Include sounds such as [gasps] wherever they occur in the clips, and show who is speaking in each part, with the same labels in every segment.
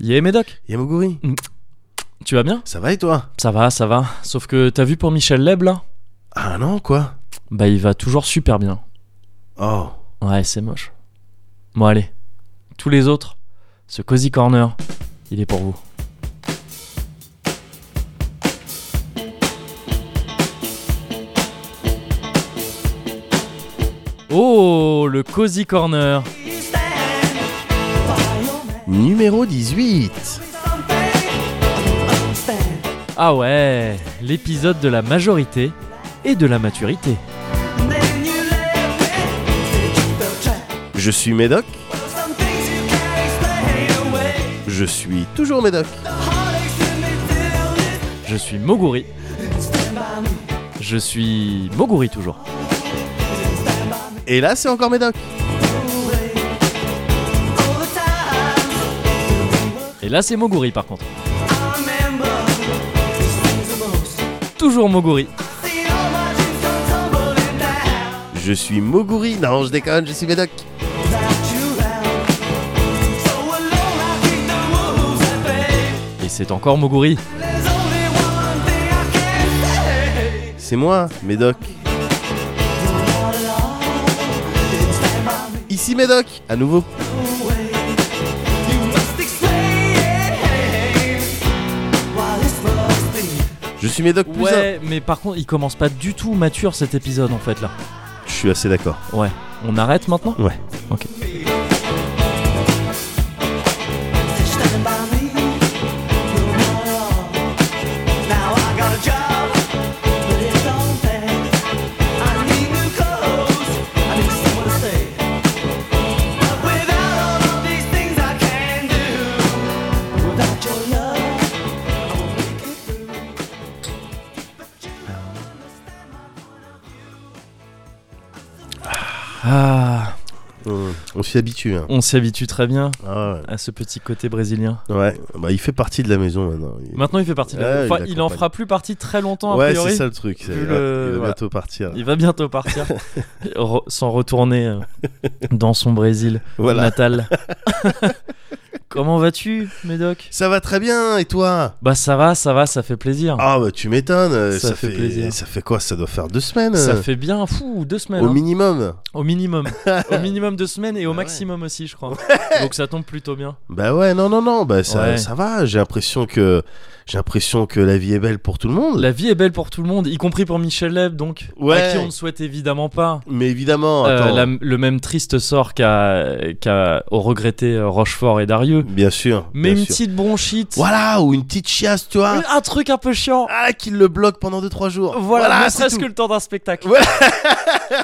Speaker 1: Yé Médoc,
Speaker 2: Yamoguri,
Speaker 1: tu vas bien
Speaker 2: ça va et toi
Speaker 1: Ça va, ça va. Sauf que t'as vu pour Michel Leb là
Speaker 2: Ah non, quoi
Speaker 1: Bah il va toujours super bien.
Speaker 2: Oh,
Speaker 1: Ouais, c'est moche. Bon allez, tous les autres, ce Cozy Corner, il est pour vous. Oh, le Cozy Corner
Speaker 2: numéro 18
Speaker 1: Ah ouais, l'épisode de la majorité et de la maturité.
Speaker 2: Je suis Médoc, je suis toujours Médoc.
Speaker 1: Je suis Moguri. Je suis Moguri toujours.
Speaker 2: Et là, c'est encore Médoc.
Speaker 1: Et là, c'est Moguri par contre. Toujours Moguri.
Speaker 2: Je suis Moguri. Non, je déconne, je suis Médoc.
Speaker 1: Et c'est encore Moguri.
Speaker 2: C'est moi, Médoc. Ici Médoc, à nouveau. Je suis Médoc plus un.
Speaker 1: Ouais, mais par contre, il commence pas du tout mature cet épisode en fait là.
Speaker 2: Je suis assez d'accord.
Speaker 1: Ouais. On arrête maintenant
Speaker 2: Ouais.
Speaker 1: Ok. Ah,
Speaker 2: On, on s'y habitue. hein.
Speaker 1: on s'y habitue très bien
Speaker 2: Ah ouais.
Speaker 1: à ce petit côté brésilien.
Speaker 2: Ouais, bah, il fait partie de la maison maintenant. Il-
Speaker 1: Maintenant, il fait partie de la-
Speaker 2: Ouais,
Speaker 1: Enfin,
Speaker 2: il
Speaker 1: il, en
Speaker 2: accompagne.
Speaker 1: fera plus partie très longtemps a
Speaker 2: ouais,
Speaker 1: priori.
Speaker 2: c'est ça le truc. c'est-
Speaker 1: Vu
Speaker 2: ouais,
Speaker 1: le-
Speaker 2: Il va
Speaker 1: voilà.
Speaker 2: bientôt partir.
Speaker 1: Il va bientôt
Speaker 2: [laughs]
Speaker 1: partir, re- s'en retourner euh, dans son Brésil
Speaker 2: Voilà. [laughs]
Speaker 1: natal. Comment vas-tu, Médoc
Speaker 2: Ça va très bien, et toi
Speaker 1: Bah ça va, ça va, ça fait plaisir.
Speaker 2: Ah, bah tu m'étonnes. euh,
Speaker 1: Ça
Speaker 2: Ça,
Speaker 1: fait plaisir.
Speaker 2: Ça fait quoi Ça doit faire deux semaines
Speaker 1: ça
Speaker 2: euh,
Speaker 1: fait bien, fou, deux semaines.
Speaker 2: Au
Speaker 1: hein.
Speaker 2: minimum.
Speaker 1: Au minimum.
Speaker 2: [laughs]
Speaker 1: au minimum deux semaines et au
Speaker 2: Ah Ouais.
Speaker 1: maximum aussi, je crois. Donc ça tombe plutôt bien.
Speaker 2: Bah ouais, non, non, non, bah ça,
Speaker 1: Ouais.
Speaker 2: ça va. J'ai l'impression que j'ai l'impression que la vie est belle pour tout le monde.
Speaker 1: La vie est belle pour tout le monde, y compris pour Michel Leb, donc.
Speaker 2: Ouais.
Speaker 1: À qui on ne souhaite évidemment pas.
Speaker 2: Mais évidemment,
Speaker 1: euh,
Speaker 2: attends,
Speaker 1: la- le même triste sort qu'à qu'à au regretté euh, Rochefort et Darieux.
Speaker 2: bien sûr.
Speaker 1: Mais
Speaker 2: bien
Speaker 1: une
Speaker 2: sûr.
Speaker 1: petite Euh, bronchite.
Speaker 2: Voilà, ou une petite chiasse, tu vois.
Speaker 1: Un truc un peu chiant.
Speaker 2: Ah, qu'il le bloque pendant 2-3 jours.
Speaker 1: Voilà, ne
Speaker 2: Ah, c'est
Speaker 1: serait-ce
Speaker 2: tout.
Speaker 1: que le temps d'un spectacle.
Speaker 2: Ouais.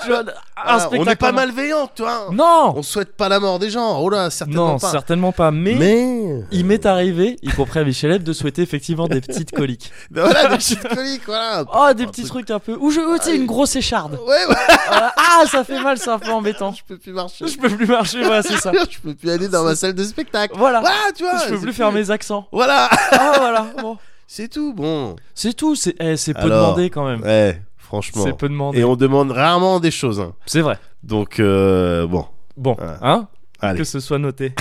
Speaker 1: Tu vois, un
Speaker 2: Voilà, on
Speaker 1: spectacle
Speaker 2: n'est pas
Speaker 1: pendant-
Speaker 2: malveillant, tu vois.
Speaker 1: Non
Speaker 2: On souhaite pas la mort des gens. Oh là, certainement
Speaker 1: Non,
Speaker 2: pas.
Speaker 1: certainement pas. Mais,
Speaker 2: Mais [laughs]
Speaker 1: il m'est arrivé, y compris à Michel Leb, de souhaiter effectivement des petites coliques.
Speaker 2: voilà, des petites coliques, voilà.
Speaker 1: Oh, des
Speaker 2: Un
Speaker 1: petits
Speaker 2: truc-
Speaker 1: trucs un peu. Ou je, ou, tu sais, une grosse écharde.
Speaker 2: Ouais, ouais,
Speaker 1: [laughs] Voilà. Ah, ça fait mal, c'est un peu [laughs] embêtant.
Speaker 2: je peux plus marcher.
Speaker 1: Je peux plus marcher, voilà, c'est ça.
Speaker 2: [laughs] Je peux plus aller dans ma salle de spectacle.
Speaker 1: Voilà.
Speaker 2: Voilà, tu vois.
Speaker 1: Je peux
Speaker 2: c'est
Speaker 1: plus faire mes accents.
Speaker 2: Voilà, [laughs]
Speaker 1: Ah, voilà. Bon.
Speaker 2: c'est tout. Bon,
Speaker 1: C'est tout, c'est eh, c'est peu
Speaker 2: Alors,
Speaker 1: demandé quand même.
Speaker 2: ouais, franchement.
Speaker 1: C'est peu demandé.
Speaker 2: Et on demande rarement des choses. hein.
Speaker 1: C'est vrai.
Speaker 2: Donc euh, bon,
Speaker 1: Bon,
Speaker 2: Ouais.
Speaker 1: hein
Speaker 2: allez.
Speaker 1: Que ce soit noté.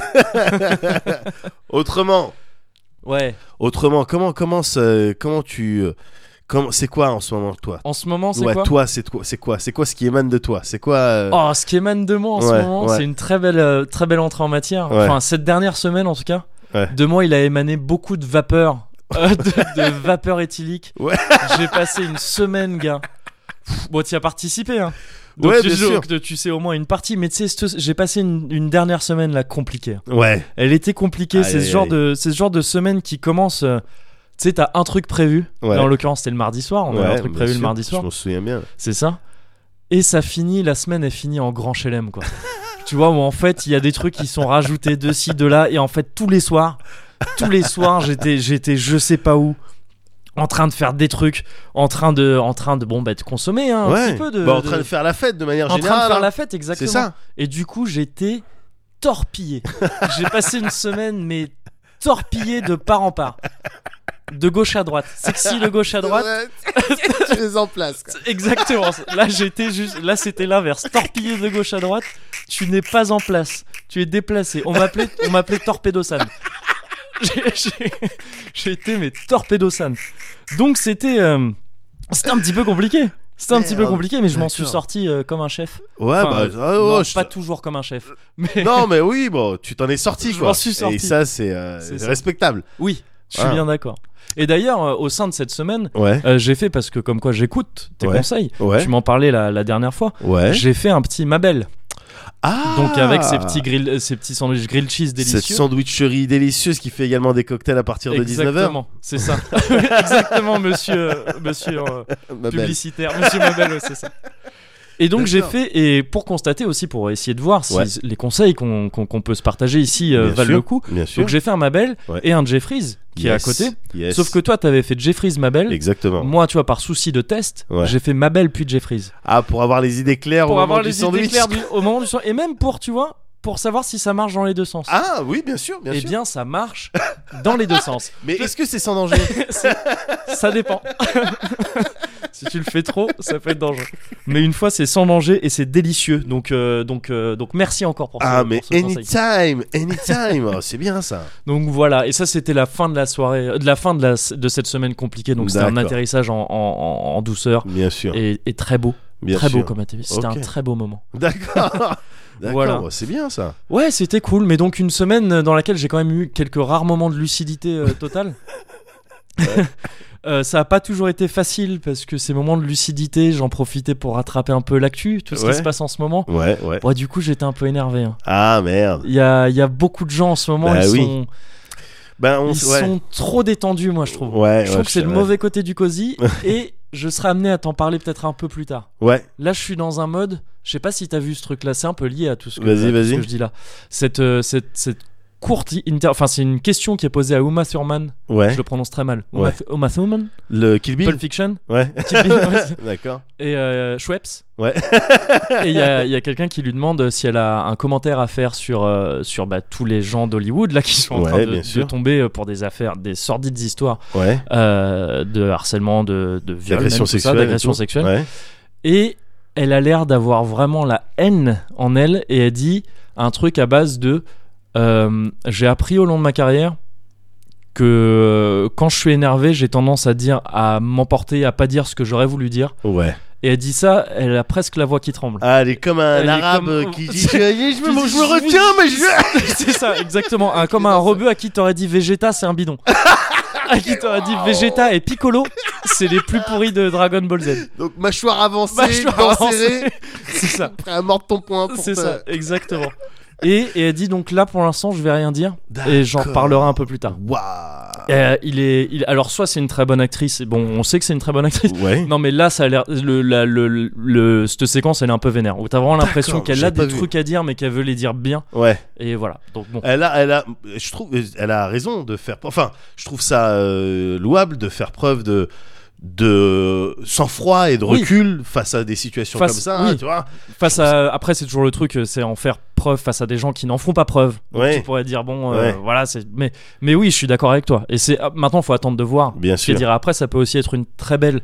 Speaker 2: Autrement,
Speaker 1: Ouais.
Speaker 2: autrement, comment commence, euh, comment tu, euh, comment, c'est quoi en ce moment toi
Speaker 1: En ce moment, c'est
Speaker 2: Ouais,
Speaker 1: quoi
Speaker 2: toi, c'est quoi, c'est quoi, c'est quoi ce qui émane de toi C'est quoi euh,
Speaker 1: Oh, ce qui émane de moi en ce
Speaker 2: Ouais,
Speaker 1: moment,
Speaker 2: ouais.
Speaker 1: c'est une très belle, euh, très belle entrée en matière.
Speaker 2: Ouais.
Speaker 1: Enfin, cette dernière semaine en tout cas,
Speaker 2: Ouais.
Speaker 1: de moi, il a émané beaucoup de
Speaker 2: [laughs]
Speaker 1: vapeur, euh, de, de vapeur éthylique.
Speaker 2: Ouais.
Speaker 1: J'ai passé une semaine, gars. Pff, Bon, tu as participé, hein. Donc,
Speaker 2: Ouais,
Speaker 1: tu,
Speaker 2: bien
Speaker 1: sais-
Speaker 2: sûr.
Speaker 1: que tu sais au moins une partie, mais tu sais, cette- j'ai passé une, une dernière semaine là compliquée.
Speaker 2: Ouais,
Speaker 1: Elle était compliquée.
Speaker 2: Aïe,
Speaker 1: C'est ce
Speaker 2: aïe,
Speaker 1: genre
Speaker 2: aïe.
Speaker 1: de, c'est ce genre de semaine qui commence. euh, tu sais, t'as un truc prévu.
Speaker 2: ouais.
Speaker 1: Là, en l'occurrence, c'était le mardi soir. On avait
Speaker 2: Ouais,
Speaker 1: un truc
Speaker 2: bien
Speaker 1: prévu
Speaker 2: sûr,
Speaker 1: le mardi soir.
Speaker 2: Je m'en souviens bien.
Speaker 1: C'est ça. Et ça finit, la semaine est finie en grand chelem, quoi. tu vois, où en fait, il y a des trucs qui sont rajoutés de ci, de là, et en fait, tous les soirs, tous les soirs, j'étais, j'étais je sais pas où, en train de faire des trucs, en train de, en train de bon, bah, de consommer, hein, un petit peu de.
Speaker 2: Bah, en train de
Speaker 1: de-
Speaker 2: faire la fête de manière
Speaker 1: en train de
Speaker 2: générale.
Speaker 1: faire
Speaker 2: hein.
Speaker 1: la fête,
Speaker 2: C'est
Speaker 1: exactement.
Speaker 2: ça.
Speaker 1: Et du coup, j'étais torpillé. J'ai passé une semaine, mais torpillé de part en part. De gauche à droite. Sexy de gauche à droite.
Speaker 2: [laughs] tu les en place.
Speaker 1: C'est Exactement. Là, j'étais juste. Là, c'était l'inverse. Torpillé de gauche à droite. Tu n'es pas en place. Tu es déplacé. On m'appelait, on m'appelait Torpedo Sam. J'ai- j'ai- J'ai été mais torpedo san. Donc c'était euh, c'était un petit peu compliqué. C'était un petit peu
Speaker 2: Merde.
Speaker 1: compliqué, mais je m'en suis
Speaker 2: euh, D'accord.
Speaker 1: sorti euh, comme un chef.
Speaker 2: Ouais,
Speaker 1: Enfin, euh,
Speaker 2: bah. ah,
Speaker 1: Non,
Speaker 2: ouais, je-
Speaker 1: Pas toujours comme un chef, mais [laughs]
Speaker 2: Non, mais oui, bon, tu t'en es sorti,
Speaker 1: Je
Speaker 2: quoi.
Speaker 1: m'en suis sorti.
Speaker 2: Et ça, c'est euh,
Speaker 1: C'est ça.
Speaker 2: respectable.
Speaker 1: oui, je suis
Speaker 2: Voilà.
Speaker 1: bien d'accord. Et d'ailleurs, euh, au sein de cette semaine,
Speaker 2: Ouais,
Speaker 1: euh, j'ai fait parce que comme quoi j'écoute tes
Speaker 2: Ouais.
Speaker 1: conseils.
Speaker 2: ouais,
Speaker 1: Tu m'en parlais la, la dernière fois.
Speaker 2: ouais.
Speaker 1: J'ai fait un petit Mabel,
Speaker 2: Ah
Speaker 1: donc avec ces petits grill, euh, ces petits sandwichs grilled cheese
Speaker 2: Cette
Speaker 1: délicieux.
Speaker 2: sandwicherie délicieuse qui fait également des cocktails à partir de 19h.
Speaker 1: Exactement, c'est
Speaker 2: [laughs]
Speaker 1: ça. Exactement, monsieur, euh, monsieur. euh,
Speaker 2: Ah, bah,
Speaker 1: publicitaire, Monsieur Mabel, ouais, c'est ça. Et donc j'ai
Speaker 2: D'accord.
Speaker 1: fait, et pour constater aussi, pour essayer de voir si
Speaker 2: Ouais.
Speaker 1: les conseils qu'on qu'on- qu'on peut se partager ici euh,
Speaker 2: Bien
Speaker 1: valent
Speaker 2: sûr,
Speaker 1: le coup,
Speaker 2: Bien sûr.
Speaker 1: donc j'ai fait un Mabel
Speaker 2: Ouais.
Speaker 1: et un Jeffries qui est à
Speaker 2: Yes,
Speaker 1: côté.
Speaker 2: yes.
Speaker 1: Sauf que toi, t'avais fait Jeffries Mabel.
Speaker 2: Exactement.
Speaker 1: Moi, tu vois, par souci de test,
Speaker 2: Ouais.
Speaker 1: j'ai fait Mabel puis Jeffries.
Speaker 2: Ah, pour avoir les idées claires au
Speaker 1: Pour
Speaker 2: moment
Speaker 1: avoir
Speaker 2: du
Speaker 1: les idées
Speaker 2: sandwich.
Speaker 1: claires du- au moment du soir. Et même pour, tu vois, pour savoir si ça marche dans les deux sens.
Speaker 2: Ah, oui, bien sûr, bien
Speaker 1: eh
Speaker 2: sûr.
Speaker 1: bien, ça marche dans
Speaker 2: [laughs]
Speaker 1: les deux sens.
Speaker 2: Mais est-ce que c'est sans
Speaker 1: [laughs]
Speaker 2: danger
Speaker 1: C'est- ça dépend. [laughs] si tu le fais trop, ça peut être dangereux. Mais une fois, c'est sans danger et c'est délicieux. Donc, euh, donc, euh, donc, merci encore pour, ce-
Speaker 2: Ah,
Speaker 1: pour
Speaker 2: mais
Speaker 1: ce conseil.
Speaker 2: anytime, anytime. Oh, c'est bien ça.
Speaker 1: Donc voilà. Et ça, c'était la fin de la soirée, euh, de la fin de, la, de cette semaine compliquée. Donc c'était un
Speaker 2: D'accord.
Speaker 1: atterrissage en, en- en- en douceur
Speaker 2: Bien sûr.
Speaker 1: et, et très beau,
Speaker 2: Bien
Speaker 1: très beau
Speaker 2: sûr.
Speaker 1: comme atterrissage. C'était
Speaker 2: Ok.
Speaker 1: un très beau moment. [laughs]
Speaker 2: D'accord. D'accord,
Speaker 1: Voilà.
Speaker 2: oh, c'est bien ça.
Speaker 1: Ouais, c'était cool. Mais donc une semaine dans laquelle j'ai quand même eu quelques rares moments de lucidité
Speaker 2: [laughs]
Speaker 1: euh, totale. [laughs] Euh, ça a pas toujours été facile parce que ces moments de lucidité, j'en profitais pour rattraper un peu l'actu, tout ce
Speaker 2: Ouais.
Speaker 1: qui se passe en ce moment.
Speaker 2: Ouais, ouais.
Speaker 1: Ouais, du coup, j'étais un peu énervé. hein.
Speaker 2: Ah, merde.
Speaker 1: Il y, a, il y a beaucoup de gens en ce moment,
Speaker 2: Bah
Speaker 1: ils,
Speaker 2: oui,
Speaker 1: sont,
Speaker 2: Ben, on
Speaker 1: ils
Speaker 2: ouais.
Speaker 1: sont trop détendus, moi, je trouve.
Speaker 2: Ouais,
Speaker 1: je
Speaker 2: ouais,
Speaker 1: trouve que c'est le
Speaker 2: ouais.
Speaker 1: mauvais côté du
Speaker 2: [laughs]
Speaker 1: cosy et je serai amené à t'en parler peut-être un peu plus tard.
Speaker 2: Ouais,
Speaker 1: Là, je suis dans un mode, je sais pas si t'as vu ce truc-là, c'est un peu lié à tout ce que, à
Speaker 2: Vas-y,
Speaker 1: tout ce
Speaker 2: vas-y.
Speaker 1: que je dis là. Cette, euh, cette, cette courte inter... Enfin, c'est une question qui est posée à Uma Thurman,
Speaker 2: ouais.
Speaker 1: je le prononce très mal. Uma,
Speaker 2: Ouais.
Speaker 1: Uma Thurman
Speaker 2: Le Kill Bill
Speaker 1: Pulp
Speaker 2: [laughs]
Speaker 1: Fiction [laughs]
Speaker 2: Ouais.
Speaker 1: Kill Bill, ouais.
Speaker 2: D'accord.
Speaker 1: et euh, Schweppes.
Speaker 2: Ouais.
Speaker 1: [laughs] et il y a, il y a quelqu'un qui lui demande si elle a un commentaire à faire sur, euh, sur bah, tous les gens d'Hollywood là qui sont en
Speaker 2: Ouais,
Speaker 1: train de,
Speaker 2: bien
Speaker 1: de
Speaker 2: sûr.
Speaker 1: tomber euh, pour des affaires, des sordides histoires
Speaker 2: Ouais.
Speaker 1: euh, de harcèlement, de, de viol, même,
Speaker 2: Agression
Speaker 1: tout ça,
Speaker 2: sexuelle. et
Speaker 1: d'agression
Speaker 2: tout.
Speaker 1: sexuelle.
Speaker 2: Ouais.
Speaker 1: Et elle a l'air d'avoir vraiment la haine en elle et elle dit un truc à base de euh, j'ai appris au long de ma carrière que euh, quand je suis énervé, j'ai tendance à dire à m'emporter, à pas dire ce que j'aurais voulu dire.
Speaker 2: Ouais.
Speaker 1: Et elle dit ça, elle a presque la voix qui tremble.
Speaker 2: Ah, elle est comme un
Speaker 1: Elle est
Speaker 2: arabe
Speaker 1: comme-
Speaker 2: euh,
Speaker 1: [laughs]
Speaker 2: qui dit Je, je me, je
Speaker 1: Je-
Speaker 2: me
Speaker 1: je-
Speaker 2: retiens, mais je.
Speaker 1: [laughs] c'est ça, exactement. Un- comme un rebeu à qui t'aurais dit Vegeta, c'est un [laughs] bidon. à qui t'aurais dit Vegeta et Piccolo, c'est les plus pourris de Dragon Ball Z.
Speaker 2: Donc, mâchoire avancée,
Speaker 1: Mâchoire
Speaker 2: dents
Speaker 1: avancée.
Speaker 2: serrées,
Speaker 1: [laughs] C'est ça,
Speaker 2: prêt à mordre ton poing. pour
Speaker 1: c'est
Speaker 2: te-
Speaker 1: ça, exactement. Et, et elle dit donc là pour l'instant je vais rien dire et j'en
Speaker 2: D'accord.
Speaker 1: reparlerai un peu plus tard.
Speaker 2: Waouh.
Speaker 1: Euh, il est, il- alors soit c'est une très bonne actrice, et bon on sait que c'est une très bonne actrice.
Speaker 2: Ouais.
Speaker 1: Non mais là ça a l'air, le, la- le, le- cette séquence elle est un peu vénère. Où t'as vraiment l'impression
Speaker 2: D'accord,
Speaker 1: qu'elle
Speaker 2: j'ai
Speaker 1: a
Speaker 2: pas
Speaker 1: des
Speaker 2: vu. Ah,
Speaker 1: trucs à dire mais qu'elle veut les dire bien
Speaker 2: Ouais.
Speaker 1: et voilà. Donc bon.
Speaker 2: Elle a, elle a, je trouve, elle a raison de faire. Enfin, je trouve ça euh, louable de faire preuve de de sang-froid et de
Speaker 1: Oui.
Speaker 2: recul face à des situations
Speaker 1: Face-
Speaker 2: comme ça, hein,
Speaker 1: oui.
Speaker 2: tu vois.
Speaker 1: Face à, après, c'est toujours le truc, euh, c'est en faire preuve face à des gens qui n'en font pas preuve. Donc
Speaker 2: Ouais.
Speaker 1: tu pourrais dire, bon, euh,
Speaker 2: Ouais.
Speaker 1: voilà, c'est. Mais, mais oui, je suis d'accord avec toi. Et c'est ah, maintenant, faut attendre de voir.
Speaker 2: Bien
Speaker 1: Je veux
Speaker 2: sûr.
Speaker 1: dire, après, ça peut aussi être une très belle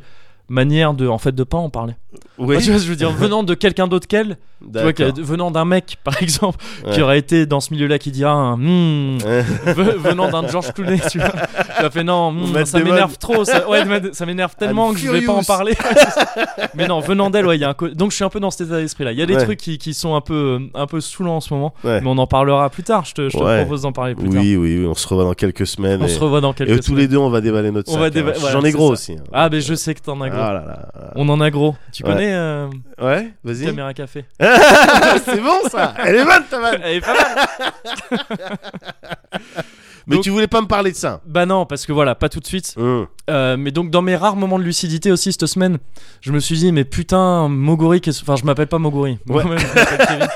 Speaker 1: manière de, en fait, de pas en parler.
Speaker 2: Oui.
Speaker 1: Tu vois ce que je veux
Speaker 2: [laughs]
Speaker 1: dire, venant de quelqu'un d'autre qu'elle, tu vois,
Speaker 2: D'accord.
Speaker 1: qu'elle- venant d'un mec, par exemple, qui
Speaker 2: Ouais.
Speaker 1: aurait été dans ce milieu-là, qui dira, un, Hmm, ve- venant d'un George Clooney, tu vois. Tu as fait non, hmm,
Speaker 2: Matt
Speaker 1: ça
Speaker 2: Damon.
Speaker 1: m'énerve trop, ça, ouais, Matt- ça m'énerve tellement
Speaker 2: I'm
Speaker 1: que je vais pas en
Speaker 2: furious. [laughs]
Speaker 1: parler. Ouais, c'est ça. Mais non, venant d'elle, ouais, il y a un co- donc je suis un peu dans cet état d'esprit là. Il y a des
Speaker 2: Ouais.
Speaker 1: trucs qui, qui sont un peu un peu saoulants en ce moment,
Speaker 2: [laughs] Ouais.
Speaker 1: mais on en parlera plus tard. Je te, je te
Speaker 2: Ouais.
Speaker 1: propose d'en parler plus tard.
Speaker 2: Oui, oui, oui, on se revoit dans quelques semaines.
Speaker 1: On
Speaker 2: et-
Speaker 1: se revoit dans quelques
Speaker 2: Et tous
Speaker 1: semaines.
Speaker 2: les deux, on va déballer notre
Speaker 1: On va
Speaker 2: sac, hein.
Speaker 1: déba- voilà,
Speaker 2: J'en ai
Speaker 1: c'est
Speaker 2: gros
Speaker 1: ça.
Speaker 2: aussi. hein.
Speaker 1: Ah, mais je sais que t'en as gros.
Speaker 2: Ah là là.
Speaker 1: On en a gros. Tu
Speaker 2: Ouais.
Speaker 1: connais euh,
Speaker 2: Ouais,
Speaker 1: [laughs]
Speaker 2: vas-y.
Speaker 1: Caméra Café
Speaker 2: [laughs]
Speaker 1: Eh, ah
Speaker 2: c'est bon ça. Elle est bonne ta vanne.
Speaker 1: Elle est pas mal.
Speaker 2: Mais
Speaker 1: Donc-
Speaker 2: tu voulais pas me parler de ça.
Speaker 1: Bah non, parce que voilà, pas tout de suite.
Speaker 2: Hum.
Speaker 1: Euh, mais donc dans mes rares moments de lucidité aussi cette semaine, je me suis dit mais putain Mogori, qu'est-ce- enfin je m'appelle pas Mogori,
Speaker 2: Ouais.
Speaker 1: moi-même, je m'appelle Kevin.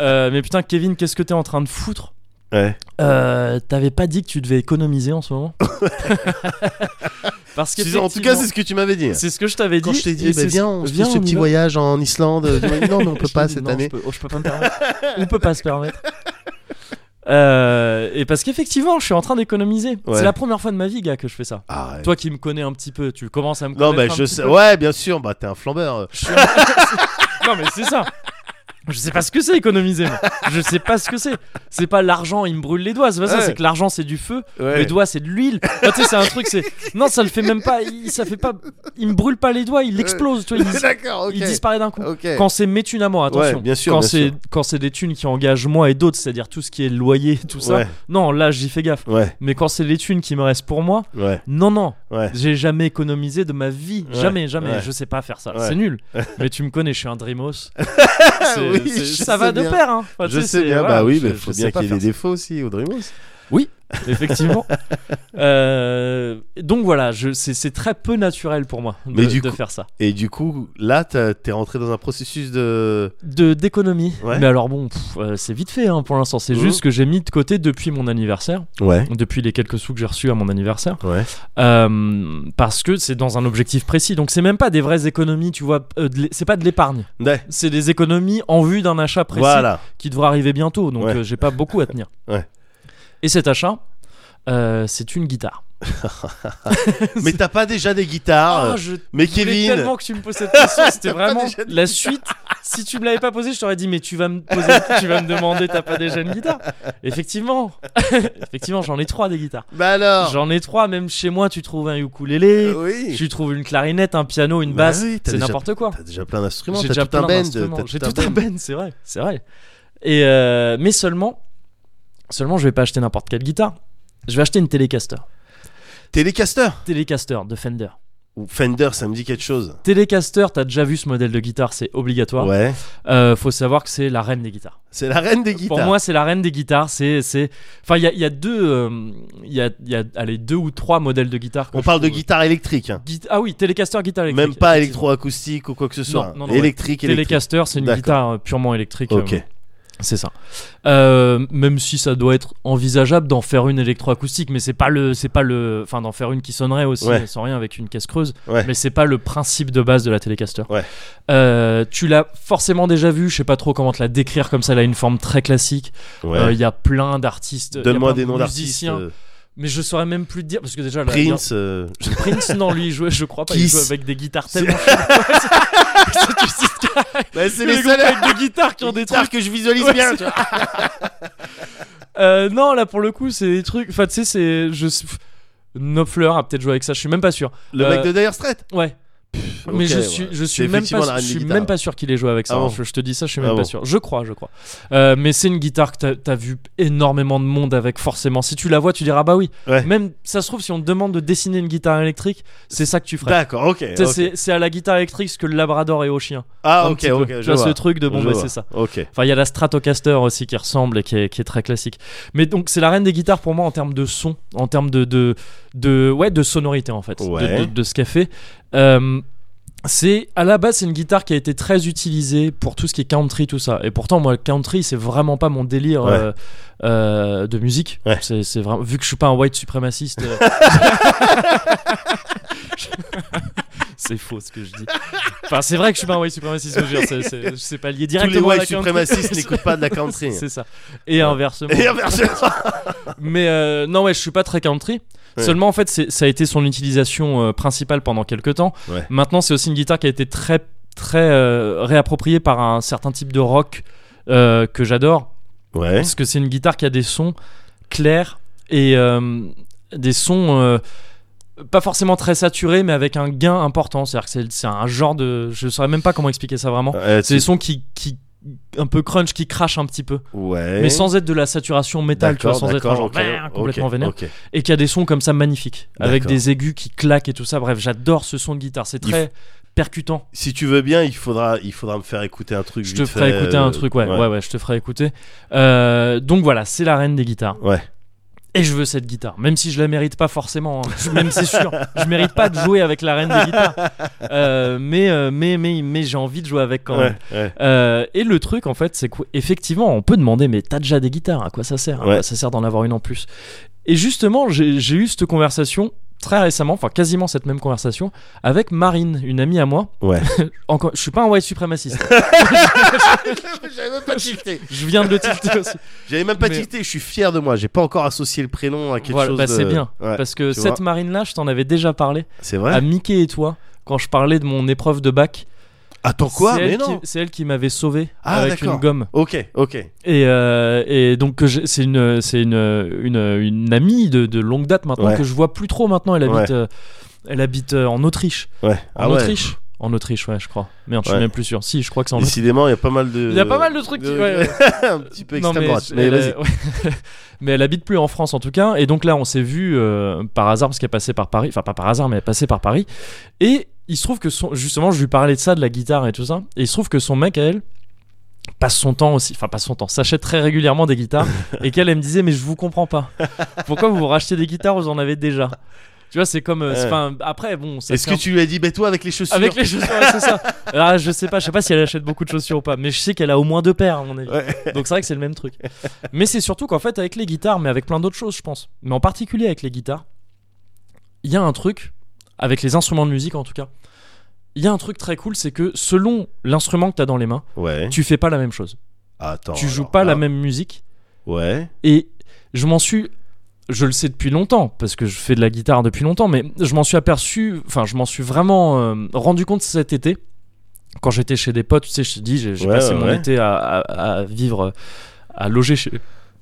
Speaker 1: Euh, mais putain Kevin, qu'est-ce que t'es en train de foutre
Speaker 2: Ouais.
Speaker 1: Euh, T'avais pas dit que tu devais économiser en ce moment [laughs] Parce que
Speaker 2: Tu- En tout cas, c'est ce que tu m'avais dit.
Speaker 1: c'est ce que je t'avais dit.
Speaker 2: Quand je t'ai dit,
Speaker 1: et
Speaker 2: bah,
Speaker 1: c'est-
Speaker 2: viens, on se fait ce
Speaker 1: on y
Speaker 2: petit
Speaker 1: va.
Speaker 2: voyage en [laughs] Islande. Tu m'as dit, non, mais on peut
Speaker 1: Je
Speaker 2: pas
Speaker 1: t'ai dit,
Speaker 2: cette
Speaker 1: non,
Speaker 2: année.
Speaker 1: Je peux, oh, je peux pas me permettre. [laughs] on peut pas se permettre. Euh, et parce qu'effectivement, je suis en train d'économiser.
Speaker 2: Ouais.
Speaker 1: C'est la première fois de ma vie, gars, que je fais ça.
Speaker 2: Ah, ouais.
Speaker 1: Toi qui me connais un petit peu, tu commences à me
Speaker 2: Non,
Speaker 1: connaître.
Speaker 2: mais
Speaker 1: un
Speaker 2: je
Speaker 1: petit
Speaker 2: sais.
Speaker 1: peu.
Speaker 2: Ouais, bien sûr. Bah, t'es un flambeur.
Speaker 1: Non mais c'est ça. Je sais pas ce que c'est économiser. moi. Je sais pas ce que c'est. C'est pas l'argent, il me brûle les doigts. C'est pas ça.
Speaker 2: Ouais.
Speaker 1: C'est que l'argent, c'est du feu.
Speaker 2: Ouais.
Speaker 1: Les doigts, c'est de l'huile. Enfin, tu sais, c'est un truc. C'est non, ça le fait même pas. Il, ça fait pas. Il me brûle pas les doigts. Il explose. Tu vois, il, dis-
Speaker 2: [laughs]
Speaker 1: [laughs]
Speaker 2: D'accord, ok.
Speaker 1: il disparaît d'un coup.
Speaker 2: Ok.
Speaker 1: Quand c'est mes thunes à moi, attention.
Speaker 2: Ouais, bien sûr,
Speaker 1: quand
Speaker 2: bien
Speaker 1: c'est
Speaker 2: sûr.
Speaker 1: quand c'est des thunes qui engagent moi et d'autres, c'est-à-dire tout ce qui est loyer, tout ça.
Speaker 2: Ouais,
Speaker 1: Non, là, j'y fais gaffe.
Speaker 2: ouais,
Speaker 1: Mais quand c'est des thunes qui me restent pour moi,
Speaker 2: ouais,
Speaker 1: non, non,
Speaker 2: ouais.
Speaker 1: j'ai jamais économisé de ma vie.
Speaker 2: Ouais,
Speaker 1: Jamais, jamais.
Speaker 2: ouais.
Speaker 1: Je sais pas faire ça.
Speaker 2: Ouais.
Speaker 1: C'est
Speaker 2: [laughs]
Speaker 1: nul. Mais tu me connais, je suis un Dreamos. C'est-
Speaker 2: Oui,
Speaker 1: c'est-
Speaker 2: je
Speaker 1: ça va
Speaker 2: sais
Speaker 1: de
Speaker 2: bien.
Speaker 1: pair. Hein. Enfin, tu
Speaker 2: je
Speaker 1: c'est-
Speaker 2: sais bien,
Speaker 1: voilà,
Speaker 2: bah oui,
Speaker 1: je-
Speaker 2: mais
Speaker 1: je
Speaker 2: faut
Speaker 1: sais
Speaker 2: bien
Speaker 1: pas
Speaker 2: qu'il y ait
Speaker 1: faire
Speaker 2: des défauts aussi, Audrey Mousse.
Speaker 1: ça.
Speaker 2: [laughs]
Speaker 1: Effectivement. Euh, donc voilà, je- c'est c'est très peu naturel pour moi de,
Speaker 2: Mais du
Speaker 1: de
Speaker 2: coup-
Speaker 1: faire ça.
Speaker 2: Et du coup, là, t'as- t'es rentré dans un processus de.
Speaker 1: De d'économie.
Speaker 2: Ouais.
Speaker 1: Mais alors bon, pff, euh, c'est vite fait hein, pour l'instant. C'est
Speaker 2: Mhm.
Speaker 1: juste que j'ai mis de côté depuis mon anniversaire,
Speaker 2: Ouais.
Speaker 1: depuis les quelques sous que j'ai reçus à mon anniversaire.
Speaker 2: Ouais.
Speaker 1: Euh, parce que c'est dans un objectif précis. Donc c'est même pas des vraies économies, tu vois. euh, de l'é- c'est pas de l'épargne.
Speaker 2: Ouais.
Speaker 1: C'est des économies en vue d'un achat précis [laughs]
Speaker 2: Voilà.
Speaker 1: qui devra arriver bientôt. Donc
Speaker 2: Ouais.
Speaker 1: euh, j'ai pas beaucoup à tenir.
Speaker 2: Ouais.
Speaker 1: Et cet achat, euh, c'est une guitare.
Speaker 2: Mais t'as pas déjà des guitares
Speaker 1: Ah, je
Speaker 2: Mais
Speaker 1: voulais
Speaker 2: Kevin
Speaker 1: tellement que tu me poses cette question. C'était
Speaker 2: T'as pas
Speaker 1: vraiment
Speaker 2: déjà de
Speaker 1: la suite. Si tu me l'avais pas posée, je t'aurais dit mais tu vas me poser, tu vas me demander t'as pas déjà une guitare Effectivement, [laughs] effectivement, j'en ai trois des guitares.
Speaker 2: Bah alors
Speaker 1: J'en ai trois. Même chez moi, tu trouves un ukulélé.
Speaker 2: Ah Oui
Speaker 1: Tu trouves une clarinette, un piano, une
Speaker 2: Bah
Speaker 1: basse,
Speaker 2: oui, t'as
Speaker 1: c'est
Speaker 2: déjà-
Speaker 1: n'importe quoi.
Speaker 2: T'as déjà plein d'instruments,
Speaker 1: J'ai
Speaker 2: t'as
Speaker 1: déjà
Speaker 2: tout un
Speaker 1: plein
Speaker 2: band.
Speaker 1: d'instruments.
Speaker 2: t'as
Speaker 1: J'ai tout un band, c'est vrai, c'est vrai. Et euh, mais seulement, seulement, je vais pas acheter n'importe quelle guitare. Je vais acheter une Telecaster.
Speaker 2: Telecaster
Speaker 1: Telecaster de Fender.
Speaker 2: Ou Fender, ça me dit quelque chose.
Speaker 1: Telecaster, t'as déjà vu ce modèle de guitare, c'est obligatoire.
Speaker 2: Ouais.
Speaker 1: Euh, faut savoir que c'est la reine des guitares.
Speaker 2: C'est la reine des guitares.
Speaker 1: Pour moi, c'est la reine des guitares. C'est, c'est. Enfin, il y a, il y a deux, euh, il y a, il y a, allez, deux ou trois modèles de guitare. que
Speaker 2: On
Speaker 1: je
Speaker 2: parle de
Speaker 1: trouve-
Speaker 2: guitare électrique. hein.
Speaker 1: Guit- Ah oui, Telecaster guitare électrique.
Speaker 2: Même pas
Speaker 1: effectivement.
Speaker 2: électroacoustique ou quoi que ce soit.
Speaker 1: non, non, ouais.
Speaker 2: électrique, électrique.
Speaker 1: Telecaster, c'est une
Speaker 2: D'accord.
Speaker 1: guitare euh, purement électrique. euh,
Speaker 2: Ok.
Speaker 1: C'est ça. Euh, même si ça doit être envisageable d'en faire une électroacoustique, mais c'est pas le, c'est pas le, enfin d'en faire une qui sonnerait aussi
Speaker 2: Ouais.
Speaker 1: mais sans rien avec une caisse creuse.
Speaker 2: Ouais.
Speaker 1: Mais c'est pas le principe de base de la Telecaster.
Speaker 2: Ouais.
Speaker 1: Euh, tu l'as forcément déjà vu. Je sais pas trop comment te la décrire comme ça. Elle a une forme très classique.
Speaker 2: Ouais.
Speaker 1: Euh, Il y a plein d'artistes. il y a
Speaker 2: Donne-moi
Speaker 1: plein
Speaker 2: des
Speaker 1: de
Speaker 2: noms d'artistes.
Speaker 1: musiciens.
Speaker 2: euh,
Speaker 1: Mais je saurais même plus te dire parce que déjà la-
Speaker 2: Prince.
Speaker 1: [laughs]
Speaker 2: euh,
Speaker 1: Prince, non, lui, il jouait, je crois pas, il
Speaker 2: Kiss.
Speaker 1: jouait avec des guitares tellement. chouettes. C'est- tu sais,
Speaker 2: Bah, c'est
Speaker 1: les
Speaker 2: les
Speaker 1: groupes
Speaker 2: seuls
Speaker 1: avec des guitares qui ont des trucs.
Speaker 2: guitares que je visualise
Speaker 1: Ouais,
Speaker 2: bien.
Speaker 1: c'est-
Speaker 2: tu vois.
Speaker 1: [laughs] Euh, non, là pour le coup, c'est des trucs. Enfin, tu sais, c'est. Je... Nopfler a peut-être joué avec ça, je suis même pas sûr.
Speaker 2: Le
Speaker 1: Euh,
Speaker 2: mec de Dire Straits.
Speaker 1: Ouais. Mais
Speaker 2: Ok,
Speaker 1: je
Speaker 2: ouais.
Speaker 1: suis, je
Speaker 2: C'est
Speaker 1: suis, même,
Speaker 2: effectivement la
Speaker 1: pas,
Speaker 2: reine
Speaker 1: je
Speaker 2: des
Speaker 1: suis
Speaker 2: guitares.
Speaker 1: même pas sûr qu'il ait joué avec ça.
Speaker 2: Ah
Speaker 1: hein.
Speaker 2: bon
Speaker 1: je, je te dis ça, je suis
Speaker 2: Ah
Speaker 1: même pas
Speaker 2: bon.
Speaker 1: sûr. Je crois, je crois. Euh, mais c'est une guitare que t'as- t'as vu énormément de monde avec, forcément. Si tu la vois, tu diras, bah oui.
Speaker 2: Ouais.
Speaker 1: Même, ça se trouve, si on te demande de dessiner une guitare électrique, c'est ça que tu ferais.
Speaker 2: D'accord, ok.
Speaker 1: Tu sais,
Speaker 2: ok.
Speaker 1: c'est- C'est à la guitare électrique ce que le Labrador est au chien.
Speaker 2: Ah,
Speaker 1: un
Speaker 2: ok,
Speaker 1: petit peu.
Speaker 2: ok.
Speaker 1: Tu
Speaker 2: je
Speaker 1: vois,
Speaker 2: vois.
Speaker 1: ce truc de bon,
Speaker 2: Je
Speaker 1: bah,
Speaker 2: vois.
Speaker 1: c'est ça.
Speaker 2: Ok.
Speaker 1: Enfin, il y a la Stratocaster aussi qui ressemble et qui est, qui est très classique. Mais donc, c'est la reine des guitares pour moi en termes de son, en termes de, de, de, ouais, de sonorité en fait, de- de,
Speaker 2: Ouais.
Speaker 1: de ce qu'elle fait. Euh, c'est à la base c'est une guitare qui a été très utilisée pour tout ce qui est country tout ça et pourtant moi le country c'est vraiment pas mon délire
Speaker 2: Ouais.
Speaker 1: euh, euh, de musique
Speaker 2: Ouais.
Speaker 1: c'est, c'est vraiment vu que je suis pas un white suprémaciste
Speaker 2: [laughs]
Speaker 1: euh, [laughs] c'est faux ce que je dis enfin c'est vrai que je suis pas un white suprémaciste mais je veux dire, c'est, c'est, c'est pas lié
Speaker 2: Tous les
Speaker 1: directement à la
Speaker 2: white
Speaker 1: country. [laughs]
Speaker 2: suprémacistes [laughs] n'écoutent pas de la country.
Speaker 1: C'est ça. Et inversement.
Speaker 2: Et inversement.
Speaker 1: Mais euh, non, ouais, je suis pas très country.
Speaker 2: Ouais.
Speaker 1: Seulement, en fait, c'est- ça a été son utilisation euh, principale pendant quelques temps.
Speaker 2: Ouais.
Speaker 1: Maintenant, c'est aussi une guitare qui a été très, très euh, réappropriée par un certain type de rock euh, que j'adore.
Speaker 2: Ouais.
Speaker 1: Parce que c'est une guitare qui a des sons clairs et euh, des sons euh, pas forcément très saturés, mais avec un gain important. C'est-à-dire que c'est- c'est un genre de. Je saurais même pas comment expliquer ça vraiment.
Speaker 2: Euh,
Speaker 1: C'est des sons qui. qui un peu crunch qui crachent un petit peu
Speaker 2: Ouais.
Speaker 1: mais sans être de la saturation métal, tu vois,
Speaker 2: D'accord,
Speaker 1: sans être un
Speaker 2: d'accord,
Speaker 1: genre
Speaker 2: ok,
Speaker 1: brrr,
Speaker 2: ok,
Speaker 1: complètement vénère,
Speaker 2: ok.
Speaker 1: et qui a des sons comme ça magnifiques, avec
Speaker 2: D'accord.
Speaker 1: des aigus qui claquent et tout ça. Bref, j'adore ce son de guitare, c'est
Speaker 2: Il
Speaker 1: très percutant.
Speaker 2: Si tu veux bien, il faudra, il faudra me faire écouter un truc.
Speaker 1: Je
Speaker 2: vite
Speaker 1: te ferai
Speaker 2: fait,
Speaker 1: écouter
Speaker 2: euh,
Speaker 1: un truc, ouais, ouais, ouais, je te ferai écouter. Euh, donc voilà, c'est la reine des guitares.
Speaker 2: Ouais.
Speaker 1: Et je veux cette guitare, même si je la mérite pas forcément, hein. Je- même c'est sûr, je mérite pas de jouer avec la reine des guitares, Euh, mais, euh, mais mais mais j'ai envie de jouer avec quand même.
Speaker 2: Ouais, ouais.
Speaker 1: Euh, et le truc en fait, c'est qu'effectivement, on peut demander, mais t'as déjà des guitares, à quoi ça sert À
Speaker 2: Ouais.
Speaker 1: quoi ça sert d'en avoir une en plus Et justement, j'ai j'ai eu cette conversation très récemment, enfin quasiment cette même conversation, avec Marine, une amie à moi.
Speaker 2: Ouais.
Speaker 1: [laughs] Encore, je suis pas un white
Speaker 2: [laughs]
Speaker 1: suprémaciste,
Speaker 2: J'avais même pas tilté.
Speaker 1: je viens de le tilter aussi.
Speaker 2: J'avais même pas
Speaker 1: Mais-
Speaker 2: tilté. Je suis fier de moi. J'ai pas encore associé le prénom à quelque
Speaker 1: Voilà,
Speaker 2: chose.
Speaker 1: bah,
Speaker 2: de-
Speaker 1: c'est bien,
Speaker 2: Ouais,
Speaker 1: parce que
Speaker 2: tu
Speaker 1: cette
Speaker 2: vois.
Speaker 1: Marine-là, je t'en avais déjà parlé
Speaker 2: C'est vrai.
Speaker 1: à Mickey et toi quand je parlais de mon épreuve de bac.
Speaker 2: Attends quoi
Speaker 1: Ah, C'est
Speaker 2: Mais
Speaker 1: elle qui-
Speaker 2: non.
Speaker 1: C'est elle qui m'avait sauvé
Speaker 2: Ah,
Speaker 1: avec
Speaker 2: d'accord.
Speaker 1: une gomme.
Speaker 2: Ok, ok.
Speaker 1: Et, euh, et donc que j'ai- c'est une c'est une, une une amie de, de longue date maintenant
Speaker 2: Ouais.
Speaker 1: que je vois plus trop maintenant. Elle
Speaker 2: Ouais.
Speaker 1: habite euh, elle habite euh, en Autriche.
Speaker 2: Ouais.
Speaker 1: En
Speaker 2: Ah ouais.
Speaker 1: Autriche. En Autriche, ouais, je crois. Merde, je suis
Speaker 2: Ouais.
Speaker 1: même plus sûr. Si, je crois que c'est en Autriche.
Speaker 2: Décidément, il y a pas mal de.
Speaker 1: Il y a pas mal de trucs qui- ouais, ouais.
Speaker 2: [laughs] un petit peu
Speaker 1: Non,
Speaker 2: extrême droite.
Speaker 1: c'est-
Speaker 2: Mais
Speaker 1: elle,
Speaker 2: vas-y.
Speaker 1: euh, ouais. [laughs] mais elle habite plus en France en tout cas. Et donc là, on s'est vu euh, par hasard parce qu'elle passait par Paris. Enfin, pas par hasard, mais elle passait par Paris. Et il se trouve que son... justement, je lui parlais de ça, de la guitare et tout ça. Et il se trouve que son mec à elle passe son temps aussi, enfin passe son temps, s'achète très régulièrement des
Speaker 2: [laughs]
Speaker 1: guitares et qu'elle elle me disait mais je vous comprends pas. Pourquoi vous vous rachetez des guitares vous en avez déjà Tu vois c'est comme, euh, c'est-
Speaker 2: Ouais.
Speaker 1: enfin après bon. ça
Speaker 2: Est-ce
Speaker 1: fait
Speaker 2: que
Speaker 1: un-
Speaker 2: tu lui as dit, bah toi avec les chaussures
Speaker 1: avec les chaussures, ouais, c'est ça. [laughs] Ah, je sais pas, je sais pas si elle achète beaucoup de chaussures ou pas, mais je sais qu'elle a au moins deux paires à mon avis.
Speaker 2: Ouais.
Speaker 1: Donc c'est vrai que c'est le même truc. Mais c'est surtout qu'en fait avec les guitares, mais avec plein d'autres choses, je pense. Mais en particulier avec les guitares, il y a un truc avec les instruments de musique en tout cas. Il y a un truc très cool, c'est que selon l'instrument que t'as dans les mains,
Speaker 2: Ouais.
Speaker 1: tu fais pas la même chose.
Speaker 2: Attends.
Speaker 1: tu joues
Speaker 2: alors
Speaker 1: pas
Speaker 2: là.
Speaker 1: la même musique.
Speaker 2: Ouais.
Speaker 1: Et je m'en suis. Je le sais depuis longtemps, parce que je fais de la guitare depuis longtemps, mais je m'en suis aperçu. Enfin, je m'en suis vraiment euh, rendu compte cet été. Quand j'étais chez des potes, tu sais, je te dis, j'ai j'ai
Speaker 2: Ouais,
Speaker 1: passé
Speaker 2: ouais,
Speaker 1: mon
Speaker 2: ouais.
Speaker 1: été à, à- à vivre, à loger chez,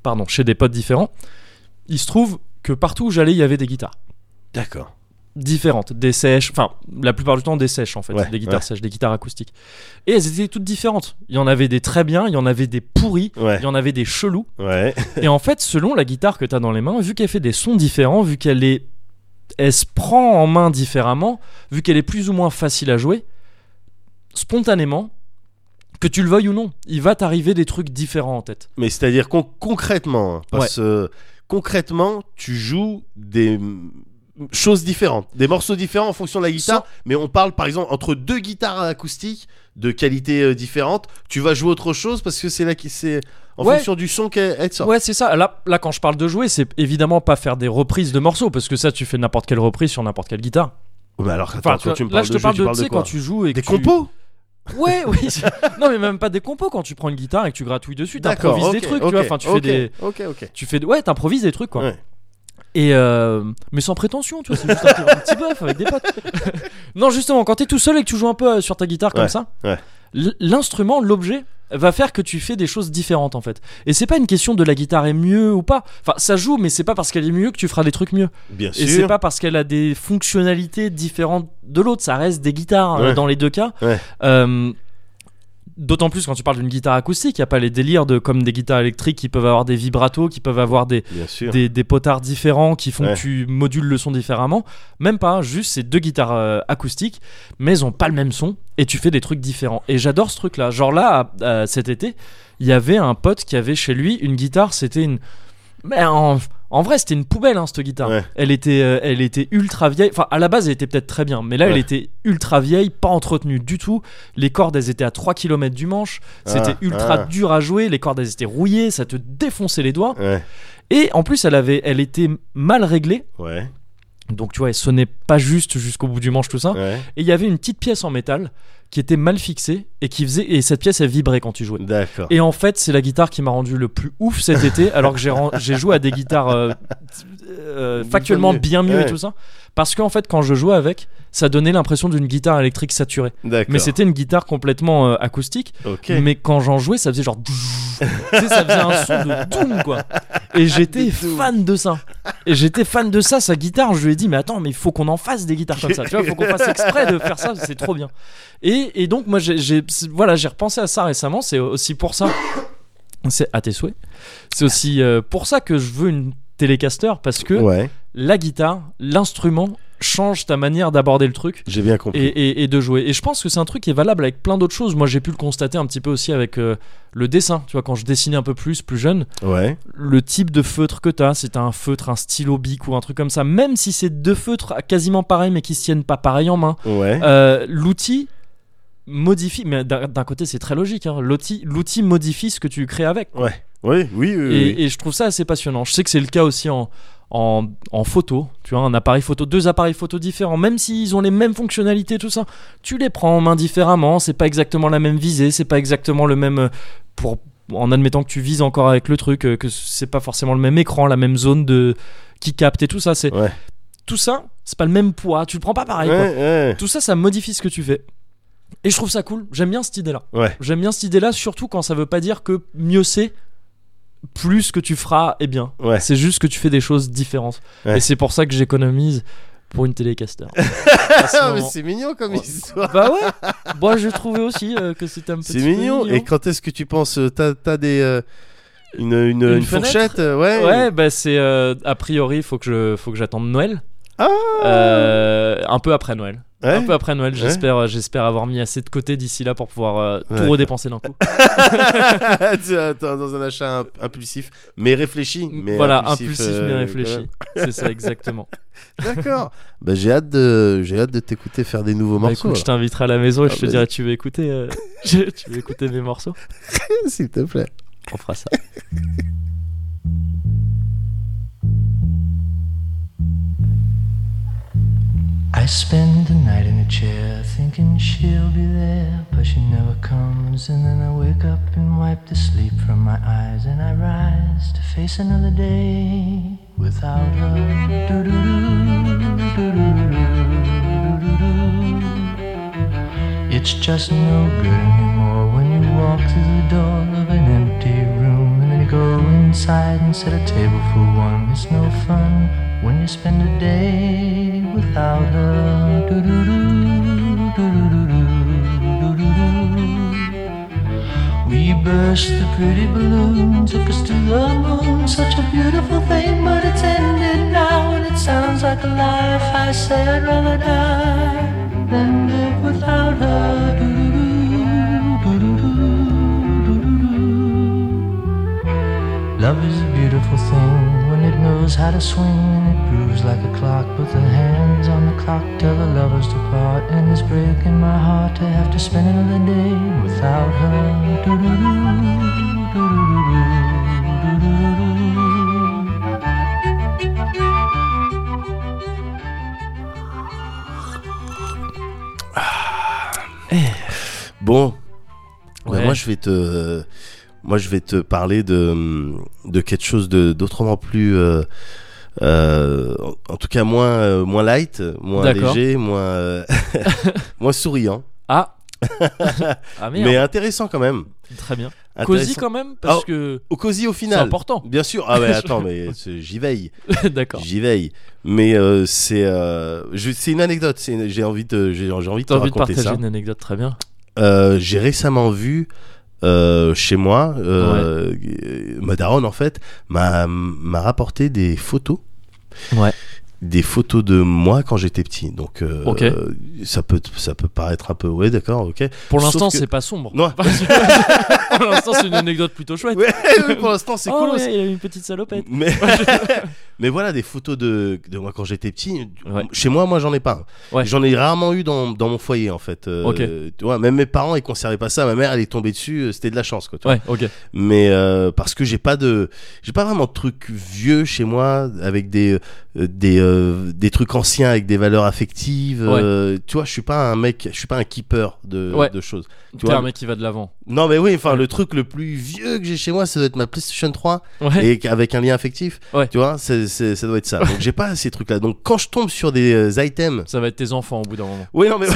Speaker 1: pardon, chez des potes différents. Il se trouve que partout où j'allais, il y avait des guitares
Speaker 2: D'accord.
Speaker 1: différentes, des sèches, enfin la plupart du temps des sèches en fait,
Speaker 2: Ouais,
Speaker 1: des guitares
Speaker 2: ouais.
Speaker 1: sèches, des guitares acoustiques. Et elles étaient toutes différentes. Il y en avait des très bien, il y en avait des pourris,
Speaker 2: Ouais.
Speaker 1: il y en avait des chelous.
Speaker 2: Ouais. [laughs]
Speaker 1: [laughs] Et en fait, selon la guitare que t'as dans les mains, vu qu'elle fait des sons différents, vu qu'elle est. Elle se prend en main différemment, vu qu'elle est plus ou moins facile à jouer, spontanément, que tu le veuilles ou non, il va t'arriver des trucs différents en tête.
Speaker 2: Mais c'est-à-dire qu'on concrètement, hein, parce que concrètement, tu joues des mm, choses différentes, des morceaux différents en fonction de la guitare. Mais on parle par exemple entre deux guitares acoustiques de qualité euh, différente, tu vas jouer autre chose parce que c'est là qui c'est en
Speaker 1: Ouais.
Speaker 2: fonction du son qu'elle elle te sort.
Speaker 1: Ouais, c'est ça. Là, là, quand je parle de jouer, c'est évidemment pas faire des reprises de morceaux, parce que ça, tu fais n'importe quelle reprise sur n'importe quelle guitare.
Speaker 2: Oh, mais alors attends,
Speaker 1: Enfin,
Speaker 2: quand tu me
Speaker 1: là,
Speaker 2: parles
Speaker 1: je
Speaker 2: de
Speaker 1: te
Speaker 2: jeu,
Speaker 1: parle
Speaker 2: tu
Speaker 1: de,
Speaker 2: parles
Speaker 1: tu
Speaker 2: de
Speaker 1: sais, quand
Speaker 2: quoi
Speaker 1: tu joues et
Speaker 2: Des
Speaker 1: que tu-
Speaker 2: compos
Speaker 1: Ouais,
Speaker 2: [laughs]
Speaker 1: oui. non, mais même pas des compos. Quand tu prends une guitare et que tu gratouilles dessus,
Speaker 2: D'accord.
Speaker 1: t'improvises
Speaker 2: ok,
Speaker 1: des trucs,
Speaker 2: ok,
Speaker 1: tu vois. Enfin, tu
Speaker 2: ok,
Speaker 1: fais des.
Speaker 2: Ok, ok.
Speaker 1: Tu fais. Ouais, t'improvises des trucs, quoi.
Speaker 2: Ouais.
Speaker 1: Et euh, mais sans prétention, tu vois, c'est juste un petit- un petit bœuf avec des potes. [laughs] non, justement, quand t'es tout seul et que tu joues un peu euh, sur ta guitare comme
Speaker 2: Ouais,
Speaker 1: ça,
Speaker 2: ouais.
Speaker 1: l- l'instrument, l'objet, va faire que tu fais des choses différentes en fait. Et c'est pas une question de la guitare est mieux ou pas. Enfin, ça joue, mais c'est pas parce qu'elle est mieux que tu feras des trucs mieux.
Speaker 2: Bien
Speaker 1: Et c'est
Speaker 2: sûr.
Speaker 1: pas parce qu'elle a des fonctionnalités différentes de l'autre. Ça reste des guitares euh,
Speaker 2: Ouais.
Speaker 1: dans les deux cas.
Speaker 2: Ouais.
Speaker 1: Euh, D'autant plus quand tu parles d'une guitare acoustique, il a pas les délires de comme des guitares électriques qui peuvent avoir des vibratos, qui peuvent avoir des,
Speaker 2: Bien sûr.
Speaker 1: des, des potards différents qui font
Speaker 2: Ouais.
Speaker 1: que tu modules le son différemment. Même pas, hein, juste c'est deux guitares euh, acoustiques, mais elles ont pas le même son et tu fais des trucs différents. Et j'adore ce truc-là. Genre là, à- à- cet été, il y avait un pote qui avait chez lui une guitare, c'était une. Mais en, en vrai, c'était une poubelle, hein, cette guitare.
Speaker 2: Ouais.
Speaker 1: Elle, était, euh, elle était ultra vieille. Enfin, à la base, elle était peut-être très bien, mais là, elle
Speaker 2: Ouais.
Speaker 1: était ultra vieille, pas entretenue du tout. Les cordes, elles étaient à 3 km du manche. C'était
Speaker 2: Ah,
Speaker 1: ultra
Speaker 2: ah.
Speaker 1: dur à jouer. Les cordes, elles étaient rouillées. Ça te défonçait les doigts.
Speaker 2: Ouais.
Speaker 1: Et en plus, elle avait, elle était mal réglée.
Speaker 2: Ouais.
Speaker 1: Donc tu vois, elle sonnait pas juste jusqu'au bout du manche tout ça.
Speaker 2: Ouais.
Speaker 1: Et il y avait une petite pièce en métal qui était mal fixée et qui faisait et cette pièce elle vibrait quand tu jouais.
Speaker 2: D'accord.
Speaker 1: Et en fait, c'est la guitare qui m'a rendu le plus ouf cet
Speaker 2: [laughs]
Speaker 1: été, alors que j'ai ren- j'ai joué à des guitares euh, euh,
Speaker 2: Bien
Speaker 1: factuellement
Speaker 2: mieux.
Speaker 1: bien mieux et
Speaker 2: Ouais.
Speaker 1: tout ça, parce qu'en fait, quand je jouais avec, ça donnait l'impression d'une guitare électrique saturée.
Speaker 2: D'accord.
Speaker 1: Mais c'était une guitare complètement euh, acoustique.
Speaker 2: Ok.
Speaker 1: Mais quand j'en jouais, ça faisait genre. [laughs] tu sais, ça faisait un son de doom, quoi. Et j'étais
Speaker 2: De doom.
Speaker 1: fan de ça. Et j'étais fan de ça, sa guitare. Je lui ai dit, mais attends, mais il faut qu'on en fasse des guitares comme ça. Tu vois, il faut qu'on fasse exprès de faire ça, c'est trop bien. Et, et donc, moi, j'ai, j'ai- c'est- voilà, j'ai repensé à ça récemment. C'est aussi pour ça. C'est à tes souhaits. C'est aussi euh, pour ça que je veux une télécaster, parce que
Speaker 2: Ouais.
Speaker 1: la guitare, l'instrument, change ta manière d'aborder le truc
Speaker 2: J'ai bien compris.
Speaker 1: et, et- et de jouer. Et je pense que c'est un truc qui est valable avec plein d'autres choses. Moi, j'ai pu le constater un petit peu aussi avec euh, le dessin. Tu vois, quand je dessinais un peu plus, plus jeune,
Speaker 2: Ouais.
Speaker 1: le type de feutre que t'as, si t'as un feutre, un stylo bic ou un truc comme ça, même si c'est deux feutres quasiment pareils mais qui se tiennent pas pareil en main,
Speaker 2: Ouais.
Speaker 1: euh, l'outil modifie. Mais d'un d'un côté, c'est très logique. hein. l'outil, l'outil modifie ce que tu crées avec.
Speaker 2: Ouais. Oui, oui, oui. oui.
Speaker 1: Et, et je trouve ça assez passionnant. Je sais que c'est le cas aussi en, en, en photo. Tu vois, un appareil photo, deux appareils photo différents, même s'ils ont les mêmes fonctionnalités, tout ça, tu les prends en main différemment. C'est pas exactement la même visée, c'est pas exactement le même. euh, Pour, en admettant que tu vises encore avec le truc, euh, que c'est pas forcément le même écran, la même zone de qui capte et tout ça. C'est
Speaker 2: Ouais.
Speaker 1: tout ça, c'est pas le même poids. Tu le prends pas pareil.
Speaker 2: ouais,
Speaker 1: quoi.
Speaker 2: ouais.
Speaker 1: Tout ça, ça modifie ce que tu fais. Et je trouve ça cool. J'aime bien cette idée-là.
Speaker 2: Ouais.
Speaker 1: J'aime bien cette idée-là, surtout quand ça veut pas dire que mieux c'est, plus que tu feras est bien.
Speaker 2: Ouais.
Speaker 1: C'est juste que tu fais des choses différentes.
Speaker 2: Ouais.
Speaker 1: Et c'est pour ça que j'économise pour une
Speaker 2: [laughs]
Speaker 1: télécaster. À ce
Speaker 2: Ah, mais
Speaker 1: moment.
Speaker 2: c'est mignon comme
Speaker 1: Ouais.
Speaker 2: histoire.
Speaker 1: bah ouais. Moi, je trouvais aussi euh, que c'était un petit
Speaker 2: C'est
Speaker 1: peu
Speaker 2: mignon. Et quand est-ce que tu penses euh, T'as t'as des euh, une,
Speaker 1: Une
Speaker 2: une, une
Speaker 1: fenêtre
Speaker 2: fourchette euh, Ouais.
Speaker 1: Ouais, bah c'est euh, a priori, faut que je, faut que j'attende Noël.
Speaker 2: Ah.
Speaker 1: Euh, un peu après Noël.
Speaker 2: Ouais.
Speaker 1: Un peu après Noël, j'espère, euh, j'espère avoir mis assez de côté d'ici là pour pouvoir euh,
Speaker 2: Ouais.
Speaker 1: tout redépenser d'un coup.
Speaker 2: [laughs] Tu as- t'as- dans un achat imp- impulsif, mais réfléchi. Mais
Speaker 1: voilà,
Speaker 2: impulsif,
Speaker 1: impulsif
Speaker 2: euh,
Speaker 1: mais
Speaker 2: quand
Speaker 1: réfléchi. C'est ça
Speaker 2: [laughs]
Speaker 1: exactement.
Speaker 2: même. D'accord. bah, j'ai hâte de, j'ai hâte de t'écouter faire des nouveaux
Speaker 1: Bah,
Speaker 2: morceaux.
Speaker 1: écoute, je t'inviterai à la maison et
Speaker 2: Ah,
Speaker 1: je te
Speaker 2: vas-y.
Speaker 1: dirai tu veux écouter, euh, [laughs] je- tu veux écouter mes morceaux.
Speaker 2: alors. [laughs] S'il te plaît.
Speaker 1: On fera ça.
Speaker 3: I spend the night in a chair thinking she'll be there, but she never comes. And then I wake up and wipe the sleep from my eyes, and I rise to face another day without her. Doo-doo-doo, doo-doo-doo, doo-doo-doo. It's just no good anymore when you walk through the door of an empty room and then you go inside and set a table for one. It's no fun when you spend a day without her. Doo-doo-doo, doo-doo-doo, doo-doo-doo. We burst the pretty balloon, took us to the moon. Such a beautiful thing, but it's ended now, and it sounds like a lie. If I say I'd rather die than live without her. Doo-doo-doo, doo-doo-doo, doo-doo-doo. Love is a beautiful thing when it knows how to swing and it grooves like a clock. But the hands on the clock tell the lovers to part, and it's breaking my heart to have to spend another day without her. Doo-doo-doo, doo-doo-doo, doo-doo-doo.
Speaker 2: Bon, Bah,
Speaker 1: Ouais.
Speaker 2: moi je vais te, moi je vais te parler de de quelque chose de d'autrement plus, euh, euh, en- en tout cas moins euh, moins light, moins
Speaker 1: D'accord.
Speaker 2: léger, moins
Speaker 1: [laughs]
Speaker 2: euh, [laughs] moins souriant, [laughs]
Speaker 1: Ah. ah merde.
Speaker 2: mais intéressant quand même.
Speaker 1: Très bien. Cosy
Speaker 2: Intéressant.
Speaker 1: quand même parce
Speaker 2: Oh,
Speaker 1: que
Speaker 2: Au cosy au
Speaker 1: c'est
Speaker 2: final. [laughs]
Speaker 1: important.
Speaker 2: Bien sûr.
Speaker 1: [laughs]
Speaker 2: Ah ouais, attends, mais c'est- j'y veille,
Speaker 1: D'accord.
Speaker 2: j'y veille. Mais euh, c'est euh, je- c'est une anecdote. c'est une- J'ai envie de j'ai j'ai envie de te
Speaker 1: T'as envie de
Speaker 2: raconter
Speaker 1: partager
Speaker 2: ça.
Speaker 1: une anecdote très bien.
Speaker 2: Euh, j'ai récemment vu euh, chez moi, euh, euh, ma daronne en fait, m'a m'a rapporté des photos.
Speaker 1: Ouais.
Speaker 2: Des photos de moi quand j'étais petit. Donc, euh,
Speaker 1: Ok.
Speaker 2: ça, peut, ça peut paraître un peu. Ouais, d'accord, ok.
Speaker 1: Pour
Speaker 2: Sauf
Speaker 1: l'instant,
Speaker 2: que-
Speaker 1: c'est pas sombre.
Speaker 2: [laughs] Non.
Speaker 1: Pour l'instant, c'est une anecdote plutôt chouette.
Speaker 2: [laughs] Ouais, mais pour l'instant, c'est
Speaker 1: oh,
Speaker 2: cool.
Speaker 1: ouais, il a eu une petite salopette.
Speaker 2: Mais, [laughs] mais voilà, des photos de, de moi quand j'étais petit.
Speaker 1: Ouais.
Speaker 2: Chez moi, moi, j'en ai pas.
Speaker 1: Ouais.
Speaker 2: J'en ai rarement eu dans, dans mon foyer, en fait. Euh,
Speaker 1: Ok.
Speaker 2: Tu vois, même mes parents, ils conservaient pas ça. Ma mère, elle est tombée dessus. euh, C'était de la chance, quoi. tu vois.
Speaker 1: Ouais, ok.
Speaker 2: mais euh, parce que j'ai pas de j'ai pas vraiment de trucs vieux chez moi avec des euh, des euh, des trucs anciens avec des valeurs affectives
Speaker 1: Ouais.
Speaker 2: euh, tu vois je suis pas un mec je suis pas un keeper de
Speaker 1: Ouais.
Speaker 2: de choses
Speaker 1: T'es
Speaker 2: vois,
Speaker 1: un
Speaker 2: le-
Speaker 1: mec qui va de l'avant.
Speaker 2: non mais oui enfin le truc le plus vieux que j'ai chez moi ça doit être ma PlayStation 3
Speaker 1: [laughs] Ouais.
Speaker 2: et avec un lien affectif
Speaker 1: Ouais.
Speaker 2: tu vois c'est c'est- ça doit être ça donc j'ai pas ces trucs là donc quand je tombe sur des euh, items
Speaker 1: Ça va être tes enfants au bout d'un moment.
Speaker 2: oui non [laughs] mais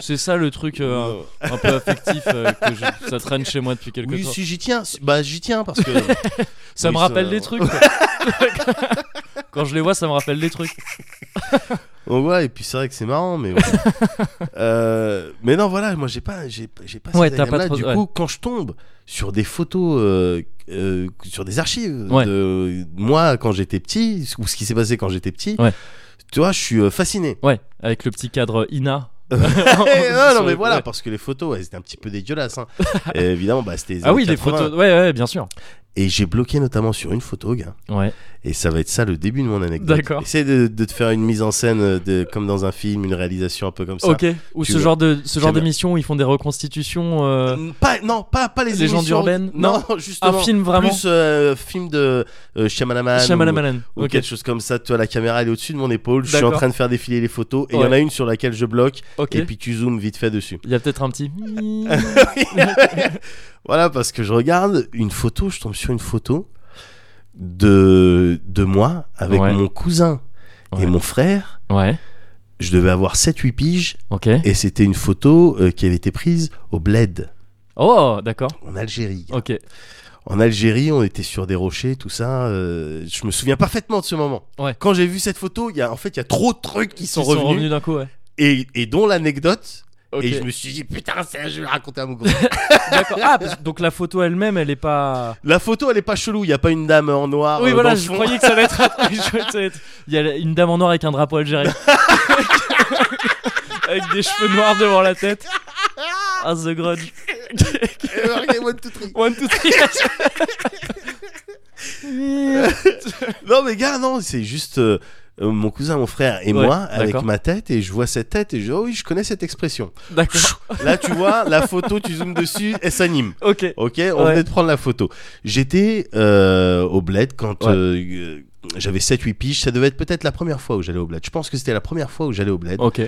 Speaker 1: C'est ça le truc euh,
Speaker 2: Non.
Speaker 1: un peu affectif euh, que je- ça traîne chez moi depuis quelque
Speaker 2: oui
Speaker 1: temps.
Speaker 2: si j'y tiens si- bah j'y tiens parce que
Speaker 1: Ça
Speaker 2: Oui,
Speaker 1: me
Speaker 2: ça-
Speaker 1: rappelle des trucs. quoi. [laughs] Quand je les vois, ça me rappelle des trucs.
Speaker 2: Donc voilà, et puis c'est vrai que c'est marrant,
Speaker 1: [laughs]
Speaker 2: mais voilà. Euh, mais non, voilà, moi j'ai pas, j'ai, j'ai pas.
Speaker 1: Ouais,
Speaker 2: ces
Speaker 1: t'as pas
Speaker 2: diagrammes-là.
Speaker 1: trop-
Speaker 2: Du
Speaker 1: ouais.
Speaker 2: coup, quand je tombe sur des photos, euh, euh, sur des archives
Speaker 1: Ouais.
Speaker 2: de moi quand j'étais petit ou ce qui s'est passé quand j'étais petit,
Speaker 1: Ouais.
Speaker 2: tu vois, je suis
Speaker 1: [laughs]
Speaker 2: euh, fasciné.
Speaker 1: Ouais, avec le petit cadre Ina.
Speaker 2: [laughs] Eh, non, non, mais
Speaker 1: Oh, Ouais.
Speaker 2: voilà, parce que les photos, elles étaient un petit peu dégueulasses. hein.
Speaker 1: [laughs]
Speaker 2: Et évidemment, bah c'était.
Speaker 1: Ah oui,
Speaker 2: années
Speaker 1: les
Speaker 2: 80.
Speaker 1: photos. Ouais, ouais, bien sûr.
Speaker 2: Et j'ai bloqué notamment sur une photo, gars.
Speaker 1: Ouais.
Speaker 2: Et ça va être ça le début de mon anecdote.
Speaker 1: D'accord.
Speaker 2: Essaye de, de te faire une mise en scène euh, de, comme dans un film, une réalisation un peu comme ça.
Speaker 1: Ok. Ou
Speaker 2: Tu
Speaker 1: ce
Speaker 2: veux-
Speaker 1: genre de ce genre
Speaker 2: J'aime-
Speaker 1: d'émission où ils font des reconstitutions. euh,
Speaker 2: Euh, Pas, non, pas, pas les
Speaker 1: Légende
Speaker 2: émissions-
Speaker 1: urbaine
Speaker 2: Non, justement.
Speaker 1: Un film vraiment.
Speaker 2: Plus euh, film de euh, Shyamalan. Ou,
Speaker 1: Shamalamalan.
Speaker 2: ou
Speaker 1: Ok.
Speaker 2: quelque chose comme ça. Tu vois, la caméra, elle est au-dessus de mon épaule. Je suis en
Speaker 1: D'accord.
Speaker 2: train de faire défiler les photos. Et il y en
Speaker 1: Ouais.
Speaker 2: a une sur laquelle je bloque.
Speaker 1: Ok.
Speaker 2: Et puis tu zoomes vite fait dessus.
Speaker 1: Il y a peut-être un petit.
Speaker 2: [laughs] Voilà, parce que je regarde une photo. Je tombe sur une photo de, de moi avec
Speaker 1: Ouais.
Speaker 2: mon cousin
Speaker 1: Ouais.
Speaker 2: et mon frère.
Speaker 1: Ouais.
Speaker 2: je devais avoir 7-8 piges
Speaker 1: Ok.
Speaker 2: et c'était une photo euh, qui avait été prise au Bled,
Speaker 1: Oh, d'accord.
Speaker 2: en Algérie.
Speaker 1: Ok.
Speaker 2: En Algérie, on était sur des rochers, tout ça. euh, je me souviens parfaitement de ce moment.
Speaker 1: Ouais.
Speaker 2: Quand j'ai vu cette photo, il y a, en fait, il y a trop de trucs qui sont
Speaker 1: Ils
Speaker 2: revenus,
Speaker 1: d'un coup, ouais.
Speaker 2: Et, et dont l'anecdote.
Speaker 1: Ok.
Speaker 2: Et je me suis dit, putain, ça, je vais le raconter à mon groupe.
Speaker 1: D'accord. Ah, parce- donc la photo elle-même, elle est pas.
Speaker 2: [laughs] La photo, elle est pas chelou. Il y a pas une dame en noir.
Speaker 1: oui,
Speaker 2: euh,
Speaker 1: voilà,
Speaker 2: dans le
Speaker 1: je
Speaker 2: fond. [laughs]
Speaker 1: croyais que ça allait être. [laughs] je croyais que ça allait être- Il y a une dame en noir avec un drapeau
Speaker 2: [laughs]
Speaker 1: algérien. avec des cheveux noirs devant la tête. Ah, The
Speaker 2: [laughs]
Speaker 1: Grudge.
Speaker 2: Euh, regardez-moi de tout truc.
Speaker 1: One, two, three.
Speaker 2: Non, mais gars, non, c'est juste euh, euh, mon cousin, mon frère et
Speaker 1: Ouais,
Speaker 2: moi avec
Speaker 1: d'accord.
Speaker 2: ma tête. Et je vois cette tête et je dis, oh oui, je connais cette expression.
Speaker 1: [laughs] D'accord.
Speaker 2: Là, tu vois, la photo, tu zoomes dessus, elle s'anime.
Speaker 1: Ok.
Speaker 2: Ok, on
Speaker 1: Ouais.
Speaker 2: venait de prendre la photo. J'étais euh, au bled quand
Speaker 1: Ouais.
Speaker 2: euh, euh, j'avais 7-8 piges. Ça devait être peut-être la première fois où j'allais au bled. Je pense que c'était la première fois où j'allais au bled.
Speaker 1: Ok.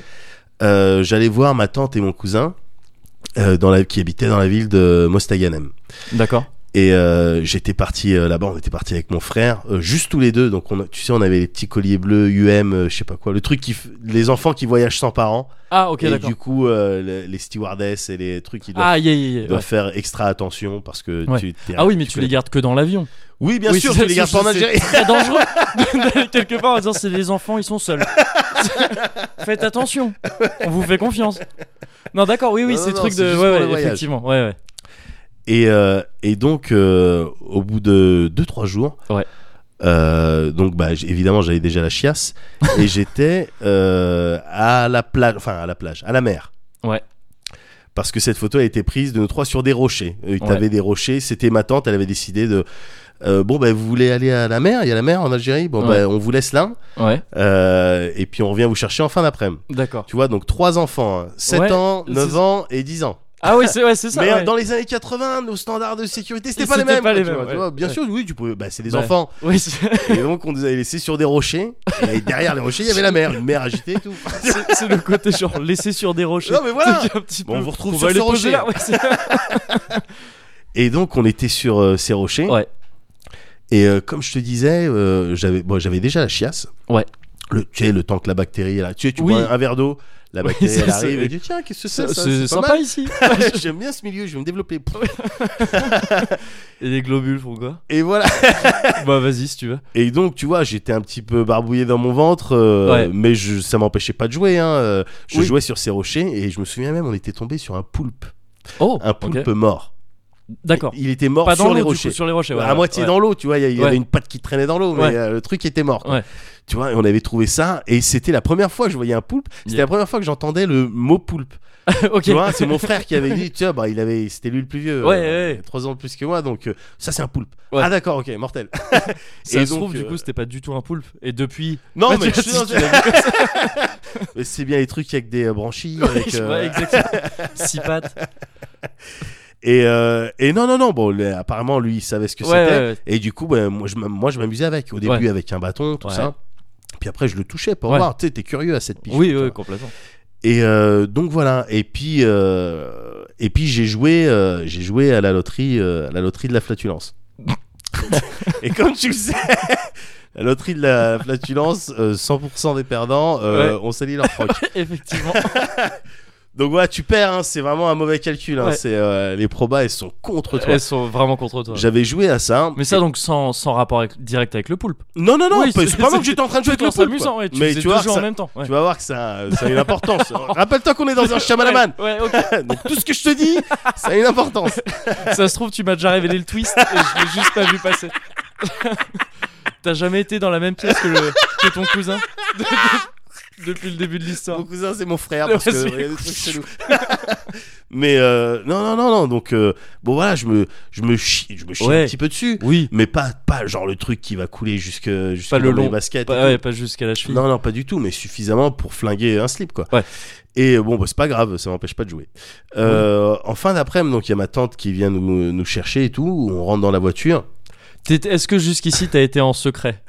Speaker 2: Euh, j'allais voir ma tante et mon cousin euh, dans la, qui habitaient dans la ville de Mostaganem.
Speaker 1: D'accord.
Speaker 2: Et euh, j'étais parti euh, là-bas, on était parti avec mon frère, euh, juste tous les deux. Donc, on a- tu sais, on avait les petits colliers bleus, UM, euh, je sais pas quoi, le truc qui, f- les enfants qui voyagent sans parents.
Speaker 1: Ah, ok,
Speaker 2: et
Speaker 1: d'accord.
Speaker 2: du coup, euh, le- les stewardesses et les trucs qui doivent,
Speaker 1: Ah, yeah, yeah, yeah.
Speaker 2: doivent
Speaker 1: ouais.
Speaker 2: faire extra attention parce que
Speaker 1: Ouais.
Speaker 2: tu, t'es-
Speaker 1: Ah oui, mais tu
Speaker 2: connais-
Speaker 1: les gardes que dans l'avion.
Speaker 2: Oui, bien
Speaker 1: Oui,
Speaker 2: sûr,
Speaker 1: c'est-
Speaker 2: tu les gardes
Speaker 1: c'est-
Speaker 2: pas en
Speaker 1: c'est-
Speaker 2: Algérie.
Speaker 1: Très dangereux.
Speaker 2: [laughs]
Speaker 1: [laughs] D'aller Quelque part en disant c'est des enfants, ils sont seuls. [laughs] Faites attention. On vous fait confiance. Non, d'accord, oui, oui,
Speaker 2: Non,
Speaker 1: c'est
Speaker 2: non,
Speaker 1: truc
Speaker 2: non,
Speaker 1: de.
Speaker 2: c'est juste
Speaker 1: ouais,
Speaker 2: pour le
Speaker 1: ouais,
Speaker 2: voyage.
Speaker 1: effectivement. Ouais, ouais.
Speaker 2: Et, euh, et donc, euh, au bout de 2-3 jours,
Speaker 1: Ouais.
Speaker 2: euh, donc bah, j- évidemment, j'avais déjà
Speaker 1: [laughs]
Speaker 2: la chiasse et j'étais euh, à la plage, enfin à la plage, à la mer.
Speaker 1: Ouais.
Speaker 2: Parce que cette photo a été prise de nos trois sur des rochers. Euh,
Speaker 1: Ouais.
Speaker 2: T'avais des rochers, c'était ma tante, elle avait décidé de. euh, bon, bah, vous voulez aller à la mer Il y a la mer en Algérie Bon,
Speaker 1: Ouais.
Speaker 2: bah, on vous laisse là.
Speaker 1: Ouais,
Speaker 2: euh, et puis on revient vous chercher en fin d'après-midi.
Speaker 1: d'accord.
Speaker 2: Tu vois, donc trois enfants 7
Speaker 1: Ouais,
Speaker 2: ans,
Speaker 1: c'est-
Speaker 2: 9 ans et 10 ans.
Speaker 1: Ah oui, c'est ouais, c'est ça.
Speaker 2: Mais euh,
Speaker 1: ouais.
Speaker 2: dans les années 80, nos standards de sécurité, c'était
Speaker 1: Ils
Speaker 2: pas les
Speaker 1: étaient
Speaker 2: mêmes.
Speaker 1: pas les
Speaker 2: tu
Speaker 1: mêmes,
Speaker 2: vois, tu
Speaker 1: ouais.
Speaker 2: vois. bien
Speaker 1: Ouais.
Speaker 2: sûr, oui, tu pouvais. Bah, c'est des
Speaker 1: Ouais.
Speaker 2: enfants.
Speaker 1: Oui, c'est
Speaker 2: Et donc, on nous avait laissés sur des rochers. Et derrière les rochers, il y avait la mer. Une mer
Speaker 1: [laughs]
Speaker 2: agitée et tout.
Speaker 1: c'est- c'est le côté genre laissé sur des rochers.
Speaker 2: Non, mais voilà.
Speaker 1: Donc, un petit
Speaker 2: Bon,
Speaker 1: peu-
Speaker 2: on vous retrouve
Speaker 1: on
Speaker 2: sur
Speaker 1: va
Speaker 2: ce
Speaker 1: les poser
Speaker 2: rocher.
Speaker 1: là. Ouais,
Speaker 2: [laughs]
Speaker 1: c'est-
Speaker 2: Et donc, on était sur euh, ces rochers.
Speaker 1: Ouais.
Speaker 2: Et euh, comme je te disais, euh, j'avais bon, j'avais déjà la chiasse.
Speaker 1: Ouais.
Speaker 2: Le, tu sais, le temps que la bactérie est là. Tu sais, tu
Speaker 1: Oui.
Speaker 2: bois un verre d'eau, la
Speaker 1: Oui,
Speaker 2: bactérie
Speaker 1: ça, c'est-
Speaker 2: elle arrive. Et tu dis, tiens, qu'est-ce que c'est
Speaker 1: c'est
Speaker 2: ça
Speaker 1: c'est
Speaker 2: pas
Speaker 1: sympa ici.
Speaker 2: mal. [laughs] J'aime bien ce milieu, je vais me développer.
Speaker 1: Et des globules, pourquoi
Speaker 2: Et voilà.
Speaker 1: [laughs] Bah, vas-y si tu veux.
Speaker 2: Et donc, tu vois, j'étais un petit peu barbouillé dans mon ventre, euh,
Speaker 1: Ouais.
Speaker 2: mais je, ça m'empêchait pas de jouer. hein, euh, Je
Speaker 1: Oui.
Speaker 2: jouais sur ces rochers et je me souviens même, on était tombé sur un poulpe,
Speaker 1: Oh,
Speaker 2: un poulpe mort.
Speaker 1: D'accord.
Speaker 2: Il était mort
Speaker 1: Pas dans
Speaker 2: sur les
Speaker 1: l'eau, du
Speaker 2: rochers.
Speaker 1: coup, sur les rochers. ouais,
Speaker 2: à
Speaker 1: ouais,
Speaker 2: moitié
Speaker 1: ouais.
Speaker 2: dans l'eau, tu vois, il y, a- il y
Speaker 1: Ouais.
Speaker 2: avait une patte qui traînait dans l'eau, mais
Speaker 1: Ouais.
Speaker 2: euh, le truc était mort. quoi.
Speaker 1: Ouais.
Speaker 2: Tu vois, et on avait trouvé ça, et c'était la première fois que je voyais un poulpe, c'était
Speaker 1: Yeah.
Speaker 2: la première fois que j'entendais le mot poulpe.
Speaker 1: [laughs] Ok.
Speaker 2: Tu vois, c'est mon frère qui avait dit, tiens, bah, il avait, c'était lui le plus vieux,
Speaker 1: Ouais, ouais, ouais.
Speaker 2: 3 ans de plus que moi, donc euh, ça c'est un poulpe.
Speaker 1: Ouais.
Speaker 2: Ah d'accord, ok, mortel. [laughs]
Speaker 1: Ça
Speaker 2: Et
Speaker 1: se
Speaker 2: donc,
Speaker 1: trouve, du
Speaker 2: euh,
Speaker 1: coup, c'était pas du tout un poulpe. Et depuis.
Speaker 2: Non,
Speaker 1: Bah,
Speaker 2: mais
Speaker 1: tu
Speaker 2: je
Speaker 1: vois,
Speaker 2: te
Speaker 1: si
Speaker 2: dis-
Speaker 1: tu l'as vu,
Speaker 2: Mais c'est bien les trucs avec des euh, branchies. [laughs] avec, euh,
Speaker 1: ouais, exactement. Six pattes.
Speaker 2: et, euh, et non, non, non. Bon, le- apparemment, lui, il savait ce que
Speaker 1: Ouais,
Speaker 2: c'était.
Speaker 1: ouais, ouais.
Speaker 2: Et du coup, bah, moi, je m'am- moi, je m'amusais avec. Au début,
Speaker 1: Ouais.
Speaker 2: avec un bâton, tout
Speaker 1: Ouais.
Speaker 2: ça. Puis après, je le touchais pour
Speaker 1: Ouais.
Speaker 2: voir. Tu sais, t'es curieux à cette piche.
Speaker 1: Oui,
Speaker 2: tu vois.
Speaker 1: oui,
Speaker 2: [laughs]
Speaker 1: complètement.
Speaker 2: Et euh, donc voilà. Et puis, euh, et puis j'ai joué, euh, j'ai joué à la loterie, euh, à la loterie de
Speaker 1: [laughs]
Speaker 2: la flatulence. et comme tu le sais. La loterie de la flatulence, euh, 100% des perdants euh,
Speaker 1: Ouais.
Speaker 2: ont sali leur froc.
Speaker 1: Effectivement.
Speaker 2: Donc voilà, tu perds, hein, c'est vraiment un mauvais calcul. hein,
Speaker 1: Ouais.
Speaker 2: c'est, euh, les probas, elles sont contre
Speaker 1: [laughs]
Speaker 2: toi.
Speaker 1: Elles sont vraiment contre toi.
Speaker 2: J'avais joué à ça.
Speaker 1: Mais ça, donc, sans, sans rapport avec- direct avec le poulpe.
Speaker 2: Non, non, non,
Speaker 1: Oui,
Speaker 2: pas-
Speaker 1: c'est-
Speaker 2: c'est pas
Speaker 1: c'est-
Speaker 2: moi que j'étais en train de jouer avec
Speaker 1: Tout
Speaker 2: le
Speaker 1: en
Speaker 2: poulpe,
Speaker 1: s'amusant,
Speaker 2: quoi.
Speaker 1: ouais. Tu
Speaker 2: Mais
Speaker 1: faisais
Speaker 2: tu
Speaker 1: deux
Speaker 2: vois,
Speaker 1: jeux en
Speaker 2: ça,
Speaker 1: même temps. ouais.
Speaker 2: tu vas voir que ça, ça a
Speaker 1: [laughs]
Speaker 2: une importance. Rappelle-toi qu'on est dans un [laughs] chamalaman.
Speaker 1: Ouais, ouais, ok.
Speaker 2: Tout ce que je te dis, ça a une importance.
Speaker 1: Ça se trouve, tu m'as déjà révélé le twist et je l'ai juste pas vu passer.
Speaker 2: [laughs]
Speaker 1: T'as jamais été dans la même pièce que, le- que ton cousin [laughs] depuis le début de l'histoire.
Speaker 2: Mon cousin, c'est mon frère.
Speaker 1: Ouais,
Speaker 2: Parce que,
Speaker 1: c'est-
Speaker 2: il y a des trucs chelous. [laughs] Mais euh, non, non, non, non. Donc, euh, bon, voilà, je me, je me chie, je me chie
Speaker 1: Ouais.
Speaker 2: un petit peu dessus.
Speaker 1: Oui.
Speaker 2: Mais pas, pas genre le truc qui va couler jusque, jusque
Speaker 1: Pas le
Speaker 2: dans mes
Speaker 1: long.
Speaker 2: baskets. et
Speaker 1: Pas,
Speaker 2: tout.
Speaker 1: ouais, pas jusqu'à la cheville.
Speaker 2: Non, non, pas du tout, mais suffisamment pour flinguer un slip, quoi.
Speaker 1: Ouais.
Speaker 2: Et euh, bon, bah, c'est pas grave, ça m'empêche pas de jouer. Euh, En fin d'après-midi, donc il y a ma tante qui vient nous, nous chercher et tout, on rentre dans la voiture.
Speaker 1: T'es- Est-ce que jusqu'ici t'as été en secret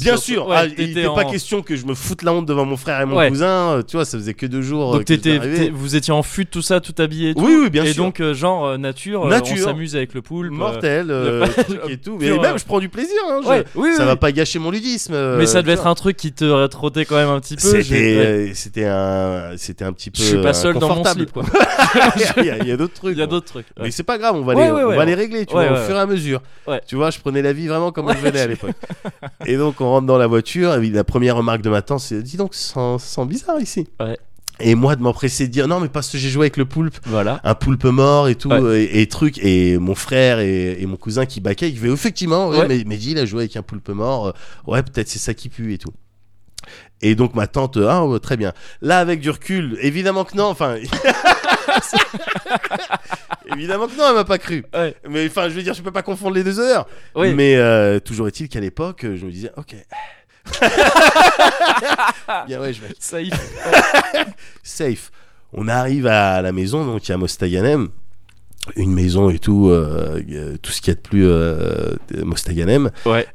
Speaker 2: Bien
Speaker 1: sur-
Speaker 2: sûr,
Speaker 1: ouais,
Speaker 2: ah, il
Speaker 1: t'étais
Speaker 2: n'était
Speaker 1: en-
Speaker 2: pas question que je me foute la honte devant mon frère et mon
Speaker 1: Ouais.
Speaker 2: cousin. euh, Tu vois, ça faisait que deux jours. euh,
Speaker 1: Donc
Speaker 2: que j'étais
Speaker 1: t'étais,
Speaker 2: arrivé.
Speaker 1: t'es- vous étiez en fut tout ça, tout habillé. et tout.
Speaker 2: Oui, oui, bien
Speaker 1: et
Speaker 2: sûr.
Speaker 1: donc euh, genre euh, nature, euh,
Speaker 2: Nature.
Speaker 1: on s'amuse avec le poulpe. euh,
Speaker 2: mortel, euh,
Speaker 1: [laughs] le-
Speaker 2: truc et tout.
Speaker 1: Pure,
Speaker 2: Mais même,
Speaker 1: euh,
Speaker 2: je prends du plaisir. hein, je-
Speaker 1: ouais, oui,
Speaker 2: Ça
Speaker 1: oui,
Speaker 2: va
Speaker 1: oui.
Speaker 2: pas gâcher mon ludisme. euh,
Speaker 1: Mais ça devait
Speaker 2: tu
Speaker 1: être un truc qui te trottait quand même un petit peu. je-
Speaker 2: C'était
Speaker 1: ouais.
Speaker 2: euh, c'était un c'était un petit peu
Speaker 1: Je suis pas seul dans mon
Speaker 2: inconfortable.
Speaker 1: slip quoi.
Speaker 2: [laughs] il y a il y
Speaker 1: [laughs]
Speaker 2: a d'autres trucs.
Speaker 1: Il y a
Speaker 2: bon.
Speaker 1: d'autres trucs. ouais.
Speaker 2: Mais c'est pas grave, on va
Speaker 1: Ouais,
Speaker 2: les
Speaker 1: ouais,
Speaker 2: on
Speaker 1: ouais,
Speaker 2: va
Speaker 1: on-
Speaker 2: les régler, tu
Speaker 1: ouais,
Speaker 2: vois,
Speaker 1: ouais,
Speaker 2: au fur et à mesure.
Speaker 1: Ouais.
Speaker 2: Tu vois, je prenais la vie vraiment comme je venais à l'époque. et donc on rentre dans la voiture et la première remarque de ma tante c'est dis donc sans sans bizarre ici.
Speaker 1: Ouais.
Speaker 2: Et moi de m'empresser de dire non mais parce que j'ai joué avec le poulpe
Speaker 1: Voilà.
Speaker 2: un poulpe mort et tout
Speaker 1: Ouais.
Speaker 2: et, et truc et mon frère et, et mon cousin qui baquaient qui fait effectivement ouais,
Speaker 1: Ouais.
Speaker 2: mais, mais dis, il a joué avec un poulpe mort euh, ouais peut-être c'est ça qui pue et tout et donc ma tante euh, ah ouais, très bien là avec du recul évidemment que non enfin [laughs] évidemment que non elle m'a pas cru
Speaker 1: Ouais.
Speaker 2: mais enfin je veux dire je peux pas confondre les deux heures
Speaker 1: Oui.
Speaker 2: mais euh, toujours est-il qu'à l'époque euh, je me disais ok [laughs] bien ouais je vais
Speaker 1: Ça y
Speaker 2: safe. On arrive à la maison, donc il y a Mostaganem, une maison et tout, euh, euh, tout ce qu'il y a de plus euh, de Mostaganem.
Speaker 1: Ouais.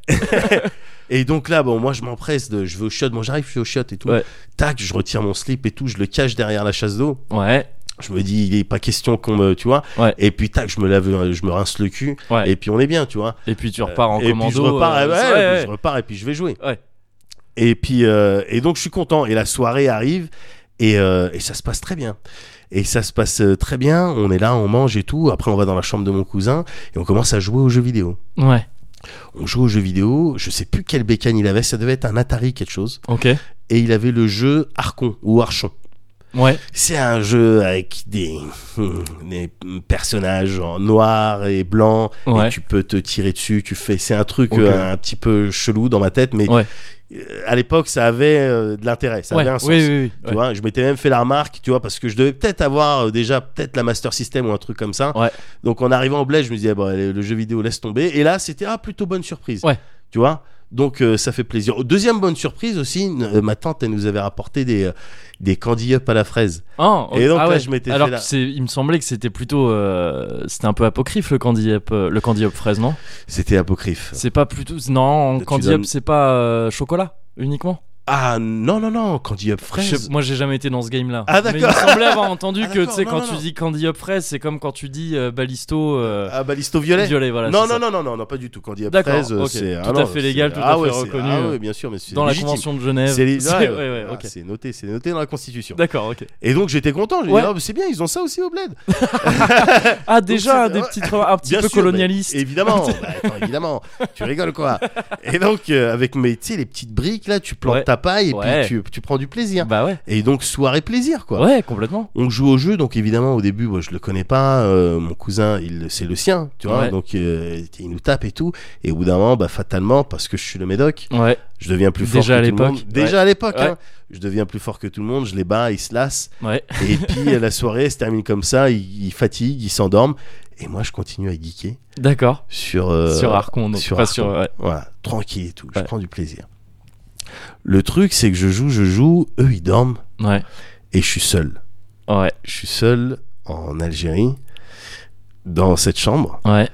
Speaker 2: Et donc là, bon, moi je m'empresse, de, je vais au shot, bon j'arrive, je suis au shot et tout.
Speaker 1: Ouais.
Speaker 2: Tac, je retire mon slip et tout, je le cache derrière la chasse d'eau.
Speaker 1: Ouais.
Speaker 2: Je me dis, il est pas question qu'on me, tu vois.
Speaker 1: Ouais.
Speaker 2: Et puis tac, je me lave, euh, je me rince le cul.
Speaker 1: Ouais.
Speaker 2: Et puis on est bien, tu vois
Speaker 1: Et puis tu repars en
Speaker 2: et
Speaker 1: commando.
Speaker 2: Puis je repars,
Speaker 1: euh,
Speaker 2: ouais,
Speaker 1: ouais,
Speaker 2: et puis
Speaker 1: ouais.
Speaker 2: je repars et puis je vais jouer.
Speaker 1: Ouais.
Speaker 2: Et puis euh, et donc je suis content et la soirée arrive et, euh, et ça se passe très bien. Et ça se passe euh, très bien. On est là, on mange et tout. Après on va dans la chambre de mon cousin et on commence à jouer aux jeux vidéo.
Speaker 1: Ouais.
Speaker 2: On joue aux jeux vidéo. Je sais plus quelle bécane il avait. Ça devait être un Atari quelque chose.
Speaker 1: Ok.
Speaker 2: Et il avait le jeu Arcon ou Archon.
Speaker 1: Ouais.
Speaker 2: C'est un jeu avec des, [laughs] des personnages en noir et blanc
Speaker 1: Ouais.
Speaker 2: et tu peux te tirer dessus tu fais c'est un truc
Speaker 1: Ok.
Speaker 2: euh, un petit peu chelou dans ma tête mais
Speaker 1: Ouais.
Speaker 2: euh, à l'époque ça avait euh, de l'intérêt ça
Speaker 1: Ouais.
Speaker 2: avait un sens
Speaker 1: Oui, oui,
Speaker 2: Tu
Speaker 1: oui.
Speaker 2: vois, je m'étais même fait la remarque, tu vois, parce que je devais peut-être avoir euh, déjà peut-être la Master System ou un truc comme ça.
Speaker 1: Ouais.
Speaker 2: Donc en arrivant au bled, je me disais, bon, allez, le jeu vidéo laisse tomber. Et là, c'était ah, plutôt bonne surprise.
Speaker 1: Ouais.
Speaker 2: Tu vois Donc euh, ça fait plaisir. Oh, Deuxième bonne surprise aussi, n- euh, ma tante, elle nous avait rapporté des, euh, des candy up à la fraise.
Speaker 1: Ah,
Speaker 2: Et donc
Speaker 1: ah
Speaker 2: là,
Speaker 1: ouais.
Speaker 2: je m'étais
Speaker 1: Alors
Speaker 2: fait
Speaker 1: que
Speaker 2: la-
Speaker 1: c'est, il me semblait que c'était plutôt, euh, c'était un peu apocryphe le candy up, euh, le candy up fraise, non
Speaker 2: C'était apocryphe.
Speaker 1: C'est pas plutôt, non,
Speaker 2: Tu
Speaker 1: candy
Speaker 2: donnes-
Speaker 1: up, c'est pas euh, chocolat uniquement.
Speaker 2: Ah non, non, non, candy up fraise.
Speaker 1: Je sais- moi, j'ai jamais été dans ce game-là.
Speaker 2: Ah,
Speaker 1: Mais il
Speaker 2: d'accord.
Speaker 1: me semblait avoir
Speaker 2: [laughs]
Speaker 1: entendu
Speaker 2: Ah,
Speaker 1: que tu sais
Speaker 2: d'accord,
Speaker 1: quand
Speaker 2: non,
Speaker 1: tu
Speaker 2: non,
Speaker 1: dis candy up fraise, c'est comme quand tu dis euh, balisto euh,
Speaker 2: Ah, balisto violet.
Speaker 1: violet, voilà.
Speaker 2: non,
Speaker 1: c'est
Speaker 2: non,
Speaker 1: ça.
Speaker 2: non, non, non, non, pas du tout. Candy
Speaker 1: D'accord,
Speaker 2: Fraise,
Speaker 1: ok.
Speaker 2: c'est
Speaker 1: Tout
Speaker 2: ah
Speaker 1: à
Speaker 2: non,
Speaker 1: fait légal,
Speaker 2: c'est-
Speaker 1: tout
Speaker 2: ah
Speaker 1: à fait
Speaker 2: ouais, c'est-
Speaker 1: reconnu,
Speaker 2: Ah
Speaker 1: euh,
Speaker 2: ouais, bien sûr, mais c'est
Speaker 1: Dans la
Speaker 2: légitime.
Speaker 1: convention de Genève.
Speaker 2: C'est les-
Speaker 1: C'est-
Speaker 2: ouais,
Speaker 1: [laughs] ouais, ouais,
Speaker 2: ah,
Speaker 1: ok.
Speaker 2: c'est noté, c'est noté dans la Constitution.
Speaker 1: D'accord, ok.
Speaker 2: Et donc j'étais content, j'ai
Speaker 1: Ouais.
Speaker 2: dit ah, mais c'est bien, ils ont ça aussi au bled.
Speaker 1: Ah, déjà,
Speaker 2: c'est-
Speaker 1: des
Speaker 2: ouais.
Speaker 1: petites remarques un petit
Speaker 2: Bien
Speaker 1: peu
Speaker 2: sûr,
Speaker 1: colonialiste. [laughs]
Speaker 2: mais- évidemment, bah, attends, évidemment. Tu rigoles quoi Et donc euh, avec mes tu sais, les petites briques là, tu plantes
Speaker 1: Ouais.
Speaker 2: ta paille et
Speaker 1: Ouais.
Speaker 2: puis tu, tu prends du plaisir.
Speaker 1: Bah ouais.
Speaker 2: Et donc soirée plaisir quoi.
Speaker 1: Ouais, complètement.
Speaker 2: On joue au jeu, donc évidemment au début, moi je le connais pas. euh, mon cousin, il c'est le sien, tu vois.
Speaker 1: Ouais.
Speaker 2: Donc euh, il nous tape et tout. Et au bout d'un moment, bah fatalement, parce que je suis le médoc,
Speaker 1: Ouais.
Speaker 2: je deviens plus fort
Speaker 1: Déjà
Speaker 2: que
Speaker 1: à
Speaker 2: tout le monde.
Speaker 1: l'époque.
Speaker 2: Déjà à l'époque,
Speaker 1: Ouais.
Speaker 2: hein. je deviens plus fort que tout le monde. Je les bats, ils se lassent.
Speaker 1: Ouais. [laughs]
Speaker 2: Et puis euh, la soirée se termine comme ça. Ils, ils fatiguent, ils s'endorment. Et moi, je continue à geeker
Speaker 1: D'accord.
Speaker 2: sur euh,
Speaker 1: sur Arcon, donc
Speaker 2: sur
Speaker 1: pas
Speaker 2: Arcon.
Speaker 1: sur. ouais.
Speaker 2: Voilà, tranquille et tout. Je
Speaker 1: Ouais.
Speaker 2: prends du plaisir. Le truc, c'est que je joue, je joue. Eux, ils dorment
Speaker 1: Ouais.
Speaker 2: et je suis seul.
Speaker 1: Ouais.
Speaker 2: Je suis seul en Algérie dans cette chambre
Speaker 1: Ouais.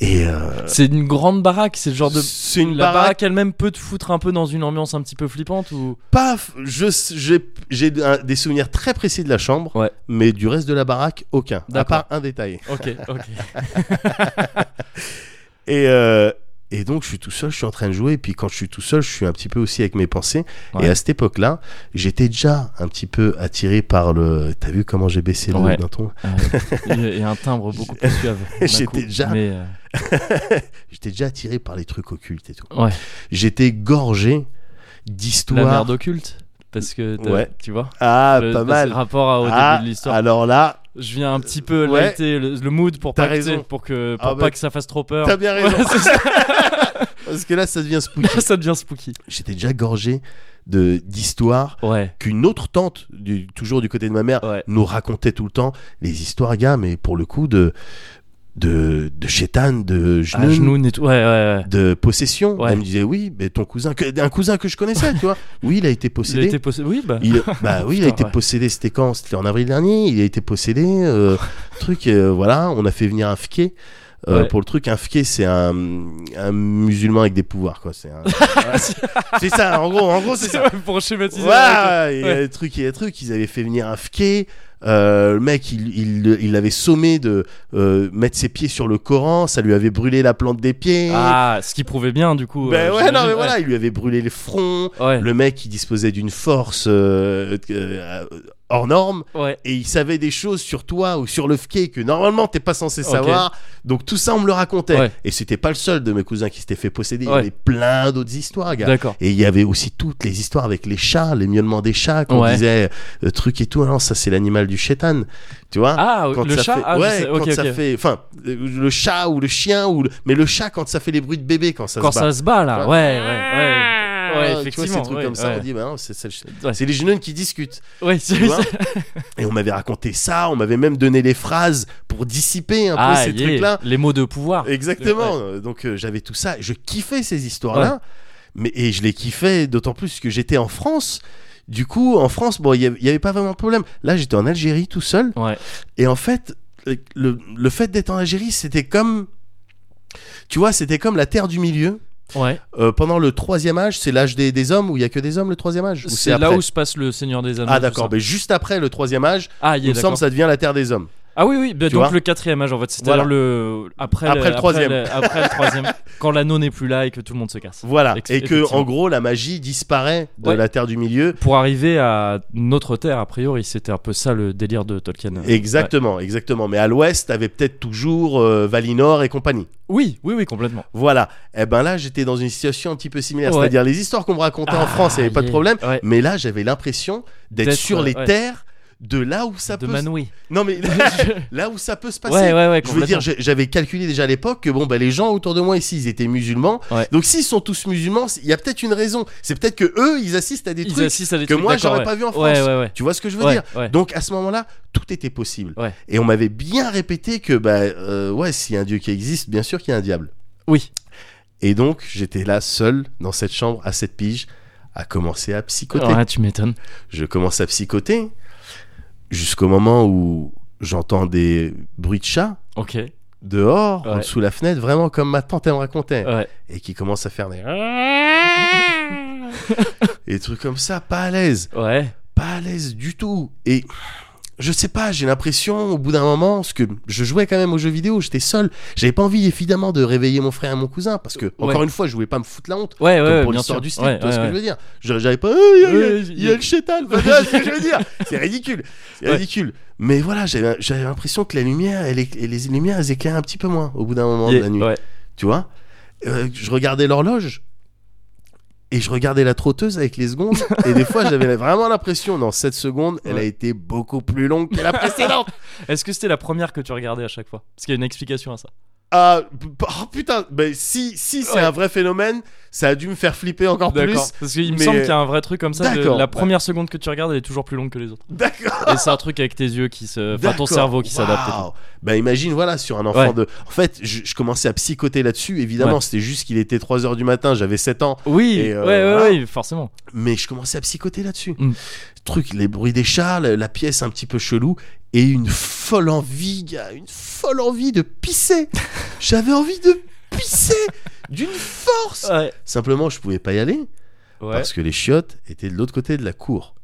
Speaker 2: et euh,
Speaker 1: C'est une grande baraque, c'est le genre de.
Speaker 2: c'est une
Speaker 1: La
Speaker 2: baraque
Speaker 1: baraque elle-même peut te foutre un peu dans une ambiance un petit peu flippante
Speaker 2: [laughs]
Speaker 1: ou.
Speaker 2: paf je j'ai j'ai un- des souvenirs très précis de la chambre
Speaker 1: Ouais.
Speaker 2: mais du reste de la baraque aucun à
Speaker 1: D'accord.
Speaker 2: part un détail
Speaker 1: Ok,
Speaker 2: [laughs]
Speaker 1: ok.
Speaker 2: et euh, et donc je suis tout seul je suis en train de jouer et puis quand je suis tout seul je suis un petit peu aussi avec mes pensées
Speaker 1: Ouais.
Speaker 2: et à cette époque là j'étais déjà un petit peu attiré par le t'as vu comment j'ai baissé le
Speaker 1: Ouais.
Speaker 2: d'un ton
Speaker 1: Et et un timbre
Speaker 2: [laughs]
Speaker 1: beaucoup plus suave. d'un
Speaker 2: J'étais
Speaker 1: coup,
Speaker 2: déjà-
Speaker 1: Mais euh,
Speaker 2: j'étais déjà attiré par les trucs occultes et tout
Speaker 1: ouais,
Speaker 2: j'étais gorgé
Speaker 1: la
Speaker 2: d'histoires
Speaker 1: merde occulte. Parce que t'as-
Speaker 2: Ouais.
Speaker 1: tu vois,
Speaker 2: ah
Speaker 1: le-
Speaker 2: pas
Speaker 1: parce-
Speaker 2: mal
Speaker 1: rapport à- au
Speaker 2: Ah,
Speaker 1: début de l'histoire,
Speaker 2: alors là
Speaker 1: je viens un petit peu
Speaker 2: Ouais.
Speaker 1: lighter le, le mood pour
Speaker 2: T'as
Speaker 1: pas, que,
Speaker 2: raison.
Speaker 1: pour que pour
Speaker 2: Ah
Speaker 1: pas
Speaker 2: bah,
Speaker 1: que ça fasse trop peur. [laughs]
Speaker 2: T'as bien raison.
Speaker 1: Ouais, c'est
Speaker 2: Parce que là, ça devient spooky.
Speaker 1: ça [laughs] devient spooky.
Speaker 2: J'étais déjà gorgé de d'histoires
Speaker 1: Ouais,
Speaker 2: qu'une autre tante, du- toujours du côté de ma mère,
Speaker 1: ouais,
Speaker 2: nous racontait tout le temps. Les histoires, gars, mais pour le coup, de de de chétan, de
Speaker 1: à
Speaker 2: Ah, genoux,
Speaker 1: genoux et tout. Ouais, ouais, ouais.
Speaker 2: de possession.
Speaker 1: Ouais.
Speaker 2: Elle me disait oui, mais ton cousin, que- un cousin que je connaissais, tu vois. Oui, il a été
Speaker 1: Il
Speaker 2: possédé.
Speaker 1: a été possédé. Oui, bah.
Speaker 2: Il- bah oui, il a
Speaker 1: Putain,
Speaker 2: été
Speaker 1: ouais.
Speaker 2: possédé, c'était quand C'était en avril dernier, il a été possédé, euh, truc, euh, voilà, on a fait venir un fquet euh,
Speaker 1: Ouais.
Speaker 2: pour le truc. Un fké, c'est un, un musulman avec des pouvoirs, quoi. C'est un- Ouais. [laughs] C'est ça, en gros, en gros, c'est ça.
Speaker 1: [laughs] Ouais, pour schématiser. ouais,
Speaker 2: Ouais, il y a des trucs, il y a des trucs. Ils avaient fait venir un fké. euh, le mec, il, il, il l'avait sommé de euh, mettre ses pieds sur le Coran. Ça lui avait brûlé la plante des pieds.
Speaker 1: ok. Ah, ce qui prouvait bien du coup. euh,
Speaker 2: Ben ouais, non,
Speaker 1: j'imagine,
Speaker 2: mais voilà, il lui avait brûlé le front.
Speaker 1: Ouais,
Speaker 2: Le mec, il disposait d'une force euh, euh, hors norme
Speaker 1: ouais.
Speaker 2: et il savait des choses sur toi ou sur le fké que normalement t'es pas censé
Speaker 1: Ok.
Speaker 2: savoir. Donc tout ça, on me le racontait.
Speaker 1: Ouais.
Speaker 2: Et c'était pas le seul de mes cousins qui s'était fait posséder. Il y
Speaker 1: Ouais.
Speaker 2: avait plein d'autres histoires, gars.
Speaker 1: D'accord.
Speaker 2: Et il y avait aussi toutes les histoires avec les chats, les miaulements des chats, qu'on
Speaker 1: Ouais.
Speaker 2: disait euh, truc et tout. Non, ça c'est l'animal du chétan. Tu vois
Speaker 1: Ah, le
Speaker 2: ça
Speaker 1: chat
Speaker 2: fait-
Speaker 1: Ah, je
Speaker 2: ouais,
Speaker 1: sais-
Speaker 2: quand
Speaker 1: ok,
Speaker 2: ça
Speaker 1: ok.
Speaker 2: fait. Enfin, euh, le chat ou le chien, ou le- mais le chat quand ça fait les bruits de bébé, quand ça
Speaker 1: Quand
Speaker 2: se bat.
Speaker 1: ça se bat là,
Speaker 2: Ouais.
Speaker 1: ouais, ouais, ouais.
Speaker 2: Ah,
Speaker 1: Ouais,
Speaker 2: tu vois,
Speaker 1: effectivement.
Speaker 2: ces trucs
Speaker 1: ouais,
Speaker 2: comme ça,
Speaker 1: ouais.
Speaker 2: on dit, bah non, c'est c'est le-
Speaker 1: Ouais.
Speaker 2: c'est les genoux qui discutent.
Speaker 1: [laughs] Ouais, c'est
Speaker 2: tu vois. et on m'avait raconté ça, on m'avait même donné les phrases pour dissiper un peu
Speaker 1: Ah,
Speaker 2: ces
Speaker 1: yeah, Ah,
Speaker 2: trucs-là.
Speaker 1: les mots de pouvoir.
Speaker 2: Exactement. Donc euh, j'avais tout ça. Je kiffais ces histoires-là. Mais, et je les kiffais d'autant plus que j'étais en France. Du coup, en France, bon, il n'y avait, il y avait pas vraiment de problème. Là, j'étais en Algérie tout seul.
Speaker 1: Ouais.
Speaker 2: Et en fait, le, le fait d'être en Algérie, c'était comme. Tu vois, c'était comme la terre du milieu.
Speaker 1: Ouais.
Speaker 2: Euh, pendant le troisième âge, c'est l'âge des, des hommes où il y a que des hommes, le troisième âge Ou
Speaker 1: C'est
Speaker 2: après
Speaker 1: là où se passe le Seigneur des Anneaux.
Speaker 2: Ah,
Speaker 1: tout
Speaker 2: d'accord.
Speaker 1: ça.
Speaker 2: Mais juste après le troisième âge,
Speaker 1: Ah, il est
Speaker 2: il me semble
Speaker 1: d'accord.
Speaker 2: que ça devient la terre des hommes.
Speaker 1: Ah oui, oui. bah,
Speaker 2: Tu
Speaker 1: donc
Speaker 2: vois
Speaker 1: le quatrième âge en fait,
Speaker 2: Voilà.
Speaker 1: c'est-à-dire le après,
Speaker 2: Après le troisième.
Speaker 1: Après, le- après le
Speaker 2: [laughs]
Speaker 1: troisième, quand l'anneau n'est plus là et que tout le monde se casse.
Speaker 2: Voilà.
Speaker 1: Ex-
Speaker 2: Et que,
Speaker 1: effectivement.
Speaker 2: en gros, la magie disparaît de
Speaker 1: Ouais.
Speaker 2: la terre du milieu.
Speaker 1: Pour arriver à notre terre, a priori, c'était un peu ça le délire de Tolkien. euh, ouais.
Speaker 2: Exactement, exactement. Mais à l'ouest, t'avais peut-être toujours euh, Valinor et compagnie.
Speaker 1: Oui, oui, oui, complètement.
Speaker 2: Voilà. Eh ben là, j'étais dans une situation un petit peu similaire.
Speaker 1: Ouais.
Speaker 2: C'est-à-dire, les histoires qu'on me racontait en
Speaker 1: Ah,
Speaker 2: France, il n'y avait pas de
Speaker 1: yeah.
Speaker 2: problème.
Speaker 1: Ouais.
Speaker 2: Mais là, j'avais l'impression d'être
Speaker 1: D'être,
Speaker 2: sur
Speaker 1: euh,
Speaker 2: les
Speaker 1: ouais.
Speaker 2: terres de là où ça
Speaker 1: de
Speaker 2: peut. se-
Speaker 1: [laughs] Manoui.
Speaker 2: Non, mais
Speaker 1: Je-
Speaker 2: là où ça peut se passer.
Speaker 1: ouais, ouais, ouais.
Speaker 2: Je veux dire,
Speaker 1: complètement.
Speaker 2: j'ai- j'avais calculé déjà à l'époque que bon, bah, les gens autour de moi ici, ils étaient musulmans.
Speaker 1: Ouais.
Speaker 2: Donc s'ils sont tous musulmans, il y a peut-être une raison. C'est peut-être que eux, ils assistent à des
Speaker 1: Ils
Speaker 2: trucs
Speaker 1: assistent à des
Speaker 2: que
Speaker 1: trucs,
Speaker 2: moi,
Speaker 1: d'accord,
Speaker 2: j'aurais
Speaker 1: ouais.
Speaker 2: pas vu en France.
Speaker 1: Ouais, ouais, ouais.
Speaker 2: Tu vois ce que je veux
Speaker 1: Ouais,
Speaker 2: dire
Speaker 1: ouais.
Speaker 2: Donc à ce moment-là, tout était possible.
Speaker 1: Ouais.
Speaker 2: Et on m'avait bien répété que bah euh, ouais, s'il y a un dieu qui existe, bien sûr qu'il y a un diable.
Speaker 1: Oui.
Speaker 2: Et donc j'étais là seul dans cette chambre à cette pige à commencer à psychoter.
Speaker 1: Ouais, tu m'étonnes.
Speaker 2: Je commence à psychoter jusqu'au moment où j'entends des bruits de chats [laughs]
Speaker 1: Ok. Ouais.
Speaker 2: dehors, en
Speaker 1: Ouais.
Speaker 2: dessous de la fenêtre, vraiment comme ma tante elle me racontait,
Speaker 1: Ouais.
Speaker 2: et qui commence à faire des et des trucs comme ça, pas à l'aise,
Speaker 1: Ouais.
Speaker 2: pas à l'aise du tout. Et je sais pas, j'ai l'impression au bout d'un moment, parce que je jouais quand même aux jeux vidéo, j'étais seul, j'avais pas envie évidemment de réveiller mon frère et mon cousin, parce que encore
Speaker 1: Ouais.
Speaker 2: une fois, je voulais pas me foutre la honte.
Speaker 1: Ouais,
Speaker 2: comme
Speaker 1: ouais,
Speaker 2: pour
Speaker 1: bien
Speaker 2: l'histoire
Speaker 1: sûr.
Speaker 2: du slip,
Speaker 1: Ouais,
Speaker 2: tu vois ce
Speaker 1: ouais,
Speaker 2: que je
Speaker 1: ouais.
Speaker 2: veux dire Je- J'avais pas. Ah, Il y a- il y a-
Speaker 1: Ouais,
Speaker 2: il y a le [laughs] chétal, enfin, tu vois ce que je veux dire C'est ridicule, c'est
Speaker 1: Ouais.
Speaker 2: ridicule. Mais voilà, j'avais j'avais l'impression que la lumière, elle, éc- et les lumières, elles éclairaient un petit peu moins au bout d'un moment de
Speaker 1: Yeah,
Speaker 2: la nuit.
Speaker 1: ouais.
Speaker 2: Tu vois Euh, Je regardais l'horloge et je regardais la trotteuse avec les secondes. et des fois, j'avais vraiment l'impression, dans cette secondes, elle a
Speaker 1: Ouais.
Speaker 2: été beaucoup plus longue que la précédente.
Speaker 1: Est-ce que c'était la première que tu regardais à chaque fois Parce qu'il y a une explication à ça.
Speaker 2: Ah, p- p- oh putain, ben, si, si c'est
Speaker 1: Ouais.
Speaker 2: un vrai phénomène, ça a dû me faire flipper encore plus.
Speaker 1: D'accord. Parce qu'il me
Speaker 2: mais-
Speaker 1: semble qu'il y a un vrai truc comme ça. de-
Speaker 2: D'accord,
Speaker 1: la
Speaker 2: ouais.
Speaker 1: première seconde que tu regardes, elle est toujours plus longue que les autres.
Speaker 2: D'accord.
Speaker 1: Et c'est un truc avec tes yeux qui se. Euh, Enfin, ton
Speaker 2: D'accord.
Speaker 1: cerveau qui s'adapte. et tout.
Speaker 2: Waouh. Ben imagine, voilà, sur un enfant
Speaker 1: Ouais.
Speaker 2: de. En fait, je, je commençais à psychoter là-dessus. Évidemment,
Speaker 1: Ouais.
Speaker 2: c'était juste qu'il était 3h du matin, j'avais 7 ans.
Speaker 1: Oui,
Speaker 2: Et, euh,
Speaker 1: ouais, ouais,
Speaker 2: voilà.
Speaker 1: ouais, forcément.
Speaker 2: mais je commençais à psychoter là-dessus.
Speaker 1: Mm.
Speaker 2: Truc, les bruits des chats, la, la pièce un petit peu chelou, et une folle envie, gars, une folle envie
Speaker 1: [laughs]
Speaker 2: de pisser. J'avais envie de pisser d'une force.
Speaker 1: Ouais.
Speaker 2: Simplement, je pouvais pas y aller parce que les chiottes étaient de l'autre côté de la cour.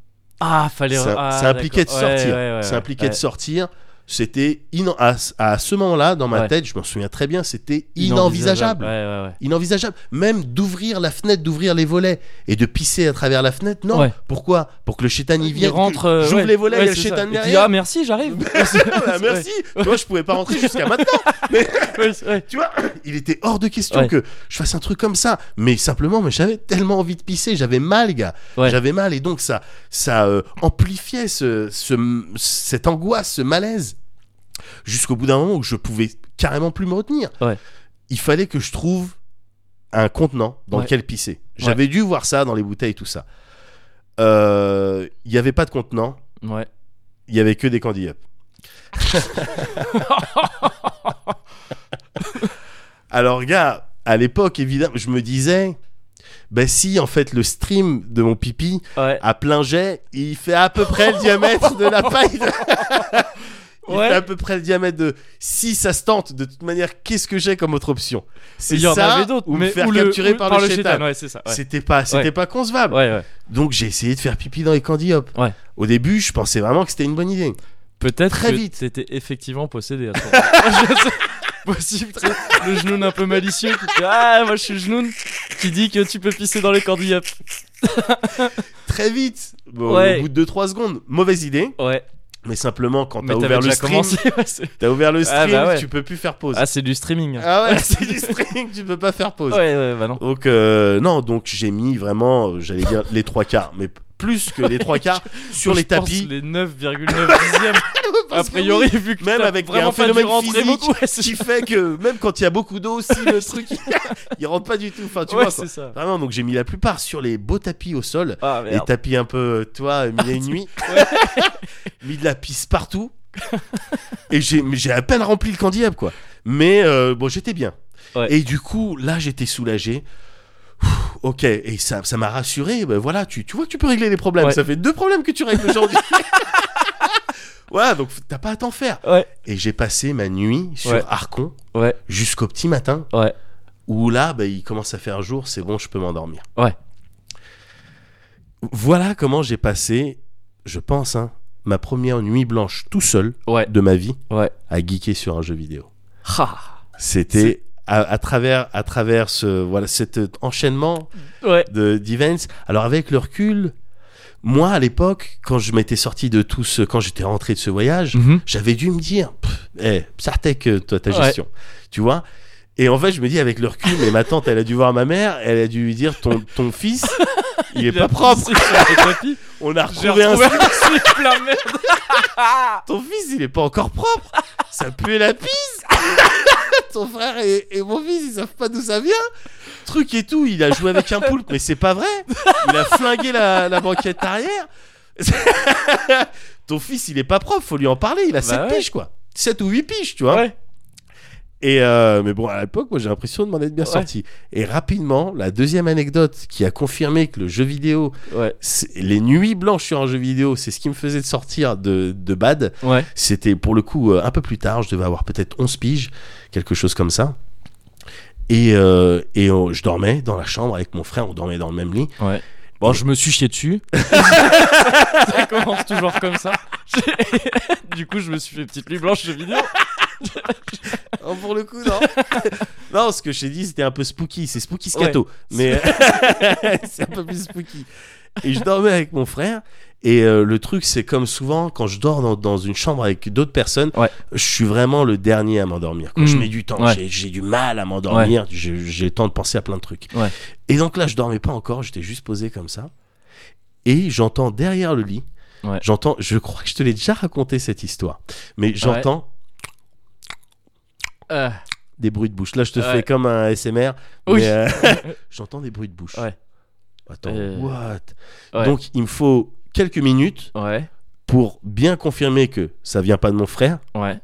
Speaker 1: Ah, fallait.
Speaker 2: Ça,
Speaker 1: ah,
Speaker 2: ça impliquait de
Speaker 1: d'accord. Ouais,
Speaker 2: sortir.
Speaker 1: ouais, ouais,
Speaker 2: ça
Speaker 1: ouais.
Speaker 2: impliquait
Speaker 1: Ouais.
Speaker 2: de sortir. C'était inan- à, à ce moment-là, dans ma
Speaker 1: Ouais.
Speaker 2: tête, je m'en souviens très bien, c'était inenvisageable.
Speaker 1: Ouais, ouais, ouais.
Speaker 2: Inenvisageable. Même d'ouvrir la fenêtre, d'ouvrir les volets et de pisser à travers la fenêtre, non.
Speaker 1: Ouais.
Speaker 2: Pourquoi Pour que le chétan y
Speaker 1: Il
Speaker 2: vienne.
Speaker 1: rentre.
Speaker 2: que-
Speaker 1: euh,
Speaker 2: J'ouvre
Speaker 1: ouais,
Speaker 2: les volets,
Speaker 1: ouais,
Speaker 2: il y a le
Speaker 1: c'est ça.
Speaker 2: chétan
Speaker 1: Il dit,
Speaker 2: derrière.
Speaker 1: Ah, merci,
Speaker 2: [laughs]
Speaker 1: j'arrive. [laughs]
Speaker 2: Ah, merci. Tu vois, je pouvais pas rentrer jusqu'à maintenant.
Speaker 1: Ouais, ouais.
Speaker 2: Tu vois, il était hors de question
Speaker 1: Ouais.
Speaker 2: que je fasse un truc comme ça. Mais simplement, mais j'avais tellement envie de pisser, j'avais mal, gars.
Speaker 1: Ouais.
Speaker 2: J'avais mal et donc ça, ça euh, amplifiait ce, ce- cette angoisse, ce malaise, jusqu'au bout d'un moment où je pouvais carrément plus me retenir.
Speaker 1: Ouais.
Speaker 2: Il fallait que je trouve un contenant dans
Speaker 1: Ouais.
Speaker 2: lequel pisser. J'avais dû voir ça dans les bouteilles, tout ça. Euh, Il n'y avait pas de contenant,
Speaker 1: Ouais.
Speaker 2: il y avait que
Speaker 1: [laughs]
Speaker 2: des candy up. Alors, gars, à l'époque, évidemment, je me disais, bah si, en fait, le stream de mon pipi
Speaker 1: Ouais.
Speaker 2: à plein jet, il fait à peu près le diamètre de la paille. de-
Speaker 1: [laughs]
Speaker 2: Il
Speaker 1: Ouais.
Speaker 2: fait à peu près le diamètre de. Si ça se tente, de toute manière, qu'est-ce que j'ai comme autre option C'est
Speaker 1: Il y en
Speaker 2: ça
Speaker 1: avait d'autres,
Speaker 2: ou me
Speaker 1: mais
Speaker 2: faire
Speaker 1: ou le-
Speaker 2: capturer
Speaker 1: ou-
Speaker 2: par, le chétan.
Speaker 1: ouais, c'est ça. ouais.
Speaker 2: C'était pas, c'était
Speaker 1: Ouais.
Speaker 2: pas concevable.
Speaker 1: Ouais, ouais.
Speaker 2: Donc j'ai essayé de faire pipi dans les candy hop.
Speaker 1: Ouais.
Speaker 2: Au début, je pensais vraiment que c'était une bonne idée.
Speaker 1: Peut-être
Speaker 2: Très
Speaker 1: que
Speaker 2: vite.
Speaker 1: t'étais effectivement possédé à ce moment-là. [laughs] Je sais- Possible, tu sais, le genoun un peu malicieux qui fait Ah, moi je suis le genoun qui dit que tu peux pisser dans les cordillaps.
Speaker 2: Très vite, Bon,
Speaker 1: Ouais.
Speaker 2: au bout de 2-3 secondes, mauvaise idée.
Speaker 1: Ouais,
Speaker 2: Mais simplement, quand
Speaker 1: mais
Speaker 2: t'as
Speaker 1: t'avais
Speaker 2: ouvert le
Speaker 1: déjà
Speaker 2: stream,
Speaker 1: commencé. [laughs] ouais, c'est-
Speaker 2: t'as ouvert le
Speaker 1: Ah,
Speaker 2: stream,
Speaker 1: bah ouais.
Speaker 2: tu peux plus faire pause.
Speaker 1: ah, c'est du streaming.
Speaker 2: Ah ouais, [laughs] c'est du stream, tu peux pas faire pause.
Speaker 1: ouais, ouais, bah non.
Speaker 2: Donc euh, non, donc j'ai mis vraiment, euh, j'allais dire les trois quarts, mais p- plus que les trois
Speaker 1: [laughs]
Speaker 2: quarts sur
Speaker 1: Je
Speaker 2: les
Speaker 1: pense
Speaker 2: tapis.
Speaker 1: les 9,9 dixièmes. a
Speaker 2: [laughs] Parce que
Speaker 1: priori,
Speaker 2: oui,
Speaker 1: vu que
Speaker 2: même
Speaker 1: t'as
Speaker 2: avec
Speaker 1: vraiment
Speaker 2: un
Speaker 1: pas dû
Speaker 2: phénomène
Speaker 1: rentrer
Speaker 2: physique
Speaker 1: beaucoup, ouais, c'est
Speaker 2: qui fait que même quand il y a beaucoup d'eau, si le truc [laughs] il rentre pas du tout. Enfin, tu
Speaker 1: ouais,
Speaker 2: vois. quoi.
Speaker 1: c'est ça.
Speaker 2: Vraiment, donc j'ai mis la plupart sur les beaux tapis au sol,
Speaker 1: Ah,
Speaker 2: les
Speaker 1: merde.
Speaker 2: tapis un peu, euh, toi,
Speaker 1: [laughs]
Speaker 2: euh, mille et une nuit, [laughs] mis de la pisse partout, et j'ai mais j'ai à peine rempli le candy up, quoi. Mais euh, bon, j'étais bien.
Speaker 1: Ouais.
Speaker 2: Et du coup, là, j'étais soulagé. Ouh, Ok, et ça ça m'a rassuré. Ben voilà, tu, tu vois que tu peux régler les problèmes.
Speaker 1: Ouais.
Speaker 2: Ça fait deux problèmes que tu
Speaker 1: [laughs]
Speaker 2: règles aujourd'hui. voilà, donc t'as pas à t'en faire.
Speaker 1: Ouais.
Speaker 2: Et j'ai passé ma nuit sur
Speaker 1: Ouais.
Speaker 2: Arcon
Speaker 1: Ouais.
Speaker 2: jusqu'au petit matin.
Speaker 1: Ouais.
Speaker 2: Où là, bah, il commence à faire jour, c'est bon, je peux m'endormir.
Speaker 1: Ouais.
Speaker 2: Voilà comment j'ai passé, je pense, hein, ma première nuit blanche tout seul
Speaker 1: Ouais.
Speaker 2: de ma vie
Speaker 1: Ouais.
Speaker 2: à geeker sur un jeu vidéo.
Speaker 1: Ah.
Speaker 2: C'était à, à travers, à travers ce, voilà, cet euh, enchaînement
Speaker 1: Ouais.
Speaker 2: de d'events. Alors avec le recul, moi à l'époque, quand je m'étais sorti de tout ce, quand j'étais rentré de ce voyage,
Speaker 1: Mhm.
Speaker 2: j'avais dû me dire, pff, eh, Sartek, euh, toi, ta
Speaker 1: Ouais.
Speaker 2: gestion. Tu vois Et en fait, je me dis avec le recul, mais ma tante, elle a dû voir ma mère, elle a dû lui dire, ton,
Speaker 1: [laughs]
Speaker 2: ton fils, il est
Speaker 1: a
Speaker 2: pas propre.
Speaker 1: pissé sur les
Speaker 2: [laughs]
Speaker 1: tapis.
Speaker 2: On a
Speaker 1: J'ai
Speaker 2: retrouvé un.
Speaker 1: retrouvé un slip, la merde.
Speaker 2: Ton fils, il est pas encore propre. Ça pue la pisse. [laughs] ton frère et, et mon fils, ils savent pas d'où ça vient. Truc et tout, il a joué avec un poulpe, mais c'est pas vrai. Il a flingué la, la banquette arrière. [laughs] ton fils, il est pas propre, faut lui en parler. Il a
Speaker 1: Bah
Speaker 2: 7
Speaker 1: ouais.
Speaker 2: piges, quoi. 7 ou 8 piges, tu vois.
Speaker 1: Ouais.
Speaker 2: Et euh, mais bon, à l'époque, moi, j'ai l'impression de m'en être bien
Speaker 1: Ouais.
Speaker 2: sorti. Et rapidement, la deuxième anecdote qui a confirmé que le jeu vidéo,
Speaker 1: Ouais.
Speaker 2: c'est- les nuits blanches sur un jeu vidéo, c'est ce qui me faisait de sortir de, de bad.
Speaker 1: Ouais.
Speaker 2: C'était pour le coup euh, un peu plus tard, je devais avoir peut-être 11 piges, quelque chose comme ça. Et, euh, et on- je dormais dans la chambre avec mon frère, on dormait dans le même lit.
Speaker 1: Ouais. Bon, Oh, je me suis chié
Speaker 2: [laughs]
Speaker 1: dessus. ça commence toujours comme ça. du coup, je me suis fait petite nuit blanche de vidéo.
Speaker 2: Oh, pour le coup,
Speaker 1: [laughs]
Speaker 2: non. non, ce que j'ai dit, c'était un peu spooky. C'est spooky scato. Mais [laughs] c'est un peu plus spooky. Et je dormais avec mon frère. Et euh, le truc, c'est comme souvent, quand je dors dans, dans une chambre avec d'autres personnes,
Speaker 1: Ouais.
Speaker 2: je suis vraiment le dernier à m'endormir. quoi.
Speaker 1: Mm.
Speaker 2: Je mets du temps.
Speaker 1: Ouais.
Speaker 2: J'ai- J'ai du mal à m'endormir. J'ai j'ai le temps de penser à plein de trucs.
Speaker 1: Ouais.
Speaker 2: Et donc là, je dormais pas encore. J'étais juste posé comme ça. Et j'entends derrière le lit.
Speaker 1: Ouais.
Speaker 2: J'entends, je crois que je te l'ai déjà raconté cette histoire, mais j'entends
Speaker 1: Euh,
Speaker 2: des bruits de bouche. Là, je te
Speaker 1: Ouais.
Speaker 2: fais comme un SMR.
Speaker 1: Oui. [laughs]
Speaker 2: Mais euh, [laughs] j'entends des bruits de bouche.
Speaker 1: Ouais.
Speaker 2: Attends,
Speaker 1: Euh,
Speaker 2: what
Speaker 1: ouais.
Speaker 2: Donc, il me faut quelques minutes
Speaker 1: euh, ouais.
Speaker 2: pour bien confirmer que ça vient pas de mon frère.
Speaker 1: Ouais.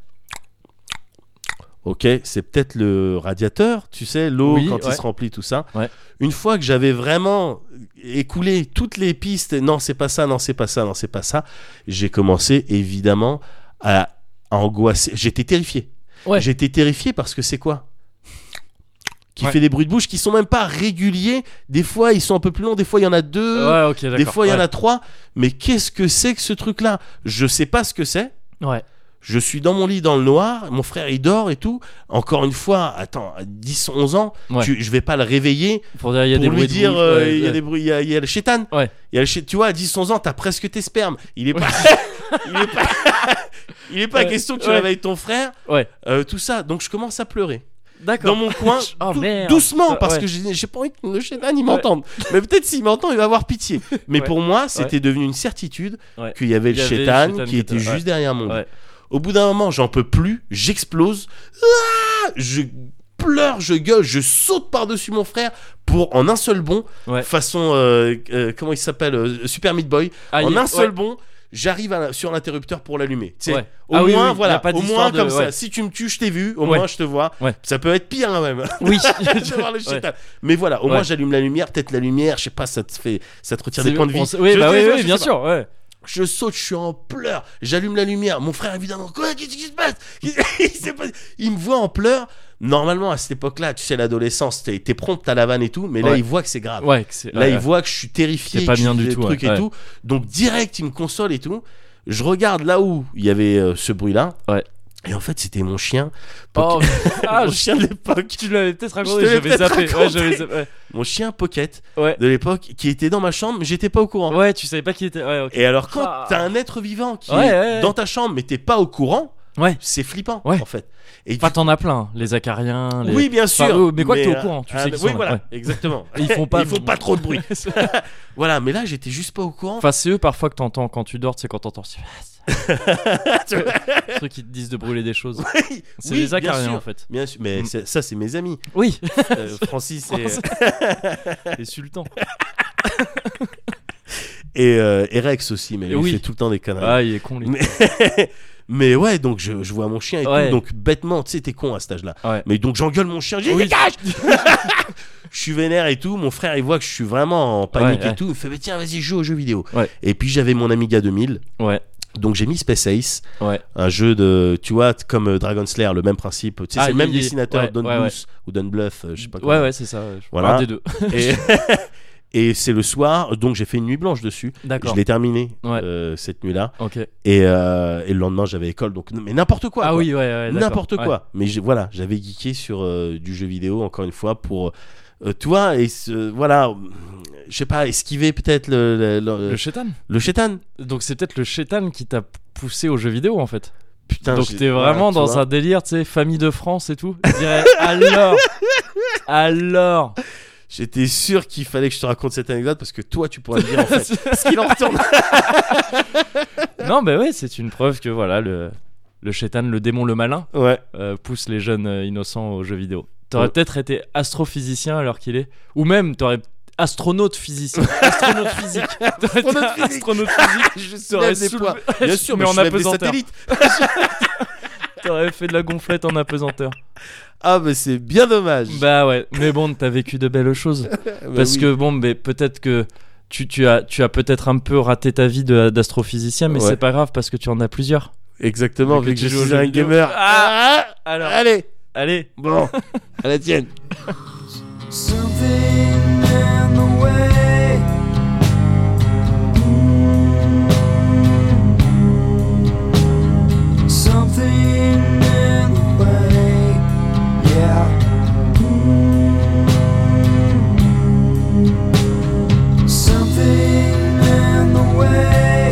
Speaker 2: Ok, c'est peut-être le radiateur, tu sais, l'eau
Speaker 1: Oui,
Speaker 2: quand il
Speaker 1: ouais.
Speaker 2: se remplit, tout ça.
Speaker 1: Ouais.
Speaker 2: Une fois que j'avais vraiment écoulé toutes les pistes, non, c'est pas ça, non, c'est pas ça, non, c'est pas ça, j'ai commencé évidemment à, à angoisser. J'étais terrifié.
Speaker 1: Ouais.
Speaker 2: J'étais terrifié parce que c'est quoi Qui
Speaker 1: Ouais.
Speaker 2: fait des bruits de bouche qui sont même pas réguliers. Des fois, ils sont un peu plus longs, des fois, il y en a deux,
Speaker 1: Ouais, ok, d'accord.
Speaker 2: Euh, des fois, il y en
Speaker 1: ouais.
Speaker 2: a trois. Mais qu'est-ce que c'est que ce truc-là Je sais pas ce que c'est.
Speaker 1: Ouais.
Speaker 2: Je suis dans mon lit dans le noir, mon frère il dort et tout. Encore une fois, attends, à 10, 11 ans,
Speaker 1: Ouais.
Speaker 2: tu- je vais pas le réveiller
Speaker 1: Pour dire, il y a
Speaker 2: pour
Speaker 1: des
Speaker 2: lui
Speaker 1: bruits de
Speaker 2: dire
Speaker 1: bouche,
Speaker 2: euh, il
Speaker 1: ouais,
Speaker 2: y a
Speaker 1: ouais.
Speaker 2: des bruits, il y a, il y a le chétan.
Speaker 1: Ouais.
Speaker 2: Il y a le chétan. tu vois, à 10, 11 ans, t'as presque tes spermes. Il est pas, [laughs] il est pas, il est pas
Speaker 1: Ouais.
Speaker 2: question que tu
Speaker 1: Ouais.
Speaker 2: réveilles ton frère.
Speaker 1: Ouais.
Speaker 2: Euh, tout ça, donc je commence à pleurer dans
Speaker 1: D'accord.
Speaker 2: mon coin,
Speaker 1: [laughs] Oh,
Speaker 2: tout-
Speaker 1: merde.
Speaker 2: doucement, parce
Speaker 1: Ouais.
Speaker 2: que j'ai j'ai pas envie que le chétan il m'entende. Mais peut-être s'il m'entend, il va avoir
Speaker 1: [laughs]
Speaker 2: pitié. Mais
Speaker 1: Ouais.
Speaker 2: pour moi, c'était devenu une certitude
Speaker 1: Ouais.
Speaker 2: qu'il y avait le
Speaker 1: Il y avait le
Speaker 2: chétan
Speaker 1: chétan
Speaker 2: qui
Speaker 1: qui
Speaker 2: était
Speaker 1: était-
Speaker 2: juste
Speaker 1: ouais.
Speaker 2: derrière mon lit.
Speaker 1: Ouais.
Speaker 2: Au bout d'un moment, j'en peux plus, j'explose, Ah je pleure, je gueule, je saute par-dessus mon frère pour en un seul bond,
Speaker 1: Ouais.
Speaker 2: façon euh, euh, comment il s'appelle, euh, Super Meat Boy,
Speaker 1: Ah, il
Speaker 2: en
Speaker 1: y a-
Speaker 2: un seul
Speaker 1: ouais,
Speaker 2: bond. J'arrive à la- sur l'interrupteur pour l'allumer. Tu sais,
Speaker 1: ouais.
Speaker 2: Au
Speaker 1: Ah oui,
Speaker 2: moins,
Speaker 1: oui, il y
Speaker 2: voilà.
Speaker 1: a pas
Speaker 2: au
Speaker 1: d'histoire
Speaker 2: moins
Speaker 1: de-
Speaker 2: comme ça.
Speaker 1: ouais.
Speaker 2: Si tu me tues, je t'ai vu. Au
Speaker 1: Ouais.
Speaker 2: moins, je te vois.
Speaker 1: Ouais.
Speaker 2: Ça peut être pire hein, même. [laughs]
Speaker 1: Oui.
Speaker 2: de
Speaker 1: [laughs]
Speaker 2: voir le chétan. Mais voilà, au
Speaker 1: Ouais.
Speaker 2: moins j'allume la lumière, peut-être la lumière, je sais pas, ça te fait, ça te retire des
Speaker 1: C'est-
Speaker 2: points de vie.
Speaker 1: on s- Oui,
Speaker 2: Je-
Speaker 1: bah
Speaker 2: je-
Speaker 1: oui,
Speaker 2: je-
Speaker 1: oui,
Speaker 2: je
Speaker 1: bien
Speaker 2: sais pas.
Speaker 1: sûr. Ouais.
Speaker 2: Je saute, je suis en pleurs. J'allume la lumière. Mon frère, évidemment, quoi Qu'est-ce qui se passe [laughs] Il s'est pas- Il me voit en pleurs. Normalement, à cette époque-là, tu sais, l'adolescence, t'es t'es prompt à la vanne et tout, mais là,
Speaker 1: Ouais.
Speaker 2: il voit que c'est grave.
Speaker 1: Ouais, que c'est-
Speaker 2: Là,
Speaker 1: ouais,
Speaker 2: il
Speaker 1: ouais.
Speaker 2: voit que je suis terrifié,
Speaker 1: C'est pas
Speaker 2: que je
Speaker 1: bien
Speaker 2: fais
Speaker 1: du
Speaker 2: des
Speaker 1: tout,
Speaker 2: trucs
Speaker 1: ouais,
Speaker 2: et
Speaker 1: ouais.
Speaker 2: tout. Donc direct, il me console et tout. Je regarde là où il y avait euh, ce bruit-là.
Speaker 1: Ouais.
Speaker 2: Et en fait, c'était mon chien,
Speaker 1: Oh, [laughs] ah,
Speaker 2: [laughs] mon
Speaker 1: je-
Speaker 2: chien de l'époque,
Speaker 1: tu l'avais peut-être raconté,
Speaker 2: Je te l'ai
Speaker 1: j'avais
Speaker 2: peut-être
Speaker 1: zappé. Ouais,
Speaker 2: raconté.
Speaker 1: j'avais zappé, ouais.
Speaker 2: mon chien Pocket
Speaker 1: Ouais.
Speaker 2: de l'époque, qui était dans ma chambre, mais j'étais pas au courant.
Speaker 1: Ouais, tu savais pas qui était. Ouais, ok.
Speaker 2: Et alors, quand
Speaker 1: Ah.
Speaker 2: t'as un être vivant qui
Speaker 1: Ouais,
Speaker 2: est
Speaker 1: ouais, ouais.
Speaker 2: dans ta chambre, mais t'es pas au courant,
Speaker 1: Ouais.
Speaker 2: c'est flippant,
Speaker 1: Ouais.
Speaker 2: en fait. Et
Speaker 1: Enfin, t'en as plein, les acariens. les-
Speaker 2: oui, bien sûr.
Speaker 1: Enfin, euh, mais quoi que t'es au
Speaker 2: euh,
Speaker 1: courant, tu
Speaker 2: ah,
Speaker 1: sais qu'ils sont
Speaker 2: Oui,
Speaker 1: là,
Speaker 2: voilà,
Speaker 1: ouais.
Speaker 2: exactement.
Speaker 1: Et [laughs] ils font pas.
Speaker 2: [laughs] Ils font pas trop
Speaker 1: [laughs]
Speaker 2: de bruit. [laughs] Voilà, mais là, j'étais juste pas au courant.
Speaker 1: Enfin, c'est eux parfois que t'entends quand tu dors, c'est quand t'entends. [laughs] Ceux qui te disent de brûler des choses. C'est
Speaker 2: [laughs] Oui,
Speaker 1: les
Speaker 2: bien
Speaker 1: acariens
Speaker 2: sûr.
Speaker 1: en fait.
Speaker 2: Bien sûr, mais
Speaker 1: Mm.
Speaker 2: c'est- ça, c'est
Speaker 1: [laughs]
Speaker 2: mes amis.
Speaker 1: Oui,
Speaker 2: Euh, Francis et,
Speaker 1: [laughs] les sultans.
Speaker 2: et, euh, et Rex aussi, mais lui,
Speaker 1: Oui.
Speaker 2: il fait tout le temps des conneries.
Speaker 1: Ah, il est con lui.
Speaker 2: Mais- mais ouais, donc je, je vois mon chien et
Speaker 1: Ouais.
Speaker 2: tout, donc bêtement, tu sais, t'es con à cet âge-là.
Speaker 1: Ouais.
Speaker 2: Mais donc j'engueule mon chien, je dis
Speaker 1: Oui.
Speaker 2: dégage Je suis vénère et tout, mon frère il voit que je suis vraiment en panique
Speaker 1: Ouais, ouais.
Speaker 2: et tout, il me fait mais tiens vas-y joue aux jeux vidéo.
Speaker 1: Ouais.
Speaker 2: Et puis j'avais mon Amiga 2000,
Speaker 1: Ouais,
Speaker 2: donc j'ai mis Space Ace,
Speaker 1: ouais.
Speaker 2: un jeu de, tu vois, t- comme euh, Dragon Slayer, le même principe, tu sais,
Speaker 1: Ah,
Speaker 2: c'est le même
Speaker 1: il y est.
Speaker 2: dessinateur,
Speaker 1: Ouais,
Speaker 2: Don
Speaker 1: ouais, ouais.
Speaker 2: Bluth ou Don Bluff, euh, je sais pas
Speaker 1: Ouais, ouais, c'est ça. ouais, je-
Speaker 2: Voilà.
Speaker 1: Un des deux.
Speaker 2: Et, [laughs] et c'est le soir, donc j'ai fait une nuit blanche dessus. Je
Speaker 1: D'accord.
Speaker 2: l'ai terminé
Speaker 1: Ouais.
Speaker 2: euh, cette nuit-là.
Speaker 1: Ok.
Speaker 2: Et, euh, et le lendemain, j'avais école. Donc, mais n'importe quoi.
Speaker 1: ah
Speaker 2: quoi.
Speaker 1: oui, ouais, ouais. d'accord.
Speaker 2: n'importe
Speaker 1: Ouais.
Speaker 2: quoi. Mais j'ai- voilà, j'avais geeké sur euh, du jeu vidéo, encore une fois, pour. euh, tu vois, et ce- voilà. euh, Je sais pas, esquiver peut-être le, le, le,
Speaker 1: Le chétan.
Speaker 2: le chétan.
Speaker 1: Donc c'est peut-être le chétan qui t'a poussé aux jeux vidéo en fait.
Speaker 2: Putain,
Speaker 1: Donc
Speaker 2: j'ai-
Speaker 1: t'es
Speaker 2: voilà,
Speaker 1: vraiment
Speaker 2: tu
Speaker 1: dans
Speaker 2: vois.
Speaker 1: un délire, tu sais, famille de France et tout. Je dirais [laughs] alors, alors.
Speaker 2: J'étais sûr qu'il fallait que je te raconte cette anecdote parce que toi, tu pourras me
Speaker 1: [laughs]
Speaker 2: dire en fait [laughs] ce qu'il en retourne.
Speaker 1: non, mais ouais, c'est une preuve que voilà le le chétan, le démon, le malin
Speaker 2: ouais.
Speaker 1: euh, pousse les jeunes euh, innocents aux jeux vidéo. T'aurais
Speaker 2: Ouais.
Speaker 1: peut-être été astrophysicien alors qu'il est, ou même t'aurais astronaute physicien, astronaute physique, T'aurais été
Speaker 2: [laughs] Astronaute physique.
Speaker 1: astronaute physique.
Speaker 2: [laughs] Je
Speaker 1: T'aurais
Speaker 2: soulève des
Speaker 1: soulevé-
Speaker 2: poids.
Speaker 1: [laughs]
Speaker 2: Bien sûr, mais,
Speaker 1: mais
Speaker 2: je
Speaker 1: en
Speaker 2: soulève des
Speaker 1: apesanteur.
Speaker 2: satellites.
Speaker 1: T'aurais fait de la gonflette en
Speaker 2: [laughs]
Speaker 1: apesanteur.
Speaker 2: Ah, mais c'est bien dommage.
Speaker 1: Bah ouais, mais bon, t'as vécu de belles choses.
Speaker 2: Bah
Speaker 1: Parce
Speaker 2: oui.
Speaker 1: que bon, mais peut-être que tu, tu as, tu as peut-être un peu raté ta vie de- d'astrophysicien, mais
Speaker 2: Ouais.
Speaker 1: c'est pas grave parce que tu en as plusieurs.
Speaker 2: Exactement,
Speaker 1: Vu que
Speaker 2: vu que
Speaker 1: tu
Speaker 2: je
Speaker 1: joues aux
Speaker 2: suis
Speaker 1: jeux
Speaker 2: un
Speaker 1: vidéo.
Speaker 2: gamer.
Speaker 1: Ah
Speaker 2: Ah,
Speaker 1: Alors,
Speaker 2: Allez,
Speaker 1: allez.
Speaker 2: bon, à la tienne.
Speaker 4: Something in the way. Mm. Something in the way. Yeah. Mm. Something in the way.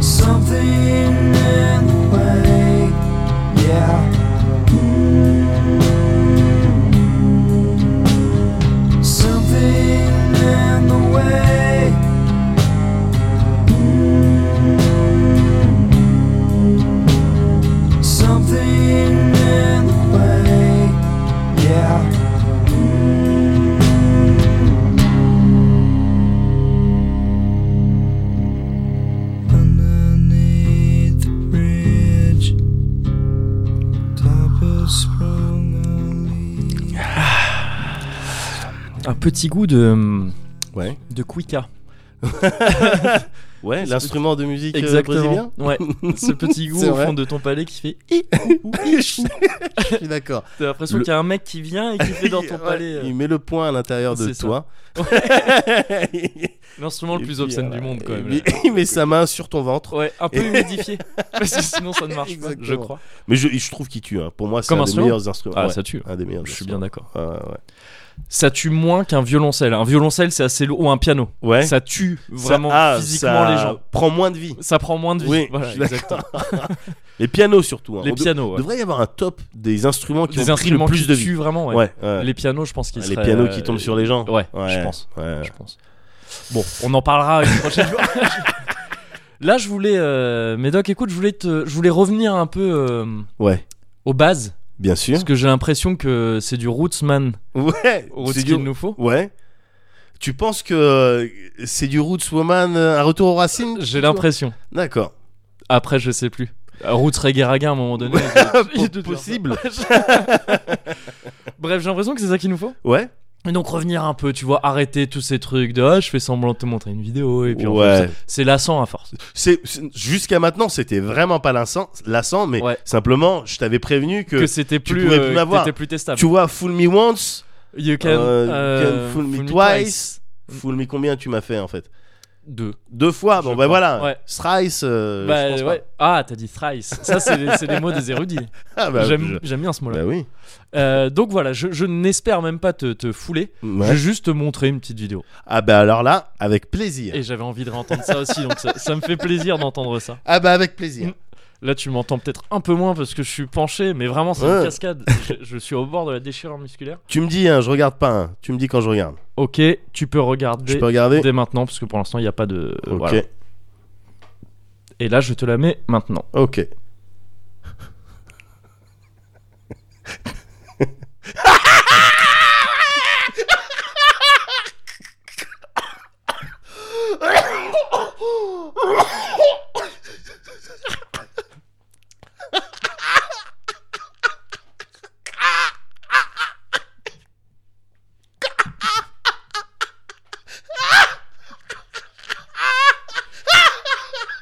Speaker 4: Something in the way, yeah. Something in the way. Something in the way, yeah. Underneath the bridge, tapas sprung a leak.
Speaker 1: Un petit goût de,
Speaker 2: Ouais.
Speaker 1: de cuica.
Speaker 2: Ouais, l'instrument de musique euh, brésilien.
Speaker 1: Exactement. Ouais.
Speaker 2: [laughs]
Speaker 1: Ce petit goût
Speaker 2: C'est
Speaker 1: au
Speaker 2: vrai.
Speaker 1: fond de ton palais qui
Speaker 2: [laughs]
Speaker 1: fait. [laughs]
Speaker 2: je suis [laughs] je suis d'accord.
Speaker 1: T'as l'impression
Speaker 2: Le-
Speaker 1: qu'il y a un mec qui vient
Speaker 2: [laughs]
Speaker 1: et qui fait dans ton
Speaker 2: Ouais,
Speaker 1: palais. euh,
Speaker 2: Il met le poing à l'intérieur de
Speaker 1: C'est ça.
Speaker 2: toi. [laughs]
Speaker 1: L'instrument le
Speaker 2: Et
Speaker 1: plus
Speaker 2: puis,
Speaker 1: obscène
Speaker 2: voilà,
Speaker 1: du monde, quand
Speaker 2: il
Speaker 1: même.
Speaker 2: met- [laughs] Il met sa main sur ton ventre.
Speaker 1: [laughs] Ouais, un
Speaker 2: [laughs]
Speaker 1: peu humidifié. Parce que sinon, ça ne marche pas, je
Speaker 2: Exactement.
Speaker 1: crois.
Speaker 2: Mais je, je trouve qu'il tue. hein. Pour moi, c'est
Speaker 1: Comme
Speaker 2: un des
Speaker 1: instrument
Speaker 2: meilleurs instruments.
Speaker 1: Ah,
Speaker 2: Ouais,
Speaker 1: ça tue.
Speaker 2: un des meilleurs.
Speaker 1: Je suis bien d'accord.
Speaker 2: instruments. Ouais,
Speaker 1: Ça tue moins qu'un violoncelle. Un violoncelle, c'est assez lourd. Ou un piano.
Speaker 2: ouais. Ouais.
Speaker 1: Ça tue vraiment
Speaker 2: Ça- ah,
Speaker 1: physiquement
Speaker 2: ça
Speaker 1: les gens.
Speaker 2: Prend moins de vie.
Speaker 1: Ça prend moins de vie.
Speaker 2: Oui,
Speaker 1: [laughs] voilà,
Speaker 2: je suis d'accord.
Speaker 1: exactement.
Speaker 2: Les pianos surtout. hein.
Speaker 1: Les
Speaker 2: On de-
Speaker 1: pianos, ouais.
Speaker 2: devrait y avoir un top des instruments qui
Speaker 1: des
Speaker 2: ont pris le
Speaker 1: instruments
Speaker 2: plus
Speaker 1: qui
Speaker 2: de
Speaker 1: tuent
Speaker 2: vie.
Speaker 1: vraiment. Ouais.
Speaker 2: Ouais, ouais.
Speaker 1: Les pianos, je pense qu'ils
Speaker 2: Les
Speaker 1: seraient,
Speaker 2: pianos
Speaker 1: euh,
Speaker 2: qui tombent sur les gens.
Speaker 1: Ouais, je
Speaker 2: Ouais,
Speaker 1: pense.
Speaker 2: ouais.
Speaker 1: Je pense. Bon, on en parlera une prochaine fois. [laughs] Là, je voulais, euh, Médoc, écoute, je voulais te, je voulais revenir un peu euh,
Speaker 2: Ouais,
Speaker 1: aux bases
Speaker 2: bien sûr.
Speaker 1: parce que j'ai l'impression que c'est du rootsman,
Speaker 2: [laughs] Ouais,
Speaker 1: roots
Speaker 2: c'est
Speaker 1: qu'il
Speaker 2: du-
Speaker 1: nous faut.
Speaker 2: Ouais. Tu penses que euh, c'est du Roots Woman, euh, un retour aux racines
Speaker 1: J'ai l'impression.
Speaker 2: D'accord.
Speaker 1: Après, je sais plus. Euh, Roots reggae raga à un moment donné. [laughs] il doit- il doit dire ça.
Speaker 2: Possible.
Speaker 1: Bref, j'ai l'impression que c'est ça qu'il nous faut.
Speaker 2: Ouais.
Speaker 1: Et donc revenir un peu, tu vois, arrêter tous ces trucs de ah, je fais semblant de te montrer une vidéo et puis on fait
Speaker 2: Ouais.
Speaker 1: ça. c'est lassant à force.
Speaker 2: C'est- c'est- Jusqu'à maintenant, c'était vraiment pas lassant, lassant mais
Speaker 1: Ouais.
Speaker 2: simplement, je t'avais prévenu que,
Speaker 1: Que c'était
Speaker 2: tu
Speaker 1: plus,
Speaker 2: pouvais
Speaker 1: euh,
Speaker 2: plus
Speaker 1: que
Speaker 2: m'avoir.
Speaker 1: t'étais plus testable.
Speaker 2: tu vois, Fool Me Once,
Speaker 1: You can,
Speaker 2: euh, you
Speaker 1: euh,
Speaker 2: can Fool Me Twice. Fool Me combien tu m'as fait en fait
Speaker 1: Deux.
Speaker 2: Deux fois,
Speaker 1: Je
Speaker 2: bon
Speaker 1: crois.
Speaker 2: bah voilà.
Speaker 1: Ouais.
Speaker 2: Thrice, euh, je
Speaker 1: Bah,
Speaker 2: pense pas.
Speaker 1: ouais. Ah, t'as dit thrice. Ça, c'est les- c'est les mots des érudits.
Speaker 2: Ah, [laughs] bah,
Speaker 1: J'aime
Speaker 2: je-
Speaker 1: j'aime bien ce mot-là.
Speaker 2: Bah oui.
Speaker 1: Euh, donc voilà, je, je n'espère même pas te, te fouler. Je
Speaker 2: Ouais.
Speaker 1: vais juste te montrer une petite vidéo.
Speaker 2: Ah bah alors là, avec plaisir.
Speaker 1: Et j'avais envie de réentendre ça aussi, donc ça, ça me fait plaisir d'entendre ça.
Speaker 2: Ah bah avec plaisir.
Speaker 1: Mm. Là, tu m'entends peut-être un peu moins parce que je suis penché, mais vraiment, c'est
Speaker 2: Ouais.
Speaker 1: une cascade. Je, je suis au bord de la déchirure musculaire.
Speaker 2: Tu me dis, hein, je regarde pas, hein. tu me dis quand je regarde.
Speaker 1: Ok, tu peux regarder
Speaker 2: Je peux regarder
Speaker 1: dès maintenant parce que pour l'instant, il n'y a pas de. euh,
Speaker 2: Ok,
Speaker 1: voilà. Et là, je te la mets maintenant.
Speaker 2: ok.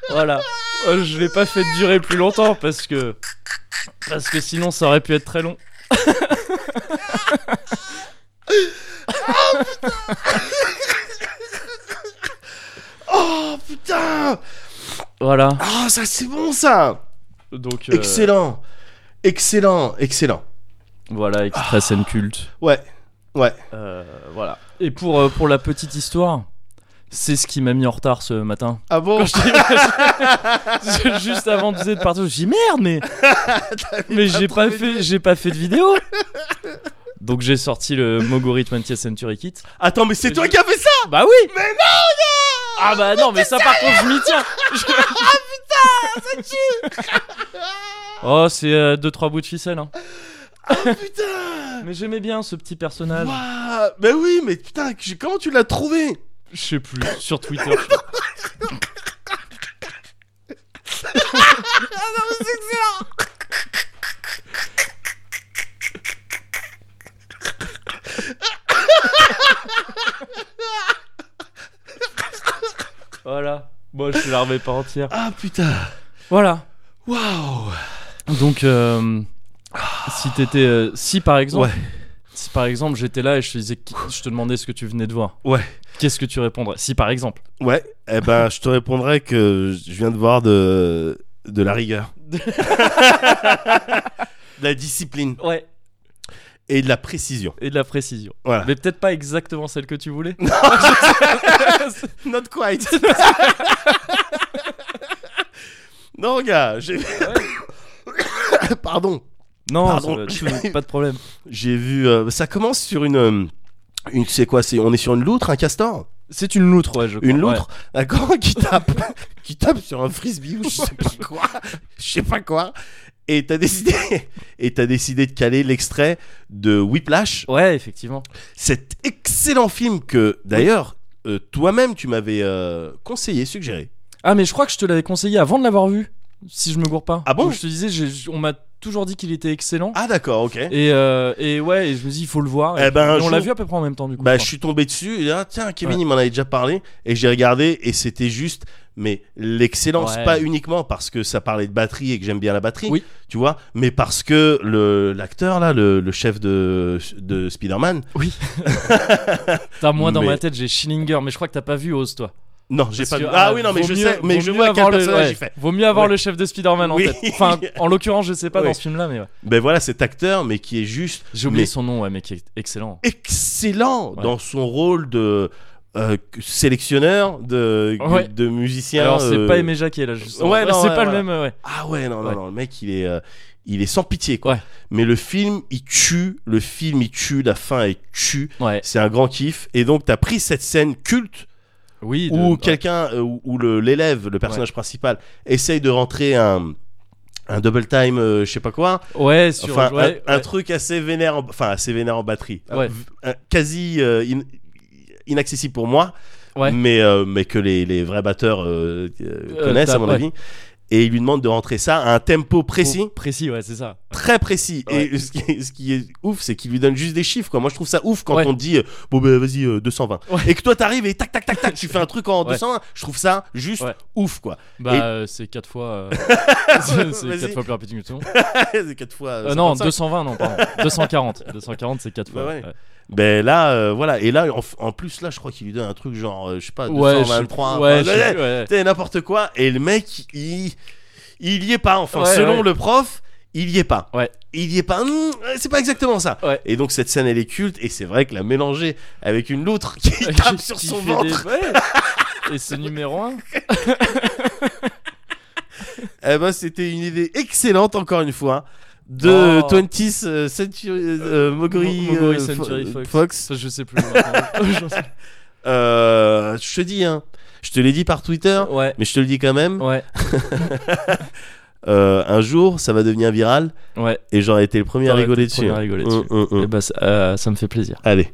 Speaker 1: Voilà. Euh, Je l'ai pas fait durer plus longtemps parce que. Parce que sinon, ça aurait pu être très long.
Speaker 2: Oh putain
Speaker 1: Voilà.
Speaker 2: Ah ça c'est bon ça
Speaker 1: Donc. euh,
Speaker 2: Excellent Excellent, excellent.
Speaker 1: Voilà, extrait scène culte. Euh,
Speaker 2: Ouais, ouais.
Speaker 1: voilà. Et pour, euh, pour la petite histoire, c'est ce qui m'a mis en retard ce matin.
Speaker 2: Ah bon
Speaker 1: Quand je t'ai- [laughs] Juste avant de de partir, je me suis dit merde, [laughs] mais, mais j'ai pas, fait, j'ai pas fait de [laughs] vidéo. Donc j'ai sorti le Mogori 20th Century Kit.
Speaker 2: Attends mais c'est
Speaker 1: Je-
Speaker 2: toi qui as fait ça
Speaker 1: Bah oui Mais non, Ah bah non, mais ça par contre, je m'y [laughs] tiens Ah, [laughs] Oh, c'est 2-3 bouts de ficelle. Hein. [laughs]
Speaker 2: Ah putain
Speaker 1: Mais j'aimais bien ce petit personnage.
Speaker 2: Waouh Bah oui mais putain, que- comment tu l'as trouvé
Speaker 1: Je sais plus, sur [laughs] Twitter. je crois. voilà. Moi, je te la remets pas entière.
Speaker 2: Ah putain
Speaker 1: Voilà.
Speaker 2: Waouh
Speaker 1: Donc, euh, si t'étais. euh, si par exemple.
Speaker 2: Ouais.
Speaker 1: Si par exemple j'étais là et je te disais, qui- je te demandais ce que tu venais de voir.
Speaker 2: Ouais.
Speaker 1: Qu'est-ce que tu répondrais Si par exemple.
Speaker 2: Ouais, eh ben je te répondrai que je viens de voir de, de la rigueur. de [laughs] la discipline
Speaker 1: Ouais.
Speaker 2: et de la précision.
Speaker 1: Et de la précision.
Speaker 2: Voilà.
Speaker 1: Mais peut-être pas exactement celle que tu voulais.
Speaker 2: Not quite. [laughs] non, gars, j'ai. [coughs] Pardon.
Speaker 1: [laughs] non,
Speaker 2: Pardon.
Speaker 1: ça va, tout- pas de problème.
Speaker 2: J'ai vu. euh, ça commence sur une. euh, une c'est quoi c'est, On est sur une loutre, un castor
Speaker 1: C'est une loutre, ouais, je crois.
Speaker 2: Une
Speaker 1: ouais.
Speaker 2: loutre D'accord Qui tape. qui tape sur un frisbee ou je sais pas quoi. Je sais pas quoi. Et t'as décidé. Et t'as décidé de caler l'extrait de Whiplash.
Speaker 1: Ouais. effectivement.
Speaker 2: Cet excellent film que, d'ailleurs, euh, toi-même, tu m'avais euh, conseillé, suggéré.
Speaker 1: Ah, mais je crois que je te l'avais conseillé avant de l'avoir vu, si je me gourre pas.
Speaker 2: Ah bon
Speaker 1: Où Je te disais, j'ai- on m'a toujours dit qu'il était excellent.
Speaker 2: Ah, d'accord, ok.
Speaker 1: Et, euh, et ouais, et je me dis, il faut le voir.
Speaker 2: Eh
Speaker 1: Et,
Speaker 2: ben, un
Speaker 1: et on l'a
Speaker 2: jour-
Speaker 1: vu à peu près en même temps, du coup.
Speaker 2: Bah,
Speaker 1: je
Speaker 2: je
Speaker 1: crois.
Speaker 2: suis tombé dessus et ah tiens, Kevin,
Speaker 1: Ouais.
Speaker 2: il m'en avait déjà parlé et j'ai regardé et c'était juste mais l'excellence
Speaker 1: Ouais.
Speaker 2: pas uniquement parce que ça parlait de batterie et que j'aime bien la batterie,
Speaker 1: Oui.
Speaker 2: tu vois, mais parce que le l'acteur là, le, le chef de de Spider-Man,
Speaker 1: Putain, moi, dans
Speaker 2: mais-
Speaker 1: ma tête, j'ai Schillinger, mais je crois que t'as pas vu Oz, toi.
Speaker 2: non, j'ai
Speaker 1: Parce
Speaker 2: pas
Speaker 1: que, euh,
Speaker 2: vu. Ah oui, non, mais
Speaker 1: vaut
Speaker 2: je
Speaker 1: mieux-
Speaker 2: sais, mais
Speaker 1: vaut
Speaker 2: je
Speaker 1: mieux
Speaker 2: vois quel
Speaker 1: avoir le-
Speaker 2: personnage
Speaker 1: ouais.
Speaker 2: il fait.
Speaker 1: Vaut mieux avoir
Speaker 2: Ouais.
Speaker 1: le chef de Spider-Man
Speaker 2: Oui.
Speaker 1: en tête.
Speaker 2: [laughs]
Speaker 1: Enfin, en l'occurrence, je sais pas
Speaker 2: Oui.
Speaker 1: dans ce film-là, mais ouais.
Speaker 2: Ben voilà, cet acteur mais qui est juste
Speaker 1: J'ai oublié
Speaker 2: Mais-
Speaker 1: son nom, ouais, mais qui est excellent.
Speaker 2: excellent
Speaker 1: Ouais.
Speaker 2: dans son rôle de euh, sélectionneur de
Speaker 1: Ouais.
Speaker 2: de musicien.
Speaker 1: Alors, c'est
Speaker 2: euh,
Speaker 1: pas Aimé Jacquet, là, justement.
Speaker 2: ouais, non,
Speaker 1: c'est
Speaker 2: ouais,
Speaker 1: pas le
Speaker 2: voilà.
Speaker 1: même, ouais.
Speaker 2: Ah ouais, non, non,
Speaker 1: Ouais.
Speaker 2: non, le mec, il est, euh, il est sans pitié, quoi.
Speaker 1: Ouais.
Speaker 2: Mais le film, il tue, le film, il tue, la fin, elle tue.
Speaker 1: Ouais.
Speaker 2: C'est un grand kiff. Et donc, t'as pris cette scène culte
Speaker 1: Oui. de-
Speaker 2: où
Speaker 1: ouais.
Speaker 2: quelqu'un, euh, où- où le- l'élève, le personnage principal, essaye de rentrer un, un double time, euh, je sais pas quoi.
Speaker 1: Ouais, sur
Speaker 2: enfin,
Speaker 1: ouais,
Speaker 2: un,
Speaker 1: ouais.
Speaker 2: un truc assez vénère, en- enfin, assez vénère en batterie. Un-
Speaker 1: Ouais.
Speaker 2: v- un- quasi euh, in- inaccessible pour moi,
Speaker 1: Ouais.
Speaker 2: mais, euh, mais que les, les vrais batteurs euh, euh, connaissent,
Speaker 1: t'as-
Speaker 2: à mon
Speaker 1: ouais.
Speaker 2: avis. et il lui demande de rentrer ça à un tempo précis,
Speaker 1: Oh, Précis, ouais, c'est ça.
Speaker 2: très précis.
Speaker 1: Ouais.
Speaker 2: Et ce qui, ce qui est ouf, c'est qu'il lui donne juste des chiffres. Quoi. Moi, je trouve ça ouf quand
Speaker 1: Ouais.
Speaker 2: on dit euh, bon ben vas-y euh, 220
Speaker 1: Ouais.
Speaker 2: et que toi t'arrives et tac tac tac tac, tu fais un truc en
Speaker 1: Ouais.
Speaker 2: 220. Je trouve ça juste
Speaker 1: Ouais. [laughs]
Speaker 2: ouf quoi.
Speaker 1: Bah,
Speaker 2: Et-
Speaker 1: euh, c'est 4 fois. euh,
Speaker 2: [laughs]
Speaker 1: c'est
Speaker 2: Vas-y.
Speaker 1: 4 fois plus rapide que tout.
Speaker 2: C'est quatre fois.
Speaker 1: Euh, non,
Speaker 2: 55.
Speaker 1: 220, non, pardon. 240. 240, c'est 4 fois.
Speaker 2: Bah ouais.
Speaker 1: ouais.
Speaker 2: Ben là, euh, voilà. Et là, en, en plus, là, je crois qu'il lui donne un truc genre, euh, je sais pas, 223.
Speaker 1: Ouais, je
Speaker 2: enfin,
Speaker 1: sais
Speaker 2: ouais,
Speaker 1: plus, ouais.
Speaker 2: t'sais, n'importe quoi. Et le mec, il, il y est pas. Enfin,
Speaker 1: Ouais,
Speaker 2: selon
Speaker 1: ouais.
Speaker 2: le prof, il y est pas.
Speaker 1: Ouais.
Speaker 2: Il y est pas. Hum, c'est pas exactement ça.
Speaker 1: Ouais.
Speaker 2: Et donc cette scène, elle est culte. Et c'est vrai que la mélanger avec une
Speaker 1: [laughs]
Speaker 2: loutre qui tape sur
Speaker 1: Qui
Speaker 2: son
Speaker 1: fait des- [laughs]
Speaker 2: ventre.
Speaker 1: ouais. Et c'est numéro 1.
Speaker 2: Eh ben, c'était une idée excellente encore une fois de
Speaker 1: Oh.
Speaker 2: 20th euh, Century euh, Moguri,
Speaker 1: Mo- Moguri
Speaker 2: euh,
Speaker 1: Century
Speaker 2: Fo-
Speaker 1: Fox.
Speaker 2: Fox.
Speaker 1: Ça, je sais plus. [laughs] maintenant. J'en sais-
Speaker 2: Euh, je te dis, hein. Je te l'ai dit par Twitter,
Speaker 1: ouais.
Speaker 2: mais je te le dis quand même.
Speaker 1: Ouais.
Speaker 2: Euh, un jour, ça va devenir viral
Speaker 1: Ouais.
Speaker 2: et j'aurais été le premier à
Speaker 1: T'aurais
Speaker 2: rigoler
Speaker 1: été
Speaker 2: dessus.
Speaker 1: le premier à rigoler
Speaker 2: Hum,
Speaker 1: dessus.
Speaker 2: hum, hum.
Speaker 1: Et bah, ça- euh, ça me fait plaisir.
Speaker 2: Allez.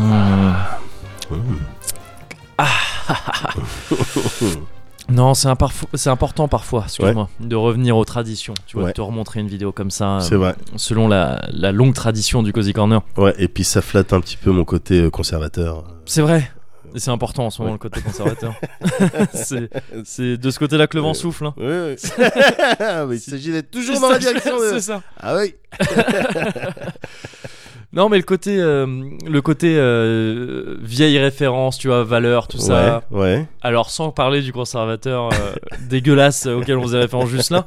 Speaker 1: Ah. [laughs] Non, c'est un parfo- c'est important parfois, excuse-moi, de revenir aux traditions. Tu vois,
Speaker 2: Ouais.
Speaker 1: de te remontrer une vidéo comme ça, euh,
Speaker 2: C'est vrai.
Speaker 1: selon la, la longue tradition du Cozy Corner.
Speaker 2: Ouais, et puis ça flatte un petit peu mon côté euh, conservateur.
Speaker 1: C'est vrai. Et c'est important en ce moment,
Speaker 2: Ouais.
Speaker 1: le côté conservateur. [laughs] c'est c'est de ce côté-là que le vent souffle. hein.
Speaker 2: [laughs] Ouais, ouais. [laughs] mais il s'agit d'être toujours
Speaker 1: C'est
Speaker 2: dans la
Speaker 1: ça,
Speaker 2: direction.
Speaker 1: [laughs]
Speaker 2: de-
Speaker 1: C'est ça.
Speaker 2: Ah oui.
Speaker 1: Non, mais le côté, euh, le côté euh, vieille référence, tu vois, valeur, tout ça.
Speaker 2: Ouais, ouais.
Speaker 1: Alors, sans parler du conservateur euh, [laughs] dégueulasse euh, auquel on faisait référence juste là,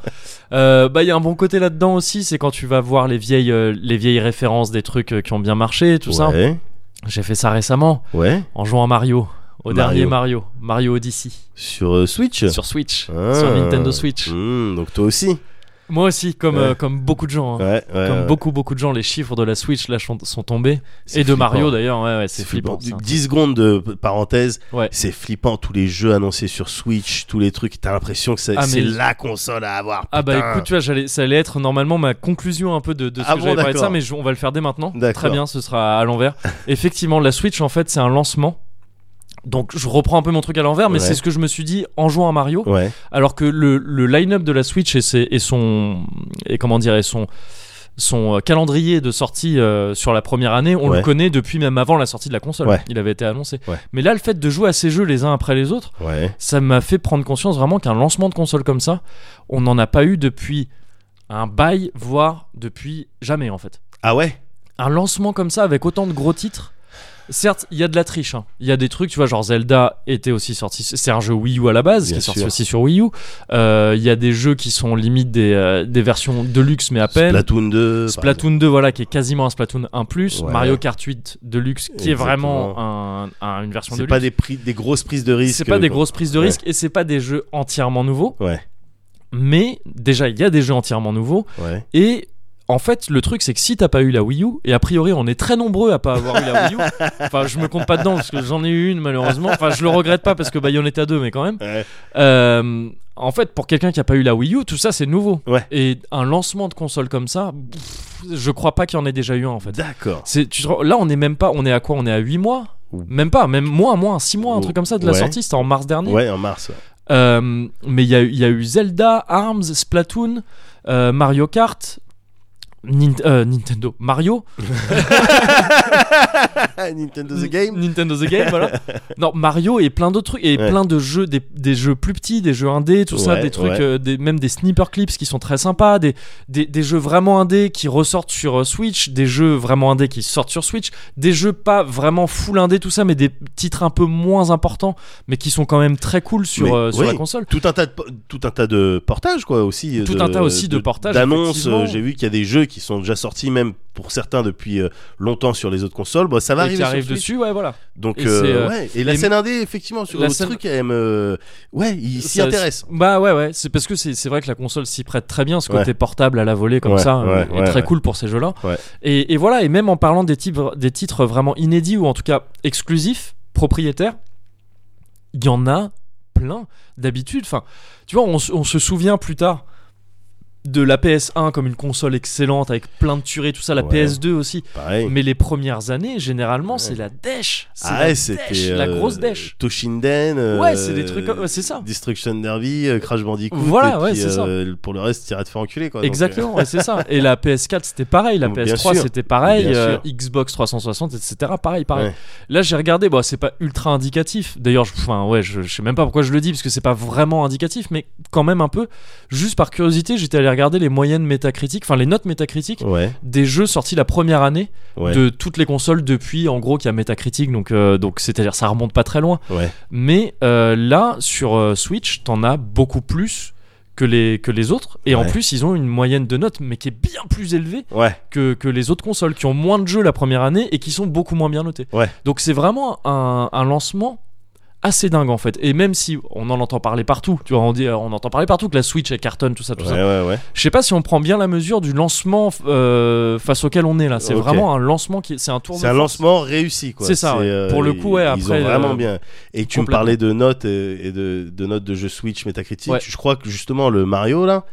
Speaker 1: euh, bah il y a un bon côté là-dedans aussi, c'est quand tu vas voir les vieilles, euh, les vieilles références des trucs euh, qui ont bien marché, tout ça.
Speaker 2: Ouais,
Speaker 1: J'ai fait ça récemment
Speaker 2: ouais.
Speaker 1: en jouant à Mario, au
Speaker 2: Mario.
Speaker 1: dernier Mario, Mario Odyssey,
Speaker 2: Sur euh, Switch.
Speaker 1: sur Switch,
Speaker 2: Ah.
Speaker 1: sur Nintendo Switch.
Speaker 2: Hum, donc toi aussi.
Speaker 1: Moi aussi, comme,
Speaker 2: Ouais.
Speaker 1: euh, comme beaucoup de gens. hein.
Speaker 2: Ouais, ouais.
Speaker 1: Comme
Speaker 2: ouais.
Speaker 1: beaucoup beaucoup de gens, les chiffres de la Switch là sont sont tombés
Speaker 2: C'est
Speaker 1: et de
Speaker 2: flippant.
Speaker 1: Mario d'ailleurs, ouais, ouais c'est
Speaker 2: C'est
Speaker 1: flippant.
Speaker 2: flippant.
Speaker 1: ça.
Speaker 2: 10 secondes de p- parenthèse.
Speaker 1: Ouais.
Speaker 2: C'est flippant tous les jeux annoncés sur Switch, tous les trucs. T'as l'impression que c'est
Speaker 1: Ah, mais-
Speaker 2: c'est la console à avoir.
Speaker 1: Ah bah
Speaker 2: putain.
Speaker 1: écoute, tu vois, j'allais, ça allait être normalement ma conclusion un peu de, de ce
Speaker 2: Ah
Speaker 1: que
Speaker 2: bon,
Speaker 1: j'avais parlé de ça,
Speaker 2: d'accord.
Speaker 1: mais je- on va le faire dès maintenant.
Speaker 2: D'accord.
Speaker 1: Très bien, ce sera à
Speaker 2: [laughs]
Speaker 1: l'envers. Effectivement, la Switch, en fait, c'est un lancement. Donc je reprends un peu mon truc à l'envers, mais
Speaker 2: Ouais.
Speaker 1: c'est ce que je me suis dit en jouant à Mario.
Speaker 2: Ouais.
Speaker 1: Alors que le, le line-up de la Switch et, ses- et son et comment dire et son son euh, calendrier de sortie euh, sur la première année, on le
Speaker 2: Ouais.
Speaker 1: connaît depuis même avant la sortie de la console.
Speaker 2: Ouais.
Speaker 1: Il avait été annoncé.
Speaker 2: Ouais.
Speaker 1: Mais là, le fait de jouer à ces jeux les uns après les autres
Speaker 2: Ouais.
Speaker 1: ça m'a fait prendre conscience vraiment qu'un lancement de console comme ça, on n'en a pas eu depuis un bail, voire depuis jamais en fait.
Speaker 2: Ah ouais.
Speaker 1: Un lancement comme ça avec autant de gros titres. Certes, il y a de la triche. hein. Il y a des trucs, tu vois, genre Zelda était aussi sorti. C'est un jeu Wii U à la base,
Speaker 2: Bien
Speaker 1: qui est sorti
Speaker 2: sûr.
Speaker 1: aussi sur Wii U. Euh, Il y a des jeux qui sont limite des, euh, des versions de luxe, mais à peine.
Speaker 2: Splatoon 2. par
Speaker 1: Splatoon 2, voilà, qui est quasiment un Splatoon 1+, plus
Speaker 2: Ouais.
Speaker 1: Mario Kart 8 Deluxe, qui est vraiment un, un- une
Speaker 2: exemple.
Speaker 1: version de
Speaker 2: C'est
Speaker 1: luxe.
Speaker 2: pas des, prix, des grosses prises de risque.
Speaker 1: C'est pas des
Speaker 2: quoi.
Speaker 1: grosses prises de
Speaker 2: Ouais.
Speaker 1: risque et c'est pas des jeux entièrement nouveaux.
Speaker 2: Ouais.
Speaker 1: mais déjà il y a des jeux entièrement nouveaux
Speaker 2: Ouais.
Speaker 1: et en fait, le truc, c'est que si t'as pas eu la Wii U, et a priori, on est très nombreux à pas avoir eu la Wii U.
Speaker 2: [laughs]
Speaker 1: Enfin, je me compte pas dedans parce que j'en ai eu une malheureusement. Enfin, je le regrette pas parce que Bayonetta 2, mais quand même.
Speaker 2: Ouais.
Speaker 1: Euh, en fait, pour quelqu'un qui a pas eu la Wii U, tout ça, c'est nouveau.
Speaker 2: Ouais.
Speaker 1: Et un lancement de console comme ça, pff, je crois pas qu'il y en ait déjà eu un en fait.
Speaker 2: D'accord.
Speaker 1: C'est, tu te rends- là, on est même pas. On est à quoi On est à 8 mois
Speaker 2: Ouh.
Speaker 1: Même pas, même moins, moins, 6 mois, un
Speaker 2: Ouh.
Speaker 1: truc comme ça de la
Speaker 2: Ouais.
Speaker 1: sortie. C'était en mars dernier.
Speaker 2: Ouais, en mars. ouais.
Speaker 1: [laughs] Euh, mais il y a, eu- il y a eu Zelda, Arms, Splatoon, euh, Mario Kart. Nin- euh, Nintendo, Mario,
Speaker 2: Ah, Nintendo the Game.
Speaker 1: Nintendo the Game,
Speaker 2: [laughs]
Speaker 1: voilà. Non, Mario et plein d'autres trucs et
Speaker 2: Ouais.
Speaker 1: plein de jeux, des, des jeux plus petits, des jeux indés, tout ça,
Speaker 2: Ouais,
Speaker 1: des trucs,
Speaker 2: ouais.
Speaker 1: euh, des- même des sniper clips qui sont très sympas, des, des, des jeux vraiment indés qui ressortent sur euh, Switch, des jeux vraiment indés qui sortent sur Switch, des jeux pas vraiment full indés, tout ça, mais des titres un peu moins importants, mais qui sont quand même très cool sur,
Speaker 2: Mais
Speaker 1: euh, sur la
Speaker 2: oui.
Speaker 1: console.
Speaker 2: Tout un tas de po- tout un tas de portages quoi aussi. euh,
Speaker 1: Tout
Speaker 2: de-
Speaker 1: un tas aussi de portages,
Speaker 2: D'annonces.
Speaker 1: effectivement.
Speaker 2: euh, J'ai vu qu'il y a des jeux qui sont déjà sortis même pour certains depuis euh, longtemps sur les autres consoles. Bon, ça
Speaker 1: et
Speaker 2: va arriver
Speaker 1: qui
Speaker 2: sur
Speaker 1: arrive
Speaker 2: Switch.
Speaker 1: dessus, ouais, voilà.
Speaker 2: Donc
Speaker 1: Et
Speaker 2: euh,
Speaker 1: c'est, euh,
Speaker 2: ouais. Et la
Speaker 1: et-
Speaker 2: scène indé effectivement sur
Speaker 1: La
Speaker 2: le
Speaker 1: scène-
Speaker 2: truc elle me- ouais il s'y
Speaker 1: Ça-
Speaker 2: intéresse.
Speaker 1: Bah ouais, ouais. C'est parce que c'est c'est vrai que la console s'y prête très bien, ce côté
Speaker 2: Ouais.
Speaker 1: portable à la volée comme
Speaker 2: Ouais,
Speaker 1: ça,
Speaker 2: ouais,
Speaker 1: euh, est
Speaker 2: ouais,
Speaker 1: très
Speaker 2: ouais.
Speaker 1: cool pour ces jeux-là.
Speaker 2: Ouais.
Speaker 1: Et, et voilà, et même en parlant des, titres des titres vraiment inédits ou en tout cas exclusifs, propriétaires, il y en a plein d'habitude. Enfin, tu vois, on, se- on se souvient plus tard de la PS1 comme une console excellente avec plein de turées, tout ça, la
Speaker 2: Ouais.
Speaker 1: PS2 aussi.
Speaker 2: Pareil.
Speaker 1: Mais les premières années, généralement,
Speaker 2: Ouais.
Speaker 1: c'est la dèche. C'est
Speaker 2: Ah
Speaker 1: la
Speaker 2: ouais,
Speaker 1: dèche,
Speaker 2: c'était
Speaker 1: la
Speaker 2: euh,
Speaker 1: grosse dèche.
Speaker 2: Toshinden. euh,
Speaker 1: Ouais, c'est des trucs comme- ouais, c'est ça.
Speaker 2: Destruction Derby, euh, Crash Bandicoot.
Speaker 1: Voilà,
Speaker 2: et
Speaker 1: ouais,
Speaker 2: puis,
Speaker 1: c'est ça.
Speaker 2: euh, Pour le reste, tirer de faire enculer quoi. donc, euh,
Speaker 1: Exactement, ouais, c'est ça. Et la PS4, c'était pareil, la
Speaker 2: Bien
Speaker 1: PS3,
Speaker 2: sûr.
Speaker 1: c'était pareil,
Speaker 2: Bien
Speaker 1: euh, Xbox 360, etc. Pareil, pareil.
Speaker 2: Ouais.
Speaker 1: Là, j'ai regardé, bon, c'est pas ultra indicatif. D'ailleurs, je, enfin, ouais, je, je sais même pas pourquoi je le dis, parce que c'est pas vraiment indicatif, mais quand même un peu. Juste par curiosité, j'étais allé regarder les moyennes métacritiques, enfin les notes métacritiques
Speaker 2: euh, Ouais.
Speaker 1: des jeux sortis la première année
Speaker 2: Ouais.
Speaker 1: de toutes les consoles depuis, en gros, qu'il y a Metacritic, donc euh, donc c'est-à-dire ça remonte pas très loin.
Speaker 2: Ouais.
Speaker 1: Mais euh, là, sur euh, Switch, t'en as beaucoup plus que les, que les autres. Et en
Speaker 2: Ouais.
Speaker 1: plus, ils ont une moyenne de notes, mais qui est bien plus élevée
Speaker 2: Ouais.
Speaker 1: que, que les autres consoles, qui ont moins de jeux la première année et qui sont beaucoup moins bien notées.
Speaker 2: Ouais.
Speaker 1: Donc c'est vraiment un, un lancement assez dingue en fait et même si on en entend parler partout tu vois on dit euh, on entend parler partout que la Switch elle cartonne tout ça tout
Speaker 2: Ouais,
Speaker 1: ça
Speaker 2: ouais, ouais.
Speaker 1: je sais pas si on prend bien la mesure du lancement euh, face auquel on est là c'est
Speaker 2: Ok.
Speaker 1: vraiment un lancement qui c'est un tour de
Speaker 2: C'est un
Speaker 1: force.
Speaker 2: lancement réussi, quoi. euh,
Speaker 1: C'est ça, ouais. Pour le coup, ouais,
Speaker 2: ils- Ils
Speaker 1: après,
Speaker 2: ont vraiment
Speaker 1: euh,
Speaker 2: bien. Et tu me
Speaker 1: complètement.
Speaker 2: parlais de notes euh, et de, de notes de jeux Switch, Metacritic.
Speaker 1: Ouais.
Speaker 2: Je crois que justement, le Mario, là.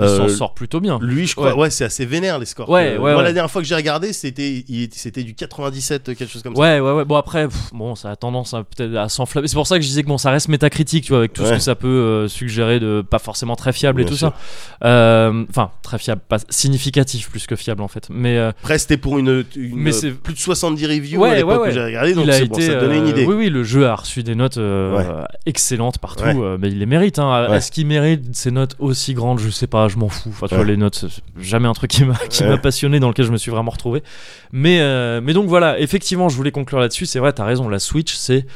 Speaker 1: il s'en
Speaker 2: euh,
Speaker 1: sort plutôt bien
Speaker 2: Lui, je crois,
Speaker 1: Ouais.
Speaker 2: ouais, c'est assez vénère les scores.
Speaker 1: Ouais,
Speaker 2: Euh,
Speaker 1: ouais,
Speaker 2: Moi,
Speaker 1: ouais.
Speaker 2: la dernière fois que j'ai regardé, c'était, il- c'était du 97, quelque chose comme ça.
Speaker 1: Ouais, ouais, ouais. Bon, après, pff, bon, ça a tendance à, peut-être à s'enflammer. C'est pour ça que je disais que bon, ça reste métacritique, tu vois, avec tout ce
Speaker 2: Ouais.
Speaker 1: que ça peut euh, suggérer de pas forcément très fiable et
Speaker 2: Bien
Speaker 1: tout
Speaker 2: sûr.
Speaker 1: ça. Euh, Enfin, très fiable, pas significatif plus que fiable en fait. Mais euh,
Speaker 2: Après, c'était pour une, une- euh,
Speaker 1: Mais c'est-
Speaker 2: plus de 70 reviews
Speaker 1: Ouais,
Speaker 2: à l'époque
Speaker 1: ouais, ouais.
Speaker 2: où j'ai regardé, donc
Speaker 1: il a
Speaker 2: c'est
Speaker 1: été.
Speaker 2: pour ça te donner une
Speaker 1: euh,
Speaker 2: idée.
Speaker 1: Oui, oui, le jeu a reçu des notes euh,
Speaker 2: Ouais.
Speaker 1: euh, excellentes partout.
Speaker 2: Ouais.
Speaker 1: euh, mais il les mérite. Hein.
Speaker 2: Ouais.
Speaker 1: Est-ce qu'il mérite ces notes aussi grandes Je sais pas, je m'en fous. Enfin, tu vois,
Speaker 2: Ouais.
Speaker 1: les notes, c'est jamais un truc qui m'a qui
Speaker 2: Ouais.
Speaker 1: m'a passionné, dans lequel je me suis vraiment retrouvé. Mais, euh, mais donc voilà, effectivement, je voulais conclure là-dessus. C'est vrai, t'as raison, la Switch, c'est.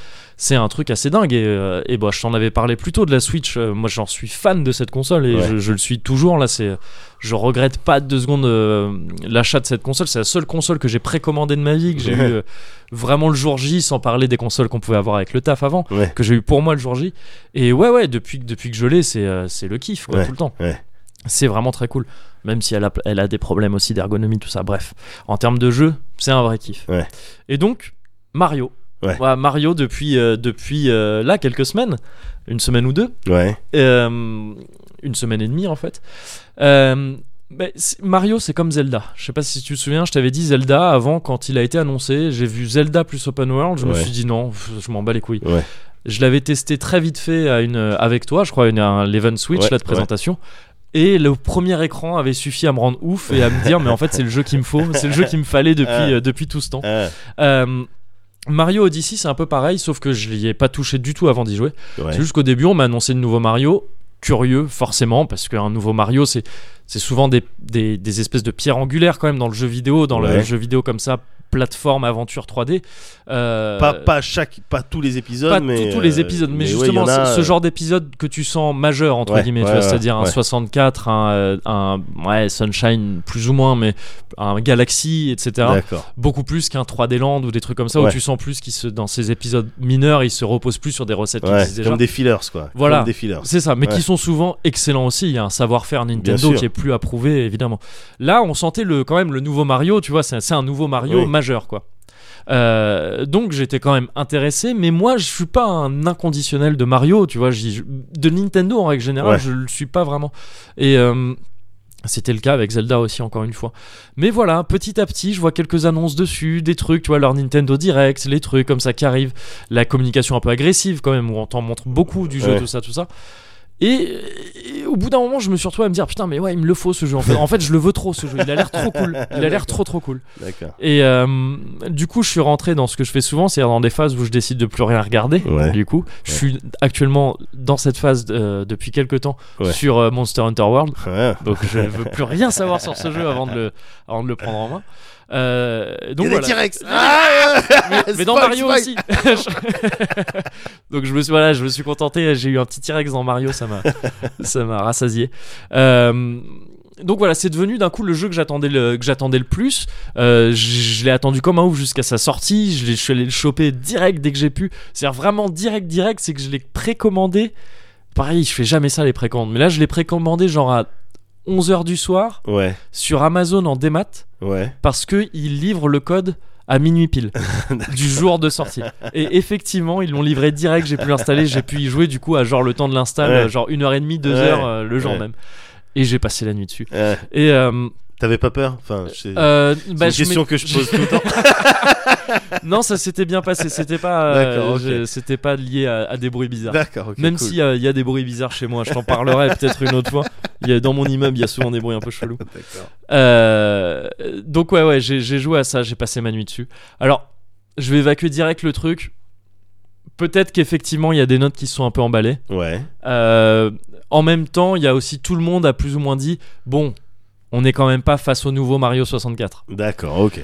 Speaker 1: C'est un truc assez dingue et, euh, et bah, je t'en avais parlé plus tôt de la Switch. Euh, moi, j'en suis fan de cette console et
Speaker 2: Ouais.
Speaker 1: je, je le suis toujours. Là, c'est, je regrette pas deux secondes euh, l'achat de cette console. C'est la seule console que j'ai précommandée de ma vie, que j'ai eu
Speaker 2: Ouais.
Speaker 1: euh, vraiment le jour J, sans parler des consoles qu'on pouvait avoir avec le taf avant,
Speaker 2: Ouais.
Speaker 1: que j'ai eu pour moi le jour J. Et ouais, ouais, depuis, depuis que je l'ai, c'est euh, c'est le kiff, quoi,
Speaker 2: Ouais,
Speaker 1: tout le temps.
Speaker 2: ouais.
Speaker 1: C'est vraiment très cool. Même si elle a, elle a des problèmes aussi d'ergonomie, tout ça. Bref, en termes de jeu, c'est un vrai kiff.
Speaker 2: Ouais.
Speaker 1: Et donc, Mario.
Speaker 2: Ouais.
Speaker 1: Voilà, Mario, depuis, euh, depuis euh, là, quelques semaines, une semaine ou deux,
Speaker 2: Ouais.
Speaker 1: euh, une semaine et demie en fait. Euh, ben, c'est- Mario, c'est comme Zelda. Je sais pas si tu te souviens, je t'avais dit Zelda avant quand il a été annoncé. J'ai vu Zelda plus Open World, je me
Speaker 2: Ouais.
Speaker 1: suis dit non, pff, je m'en bats les couilles.
Speaker 2: Ouais.
Speaker 1: Je l'avais testé très vite fait à une, avec toi, je crois, à une, à un l'Event Switch,
Speaker 2: Ouais,
Speaker 1: là, de
Speaker 2: ouais.
Speaker 1: présentation. Et le premier écran avait suffi à me rendre ouf et à me dire, mais en fait, c'est le jeu qu'il me faut, c'est le jeu qu'il me fallait depuis,
Speaker 2: Ah.
Speaker 1: euh, depuis tout ce temps.
Speaker 2: Ah,
Speaker 1: Euh, Mario Odyssey, c'est un peu pareil, sauf que je n'y ai pas touché du tout avant d'y jouer.
Speaker 2: ouais.
Speaker 1: C'est juste qu'au début, on m'a annoncé le nouveau Mario. Curieux, forcément, parce qu'un nouveau Mario, c'est c'est souvent des, des- des espèces de pierres angulaires quand même dans le jeu vidéo, dans le
Speaker 2: Ouais.
Speaker 1: jeu vidéo comme ça, plateforme aventure 3D. euh,
Speaker 2: pas, pas chaque, pas tous les épisodes,
Speaker 1: pas
Speaker 2: mais
Speaker 1: tous- tous les
Speaker 2: euh,
Speaker 1: épisodes, mais,
Speaker 2: ouais,
Speaker 1: justement,
Speaker 2: il y en a,
Speaker 1: ce, ce
Speaker 2: euh,
Speaker 1: genre d'épisode que tu sens majeur, entre
Speaker 2: Ouais,
Speaker 1: guillemets, tu
Speaker 2: ouais,
Speaker 1: vois,
Speaker 2: ouais,
Speaker 1: c'est-à-dire un
Speaker 2: ouais.
Speaker 1: 64, un, euh, un ouais, Sunshine, plus ou moins, mais un Galaxy, etc.
Speaker 2: euh, D'accord.
Speaker 1: Beaucoup plus qu'un 3D Land ou des trucs comme ça, où
Speaker 2: Ouais.
Speaker 1: tu sens plus qu'ils se, dans ces épisodes mineurs, ils se reposent plus sur des recettes qui
Speaker 2: Ouais,
Speaker 1: existent déjà.
Speaker 2: comme des fillers quoi.
Speaker 1: Voilà.
Speaker 2: Comme des fillers.
Speaker 1: C'est ça, mais
Speaker 2: Ouais.
Speaker 1: qui sont souvent excellents aussi. Il y a un savoir-faire Nintendo
Speaker 2: sûr.
Speaker 1: qui est plus approuvé, évidemment. Là, on sentait le, quand même le nouveau Mario, tu vois, c'est c'est un nouveau Mario
Speaker 2: Oui.
Speaker 1: majeur, quoi. Euh, donc j'étais quand même intéressé, mais moi je suis pas un inconditionnel de Mario, tu vois, j'y- je- de Nintendo en règle générale,
Speaker 2: Ouais.
Speaker 1: je le suis pas vraiment. Et euh, c'était le cas avec Zelda aussi, encore une fois. Mais voilà, petit à petit, je vois quelques annonces dessus, des trucs, tu vois, leur Nintendo Direct, les trucs comme ça qui arrivent, la communication un peu agressive quand même, où on t'en montre beaucoup du jeu,
Speaker 2: Ouais.
Speaker 1: tout ça, tout ça. Et, et au bout d'un moment, je me suis retrouvé à me dire putain, mais ouais, il me le faut ce jeu. En fait, en fait je le veux trop ce jeu. Il a l'air trop cool. Il a l'air trop trop cool.
Speaker 2: D'accord.
Speaker 1: Et euh, du coup, je suis rentré dans ce que je fais souvent, c'est-à-dire dans des phases où je décide de plus rien regarder.
Speaker 2: Ouais.
Speaker 1: Du coup, je suis actuellement dans cette phase euh, depuis quelques temps
Speaker 2: Ouais.
Speaker 1: sur euh, Monster Hunter World.
Speaker 2: Ouais.
Speaker 1: Donc je veux plus rien savoir sur ce jeu avant de le, avant de le prendre en main. Euh, donc
Speaker 2: Il y
Speaker 1: voilà.
Speaker 2: a des
Speaker 1: [laughs]
Speaker 2: T-Rex. Ah [laughs]
Speaker 1: Mais, mais dans
Speaker 2: Spoil,
Speaker 1: Mario aussi.
Speaker 2: spoil.
Speaker 1: [laughs] Donc je me suis voilà, je me suis contenté. J'ai eu un petit T-Rex dans Mario, ça m'a ça m'a rassasié. Euh, donc voilà, c'est devenu d'un coup le jeu que j'attendais le que j'attendais le plus. Euh, je je l'ai attendu comme un ouf jusqu'à sa sortie. Je, l'ai- je suis allé le choper direct dès que j'ai pu. C'est-à-dire vraiment direct, direct, c'est que je l'ai précommandé. Pareil, je fais jamais ça les précommandes, mais là je l'ai précommandé genre à 11h du soir
Speaker 2: Ouais.
Speaker 1: sur Amazon en démat
Speaker 2: Ouais.
Speaker 1: parce que ils livrent le code à minuit
Speaker 2: [laughs]
Speaker 1: pile du jour de sortie. Et effectivement, ils l'ont livré direct, j'ai pu l'installer, j'ai pu y jouer du coup à genre le temps de l'install,
Speaker 2: Ouais.
Speaker 1: euh, genre une heure et demie, deux
Speaker 2: Ouais.
Speaker 1: heures euh, le jour
Speaker 2: Ouais.
Speaker 1: même. Et j'ai passé la nuit dessus.
Speaker 2: Euh,
Speaker 1: Et euh,
Speaker 2: T'avais pas peur Enfin, c'est
Speaker 1: euh,
Speaker 2: c'est
Speaker 1: bah,
Speaker 2: une
Speaker 1: je
Speaker 2: question
Speaker 1: m'étais-
Speaker 2: que je pose tout
Speaker 1: [laughs]
Speaker 2: le temps.
Speaker 1: non, ça s'était bien passé. C'était pas, euh,
Speaker 2: D'accord, ok.
Speaker 1: je- c'était pas lié à, à des bruits bizarres.
Speaker 2: D'accord. ok,
Speaker 1: Même
Speaker 2: cool.
Speaker 1: s'il y a- il y a des bruits bizarres chez moi, je t'en parlerai peut-être une autre fois. Il y a- dans mon immeuble, il y a souvent des bruits un peu chelous.
Speaker 2: D'accord.
Speaker 1: Euh, donc ouais ouais j'ai j'ai joué à ça j'ai passé ma nuit dessus alors je vais évacuer direct le truc peut-être qu'effectivement il y a des notes qui se sont un peu emballées
Speaker 2: Ouais.
Speaker 1: Euh, en même temps il y a aussi tout le monde a plus ou moins dit bon on n'est quand même pas face au nouveau Mario 64
Speaker 2: D'accord. Ok.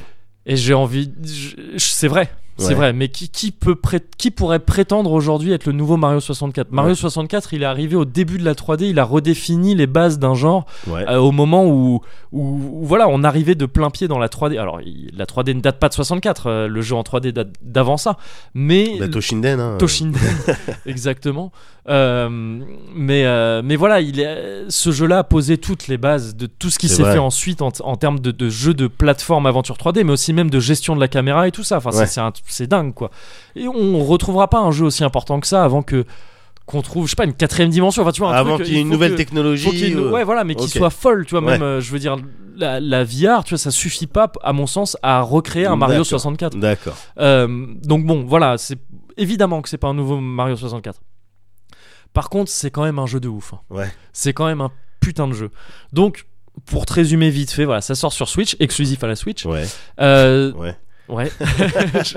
Speaker 1: et j'ai envie je- je- c'est vrai c'est
Speaker 2: Ouais.
Speaker 1: vrai mais qui, qui peut prét- qui pourrait prétendre aujourd'hui être le nouveau Mario 64 Mario
Speaker 2: Ouais.
Speaker 1: 64 il est arrivé au début de la 3D il a redéfini les bases d'un genre
Speaker 2: Ouais.
Speaker 1: euh, au moment où, où- où, voilà on arrivait de plein pied dans la 3D alors il- la 3D ne date pas de 64 euh, le jeu en 3D date d'avant ça mais
Speaker 2: Bah, Toshinden. Hein. [laughs]
Speaker 1: Toshinden [laughs] exactement Euh, mais euh, mais voilà il est- ce jeu là a posé toutes les bases de tout ce qui
Speaker 2: C'est
Speaker 1: s'est
Speaker 2: vrai.
Speaker 1: fait ensuite en, en termes de, de jeu de plateforme aventure 3D mais aussi même de gestion de la caméra et tout ça enfin c'est-
Speaker 2: Ouais.
Speaker 1: c'est un- c'est dingue quoi et on retrouvera pas un jeu aussi important que ça avant que qu'on trouve je sais pas une quatrième dimension enfin tu vois un
Speaker 2: Avant
Speaker 1: truc,
Speaker 2: qu'il y ait
Speaker 1: il
Speaker 2: une
Speaker 1: faut
Speaker 2: nouvelle
Speaker 1: que-
Speaker 2: technologie.
Speaker 1: faut qu'il y ait une-
Speaker 2: euh,
Speaker 1: ouais voilà mais qui
Speaker 2: ok.
Speaker 1: soit folle tu vois
Speaker 2: Ouais.
Speaker 1: même euh, je veux dire la, la VR tu vois ça suffit pas à mon sens à recréer un Mario
Speaker 2: D'accord.
Speaker 1: 64
Speaker 2: D'accord.
Speaker 1: Euh, donc bon voilà c'est évidemment que c'est pas un nouveau Mario 64 par contre c'est quand même un jeu de ouf hein.
Speaker 2: Ouais.
Speaker 1: c'est quand même un putain de jeu donc pour te résumer vite fait voilà ça sort sur Switch exclusif à la Switch
Speaker 2: Ouais.
Speaker 1: Euh,
Speaker 2: Ouais. Ah,
Speaker 1: Ouais. [laughs] Je-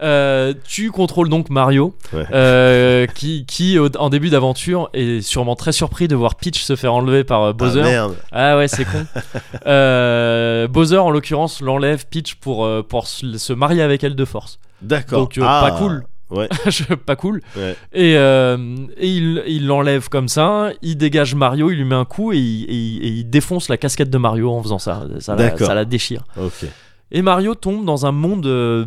Speaker 1: Euh, tu contrôles donc Mario,
Speaker 2: Ouais.
Speaker 1: euh, qui, qui au- en début d'aventure est sûrement très surpris de voir Peach se faire enlever par euh,
Speaker 2: Ah,
Speaker 1: Bowser.
Speaker 2: merde.
Speaker 1: Ah ouais, c'est
Speaker 2: [laughs]
Speaker 1: con. Euh, Bowser, en l'occurrence, l'enlève Peach pour, euh, pour se se marier avec elle de force.
Speaker 2: D'accord.
Speaker 1: Donc, euh,
Speaker 2: Ah.
Speaker 1: pas cool.
Speaker 2: Ouais.
Speaker 1: [laughs] Je- Pas cool.
Speaker 2: Ouais.
Speaker 1: Et, euh, et il il l'enlève comme ça, il dégage Mario, il lui met un coup et il, et il- et il défonce la casquette de Mario en faisant ça. Ça la-
Speaker 2: D'accord.
Speaker 1: ça la déchire.
Speaker 2: Ok.
Speaker 1: Et Mario tombe dans un monde euh,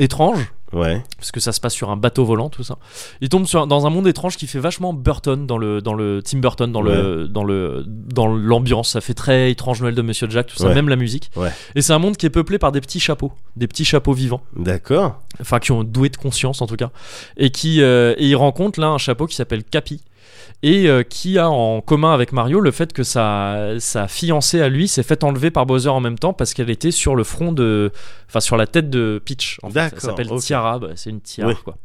Speaker 1: étrange,
Speaker 2: Ouais.
Speaker 1: parce que ça se passe sur un bateau volant, tout ça. Il tombe sur, dans un monde étrange qui fait vachement Burton dans le, dans le Tim Burton, dans le, dans le, dans l'ambiance. Ça fait très étrange Noël de Monsieur Jack, tout ça,
Speaker 2: Ouais.
Speaker 1: même la musique.
Speaker 2: Ouais.
Speaker 1: Et c'est un monde qui est peuplé par des petits chapeaux, des petits chapeaux vivants,
Speaker 2: D'accord.
Speaker 1: enfin qui ont doué de conscience en tout cas, et qui, euh, et il rencontre là un chapeau qui s'appelle Capi. Et euh, qui a en commun avec Mario le fait que sa, sa fiancée à lui s'est faite enlever par Bowser en même temps parce qu'elle était sur le front de. Enfin, sur la tête de Peach. En fait. Ça
Speaker 2: D'accord,
Speaker 1: s'appelle
Speaker 2: ok.
Speaker 1: Tiara, bah, c'est une tiara
Speaker 2: Oui.
Speaker 1: quoi.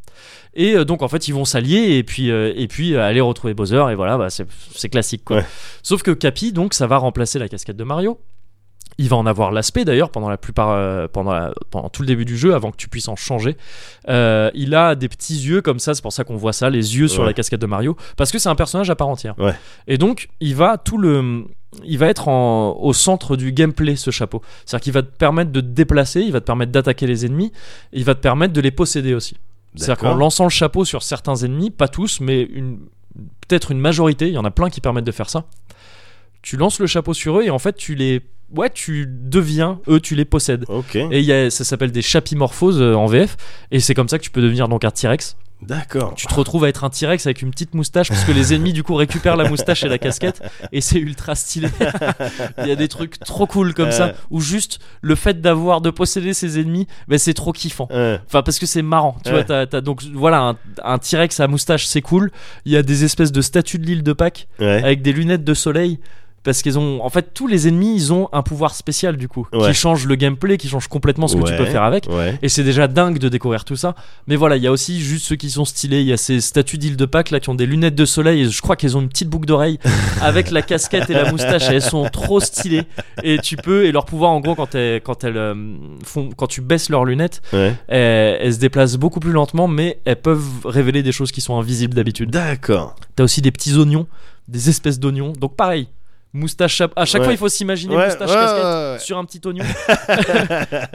Speaker 1: Et euh, donc en fait ils vont s'allier et puis euh, et puis euh, aller retrouver Bowser et voilà bah, c'est c'est classique quoi.
Speaker 2: Ouais.
Speaker 1: Sauf que Capi donc ça va remplacer la casquette de Mario. Il va en avoir l'aspect d'ailleurs pendant la plupart, euh, pendant, la- pendant tout le début du jeu, avant que tu puisses en changer. Euh, il a des petits yeux comme ça, c'est pour ça qu'on voit ça, les yeux sur
Speaker 2: Ouais.
Speaker 1: la casquette de Mario, parce que c'est un personnage à part entière.
Speaker 2: Ouais.
Speaker 1: Et donc, il va tout le, il va être en- au centre du gameplay ce chapeau. C'est-à-dire qu'il va te permettre de te déplacer, il va te permettre d'attaquer les ennemis, et il va te permettre de les posséder aussi. C'est-à-dire qu'en
Speaker 2: D'accord.
Speaker 1: lançant le chapeau sur certains ennemis, pas tous, mais une- peut-être une majorité, il y en a plein qui permettent de faire ça. Tu lances le chapeau sur eux et en fait tu les, ouais, tu deviens eux, tu les possèdes.
Speaker 2: Ok.
Speaker 1: Et il y a- ça s'appelle des chapimorphoses euh, en VF, et c'est comme ça que tu peux devenir donc un T-Rex.
Speaker 2: D'accord.
Speaker 1: Tu te retrouves à être un T-Rex avec une petite moustache, parce que les ennemis du coup récupèrent la moustache et la casquette, et c'est ultra stylé. [laughs] Il y a des trucs trop cool comme ça,
Speaker 2: Euh.
Speaker 1: où juste le fait d'avoir, de posséder ses ennemis, ben, c'est trop kiffant.
Speaker 2: Ouais.
Speaker 1: Enfin, parce que c'est marrant, tu
Speaker 2: Ouais.
Speaker 1: vois. t'as- t'as- donc voilà, un, un T-Rex à moustache, c'est cool. Il y a des espèces de statues de l'île de Pâques
Speaker 2: Ouais.
Speaker 1: avec des lunettes de soleil. Parce qu'ils ont. En fait, tous les ennemis, ils ont un pouvoir spécial, du coup.
Speaker 2: Ouais.
Speaker 1: Qui change le gameplay, qui change complètement ce que tu
Speaker 2: Ouais.
Speaker 1: peux faire avec.
Speaker 2: Ouais.
Speaker 1: Et c'est déjà dingue de découvrir tout ça. Mais voilà, il y a aussi juste ceux qui sont stylés. Il y a ces statues d'île de Pâques là qui ont des lunettes de soleil. Et je crois qu'elles ont une petite boucle
Speaker 2: [laughs]
Speaker 1: d'oreille avec la casquette et la moustache. Et elles sont trop stylées. Et tu peux. Et leur pouvoir, en gros, quand, elles- quand, elles, euh, font, quand tu baisses leurs lunettes,
Speaker 2: Ouais.
Speaker 1: elles, Euh, elles se déplacent beaucoup plus lentement. Mais elles peuvent révéler des choses qui sont invisibles d'habitude.
Speaker 2: D'accord.
Speaker 1: T'as aussi des petits oignons, des espèces d'oignons. Donc pareil, moustache. chap- À chaque
Speaker 2: Ouais.
Speaker 1: fois, il faut s'imaginer moustache, casquette sur un petit
Speaker 2: [laughs]
Speaker 1: oignon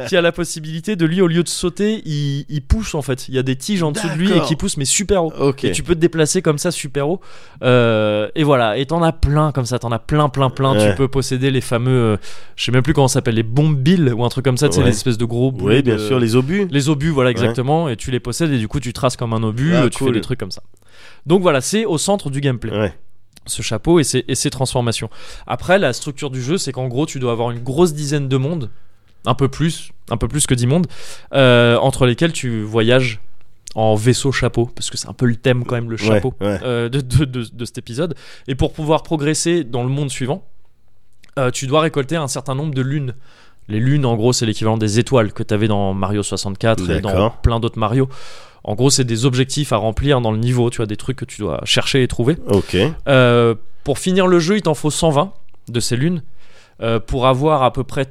Speaker 1: qui a la possibilité de lui au lieu de sauter il, il pousse en fait il y a des tiges en dessous de lui et
Speaker 2: D'accord.
Speaker 1: qui poussent mais super haut
Speaker 2: Ok.
Speaker 1: et tu peux te déplacer comme ça super haut Euh, et voilà et t'en as plein comme ça t'en as plein plein plein
Speaker 2: Ouais.
Speaker 1: tu peux posséder les fameux euh, je sais même plus comment ça s'appelle les bombes billes ou un truc comme ça tu sais
Speaker 2: Ouais.
Speaker 1: les espèces de gros boules
Speaker 2: Oui, bien
Speaker 1: de-
Speaker 2: sûr, les obus.
Speaker 1: les obus voilà exactement et tu les possèdes et du coup tu traces comme un obus
Speaker 2: Ah,
Speaker 1: euh, tu fais
Speaker 2: cool.
Speaker 1: des trucs comme ça donc voilà c'est au centre du gameplay
Speaker 2: Ouais.
Speaker 1: ce chapeau et ses, et ses transformations. Après, la structure du jeu, c'est qu'en gros, tu dois avoir une grosse dizaine de mondes, un peu plus, un peu plus que 10 mondes, euh, entre lesquels tu voyages en vaisseau chapeau, parce que c'est un peu le thème quand même, le chapeau
Speaker 2: Ouais. ouais.
Speaker 1: euh, de, de- de- de cet épisode. Et pour pouvoir progresser dans le monde suivant, euh, tu dois récolter un certain nombre de lunes. Les lunes, en gros, c'est l'équivalent des étoiles que tu avais dans Mario 64 et dans
Speaker 2: D'accord.
Speaker 1: plein d'autres Mario. En gros, c'est des objectifs à remplir dans le niveau, tu as des trucs que tu dois chercher et trouver.
Speaker 2: Ok.
Speaker 1: Euh, pour finir le jeu, il t'en faut 120 de ces lunes euh, pour avoir à peu près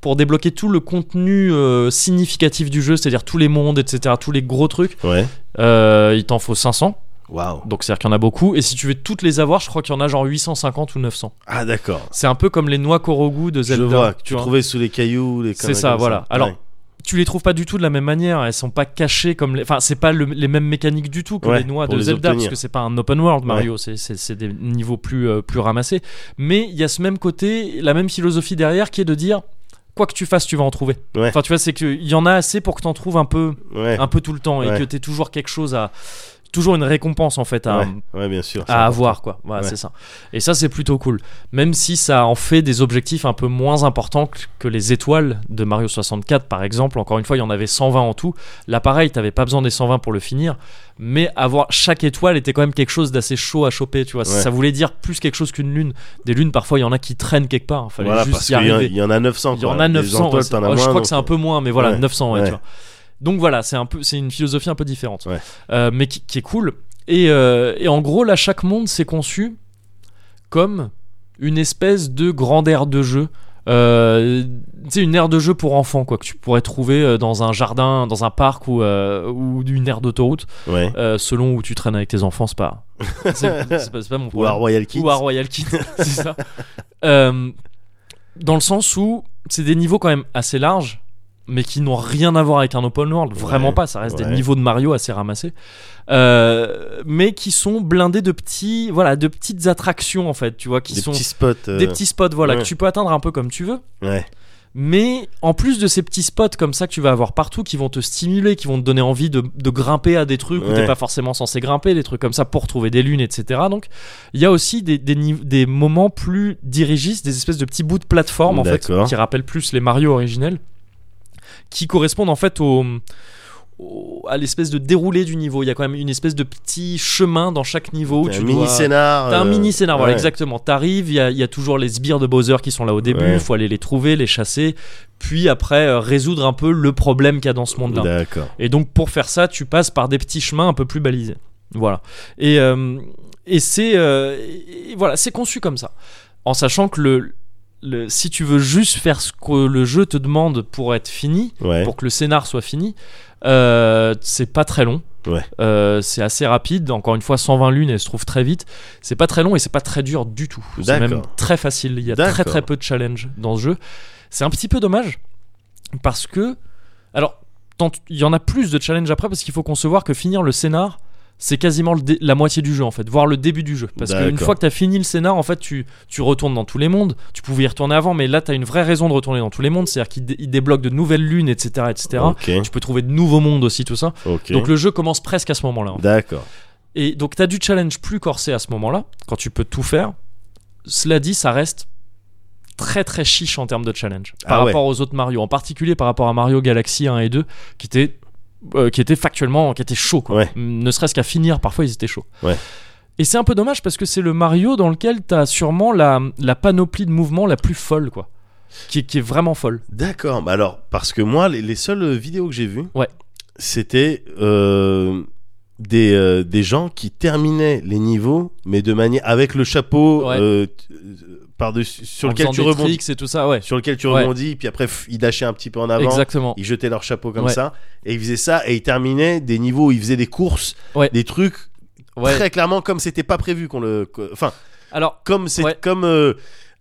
Speaker 1: pour débloquer tout le contenu euh, significatif du jeu, c'est-à-dire tous les mondes, etc., tous les gros trucs,
Speaker 2: Ouais.
Speaker 1: euh, il t'en faut 500.
Speaker 2: Waouh.
Speaker 1: Donc c'est-à-dire qu'il y en a beaucoup. Et si tu veux toutes les avoir, je crois qu'il y en a genre 850 ou 900.
Speaker 2: Ah d'accord.
Speaker 1: C'est un peu comme les noix Korogu de
Speaker 2: Je
Speaker 1: Zelda.
Speaker 2: vois. que Tu
Speaker 1: vois.
Speaker 2: trouvais sous les cailloux, les.
Speaker 1: C'est
Speaker 2: conneries
Speaker 1: ça,
Speaker 2: comme
Speaker 1: voilà. Alors,
Speaker 2: Ouais.
Speaker 1: Tu les trouves pas du tout de la même manière. Elles sont pas cachées comme les. Enfin, c'est pas le- les mêmes mécaniques du tout que
Speaker 2: Ouais,
Speaker 1: les noix
Speaker 2: pour
Speaker 1: de
Speaker 2: les
Speaker 1: Zelda,
Speaker 2: obtenir.
Speaker 1: parce que c'est pas un open world Mario. c'est- C'est c'est des niveaux plus euh, plus ramassés. Mais il y a ce même côté, la même philosophie derrière, qui est de dire quoi que tu fasses, tu vas en trouver.
Speaker 2: Ouais.
Speaker 1: Enfin, tu vois, c'est qu'il y en a assez pour que t'en trouves un peu,
Speaker 2: Ouais.
Speaker 1: un peu tout le temps, et
Speaker 2: Ouais.
Speaker 1: que t'aies toujours quelque chose à, toujours une récompense en fait à,
Speaker 2: Ouais. Ouais, bien sûr. c'est
Speaker 1: à
Speaker 2: important.
Speaker 1: avoir quoi voilà
Speaker 2: Ouais.
Speaker 1: c'est ça et ça c'est plutôt cool même si ça en fait des objectifs un peu moins importants que- que les étoiles de Mario 64 par exemple encore une fois il y en avait 120 en tout là pareil t'avais pas besoin des 120 pour le finir mais avoir chaque étoile était quand même quelque chose d'assez chaud à choper tu vois
Speaker 2: Ouais.
Speaker 1: ça voulait dire plus quelque chose qu'une lune des lunes parfois il y en a qui traînent quelque part hein. fallait
Speaker 2: Voilà,
Speaker 1: juste
Speaker 2: parce
Speaker 1: y
Speaker 2: qu'il y, en-
Speaker 1: arriver
Speaker 2: il y en a 900.
Speaker 1: il y
Speaker 2: quoi.
Speaker 1: en a
Speaker 2: Les
Speaker 1: 900
Speaker 2: antoles,
Speaker 1: ouais,
Speaker 2: t'en
Speaker 1: c'est-
Speaker 2: as
Speaker 1: oh, je
Speaker 2: moins,
Speaker 1: crois
Speaker 2: donc,
Speaker 1: que c'est un peu moins mais voilà
Speaker 2: Ouais,
Speaker 1: 900 ouais,
Speaker 2: ouais.
Speaker 1: tu vois. donc voilà c'est un peu c'est une philosophie un peu différente
Speaker 2: Ouais.
Speaker 1: Euh, mais qui, qui est cool et, euh, et en gros là chaque monde s'est conçu comme une espèce de grande aire de jeu Euh, tu sais une aire de jeu pour enfants quoi que tu pourrais trouver euh, dans un jardin dans un parc ou, euh, ou une aire d'autoroute
Speaker 2: Ouais.
Speaker 1: euh, selon où tu traînes avec tes enfants c'est pas c'est
Speaker 2: [laughs]
Speaker 1: c'est pas, c'est pas mon
Speaker 2: Ou à
Speaker 1: problème
Speaker 2: Royal Kids.
Speaker 1: ou à Royal Kid, [laughs] c'est ça. Euh, dans le sens où c'est des niveaux quand même assez larges, mais qui n'ont rien à voir avec un open world, vraiment
Speaker 2: Ouais,
Speaker 1: pas. Ça reste des
Speaker 2: ouais.
Speaker 1: niveaux de Mario assez ramassés, Euh, mais qui sont blindés de petits, voilà, de petites attractions en fait. Tu vois, qui
Speaker 2: Des
Speaker 1: sont
Speaker 2: petits spots. euh,
Speaker 1: des petits spots, voilà,
Speaker 2: ouais.
Speaker 1: que tu peux atteindre un peu comme tu veux.
Speaker 2: Ouais.
Speaker 1: Mais en plus de ces petits spots comme ça que tu vas avoir partout, qui vont te stimuler, qui vont te donner envie de, de grimper à des trucs où
Speaker 2: Ouais.
Speaker 1: t'es pas forcément censé grimper, des trucs comme ça pour trouver des lunes, etc. Donc il y a aussi des, des, nive- des moments plus dirigistes, des espèces de petits bouts de plateforme en fait,
Speaker 2: D'accord.
Speaker 1: qui rappellent plus les Mario originels, qui correspondent en fait au au- à l'espèce de déroulé du niveau, il y a quand même une espèce de petit chemin dans chaque niveau où
Speaker 2: t'as
Speaker 1: tu
Speaker 2: un
Speaker 1: dois-
Speaker 2: mini scénar.
Speaker 1: T'as un
Speaker 2: euh,
Speaker 1: mini scénar, voilà,
Speaker 2: ouais.
Speaker 1: exactement. T'arrives, il y a, il y a toujours les sbires de Bowser qui sont là au début, il
Speaker 2: Ouais.
Speaker 1: faut aller les trouver, les chasser, puis après euh, résoudre un peu le problème qu'il y a dans ce monde-là.
Speaker 2: D'accord.
Speaker 1: Et donc pour faire ça, tu passes par des petits chemins un peu plus balisés. Voilà. Et, euh, et c'est euh, et- et voilà, c'est conçu comme ça. En sachant que le, le- si tu veux juste faire ce que le jeu te demande pour être fini,
Speaker 2: Ouais.
Speaker 1: pour que le scénar soit fini, euh, c'est pas très long.
Speaker 2: Ouais.
Speaker 1: Euh, c'est assez rapide. Encore une fois, 120 lunes, elle se trouve très vite. C'est pas très long et c'est pas très dur du tout. C'est
Speaker 2: D'accord.
Speaker 1: même très facile. Il y a
Speaker 2: D'accord.
Speaker 1: très très peu de challenge dans ce jeu. C'est un petit peu dommage parce que, alors, tant- il y en a plus de challenge après parce qu'il faut concevoir que finir le scénar. C'est quasiment le dé- la moitié du jeu en fait, voire le début du jeu. Parce qu'une
Speaker 2: D'accord.
Speaker 1: fois que t'as fini le scénar, en fait, tu, tu retournes dans tous les mondes. Tu pouvais y retourner avant, mais là, t'as une vraie raison de retourner dans tous les mondes. C'est-à-dire qu'il dé- il débloque de nouvelles lunes, etc. etc.
Speaker 2: Ok,
Speaker 1: Tu peux trouver de nouveaux mondes aussi, tout ça.
Speaker 2: ok.
Speaker 1: Donc le jeu commence presque à ce moment-là. hein. en fait.
Speaker 2: D'accord.
Speaker 1: Et donc t'as du challenge plus corsé à ce moment-là, quand tu peux tout faire. Cela dit, ça reste très très chiche en termes de challenge par
Speaker 2: Ah ouais.
Speaker 1: rapport aux autres Mario, en particulier par rapport à Mario Galaxy 1 et 2, qui étaient euh, qui étaient factuellement, qui étaient chauds quoi. Mm,
Speaker 2: Ouais.
Speaker 1: Ne serait-ce qu'à finir, parfois ils étaient chauds.
Speaker 2: Ouais.
Speaker 1: Et c'est un peu dommage parce que c'est le Mario dans lequel t'as sûrement la, la panoplie de mouvements la plus folle quoi, qui, qui est vraiment folle.
Speaker 2: D'accord. Bah alors, parce que moi, les, les seules vidéos que j'ai vues,
Speaker 1: Ouais.
Speaker 2: c'était euh, des, euh, des gens qui terminaient les niveaux, mais de manière avec le chapeau
Speaker 1: Ouais.
Speaker 2: euh, t- euh, par-dessus sur
Speaker 1: En
Speaker 2: lequel
Speaker 1: faisant
Speaker 2: tu
Speaker 1: des
Speaker 2: rebondis,
Speaker 1: tricks et tout ça, ouais.
Speaker 2: sur lequel tu
Speaker 1: Ouais.
Speaker 2: rebondis, puis après pff, ils dashaient un petit peu en avant.
Speaker 1: Exactement.
Speaker 2: Ils jetaient leur chapeau comme
Speaker 1: Ouais.
Speaker 2: ça, et ils faisaient ça, et ils terminaient des niveaux, où ils faisaient des courses,
Speaker 1: Ouais.
Speaker 2: des trucs
Speaker 1: Ouais.
Speaker 2: très clairement comme c'était pas prévu qu'on le, que- enfin
Speaker 1: Alors,
Speaker 2: comme c'est
Speaker 1: Ouais.
Speaker 2: comme euh,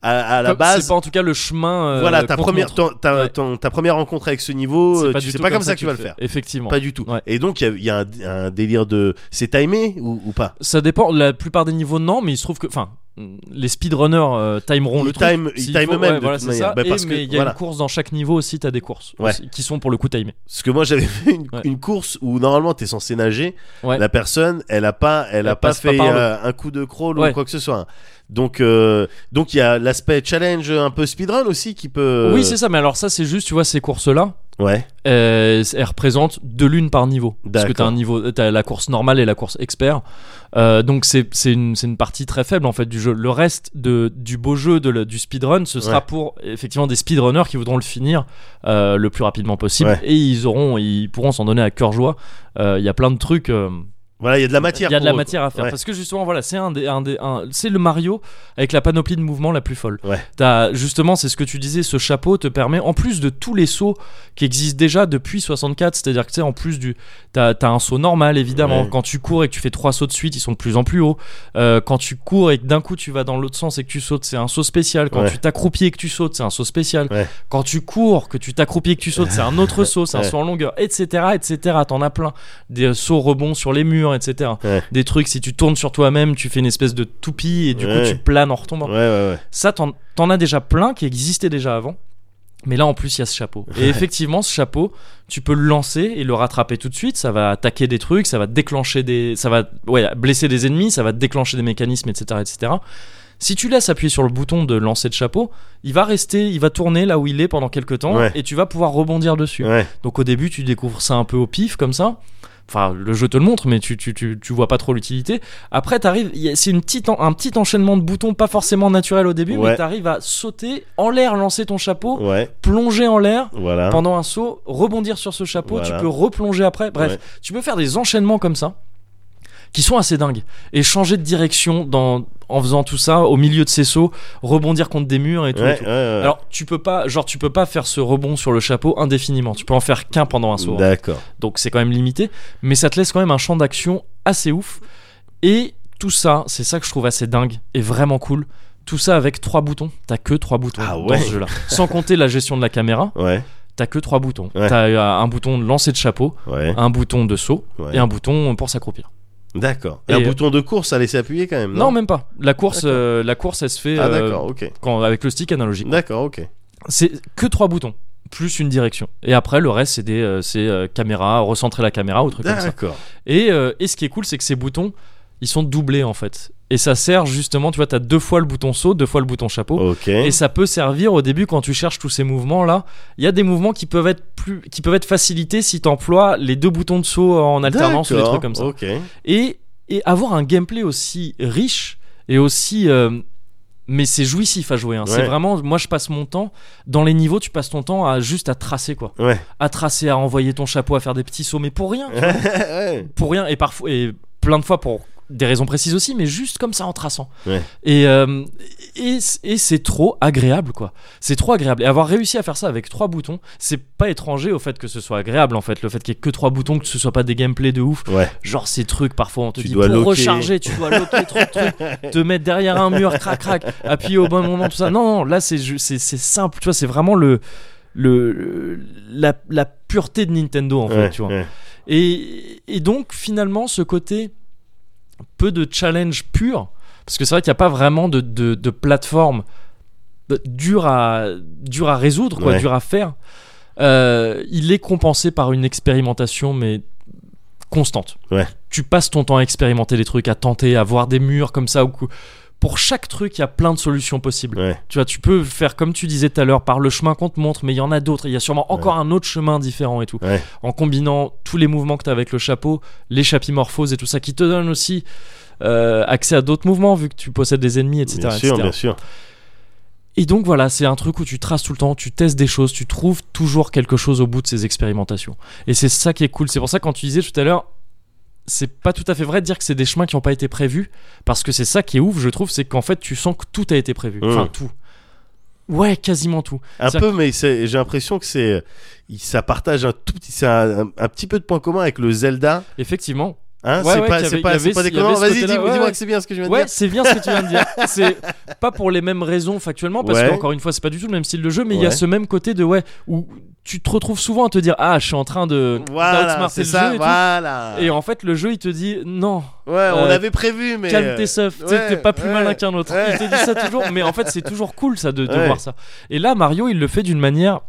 Speaker 2: à, à la
Speaker 1: comme- c'est
Speaker 2: base
Speaker 1: pas en tout cas le chemin. euh,
Speaker 2: voilà ta
Speaker 1: qu'on te
Speaker 2: première,
Speaker 1: montre.
Speaker 2: ton- ta,
Speaker 1: Ouais.
Speaker 2: ton- ta première rencontre avec ce niveau,
Speaker 1: C'est
Speaker 2: euh,
Speaker 1: pas
Speaker 2: tu-
Speaker 1: du
Speaker 2: c'est
Speaker 1: tout
Speaker 2: pas comme ça que tu
Speaker 1: qu'il
Speaker 2: vas le
Speaker 1: fait.
Speaker 2: faire.
Speaker 1: Effectivement.
Speaker 2: Pas du tout.
Speaker 1: Ouais.
Speaker 2: Et donc il y a, il y a un, un délire de c'est timé ou, ou pas
Speaker 1: Ça dépend. La plupart des nives non, mais il se trouve que, enfin, les speedrunners euh, timeront
Speaker 2: Ils
Speaker 1: le truc.
Speaker 2: time- ils
Speaker 1: s'il
Speaker 2: time
Speaker 1: faut.
Speaker 2: eux-mêmes,
Speaker 1: Ouais,
Speaker 2: de
Speaker 1: voilà,
Speaker 2: toute
Speaker 1: c'est ça.
Speaker 2: manière. Bah,
Speaker 1: Et
Speaker 2: parce que,
Speaker 1: mais il y a
Speaker 2: voilà.
Speaker 1: une course dans chaque niveau aussi. T'as des courses
Speaker 2: Ouais.
Speaker 1: aussi, qui sont pour le coup timées.
Speaker 2: Parce que moi j'avais fait une,
Speaker 1: Ouais.
Speaker 2: une course où normalement t'es censé nager,
Speaker 1: Ouais.
Speaker 2: la personne elle a pas elle,
Speaker 1: Elle
Speaker 2: a pas
Speaker 1: passe pas
Speaker 2: fait
Speaker 1: par le-
Speaker 2: euh, un coup de crawl
Speaker 1: Ouais.
Speaker 2: ou quoi que ce soit. Donc euh, donc il y a l'aspect challenge un peu speedrun aussi qui peut
Speaker 1: Oui, c'est ça. Mais alors ça, c'est juste, tu vois, ces courses-là.
Speaker 2: ouais
Speaker 1: euh, elles représentent deux lunes par niveau. Parce que
Speaker 2: D'accord.
Speaker 1: t'as un niveau, t'as la course normale et la course expert. Euh, donc c'est c'est une, c'est une partie très faible en fait du jeu. Le reste de, du beau jeu de, la- du speedrun, ce sera
Speaker 2: Ouais.
Speaker 1: pour effectivement des speedrunners qui voudront le finir euh, le plus rapidement possible
Speaker 2: Ouais.
Speaker 1: et ils auront, ils pourront s'en donner à cœur joie. Euh, Il y a plein de trucs. euh,
Speaker 2: voilà il y a de la matière
Speaker 1: il y a de
Speaker 2: pour
Speaker 1: la
Speaker 2: eux, quoi.
Speaker 1: matière à faire
Speaker 2: Ouais.
Speaker 1: parce que justement voilà c'est un des, un des- un- c'est le Mario avec la panoplie de mouvements la plus folle
Speaker 2: Ouais.
Speaker 1: T'as- justement c'est ce que tu disais ce chapeau te permet en plus de tous les sauts qui existent déjà depuis 64 c'est à dire que tu sais en plus du t'as as un saut normal évidemment
Speaker 2: Ouais.
Speaker 1: quand tu cours et que tu fais trois sauts de suite ils sont de plus en plus hauts Euh, quand tu cours et que d'un coup tu vas dans l'autre sens et que tu sautes c'est un saut spécial quand
Speaker 2: Ouais.
Speaker 1: tu t'accroupis et que tu sautes c'est un saut spécial
Speaker 2: Ouais.
Speaker 1: quand tu cours que tu t'accroupis et que tu sautes c'est un
Speaker 2: [laughs]
Speaker 1: autre saut c'est un
Speaker 2: Ouais.
Speaker 1: saut en longueur etc etc t'en as plein des euh, sauts rebonds sur les murs etc des trucs si tu tournes sur toi-même tu fais une espèce de toupie et du
Speaker 2: Ouais.
Speaker 1: coup tu planes en retombant
Speaker 2: ouais ouais ouais
Speaker 1: ça t'en t'en as déjà plein qui existaient déjà avant mais là en plus il y a ce chapeau et effectivement ce chapeau tu peux le lancer et le rattraper tout de suite ça va attaquer des trucs ça va déclencher des ça va ouais, blesser des ennemis ça va déclencher des mécanismes etc etc si tu laisses appuyer sur le bouton de lancer de chapeau il va rester il va tourner là où il est pendant quelques temps
Speaker 2: Ouais.
Speaker 1: et tu vas pouvoir rebondir dessus
Speaker 2: ouais
Speaker 1: donc au début, tu découvres ça un peu au pif comme ça. Enfin, le jeu te le montre, mais tu, tu, tu, tu vois pas trop l'utilité. Après, t'arrives, il y a- c'est une petite en- un petit enchaînement de boutons, pas forcément naturel au début,
Speaker 2: Ouais.
Speaker 1: mais t'arrives à sauter en l'air, lancer ton chapeau,
Speaker 2: ouais
Speaker 1: plonger en l'air
Speaker 2: voilà
Speaker 1: pendant un saut, rebondir sur ce chapeau,
Speaker 2: Ah. Voilà.
Speaker 1: tu peux replonger après. Bref,
Speaker 2: Ouais.
Speaker 1: tu peux faire des enchaînements comme ça qui sont assez dingues et changer de direction dans, en faisant tout ça au milieu de ces sauts, rebondir contre des murs et tout. et
Speaker 2: Ouais,
Speaker 1: tout.
Speaker 2: ouais, ouais.
Speaker 1: Alors tu peux pas, genre tu peux pas faire ce rebond sur le chapeau indéfiniment. Tu peux en faire qu'un pendant un saut.
Speaker 2: D'accord.
Speaker 1: Donc c'est quand même limité, mais ça te laisse quand même un champ d'action assez ouf. Et tout ça, c'est ça que je trouve assez dingue et vraiment cool. Tout ça avec trois boutons. T'as que trois boutons
Speaker 2: Ah
Speaker 1: dans
Speaker 2: ouais.
Speaker 1: ce jeu-là. Sans compter la gestion de la caméra,
Speaker 2: Ouais,
Speaker 1: t'as que trois boutons.
Speaker 2: Ouais.
Speaker 1: T'as euh, un bouton de lancer de chapeau,
Speaker 2: ouais.
Speaker 1: un bouton de saut
Speaker 2: ouais.
Speaker 1: et un bouton pour s'accroupir.
Speaker 2: D'accord. Et un
Speaker 1: Et- euh,
Speaker 2: bouton de course à laisser appuyer quand même.
Speaker 1: Non,
Speaker 2: Non,
Speaker 1: même pas. La course,
Speaker 2: D'accord.
Speaker 1: euh, la course, elle se fait
Speaker 2: Ah,
Speaker 1: euh,
Speaker 2: d'accord, ok.
Speaker 1: quand, avec le stick analogique.
Speaker 2: D'accord, ok.
Speaker 1: C'est que trois boutons, plus une direction. Et après, le reste, c'est des, euh, c'est euh, caméra, recentrer la caméra ou truc comme ça.
Speaker 2: D'accord.
Speaker 1: Et, euh, et ce qui est cool, c'est que ces boutons, ils sont doublés en fait. Et ça sert justement, tu vois, t'as deux fois le bouton saut, deux fois le bouton chapeau.
Speaker 2: Ok.
Speaker 1: Et ça peut servir au début quand tu cherches tous ces mouvements là. Il y a des mouvements qui peuvent être plus, qui peuvent être facilités si t'emploies les deux boutons de saut en alternance ou des
Speaker 2: D'accord,
Speaker 1: trucs comme ça.
Speaker 2: Ok.
Speaker 1: Et, et avoir un gameplay aussi riche et aussi euh, mais c'est jouissif à jouer hein. c'est
Speaker 2: Ouais.
Speaker 1: vraiment moi je passe mon temps dans les niveaux tu passes ton temps à juste à tracer quoi
Speaker 2: Ouais.
Speaker 1: à tracer à envoyer ton chapeau à faire des petits sauts mais pour rien
Speaker 2: Ouais.
Speaker 1: pour rien et parfois et plein de fois pour des raisons précises aussi, mais juste comme ça en traçant.
Speaker 2: Ouais.
Speaker 1: Et, euh, et, et c'est trop agréable, quoi. C'est trop agréable. Et avoir réussi à faire ça avec trois boutons, c'est pas étranger au fait que ce soit agréable, en fait. Le fait qu'il y ait que trois boutons, que ce soit pas des gameplays de ouf.
Speaker 2: Ouais.
Speaker 1: Genre ces trucs, parfois on te
Speaker 2: Tu
Speaker 1: dit pour
Speaker 2: dois loquer.
Speaker 1: recharger, tu dois loquer trop de
Speaker 2: [laughs]
Speaker 1: trucs, te mettre derrière un mur, crac crac, appuyer au bon moment, tout ça. Non, non, là c'est ju- c'est c'est simple, tu vois, c'est vraiment le, le, le- la, la pureté de Nintendo en fait,
Speaker 2: Ouais,
Speaker 1: tu vois.
Speaker 2: ouais.
Speaker 1: Et, et donc, finalement, ce côté peu de challenge pur, parce que c'est vrai qu'il n'y a pas vraiment de, de, de plateforme bah, dure à, dure à résoudre, quoi,
Speaker 2: Ouais.
Speaker 1: dure à faire, euh, il est compensé par une expérimentation, mais constante.
Speaker 2: Ouais.
Speaker 1: Tu passes ton temps à expérimenter des trucs, à tenter, à voir des murs comme ça. Ou... cou- Pour chaque truc, il y a plein de solutions possibles.
Speaker 2: Ouais.
Speaker 1: Tu vois, tu peux faire comme tu disais tout à l'heure par le chemin qu'on te montre, mais il y en a d'autres. Il y a sûrement encore un autre chemin différent et tout.
Speaker 2: Ouais.
Speaker 1: En combinant tous les mouvements que tu as avec le chapeau, les chapimorphoses et tout ça, qui te donne aussi euh, accès à d'autres mouvements vu que tu possèdes des ennemis, etc.
Speaker 2: Bien sûr,
Speaker 1: etc.
Speaker 2: bien sûr.
Speaker 1: Et donc voilà, c'est un truc où tu traces tout le temps, tu testes des choses, tu trouves toujours quelque chose au bout de ces expérimentations. Et c'est ça qui est cool. C'est pour ça que quand tu disais tout à l'heure, c'est pas tout à fait vrai de dire que c'est des chemins qui n'ont pas été prévus, parce que c'est ça qui est ouf, je trouve, c'est qu'en fait tu sens que tout a été prévu.
Speaker 2: Mm.
Speaker 1: Enfin tout. Ouais, quasiment tout.
Speaker 2: Un
Speaker 1: Ça-
Speaker 2: peu, mais c'est- j'ai l'impression que c'est, il- ça partage un tout petit, ça a un, un petit peu de point commun avec le Zelda.
Speaker 1: Effectivement.
Speaker 2: Hein,
Speaker 1: Ouais,
Speaker 2: c'est
Speaker 1: ouais,
Speaker 2: pas,
Speaker 1: qu'il y avait-
Speaker 2: c'est
Speaker 1: il y
Speaker 2: pas,
Speaker 1: avait
Speaker 2: c'est pas
Speaker 1: ce- il y
Speaker 2: déconnant.
Speaker 1: avait ce
Speaker 2: Vas-y,
Speaker 1: côté-là,
Speaker 2: dis-moi
Speaker 1: ouais,
Speaker 2: dis-moi
Speaker 1: ouais.
Speaker 2: que c'est bien ce que je viens de
Speaker 1: Ouais,
Speaker 2: dire.
Speaker 1: c'est bien ce que tu viens de dire. [laughs] C'est pas pour les mêmes raisons factuellement, parce
Speaker 2: Ouais.
Speaker 1: qu'encore une fois, c'est pas du tout le même style de jeu, mais il y a
Speaker 2: Ouais.
Speaker 1: ce même côté de ouais, où tu te retrouves souvent à te dire Ah, je suis en train de.
Speaker 2: Voilà,
Speaker 1: d'outsmarter
Speaker 2: c'est
Speaker 1: le jeu
Speaker 2: ça,
Speaker 1: et tout.
Speaker 2: voilà.
Speaker 1: Et en fait, le jeu, il te dit non,
Speaker 2: Ouais, on
Speaker 1: euh,
Speaker 2: l'avait prévu, mais.
Speaker 1: calme
Speaker 2: euh,
Speaker 1: tes seufs, t'es-
Speaker 2: ouais,
Speaker 1: t'es pas plus
Speaker 2: ouais,
Speaker 1: malin qu'un autre.
Speaker 2: ouais.
Speaker 1: Il te dit ça toujours, mais en fait, c'est toujours cool ça de, de
Speaker 2: Ouais.
Speaker 1: voir ça. Et là, Mario, il le fait d'une manière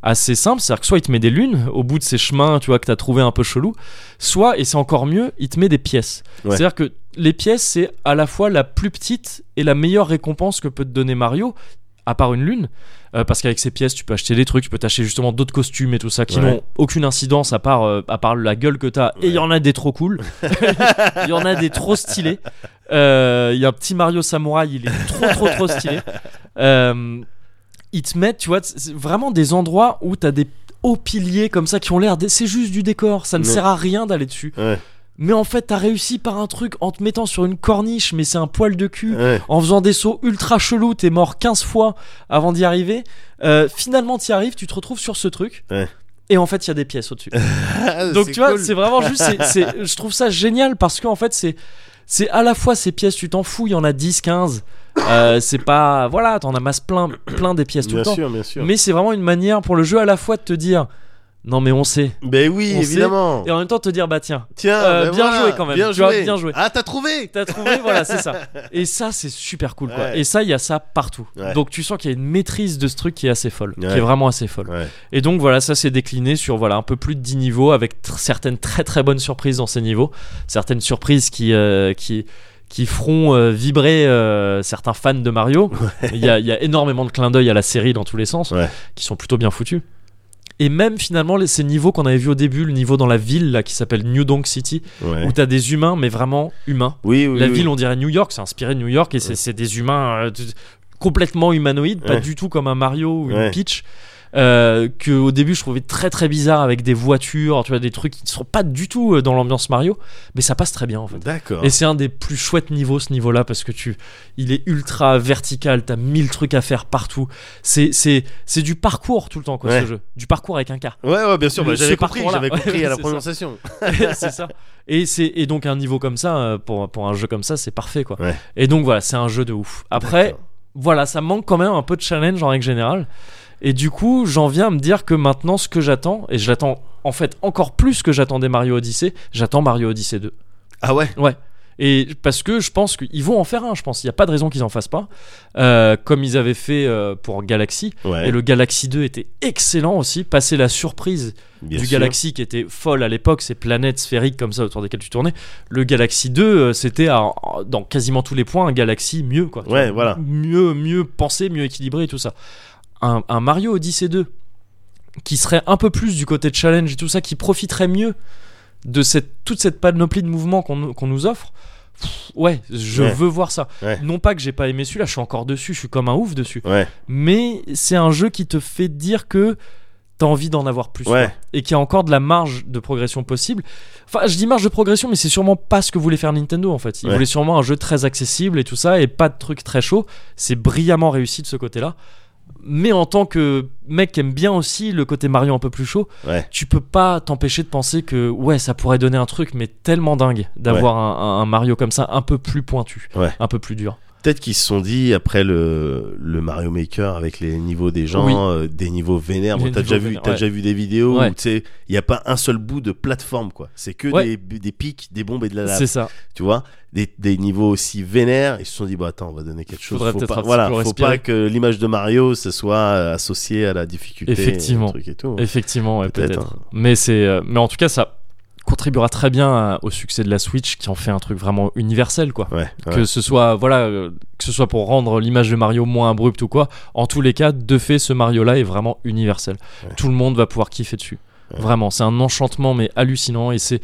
Speaker 1: assez simple, c'est-à-dire que soit il te met des lunes au bout de ces chemins, tu vois, que t'as trouvé un peu chelou, soit, et c'est encore mieux, il te met des pièces.
Speaker 2: Ouais.
Speaker 1: C'est-à-dire que les pièces, c'est à la fois la plus petite et la meilleure récompense que peut te donner Mario, à part une lune, euh, parce qu'avec ces pièces, tu peux acheter des trucs, tu peux t'acheter justement d'autres costumes et tout ça qui
Speaker 2: Ouais.
Speaker 1: n'ont aucune incidence à part, euh, à part la gueule que t'as. Et il y en a des trop
Speaker 2: [laughs]
Speaker 1: cool, il y en a des trop stylés. Euh, Il y a un petit Mario Samouraï, il est trop trop trop stylé. Euh, ils te mettent, tu vois, c'est- c'est vraiment des endroits où t'as des hauts piliers comme ça qui ont l'air. des- C'est juste du décor, ça ne
Speaker 2: Ouais.
Speaker 1: sert à rien d'aller dessus.
Speaker 2: Ouais.
Speaker 1: Mais en fait, t'as réussi par un truc en te mettant sur une corniche, mais c'est un poil de cul
Speaker 2: Ouais,
Speaker 1: en faisant des sauts ultra chelous, t'es mort 15 fois avant d'y arriver. Euh, finalement, t'y arrives, tu te retrouves sur ce truc.
Speaker 2: Ouais.
Speaker 1: Et en fait, il y a des pièces
Speaker 2: [laughs]
Speaker 1: au-dessus.
Speaker 2: Ah,
Speaker 1: Donc
Speaker 2: c'est
Speaker 1: tu vois,
Speaker 2: cool.
Speaker 1: c'est vraiment juste.
Speaker 2: [laughs]
Speaker 1: c'est- c'est- je trouve ça génial parce qu'en fait, c'est c'est à la fois ces pièces, tu t'en fous, il y en a 10, 15. Euh, c'est pas. Voilà, t'en amasses plein, plein des pièces tout
Speaker 2: Bien
Speaker 1: le temps.
Speaker 2: sûr, bien sûr.
Speaker 1: Mais c'est vraiment une manière pour le jeu à la fois de te dire non, mais on sait.
Speaker 2: Ben oui,
Speaker 1: On sait.
Speaker 2: évidemment.
Speaker 1: Et en même temps, te dire bah tiens,
Speaker 2: Tiens,
Speaker 1: Euh,
Speaker 2: ben
Speaker 1: bien
Speaker 2: voilà,
Speaker 1: joué quand même.
Speaker 2: Bien
Speaker 1: Tu vois,
Speaker 2: joué.
Speaker 1: bien joué.
Speaker 2: Ah, t'as trouvé.
Speaker 1: T'as trouvé, voilà, c'est ça.
Speaker 2: [laughs]
Speaker 1: Et ça, c'est super cool, quoi.
Speaker 2: Ouais.
Speaker 1: Et ça, il y a ça partout.
Speaker 2: Ouais.
Speaker 1: Donc tu sens qu'il y a une maîtrise de ce truc qui est assez folle, qui
Speaker 2: Ouais.
Speaker 1: est vraiment assez folle.
Speaker 2: Ouais.
Speaker 1: Et donc voilà, ça c'est décliné sur voilà un peu plus de 10 niveaux avec tr- certaines très très bonnes surprises dans ces niveaux, certaines surprises qui euh, qui qui feront euh, vibrer euh, certains fans de Mario. Il y, a, il y a énormément de clins d'œil à la série dans tous les sens,
Speaker 2: Ouais.
Speaker 1: qui sont plutôt bien foutus. Et même finalement les- ces niveaux qu'on avait vus au début, le niveau dans la ville là qui s'appelle New Donk City,
Speaker 2: Ouais.
Speaker 1: où t'as des humains mais vraiment humains.
Speaker 2: Oui, oui.
Speaker 1: La
Speaker 2: oui.
Speaker 1: ville, on dirait New York, c'est inspiré de New York et c'est
Speaker 2: Ouais.
Speaker 1: c'est des humains euh, t- complètement humanoïdes, pas
Speaker 2: Ouais.
Speaker 1: du tout comme un Mario ou une
Speaker 2: Ouais.
Speaker 1: Peach. euh, que au début je trouvais très très bizarre avec des voitures, tu vois des trucs qui ne sont pas du tout euh, dans l'ambiance Mario, mais ça passe très bien en fait.
Speaker 2: D'accord.
Speaker 1: Et c'est un des plus chouettes niveaux ce niveau-là parce que tu, il est ultra vertical, t'as mille trucs à faire partout. C'est c'est c'est du parcours tout le temps quoi
Speaker 2: Ouais.
Speaker 1: ce jeu, du parcours avec un K.
Speaker 2: Ouais, ouais, bien sûr.
Speaker 1: Le-
Speaker 2: bah,
Speaker 1: ce
Speaker 2: j'avais compris,
Speaker 1: parcours-là.
Speaker 2: j'avais
Speaker 1: [laughs]
Speaker 2: compris à
Speaker 1: C'est
Speaker 2: la
Speaker 1: ça.
Speaker 2: prononciation.
Speaker 1: [laughs] c'est ça. Et c'est et donc un niveau comme ça euh, pour pour un jeu comme ça, c'est parfait quoi.
Speaker 2: Ouais.
Speaker 1: Et donc voilà, c'est un jeu de ouf. Après,
Speaker 2: D'accord.
Speaker 1: voilà, ça manque quand même un peu de challenge en règle générale. Et du coup, j'en viens à me dire que maintenant, ce que j'attends, et je l'attends en fait encore plus que j'attendais Mario Odyssey, j'attends Mario Odyssey 2.
Speaker 2: Ah ouais.
Speaker 1: Et parce que je pense qu'ils vont en faire un, je pense. Il n'y a pas de raison qu'ils en fassent pas. Euh, comme ils avaient fait euh, pour Galaxy.
Speaker 2: Ouais.
Speaker 1: Et le Galaxy 2 était excellent aussi. Passer la surprise
Speaker 2: bien
Speaker 1: du
Speaker 2: sûr.
Speaker 1: Galaxy qui était folle à l'époque, ces planètes sphériques comme ça autour desquelles tu tournais. Le Galaxy 2, euh, c'était à- en- dans quasiment tous les points un Galaxy mieux, quoi. Tu
Speaker 2: Ouais,
Speaker 1: vois,
Speaker 2: voilà.
Speaker 1: Mieux, mieux pensé, mieux équilibré et tout ça. Un, un Mario Odyssey 2 qui serait un peu plus du côté de challenge et tout ça, qui profiterait mieux de cette, toute cette panoplie de mouvements qu'on nous- qu'on nous offre. Pff, Ouais, je
Speaker 2: Ouais.
Speaker 1: veux voir ça.
Speaker 2: Ouais.
Speaker 1: Non pas que j'ai pas aimé celui-là, je suis encore dessus, je suis comme un ouf dessus
Speaker 2: Ouais.
Speaker 1: mais c'est un jeu qui te fait dire que t'as envie d'en avoir plus.
Speaker 2: Ouais.
Speaker 1: quoi. Et qu'il y a encore de la marge de progression possible. Enfin, je dis marge de progression, mais c'est sûrement pas ce que voulait faire Nintendo en fait. Ils
Speaker 2: Ouais.
Speaker 1: voulaient sûrement un jeu très accessible et tout ça, et pas de trucs très chauds. C'est brillamment réussi de ce côté-là. Mais en tant que mec qui aime bien aussi le côté Mario un peu plus chaud,
Speaker 2: Ouais.
Speaker 1: tu peux pas t'empêcher de penser que ouais, ça pourrait donner un truc, mais tellement dingue d'avoir un, un- un Mario comme ça, un peu plus pointu,
Speaker 2: Ouais.
Speaker 1: un peu plus dur.
Speaker 2: Peut-être qu'ils se sont dit après le, le Mario Maker avec les niveaux des gens,
Speaker 1: Oui.
Speaker 2: euh, des niveaux vénères.
Speaker 1: Les
Speaker 2: Bon, t'as
Speaker 1: niveaux
Speaker 2: déjà vu,
Speaker 1: vénères,
Speaker 2: t'as
Speaker 1: ouais.
Speaker 2: déjà vu des vidéos
Speaker 1: Ouais.
Speaker 2: où tu sais, il y a pas un seul bout de plateforme quoi. C'est que
Speaker 1: Ouais.
Speaker 2: des, des pics, des bombes et de la lave.
Speaker 1: C'est ça.
Speaker 2: Tu vois, des, des niveaux aussi vénères. Ils se sont dit bon attends, on va donner quelque chose.
Speaker 1: Faudrait
Speaker 2: faut
Speaker 1: peut-être
Speaker 2: pas,
Speaker 1: un petit
Speaker 2: voilà,
Speaker 1: peu
Speaker 2: faut
Speaker 1: respirer.
Speaker 2: pas que l'image de Mario ce soit euh, associée à la difficulté,
Speaker 1: Effectivement.
Speaker 2: et, truc et tout.
Speaker 1: Effectivement, ouais,
Speaker 2: Peut-être,
Speaker 1: peut-être.
Speaker 2: hein.
Speaker 1: Mais c'est, euh, mais en tout cas, ça contribuera très bien à- au succès de la Switch, qui en fait un truc vraiment universel, quoi.
Speaker 2: Ouais, ouais.
Speaker 1: Que ce soit, voilà, euh, que ce soit pour rendre l'image de Mario moins abrupte ou quoi. En tous les cas, de fait, ce Mario-là est vraiment universel.
Speaker 2: Ouais.
Speaker 1: Tout le monde va pouvoir kiffer dessus.
Speaker 2: Ouais.
Speaker 1: Vraiment, c'est un enchantement mais hallucinant et c'est,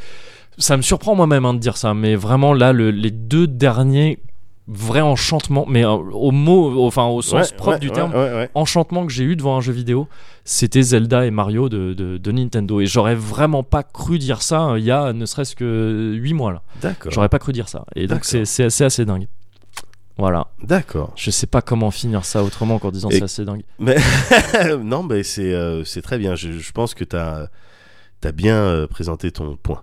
Speaker 1: ça me surprend moi-même hein, de dire ça, mais vraiment là, le- les deux derniers vrais enchantements, mais euh, au mot, au- enfin au sens
Speaker 2: Ouais,
Speaker 1: propre
Speaker 2: ouais,
Speaker 1: du
Speaker 2: ouais,
Speaker 1: terme,
Speaker 2: ouais, ouais.
Speaker 1: enchantement que j'ai eu devant un jeu vidéo, c'était Zelda et Mario de, de- de Nintendo. Et j'aurais vraiment pas cru dire ça euh, il y a ne serait-ce que 8 mois là.
Speaker 2: D'accord.
Speaker 1: J'aurais pas cru dire ça. Et donc
Speaker 2: D'accord.
Speaker 1: c'est c'est assez, assez dingue. Voilà.
Speaker 2: D'accord. [laughs]
Speaker 1: Je sais pas comment finir ça autrement qu'en disant
Speaker 2: Et-
Speaker 1: c'est assez dingue.
Speaker 2: non, mais c'est euh, c'est très bien. Je, je pense que tu as, bien euh, présenté ton point.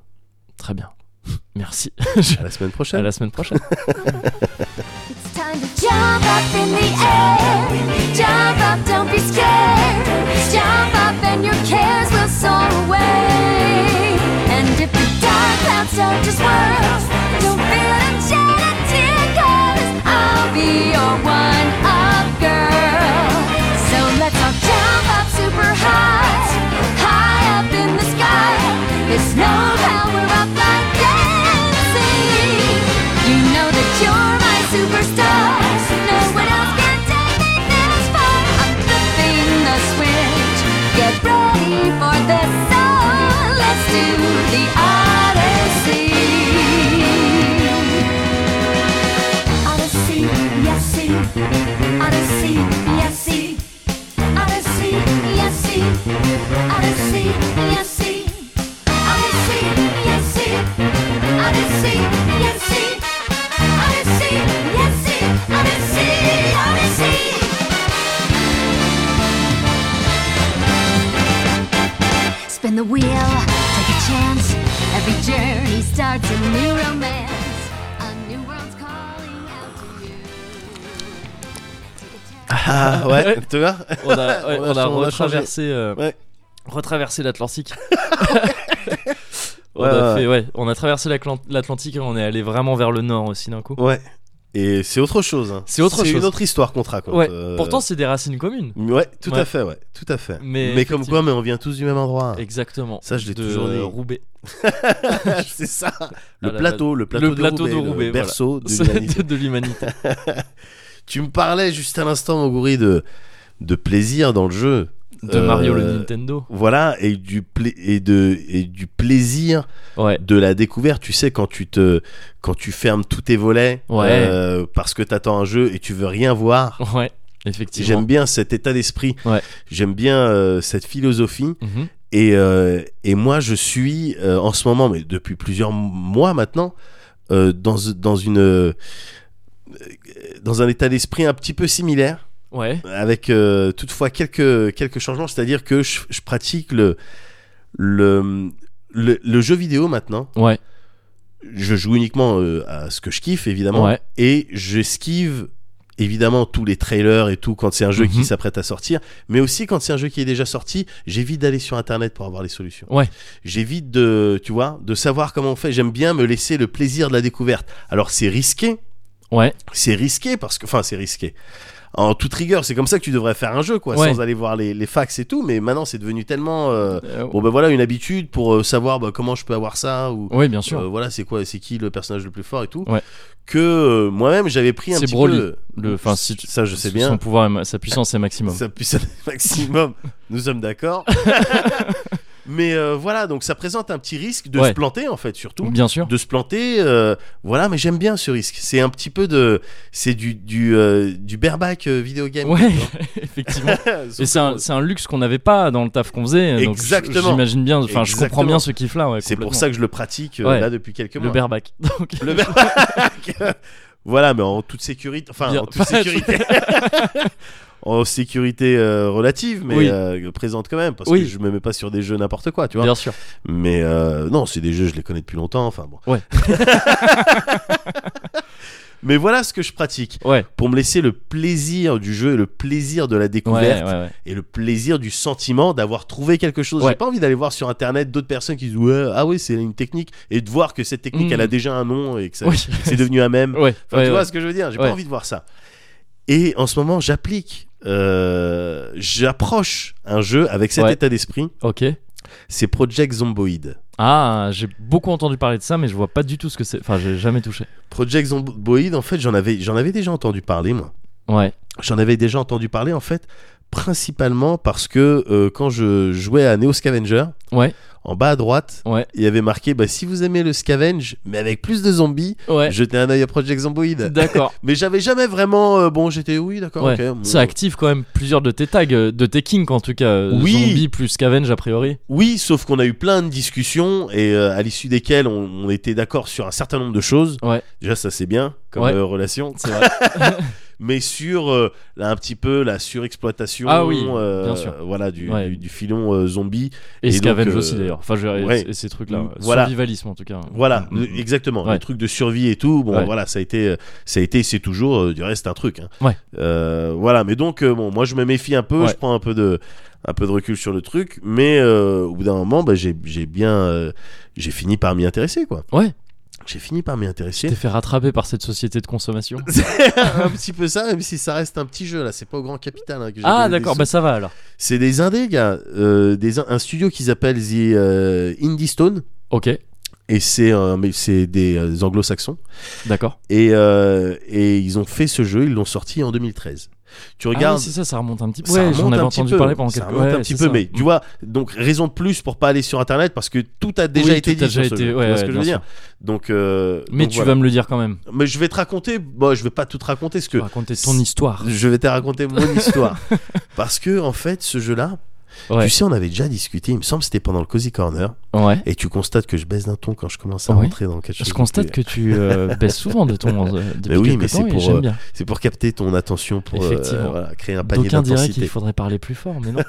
Speaker 1: Très bien.
Speaker 2: [laughs]
Speaker 1: Merci.
Speaker 2: À la semaine prochaine.
Speaker 1: à la semaine prochaine.
Speaker 5: It's time to jump up in the air. Jump up, don't be scared. Jump up and your cares will soar away. And if the dark clouds start to swirl, don't fear them, shed a tear, 'cause I'll be your one-up girl. So let's all jump up super high, high up in the sky. There's no power up like dancing. You know that you're my superstar. No one else can take me this far. I'm flipping the switch. Get ready for the song. Let's do the Odyssey. Odyssey, yesy. Odyssey, yesy. Odyssey, yesy. Odyssey, yesy. Odyssey, yesy. Odyssey, yesy. Odyssey, yesy. Odyssey, Odyssey. Spin the wheel, take a chance. Every journey starts a new romance. A new world's calling out to you. Take a chance.
Speaker 2: Ah ouais, [laughs] tu vois
Speaker 1: On a, ouais,
Speaker 2: On a
Speaker 1: on a
Speaker 2: changé- on a
Speaker 1: retraversé, euh,
Speaker 2: Ouais.
Speaker 1: retraversé l'Atlantique. on,
Speaker 2: Ouais,
Speaker 1: a
Speaker 2: ouais,
Speaker 1: fait- ouais, on a traversé l'Atlan- l'Atlantique et on est allé vraiment vers le nord aussi d'un coup.
Speaker 2: Ouais. Et c'est autre chose. hein.
Speaker 1: C'est autre
Speaker 2: C'est une
Speaker 1: chose.
Speaker 2: autre histoire qu'on te raconte.
Speaker 1: Ouais.
Speaker 2: euh,
Speaker 1: Pourtant, c'est des racines communes.
Speaker 2: Ouais, tout à
Speaker 1: Ouais.
Speaker 2: fait, ouais, tout à fait.
Speaker 1: Mais
Speaker 2: comme
Speaker 1: effectivement.
Speaker 2: quoi, mais on vient tous du même endroit. [laughs]
Speaker 1: Exactement.
Speaker 2: Ah. Ça, je l'ai
Speaker 1: De,
Speaker 2: toujours dit.
Speaker 1: euh, Roubaix.
Speaker 2: c'est ça.
Speaker 1: Ah
Speaker 2: Le
Speaker 1: là
Speaker 2: plateau, le plateau,
Speaker 1: Le plateau
Speaker 2: de
Speaker 1: de
Speaker 2: Roubaix,
Speaker 1: Roubaix,
Speaker 2: le
Speaker 1: voilà. [laughs]
Speaker 2: berceau de l'humanité.
Speaker 1: de l'humanité.
Speaker 2: Tu me parlais juste à l'instant, Moguri, de de plaisir dans le jeu.
Speaker 1: De
Speaker 2: Euh,
Speaker 1: Mario le Nintendo.
Speaker 2: Voilà, et du pla- et de et du plaisir
Speaker 1: Ouais.
Speaker 2: de la découverte tu sais quand tu te quand tu fermes tous tes volets
Speaker 1: Ouais.
Speaker 2: euh, parce que t'attends un jeu et tu veux rien voir
Speaker 1: Ouais. Effectivement.
Speaker 2: j'aime bien cet état d'esprit
Speaker 1: Ouais.
Speaker 2: j'aime bien euh, cette philosophie
Speaker 1: Mhm.
Speaker 2: et euh, et moi je suis euh, en ce moment mais depuis plusieurs mois maintenant euh, dans dans une euh, dans un état d'esprit un petit peu similaire
Speaker 1: Ouais.
Speaker 2: avec euh, toutefois quelques quelques changements c'est-à-dire que je, je pratique le le le, le jeu vidéo maintenant
Speaker 1: Ouais.
Speaker 2: je joue uniquement euh, à ce que je kiffe évidemment
Speaker 1: Ouais.
Speaker 2: et j'esquive évidemment tous les trailers et tout quand c'est un jeu qui
Speaker 1: Mhm.
Speaker 2: s'apprête à sortir mais aussi quand c'est un jeu qui est déjà sorti j'évite d'aller sur internet pour avoir les solutions
Speaker 1: Ouais.
Speaker 2: j'évite de tu vois de savoir comment on fait j'aime bien me laisser le plaisir de la découverte alors c'est risqué
Speaker 1: Ouais.
Speaker 2: c'est risqué parce que enfin c'est risqué en toute rigueur c'est comme ça que tu devrais faire un jeu quoi
Speaker 1: Ouais.
Speaker 2: sans aller voir les, les fax et tout mais maintenant c'est devenu tellement euh,
Speaker 1: Euh,
Speaker 2: bon ben voilà une habitude pour euh, savoir bah, comment je peux avoir ça ou
Speaker 1: Ouais, bien sûr.
Speaker 2: euh, voilà, c'est quoi, c'est qui le personnage le plus fort et tout.
Speaker 1: Ouais.
Speaker 2: Que euh, moi-même j'avais pris un
Speaker 1: C'est
Speaker 2: petit
Speaker 1: Broly,
Speaker 2: peu.
Speaker 1: le- enfin, si tu-
Speaker 2: ça je sais
Speaker 1: Son-
Speaker 2: bien.
Speaker 1: Son pouvoir, est ma- sa puissance est maximum. [laughs]
Speaker 2: Ça puisse être maximum. Nous sommes d'accord. Mais euh, voilà, donc ça présente un petit risque de
Speaker 1: Ouais.
Speaker 2: se planter en fait, surtout.
Speaker 1: Bien sûr.
Speaker 2: De se planter, euh, voilà, mais j'aime bien ce risque. C'est un petit peu de. C'est du, du, euh, du bareback euh, vidéo game. [laughs]
Speaker 1: Ouais, [laughs]
Speaker 2: tu
Speaker 1: effectivement.
Speaker 2: vois. Sauf
Speaker 1: Et c'est un,
Speaker 2: que-
Speaker 1: c'est un luxe qu'on n'avait pas dans le taf qu'on faisait. donc j-
Speaker 2: Exactement.
Speaker 1: J'imagine bien, enfin, je comprends
Speaker 2: Exactement.
Speaker 1: bien ce kiff-là. ouais,
Speaker 2: C'est pour
Speaker 1: complètement.
Speaker 2: ça que je le pratique euh,
Speaker 1: Ouais.
Speaker 2: là depuis quelques
Speaker 1: Le
Speaker 2: mois.
Speaker 1: bareback. Donc, [laughs]
Speaker 2: Le bareback. [laughs] voilà, mais en toute sécurité. Enfin,
Speaker 1: Bien. [laughs]
Speaker 2: en toute sécurité. en sécurité euh, relative, mais
Speaker 1: Oui.
Speaker 2: euh, présente quand même. Parce
Speaker 1: Oui.
Speaker 2: que je me mets pas sur des jeux n'importe quoi, tu vois.
Speaker 1: bien sûr.
Speaker 2: Mais euh, non, c'est des jeux, je les connais depuis longtemps. Enfin bon.
Speaker 1: Ouais.
Speaker 2: [laughs] mais voilà ce que je pratique.
Speaker 1: Ouais.
Speaker 2: Pour me laisser le plaisir du jeu et le plaisir de la
Speaker 1: Ouais,
Speaker 2: découverte.
Speaker 1: ouais, ouais.
Speaker 2: et le plaisir du sentiment d'avoir trouvé quelque chose.
Speaker 1: Ouais.
Speaker 2: J'ai pas envie d'aller voir sur internet d'autres personnes qui disent ouais, ah oui, c'est une technique et de voir que cette technique
Speaker 1: Mm.
Speaker 2: elle a déjà un nom et que ça-
Speaker 1: Oui. [laughs]
Speaker 2: c'est devenu un même.
Speaker 1: Ouais,
Speaker 2: Enfin,
Speaker 1: ouais,
Speaker 2: tu vois
Speaker 1: ouais.
Speaker 2: ce que je veux dire J'ai
Speaker 1: Ouais.
Speaker 2: pas envie de voir ça. Et en ce moment, j'applique, euh, j'approche un jeu avec cet
Speaker 1: Ouais.
Speaker 2: état d'esprit.
Speaker 1: Ok.
Speaker 2: C'est Project Zomboid.
Speaker 1: Ah, j'ai beaucoup entendu parler de ça, mais je vois pas du tout ce que c'est. Enfin, j'ai jamais touché.
Speaker 2: Project Zomboid, en fait, j'en avais, j'en avais déjà entendu parler moi.
Speaker 1: Ouais.
Speaker 2: J'en avais déjà entendu parler en fait, principalement parce que euh, quand je jouais à Neo Scavenger,
Speaker 1: Ouais.
Speaker 2: en bas à droite,
Speaker 1: Ouais.
Speaker 2: il y avait marqué bah, si vous aimez le scavenge, mais avec plus de zombies,
Speaker 1: Ouais.
Speaker 2: jetez un œil à Project Zomboid.
Speaker 1: D'accord.
Speaker 2: Mais j'avais jamais vraiment. euh, bon, j'étais oui, d'accord,
Speaker 1: Ouais.
Speaker 2: ok. euh, bon.
Speaker 1: Ça active quand même plusieurs de tes tags, euh, de tes kinks en tout cas. euh,
Speaker 2: Oui.
Speaker 1: Zombie plus scavenge a priori.
Speaker 2: Oui, sauf qu'on a eu plein de discussions et euh, à l'issue desquelles on, on était d'accord sur un certain nombre de choses.
Speaker 1: Ouais.
Speaker 2: Déjà, ça c'est bien comme
Speaker 1: Ouais.
Speaker 2: euh, relation.
Speaker 1: C'est vrai.
Speaker 2: mais sur euh, là, un petit peu la surexploitation
Speaker 1: Ah oui,
Speaker 2: euh,
Speaker 1: bien sûr.
Speaker 2: voilà du,
Speaker 1: Ouais.
Speaker 2: du- du filon euh, zombie
Speaker 1: [laughs] Et,
Speaker 2: Et donc,
Speaker 1: scavenge
Speaker 2: euh,
Speaker 1: aussi d'ailleurs. Enfin, je veux dire,
Speaker 2: ouais.
Speaker 1: et ces trucs-là.
Speaker 2: Mm,
Speaker 1: euh,
Speaker 2: voilà.
Speaker 1: Survivalisme en tout cas.
Speaker 2: voilà
Speaker 1: Mm, mm,
Speaker 2: le- exactement
Speaker 1: Ouais.
Speaker 2: les trucs de survie et tout bon
Speaker 1: Ouais.
Speaker 2: voilà ça a été euh, ça a été c'est toujours euh, du reste un truc hein.
Speaker 1: Ouais.
Speaker 2: Euh, voilà mais donc euh, bon moi je me méfie un peu
Speaker 1: Ouais.
Speaker 2: je prends un peu de un peu de recul sur le truc mais euh, au bout d'un moment bah, j'ai j'ai bien euh, j'ai fini par m'y intéresser quoi
Speaker 1: Ouais.
Speaker 2: j'ai fini par m'y intéresser
Speaker 1: T'es fait rattraper par cette société de consommation.
Speaker 2: c'est un petit peu ça même si ça reste un petit jeu là c'est pas au grand capital hein, que [laughs] j'ai
Speaker 1: Ah
Speaker 2: donné des
Speaker 1: d'accord,
Speaker 2: sous.
Speaker 1: bah ça va alors.
Speaker 2: C'est des indés, gars. Euh, des, in- un studio qu'ils appellent The euh, Indie Stone.
Speaker 1: Ok,
Speaker 2: Et c'est euh, mais c'est des euh, anglo-saxons.
Speaker 1: d'accord.
Speaker 2: Et, euh, et ils ont fait ce jeu, ils l'ont sorti en 2013. Tu
Speaker 1: Ah,
Speaker 2: regardes.
Speaker 1: oui, c'est ça, ça remonte un petit peu.
Speaker 2: ça
Speaker 1: Ouais,
Speaker 2: remonte
Speaker 1: j'en avais
Speaker 2: un petit
Speaker 1: entendu
Speaker 2: peu.
Speaker 1: parler pendant
Speaker 2: Ça
Speaker 1: quelques
Speaker 2: remonte
Speaker 1: ouais,
Speaker 2: un petit
Speaker 1: c'est
Speaker 2: peu,
Speaker 1: ça.
Speaker 2: mais tu vois, donc raison de plus pour pas aller sur internet parce que tout a déjà
Speaker 1: Oui,
Speaker 2: été
Speaker 1: tout a
Speaker 2: dit. sur
Speaker 1: déjà
Speaker 2: ce
Speaker 1: été-
Speaker 2: jeu. Tu
Speaker 1: ouais,
Speaker 2: vois ce
Speaker 1: ouais,
Speaker 2: que je veux
Speaker 1: bien
Speaker 2: dire Donc, euh,
Speaker 1: Mais
Speaker 2: donc
Speaker 1: tu
Speaker 2: voilà.
Speaker 1: vas me le dire quand même.
Speaker 2: Mais je vais te raconter. Bon, je vais pas tout te raconter parce que
Speaker 1: Raconter ton histoire.
Speaker 2: je vais te
Speaker 1: [laughs]
Speaker 2: raconter mon histoire. Parce que en fait, ce jeu-là,
Speaker 1: Ouais.
Speaker 2: tu sais, on avait déjà discuté. Il me semble que c'était pendant le cozy corner.
Speaker 1: Ouais.
Speaker 2: Et tu constates que je baisse d'un ton quand je commence à
Speaker 1: Ouais.
Speaker 2: rentrer dans quelque chose.
Speaker 1: Je
Speaker 2: de
Speaker 1: constate
Speaker 2: plus-
Speaker 1: que tu
Speaker 2: [laughs]
Speaker 1: euh, baisses souvent de ton. euh, depuis
Speaker 2: Mais oui,
Speaker 1: quelques
Speaker 2: mais c'est
Speaker 1: temps et
Speaker 2: pour,
Speaker 1: J'aime
Speaker 2: euh,
Speaker 1: bien.
Speaker 2: C'est pour capter ton attention, pour euh,
Speaker 1: Effectivement.
Speaker 2: voilà, créer un panier
Speaker 1: D'aucuns diraient qu'il
Speaker 2: d'intensité.
Speaker 1: faudrait parler plus fort, mais
Speaker 2: [laughs]
Speaker 1: non.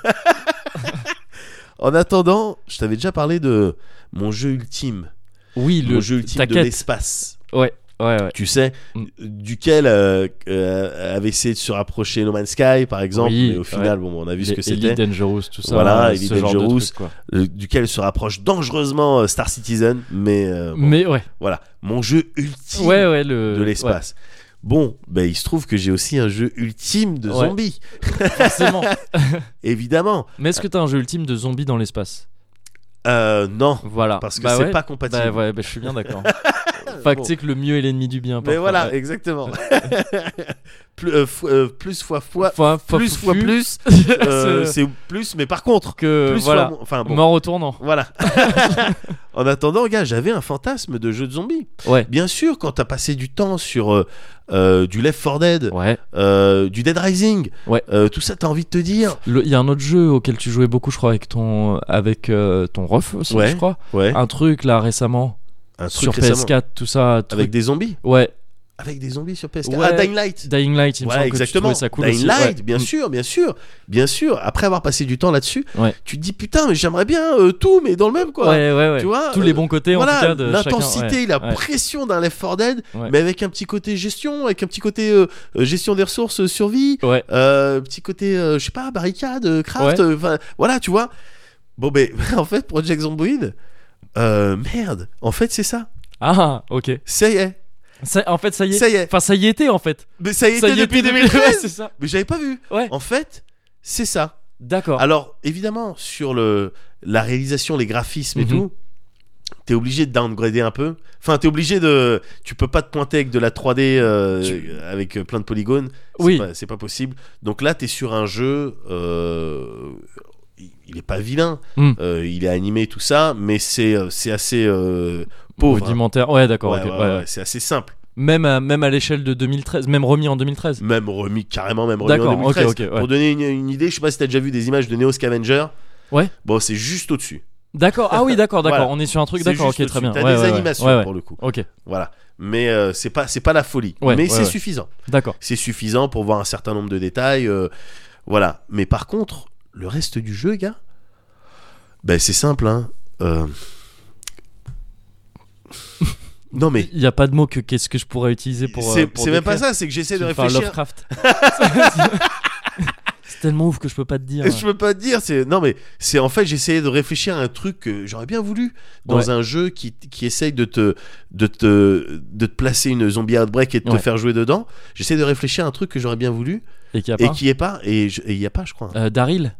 Speaker 2: En attendant, je t'avais déjà parlé de mon jeu ultime,
Speaker 1: Oui,
Speaker 2: mon
Speaker 1: le
Speaker 2: jeu
Speaker 1: ta
Speaker 2: ultime de
Speaker 1: quête.
Speaker 2: l'espace.
Speaker 1: Ouais, ouais, ouais.
Speaker 2: Tu sais,
Speaker 1: Mm.
Speaker 2: duquel euh, euh, avait essayé de se rapprocher No Man's Sky, par exemple.
Speaker 1: Oui,
Speaker 2: mais au final, bon, on a vu ce
Speaker 1: Les
Speaker 2: que
Speaker 1: Elite
Speaker 2: c'était.
Speaker 1: Dangerous, tout ça.
Speaker 2: Voilà,
Speaker 1: euh,
Speaker 2: Elite
Speaker 1: ce genre de
Speaker 2: Dangerous.
Speaker 1: truc, quoi.
Speaker 2: Le- Duquel se rapproche dangereusement euh, Star Citizen. Mais, euh, bon,
Speaker 1: Mais ouais,
Speaker 2: voilà, mon jeu ultime.
Speaker 1: ouais, ouais, le.
Speaker 2: de l'espace. Bon, ben il se trouve que j'ai aussi un jeu ultime de
Speaker 1: Ouais.
Speaker 2: zombies,
Speaker 1: ouais,
Speaker 2: [laughs]
Speaker 1: forcément.
Speaker 2: évidemment.
Speaker 1: Mais est-ce que t'as un jeu ultime de zombies dans l'espace
Speaker 2: Euh, non,
Speaker 1: Voilà.
Speaker 2: parce que
Speaker 1: Bah
Speaker 2: c'est
Speaker 1: ouais.
Speaker 2: pas compatible.
Speaker 1: Bah ouais, bah, je suis bien
Speaker 2: [laughs]
Speaker 1: d'accord. Enfin,
Speaker 2: Bon.
Speaker 1: tu sais que le mieux est l'ennemi du bien.
Speaker 2: Mais
Speaker 1: parfois,
Speaker 2: voilà,
Speaker 1: ouais. [laughs]
Speaker 2: exactement. [laughs] plus, euh, fo- euh, plus fois fois,
Speaker 1: Fois- fois
Speaker 2: plus fois
Speaker 1: foutu.
Speaker 2: plus, euh,
Speaker 1: [laughs] C'est-
Speaker 2: c'est plus, mais par contre,
Speaker 1: que
Speaker 2: plus
Speaker 1: voilà,
Speaker 2: fois, mo- enfin bon,
Speaker 1: mort au tournant.
Speaker 2: voilà.
Speaker 1: [laughs]
Speaker 2: [laughs] en attendant, gars, j'avais un fantasme de jeu de zombies.
Speaker 1: Ouais.
Speaker 2: Bien sûr, quand t'as passé du temps sur euh, euh, du Left 4 Dead,
Speaker 1: Ouais.
Speaker 2: euh, du Dead Rising,
Speaker 1: Ouais.
Speaker 2: euh, tout ça, t'as envie de te dire,
Speaker 1: Il y a un autre jeu auquel tu jouais beaucoup, je crois, avec ton avec euh, ton ref aussi,
Speaker 2: Ouais.
Speaker 1: je crois.
Speaker 2: ouais,
Speaker 1: Un truc là récemment
Speaker 2: un truc
Speaker 1: sur
Speaker 2: récemment.
Speaker 1: PS4, tout ça. truc-
Speaker 2: avec des zombies.
Speaker 1: Ouais.
Speaker 2: Avec des zombies sur PS4.
Speaker 1: Ouais.
Speaker 2: Ah, Dying Light.
Speaker 1: Dying Light, il me
Speaker 2: Ouais,
Speaker 1: semble que tu
Speaker 2: exactement.
Speaker 1: trouvais ça cool
Speaker 2: Dying
Speaker 1: aussi.
Speaker 2: Light,
Speaker 1: Ouais. Mm.
Speaker 2: bien sûr, bien sûr, bien sûr. Après avoir passé du temps là-dessus,
Speaker 1: Ouais.
Speaker 2: tu te dis putain, mais j'aimerais bien euh, tout, mais dans le même quoi.
Speaker 1: Ouais, ouais, ouais.
Speaker 2: Tu vois,
Speaker 1: tous
Speaker 2: euh,
Speaker 1: les bons côtés en tout
Speaker 2: Voilà,
Speaker 1: cas de chacun,
Speaker 2: l'intensité,
Speaker 1: ouais.
Speaker 2: la
Speaker 1: Ouais.
Speaker 2: pression d'un Left 4 Dead,
Speaker 1: Ouais.
Speaker 2: mais avec un petit côté gestion, avec un petit côté euh, euh, gestion des ressources, euh, survie,
Speaker 1: Ouais.
Speaker 2: euh, petit côté, euh, je sais pas, barricade, euh, craft,
Speaker 1: Ouais.
Speaker 2: euh, enfin, voilà, tu vois. Bon, ben, [laughs] en fait, Project Zomboid, euh, merde, en fait, c'est ça.
Speaker 1: Ah, ok.
Speaker 2: Ça y est,
Speaker 1: Ça- en fait, ça y est.
Speaker 2: ça y est.
Speaker 1: Enfin, ça y était en fait.
Speaker 2: Mais ça y
Speaker 1: ça
Speaker 2: était
Speaker 1: y
Speaker 2: depuis
Speaker 1: était
Speaker 2: 2013.
Speaker 1: [laughs] Ouais, c'est ça.
Speaker 2: Mais j'avais pas vu.
Speaker 1: Ouais.
Speaker 2: En fait, c'est ça.
Speaker 1: D'accord.
Speaker 2: Alors, évidemment, sur le, la réalisation, les graphismes et
Speaker 1: Mhm.
Speaker 2: tout, t'es obligé de downgrader un peu. Enfin, t'es obligé de. Tu peux pas te pointer avec de la 3D euh,
Speaker 1: Tu-
Speaker 2: avec euh, plein de polygones. C'est
Speaker 1: Oui.
Speaker 2: pas- C'est pas, possible. Donc là, t'es sur un jeu euh, il il est pas vilain,
Speaker 1: Mm.
Speaker 2: Euh, il est animé tout ça, mais c'est euh, c'est assez euh, pauvre.
Speaker 1: Rudimentaire. Ouais, d'accord.
Speaker 2: Ouais,
Speaker 1: ok,
Speaker 2: ouais,
Speaker 1: ouais,
Speaker 2: ouais,
Speaker 1: ouais.
Speaker 2: c'est assez simple.
Speaker 1: Même à, même à l'échelle de 2013, même remis en 2013.
Speaker 2: Même remis carrément, même remis en
Speaker 1: D'accord, ok,
Speaker 2: 2013.
Speaker 1: ok, ouais.
Speaker 2: Pour donner une, une idée, je sais pas si t'as déjà vu des images de Neo Scavenger.
Speaker 1: Ouais.
Speaker 2: Bon, c'est juste au-dessus.
Speaker 1: D'accord. Ah oui, d'accord, d'accord.
Speaker 2: Voilà.
Speaker 1: On est sur un truc,
Speaker 2: C'est
Speaker 1: d'accord.
Speaker 2: juste
Speaker 1: Ok, très bien.
Speaker 2: au-dessus. T'as
Speaker 1: Ouais,
Speaker 2: des
Speaker 1: ouais, ouais.
Speaker 2: animations
Speaker 1: Ouais, ouais.
Speaker 2: pour le coup.
Speaker 1: Ok,
Speaker 2: Voilà. Mais euh, c'est pas c'est pas la folie.
Speaker 1: Ouais,
Speaker 2: mais
Speaker 1: ouais,
Speaker 2: c'est
Speaker 1: ouais.
Speaker 2: suffisant.
Speaker 1: d'accord.
Speaker 2: C'est suffisant pour voir un certain nombre de détails. euh, voilà. Mais par contre, le reste du jeu, gars, ben c'est simple. Hein.
Speaker 1: [laughs]
Speaker 2: Euh, non mais
Speaker 1: Il n'y a pas de mot que qu'est-ce que je pourrais utiliser pour. euh,
Speaker 2: c'est
Speaker 1: pour
Speaker 2: c'est même pas
Speaker 1: décrire.
Speaker 2: ça. C'est que j'essaie
Speaker 1: Je
Speaker 2: de
Speaker 1: vais faire
Speaker 2: réfléchir. [laughs]
Speaker 1: Lovecraft. [laughs] c'est tellement ouf que je peux pas te dire.
Speaker 2: Je peux pas te dire, c'est non mais c'est en fait j'essayais de réfléchir à un truc que j'aurais bien voulu dans
Speaker 1: Ouais.
Speaker 2: un jeu qui, qui essaye de te de te de te placer une zombie outbreak et de
Speaker 1: Ouais.
Speaker 2: te faire jouer dedans. J'essaie de réfléchir à un truc que j'aurais bien voulu
Speaker 1: Et qu'il y a
Speaker 2: et
Speaker 1: pas.
Speaker 2: qui est pas et je- et il y a pas je crois.
Speaker 1: [laughs]
Speaker 2: hein.
Speaker 1: Euh, Daryl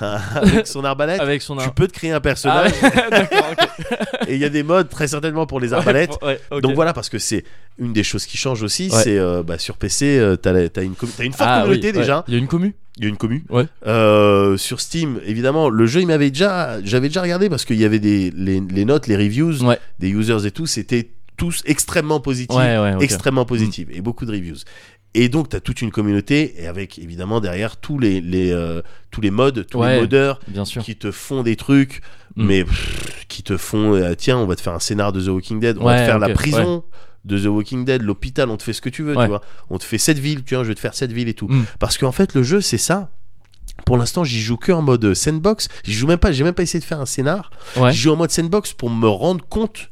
Speaker 2: Avec son arbalète,
Speaker 1: avec son.
Speaker 2: tu
Speaker 1: ar-
Speaker 2: peux te créer un
Speaker 1: Ah
Speaker 2: personnage
Speaker 1: ouais, [laughs] d'accord,
Speaker 2: [laughs]
Speaker 1: ok.
Speaker 2: et il y a des modes très certainement pour les arbalètes.
Speaker 1: Ouais, ok.
Speaker 2: Donc voilà, parce que c'est une des choses qui change aussi,
Speaker 1: Ouais.
Speaker 2: c'est euh, bah, sur PC, euh, t'as la- t'as une, commu- t'as une forte
Speaker 1: Ah oui,
Speaker 2: communauté
Speaker 1: ouais.
Speaker 2: déjà.
Speaker 1: Il y a une commu
Speaker 2: Il y a une commu.
Speaker 1: Ouais.
Speaker 2: Euh, sur Steam, évidemment, le jeu, il m'avait déjà, j'avais déjà regardé parce qu'il y avait des les, les notes, les reviews
Speaker 1: Ouais.
Speaker 2: des users et tout, c'était tous extrêmement positifs,
Speaker 1: Ouais, ouais, ok. Mm.
Speaker 2: extrêmement positifs et beaucoup de reviews. Et donc, tu as toute une communauté et avec évidemment derrière tous les les euh, tous les modes, tous
Speaker 1: Ouais.
Speaker 2: les modeurs
Speaker 1: Bien sûr.
Speaker 2: qui te font des trucs,
Speaker 1: Mm.
Speaker 2: mais pff, qui te font euh, tiens, on va te faire un scénar de The Walking Dead, on va
Speaker 1: Ouais,
Speaker 2: te faire
Speaker 1: ok,
Speaker 2: la prison de The Walking Dead, l'hôpital, on te fait ce que tu veux,
Speaker 1: Ouais.
Speaker 2: tu vois. On te fait cette ville, tu vois, je vais te faire cette ville et tout.
Speaker 1: Mm.
Speaker 2: Parce qu'en fait, le jeu, c'est ça. Pour l'instant, j'y joue que en mode sandbox. J'y joue même pas, j'ai même pas essayé de faire un scénar.
Speaker 1: Ouais.
Speaker 2: J'y joue en mode sandbox pour me rendre compte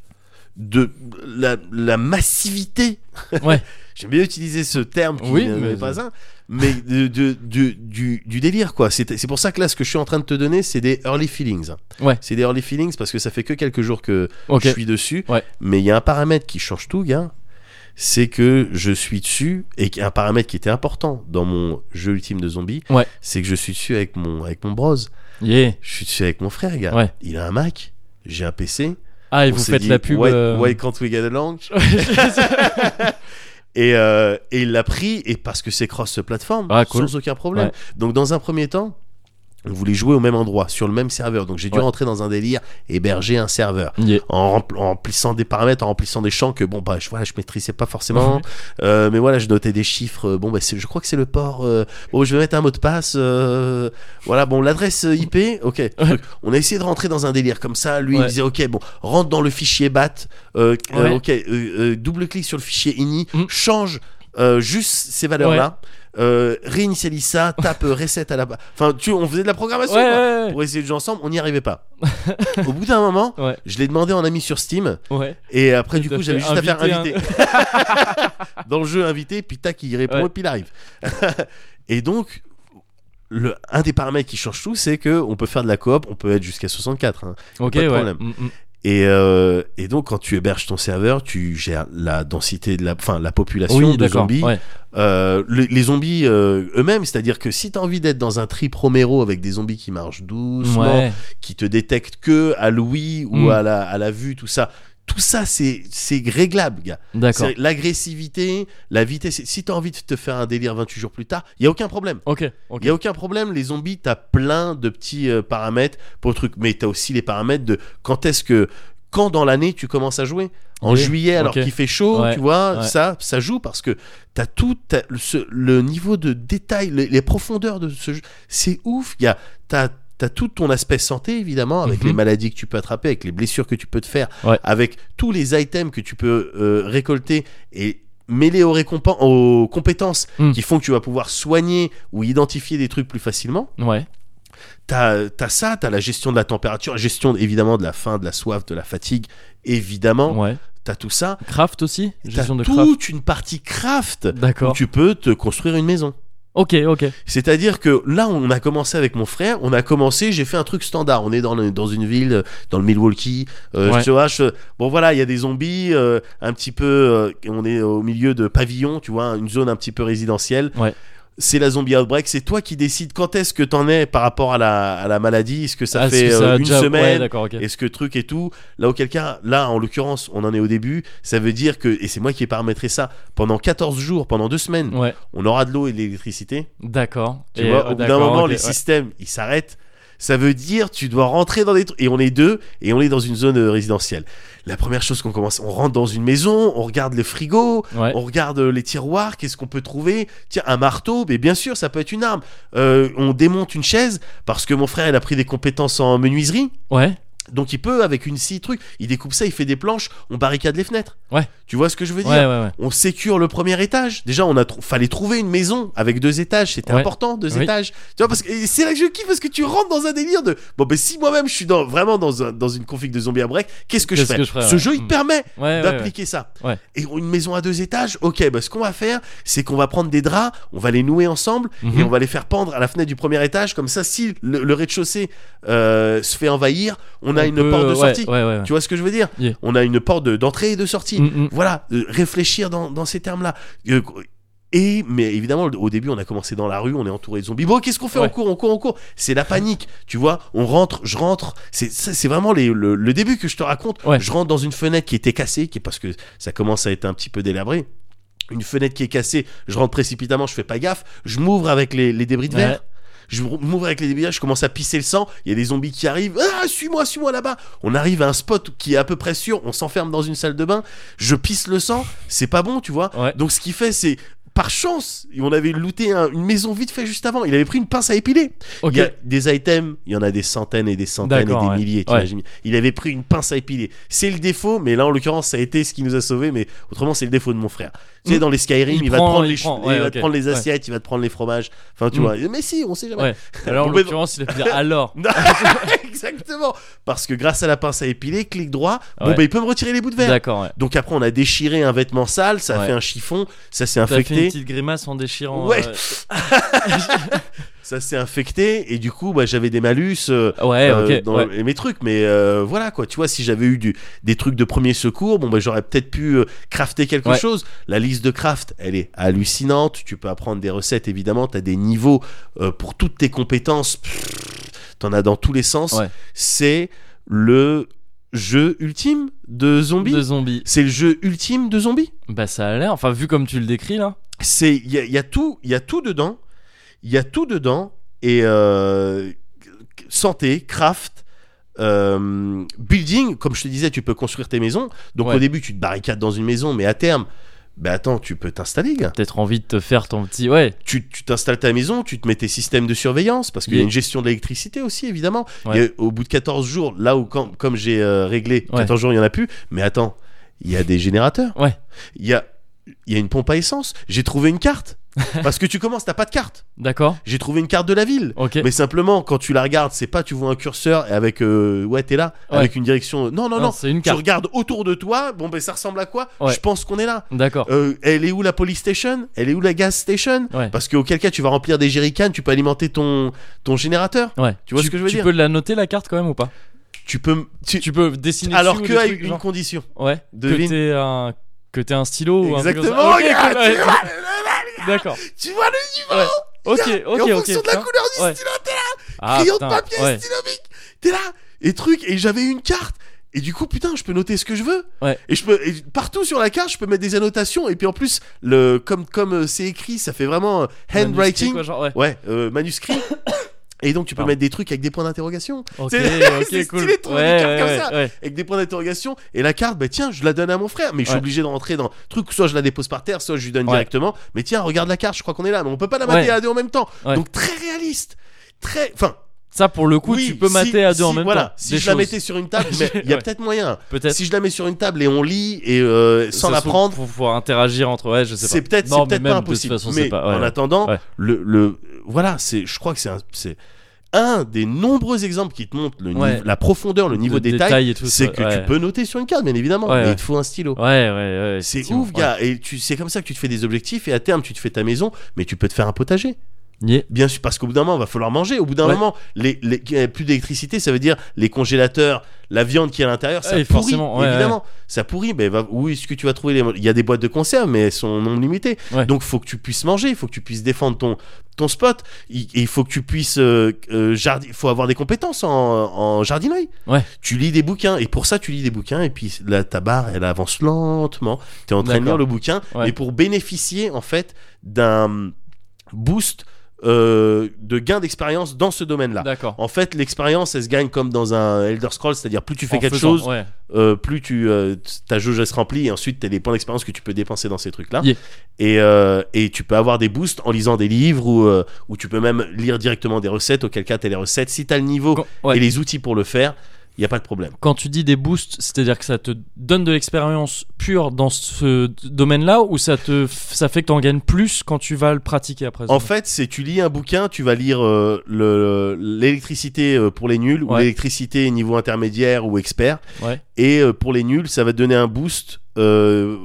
Speaker 2: de la, la massivité.
Speaker 1: Ouais.
Speaker 2: [laughs] J'aime bien utiliser ce terme qui
Speaker 1: Oui,
Speaker 2: n'est
Speaker 1: mais-
Speaker 2: pas un, mais de, de- de- du, du délire quoi. C'est c'est pour ça que là, ce que je suis en train de te donner, c'est des early feelings.
Speaker 1: Ouais.
Speaker 2: C'est des early feelings parce que ça fait que quelques jours que
Speaker 1: Ok.
Speaker 2: je suis dessus.
Speaker 1: Ouais.
Speaker 2: Mais il y a un paramètre qui change tout, gars. C'est que je suis dessus et qu'il y a un paramètre qui était important dans mon jeu ultime de zombies.
Speaker 1: Ouais.
Speaker 2: C'est que je suis dessus avec mon avec mon bros.
Speaker 1: Yeah.
Speaker 2: Je suis dessus avec mon frère, gars.
Speaker 1: Ouais.
Speaker 2: Il a un Mac. J'ai un PC.
Speaker 1: Ah, et
Speaker 2: On
Speaker 1: vous
Speaker 2: s'est
Speaker 1: faites
Speaker 2: dit,
Speaker 1: la pub.
Speaker 2: Why,
Speaker 1: euh,
Speaker 2: why can't we
Speaker 1: [laughs]
Speaker 2: get along [laughs] et, euh, et il l'a pris et parce que c'est cross plateforme
Speaker 1: Ah, cool.
Speaker 2: sans aucun problème.
Speaker 1: Ouais.
Speaker 2: Donc dans un premier temps, on voulait jouer au même endroit sur le même serveur. Donc j'ai dû
Speaker 1: Ouais.
Speaker 2: rentrer dans un délire héberger un serveur
Speaker 1: yeah.
Speaker 2: en, rempl- en remplissant des paramètres, en remplissant des champs que bon bah je voilà je maîtrisais pas
Speaker 1: Mhm.
Speaker 2: forcément. Euh, mais voilà je notais des chiffres. euh, Bon bah c'est- je crois que c'est le port. euh, bon je vais mettre un mot de passe. euh, voilà bon l'adresse euh, IP. Ok. Donc, on a essayé de rentrer dans un délire comme ça. Lui
Speaker 1: Ouais.
Speaker 2: il disait ok bon rentre dans le fichier bat. euh, euh,
Speaker 1: Ouais.
Speaker 2: ok euh, euh, double clic sur le fichier ini.
Speaker 1: Mm.
Speaker 2: Change. euh, juste ces valeurs là réinitialise ça tape euh, reset à la enfin tu on faisait de la
Speaker 1: Ouais,
Speaker 2: programmation quoi
Speaker 1: ouais,
Speaker 2: pour essayer de jouer ensemble, on n'y
Speaker 1: [laughs]
Speaker 2: arrivait pas. Au bout d'un moment,
Speaker 1: Ouais.
Speaker 2: je l'ai demandé en ami sur Steam,
Speaker 1: ouais. ouais.
Speaker 2: et après,
Speaker 1: Et
Speaker 2: du
Speaker 1: t'as
Speaker 2: coup, j'avais
Speaker 1: fait
Speaker 2: juste à faire
Speaker 1: inviter
Speaker 2: inviter.
Speaker 1: [laughs]
Speaker 2: Dans le jeu, invité, puis tac, il répond,
Speaker 1: Ouais.
Speaker 2: et puis il arrive. [laughs] et donc, le, un des paramètres qui change tout, c'est que on peut faire de la coop, on peut être jusqu'à 64. hein.
Speaker 1: Ok,
Speaker 2: pas de
Speaker 1: ouais.
Speaker 2: problème.
Speaker 1: Mm, mm.
Speaker 2: Et, euh, et donc, quand tu héberges ton serveur, tu gères la densité de la, enfin, la population
Speaker 1: Oui,
Speaker 2: de
Speaker 1: d'accord.
Speaker 2: zombies.
Speaker 1: Ouais.
Speaker 2: Euh, les, les zombies euh, eux-mêmes, c'est-à-dire que si t'as envie d'être dans un trip Romero avec des zombies qui marchent doucement,
Speaker 1: Ouais.
Speaker 2: qui te détectent que à l'ouïe ou
Speaker 1: Mm.
Speaker 2: à la, à la vue, tout ça. Tout ça, c'est c'est réglable, gars.
Speaker 1: D'accord.
Speaker 2: C'est L'agressivité, la vitesse. Si t'as envie de te faire un délire 28 jours plus tard, il y a aucun problème.
Speaker 1: Ok,
Speaker 2: Il
Speaker 1: ok.
Speaker 2: y a aucun problème. Les zombies, t'as plein de petits euh, paramètres pour le truc, mais t'as aussi les paramètres de quand est-ce que quand dans l'année tu commences à jouer. En
Speaker 1: Oui,
Speaker 2: juillet, alors
Speaker 1: ok.
Speaker 2: qu'il fait chaud,
Speaker 1: Ouais,
Speaker 2: tu vois,
Speaker 1: ouais.
Speaker 2: ça, ça joue parce que t'as tout, t'as le, ce- le niveau de détail, le- les profondeurs de ce jeu, c'est ouf. Il y a, t'as t'as tout ton aspect santé évidemment avec
Speaker 1: Mhm.
Speaker 2: les maladies que tu peux attraper avec les blessures que tu peux te faire
Speaker 1: Ouais.
Speaker 2: avec tous les items que tu peux euh, récolter et mêler aux, récompen- aux compétences
Speaker 1: Mm.
Speaker 2: qui font que tu vas pouvoir soigner ou identifier des trucs plus facilement
Speaker 1: Ouais.
Speaker 2: t'as as ça t'as la gestion de la température la gestion évidemment de la faim de la soif de la fatigue évidemment
Speaker 1: Ouais.
Speaker 2: t'as tout ça
Speaker 1: Craft aussi
Speaker 2: t'as
Speaker 1: Gestion de
Speaker 2: toute
Speaker 1: craft.
Speaker 2: une partie craft où
Speaker 1: D'accord.
Speaker 2: tu peux te construire une maison
Speaker 1: Ok, ok.
Speaker 2: c'est-à-dire que là, on a commencé avec mon frère, on a commencé, j'ai fait un truc standard. On est dans, le- dans une ville, euh, dans le Milwaukee. euh,
Speaker 1: Ouais.
Speaker 2: Tu vois, je- bon voilà, il y a des zombies, euh, un petit peu. euh, on est au milieu de pavillons, tu vois, une zone un petit peu résidentielle.
Speaker 1: Ouais.
Speaker 2: C'est la zombie outbreak, c'est toi qui décides quand est-ce que t'en es par rapport à la, à la maladie. Est-ce que ça
Speaker 1: Ah,
Speaker 2: fait
Speaker 1: est-ce que
Speaker 2: euh,
Speaker 1: a
Speaker 2: une
Speaker 1: déjà- Ouais,
Speaker 2: semaine
Speaker 1: d'accord, ok.
Speaker 2: est-ce que truc et tout Là, auquel cas, là, en l'occurrence, on en est au début. Ça veut dire que, et c'est moi qui ai paramétré ça, pendant 14 jours, pendant deux semaines,
Speaker 1: Ouais.
Speaker 2: on aura de l'eau et de l'électricité.
Speaker 1: D'accord.
Speaker 2: Tu
Speaker 1: Et- ouais,
Speaker 2: vois, au bout d'un
Speaker 1: d'accord,
Speaker 2: moment,
Speaker 1: ok,
Speaker 2: les
Speaker 1: ouais.
Speaker 2: systèmes, ils s'arrêtent. Ça veut dire tu dois rentrer dans des trucs. Et on est deux et on est dans une zone euh, résidentielle. La première chose qu'on commence, on rentre dans une maison, on regarde le frigo,
Speaker 1: Ouais.
Speaker 2: on regarde euh, les tiroirs, qu'est-ce qu'on peut trouver Tiens, un marteau, mais bien sûr, ça peut être une arme. Euh, on démonte une chaise parce que mon frère, il a pris des compétences en menuiserie.
Speaker 1: Ouais.
Speaker 2: Donc il peut, avec une scie, truc, il découpe ça, il fait des planches, on barricade les fenêtres.
Speaker 1: Ouais.
Speaker 2: Tu vois ce que je veux dire
Speaker 1: Ouais, ouais, ouais.
Speaker 2: on sécure le premier étage. Déjà, on a trou- fallait trouver une maison avec deux étages. C'était
Speaker 1: Ouais.
Speaker 2: important, deux
Speaker 1: Oui.
Speaker 2: étages. Tu vois, parce que et c'est là que je kiffe parce que tu rentres dans un délire de bon, ben si moi-même je suis dans, vraiment dans, un- dans une config de zombie à break, qu'est-ce que,
Speaker 1: Qu'est-ce que je ferais,
Speaker 2: Ce
Speaker 1: ouais.
Speaker 2: jeu, il te
Speaker 1: Mm.
Speaker 2: permet
Speaker 1: Ouais, ouais, ouais.
Speaker 2: d'appliquer ça.
Speaker 1: Ouais.
Speaker 2: Et une maison à deux étages, ok, bah, ce qu'on va faire, c'est qu'on va prendre des draps, on va les nouer ensemble
Speaker 1: Mhm.
Speaker 2: et on va les faire pendre à la fenêtre du premier étage. Comme ça, si le, le rez-de-chaussée euh, se fait envahir, on, a
Speaker 1: On
Speaker 2: une
Speaker 1: peut,
Speaker 2: porte de
Speaker 1: ouais,
Speaker 2: sortie.
Speaker 1: Ouais, ouais, ouais.
Speaker 2: Tu vois ce que je veux dire
Speaker 1: Yeah.
Speaker 2: On a une porte de- d'entrée et de sortie.
Speaker 1: Mm, mm.
Speaker 2: Voilà, euh, réfléchir dans, dans ces termes-là. Euh, et, mais évidemment, au début, on a commencé dans la rue, on est entouré de zombies. Bon, qu'est-ce qu'on fait On
Speaker 1: Ouais.
Speaker 2: court, on court, on court. C'est la panique, tu vois. On rentre, je rentre. C'est, ça, c'est vraiment les- le, le début que je te raconte.
Speaker 1: Ouais.
Speaker 2: Je rentre dans une fenêtre qui était cassée, qui est parce que ça commence à être un petit peu délabré. Une fenêtre qui est cassée, je rentre précipitamment, je fais pas gaffe. Je m'ouvre avec les, les débris de
Speaker 1: Ouais.
Speaker 2: verre. Je m'ouvre avec les débris, de verre, je commence à pisser le sang. Il y a des zombies qui arrivent. Ah, suis-moi, suis-moi là-bas. On arrive à un spot qui est à peu près sûr. On s'enferme dans une salle de bain. Je pisse le sang. C'est pas bon, tu vois.
Speaker 1: Ouais.
Speaker 2: Donc ce qu'il fait, c'est par chance, on avait looté un- une maison vite fait juste avant. Il avait pris une pince à épiler.
Speaker 1: Ok.
Speaker 2: Il y a des items, il y en a des centaines et des centaines et des
Speaker 1: D'accord, ouais.
Speaker 2: milliers. tu
Speaker 1: Ouais.
Speaker 2: imagines. Il avait pris une pince à épiler. C'est le défaut, mais là en l'occurrence, ça a été ce qui nous a sauvés. Mais autrement, c'est le défaut de mon frère. Tu sais,
Speaker 1: Mm.
Speaker 2: dans les Skyrim, il,
Speaker 1: Il
Speaker 2: va te
Speaker 1: prend-
Speaker 2: prendre
Speaker 1: il
Speaker 2: les,
Speaker 1: prend,
Speaker 2: ch-
Speaker 1: ouais,
Speaker 2: il va
Speaker 1: ok.
Speaker 2: te prendre les
Speaker 1: Ouais.
Speaker 2: assiettes, il va te prendre les fromages. Enfin, tu
Speaker 1: Mm.
Speaker 2: vois. Mais si, on sait jamais. [laughs]
Speaker 1: Ouais. Alors, en
Speaker 2: On met-
Speaker 1: l'occurrence, il a pu dire alors.
Speaker 2: Non, [laughs] Exactement. Parce que grâce à la pince à épiler, clic droit, bon
Speaker 1: Ouais.
Speaker 2: bah, il peut me retirer les bouts de verre.
Speaker 1: D'accord, ouais.
Speaker 2: Donc après, on a déchiré un vêtement sale, ça a
Speaker 1: Ouais.
Speaker 2: fait un chiffon, ça s'est
Speaker 1: T'as fait une
Speaker 2: infecté.
Speaker 1: petite grimace en déchirant.
Speaker 2: Ouais.
Speaker 1: euh,
Speaker 2: Ça s'est infecté et du coup, bah, j'avais des malus euh,
Speaker 1: Ah Ouais,
Speaker 2: euh,
Speaker 1: Eh, ok.
Speaker 2: dans
Speaker 1: ouais.
Speaker 2: mes trucs. Mais euh, voilà quoi, tu vois, si j'avais eu du- des trucs de premier secours, bon, bah, j'aurais peut-être pu euh, crafter quelque
Speaker 1: Ouais.
Speaker 2: chose. La liste de craft, elle est hallucinante. Tu peux apprendre des recettes évidemment, tu as des niveaux euh, pour toutes tes compétences. Pfff, T'en as dans tous les sens.
Speaker 1: Ouais.
Speaker 2: C'est le jeu ultime de zombies.
Speaker 1: De zombies.
Speaker 2: C'est le jeu ultime de zombies.
Speaker 1: Bah, ça a l'air. Enfin, vu comme tu le décris là.
Speaker 2: c'est il y, a- il y a tout il y a tout dedans il y a tout dedans et euh, santé craft euh, building comme je te disais tu peux construire tes maisons donc
Speaker 1: Ouais.
Speaker 2: au début tu te barricades dans une maison mais à terme ben attends tu peux t'installer gars
Speaker 1: Peut-être envie de te faire ton petit. Ouais.
Speaker 2: tu tu t'installes ta maison, tu te mets tes systèmes de surveillance parce qu'il y a
Speaker 1: Yeah.
Speaker 2: une gestion de l'électricité aussi évidemment.
Speaker 1: Ouais.
Speaker 2: Il y a- au bout de 14 jours, là où quand- comme j'ai euh, réglé
Speaker 1: Ouais.
Speaker 2: 14 jours, il y en a plus, mais attends, il y a des générateurs.
Speaker 1: Ouais.
Speaker 2: Il y a il y a une pompe à essence. J'ai trouvé une
Speaker 1: [laughs]
Speaker 2: carte parce que tu commences, t'as pas de carte.
Speaker 1: D'accord.
Speaker 2: J'ai trouvé une carte de la ville.
Speaker 1: Ok.
Speaker 2: Mais simplement, quand tu la regardes, c'est pas tu vois un curseur et avec euh, ouais t'es là
Speaker 1: Ouais.
Speaker 2: avec une direction. euh, Non non non.
Speaker 1: Non, c'est une
Speaker 2: Tu
Speaker 1: carte.
Speaker 2: regardes autour de toi. Bon ben ça ressemble à quoi
Speaker 1: Ouais.
Speaker 2: Je pense qu'on est là.
Speaker 1: D'accord.
Speaker 2: Euh, elle est où la police station Elle est où la gas station
Speaker 1: Ouais.
Speaker 2: Parce qu'auquel cas tu vas remplir des jerrycans, tu peux alimenter ton, ton générateur.
Speaker 1: Ouais.
Speaker 2: tu vois ce que je veux dire
Speaker 1: Tu peux la noter la carte quand même ou pas
Speaker 2: Tu peux. tu-
Speaker 1: Tu peux dessiner.
Speaker 2: alors
Speaker 1: dessus
Speaker 2: que
Speaker 1: ou des
Speaker 2: à
Speaker 1: trucs,
Speaker 2: une
Speaker 1: genre
Speaker 2: condition.
Speaker 1: Ouais.
Speaker 2: Devine.
Speaker 1: Que t'es un que t'aies un stylo ou un truc comme ça.
Speaker 2: Exactement,
Speaker 1: Ok,
Speaker 2: regarde,
Speaker 1: ouais,
Speaker 2: tu
Speaker 1: ouais.
Speaker 2: vois
Speaker 1: D'accord.
Speaker 2: Tu vois le niveau
Speaker 1: Ouais. Ok, ok, ok.
Speaker 2: Et En fonction de la
Speaker 1: hein.
Speaker 2: couleur du
Speaker 1: Ouais.
Speaker 2: stylo,
Speaker 1: Ah,
Speaker 2: crayon
Speaker 1: putain,
Speaker 2: de papier,
Speaker 1: ouais.
Speaker 2: stylo bic, t'es là et truc. Et j'avais une carte. Et du coup, putain, je peux noter ce que je veux.
Speaker 1: Ouais.
Speaker 2: Et je peux et partout sur la carte, je peux mettre des annotations. Et puis en plus, le comme comme euh, c'est écrit, ça fait vraiment euh,
Speaker 1: Manuscrit,
Speaker 2: handwriting.
Speaker 1: quoi, genre, ouais.
Speaker 2: Ouais,
Speaker 1: [coughs]
Speaker 2: euh, manuscrit. Et donc tu peux
Speaker 1: Pardon.
Speaker 2: mettre des trucs avec des points d'interrogation.
Speaker 1: Ok,
Speaker 2: [laughs] C'est-
Speaker 1: ok,
Speaker 2: c'est
Speaker 1: cool.
Speaker 2: stylé de trouver des
Speaker 1: Ouais,
Speaker 2: cartes comme
Speaker 1: ouais,
Speaker 2: ça.
Speaker 1: ouais.
Speaker 2: avec des points d'interrogation et la carte bah tiens je la donne à mon frère mais je suis
Speaker 1: Ouais.
Speaker 2: obligé de rentrer dans truc soit je la dépose par terre soit je lui donne
Speaker 1: Ouais.
Speaker 2: directement mais tiens regarde la carte je crois qu'on est là mais on peut pas la mater
Speaker 1: Ouais.
Speaker 2: à deux en même temps
Speaker 1: Ouais.
Speaker 2: donc très réaliste très enfin
Speaker 1: Ça, pour le coup,
Speaker 2: oui,
Speaker 1: tu peux
Speaker 2: si-
Speaker 1: mater à deux
Speaker 2: si-
Speaker 1: en même
Speaker 2: voilà,
Speaker 1: temps.
Speaker 2: si
Speaker 1: Des
Speaker 2: je la
Speaker 1: choses.
Speaker 2: mettais sur
Speaker 1: [laughs]
Speaker 2: une table mais il y a
Speaker 1: Ouais.
Speaker 2: peut-être moyen
Speaker 1: Peut-être.
Speaker 2: si je la mets sur une table et on lit et euh, sans
Speaker 1: Ça
Speaker 2: la
Speaker 1: se trouve,
Speaker 2: prendre
Speaker 1: Pour pouvoir interagir entre. Ouais, je sais pas.
Speaker 2: c'est peut-être
Speaker 1: Non,
Speaker 2: c'est
Speaker 1: mais
Speaker 2: peut-être
Speaker 1: même
Speaker 2: pas
Speaker 1: de toute
Speaker 2: impossible
Speaker 1: façon, c'est
Speaker 2: mais
Speaker 1: pas- ouais,
Speaker 2: en
Speaker 1: ouais.
Speaker 2: attendant
Speaker 1: Ouais.
Speaker 2: le, le- voilà c'est je crois que c'est un, c'est un des nombreux exemples qui te montrent le
Speaker 1: Ouais.
Speaker 2: niveau- la profondeur le niveau
Speaker 1: de
Speaker 2: détail,
Speaker 1: détail et tout,
Speaker 2: c'est
Speaker 1: ça,
Speaker 2: que
Speaker 1: ouais.
Speaker 2: tu peux noter sur une carte bien évidemment
Speaker 1: Ouais,
Speaker 2: mais
Speaker 1: ouais.
Speaker 2: il te faut un stylo
Speaker 1: Ouais, ouais, ouais.
Speaker 2: c'est
Speaker 1: effectivement,
Speaker 2: ouf gars et tu c'est comme ça que tu te fais des objectifs et à terme tu te fais ta maison mais tu peux te faire un potager
Speaker 1: ouais. Yeah.
Speaker 2: bien sûr parce qu'au bout d'un moment va falloir manger au bout d'un
Speaker 1: Ouais.
Speaker 2: moment les, les- qu'il y ait plus d'électricité ça veut dire les congélateurs la viande qui est à l'intérieur ça
Speaker 1: Ouais,
Speaker 2: pourrit
Speaker 1: forcément, ouais,
Speaker 2: évidemment ça pourrit mais va- où est-ce que tu vas trouver les il y a des boîtes de conserve mais elles sont non limitées
Speaker 1: Ouais.
Speaker 2: donc faut que tu puisses manger il faut que tu puisses défendre ton ton spot il, et il faut que tu puisses euh, euh, jardi- faut avoir des compétences en, en jardinerie
Speaker 1: Ouais.
Speaker 2: tu lis des bouquins et pour ça tu lis des bouquins et puis la ta barre elle avance lentement tu es en train de lire
Speaker 1: D'accord.
Speaker 2: le bouquin
Speaker 1: Ouais.
Speaker 2: mais pour bénéficier en fait d'un boost euh, de gain d'expérience dans ce domaine-là.
Speaker 1: D'accord.
Speaker 2: En fait, l'expérience, elle se gagne comme dans un Elder Scrolls, c'est-à-dire plus tu fais
Speaker 1: En
Speaker 2: quelque
Speaker 1: faisant,
Speaker 2: chose,
Speaker 1: ouais.
Speaker 2: euh, plus tu, euh, ta jauge elle se remplit et ensuite tu as des points d'expérience que tu peux dépenser dans ces trucs là
Speaker 1: Yeah.
Speaker 2: et, euh, et tu peux avoir des boosts en lisant des livres ou, euh, ou tu peux même lire directement des recettes auquel cas tu as les recettes si tu as le niveau
Speaker 1: Quand, ouais.
Speaker 2: et les outils pour le faire il n'y a pas de problème
Speaker 1: Quand tu dis des boosts, c'est-à-dire que ça te donne de l'expérience pure dans ce domaine-là ou ça te ça fait que tu en gagnes plus quand tu vas le pratiquer après
Speaker 2: en fait c'est tu lis un bouquin tu vas lire euh, le- l'électricité euh, pour les nuls ou
Speaker 1: Ouais.
Speaker 2: l'électricité niveau intermédiaire ou expert
Speaker 1: Ouais.
Speaker 2: et euh, pour les nuls ça va te donner un boost euh,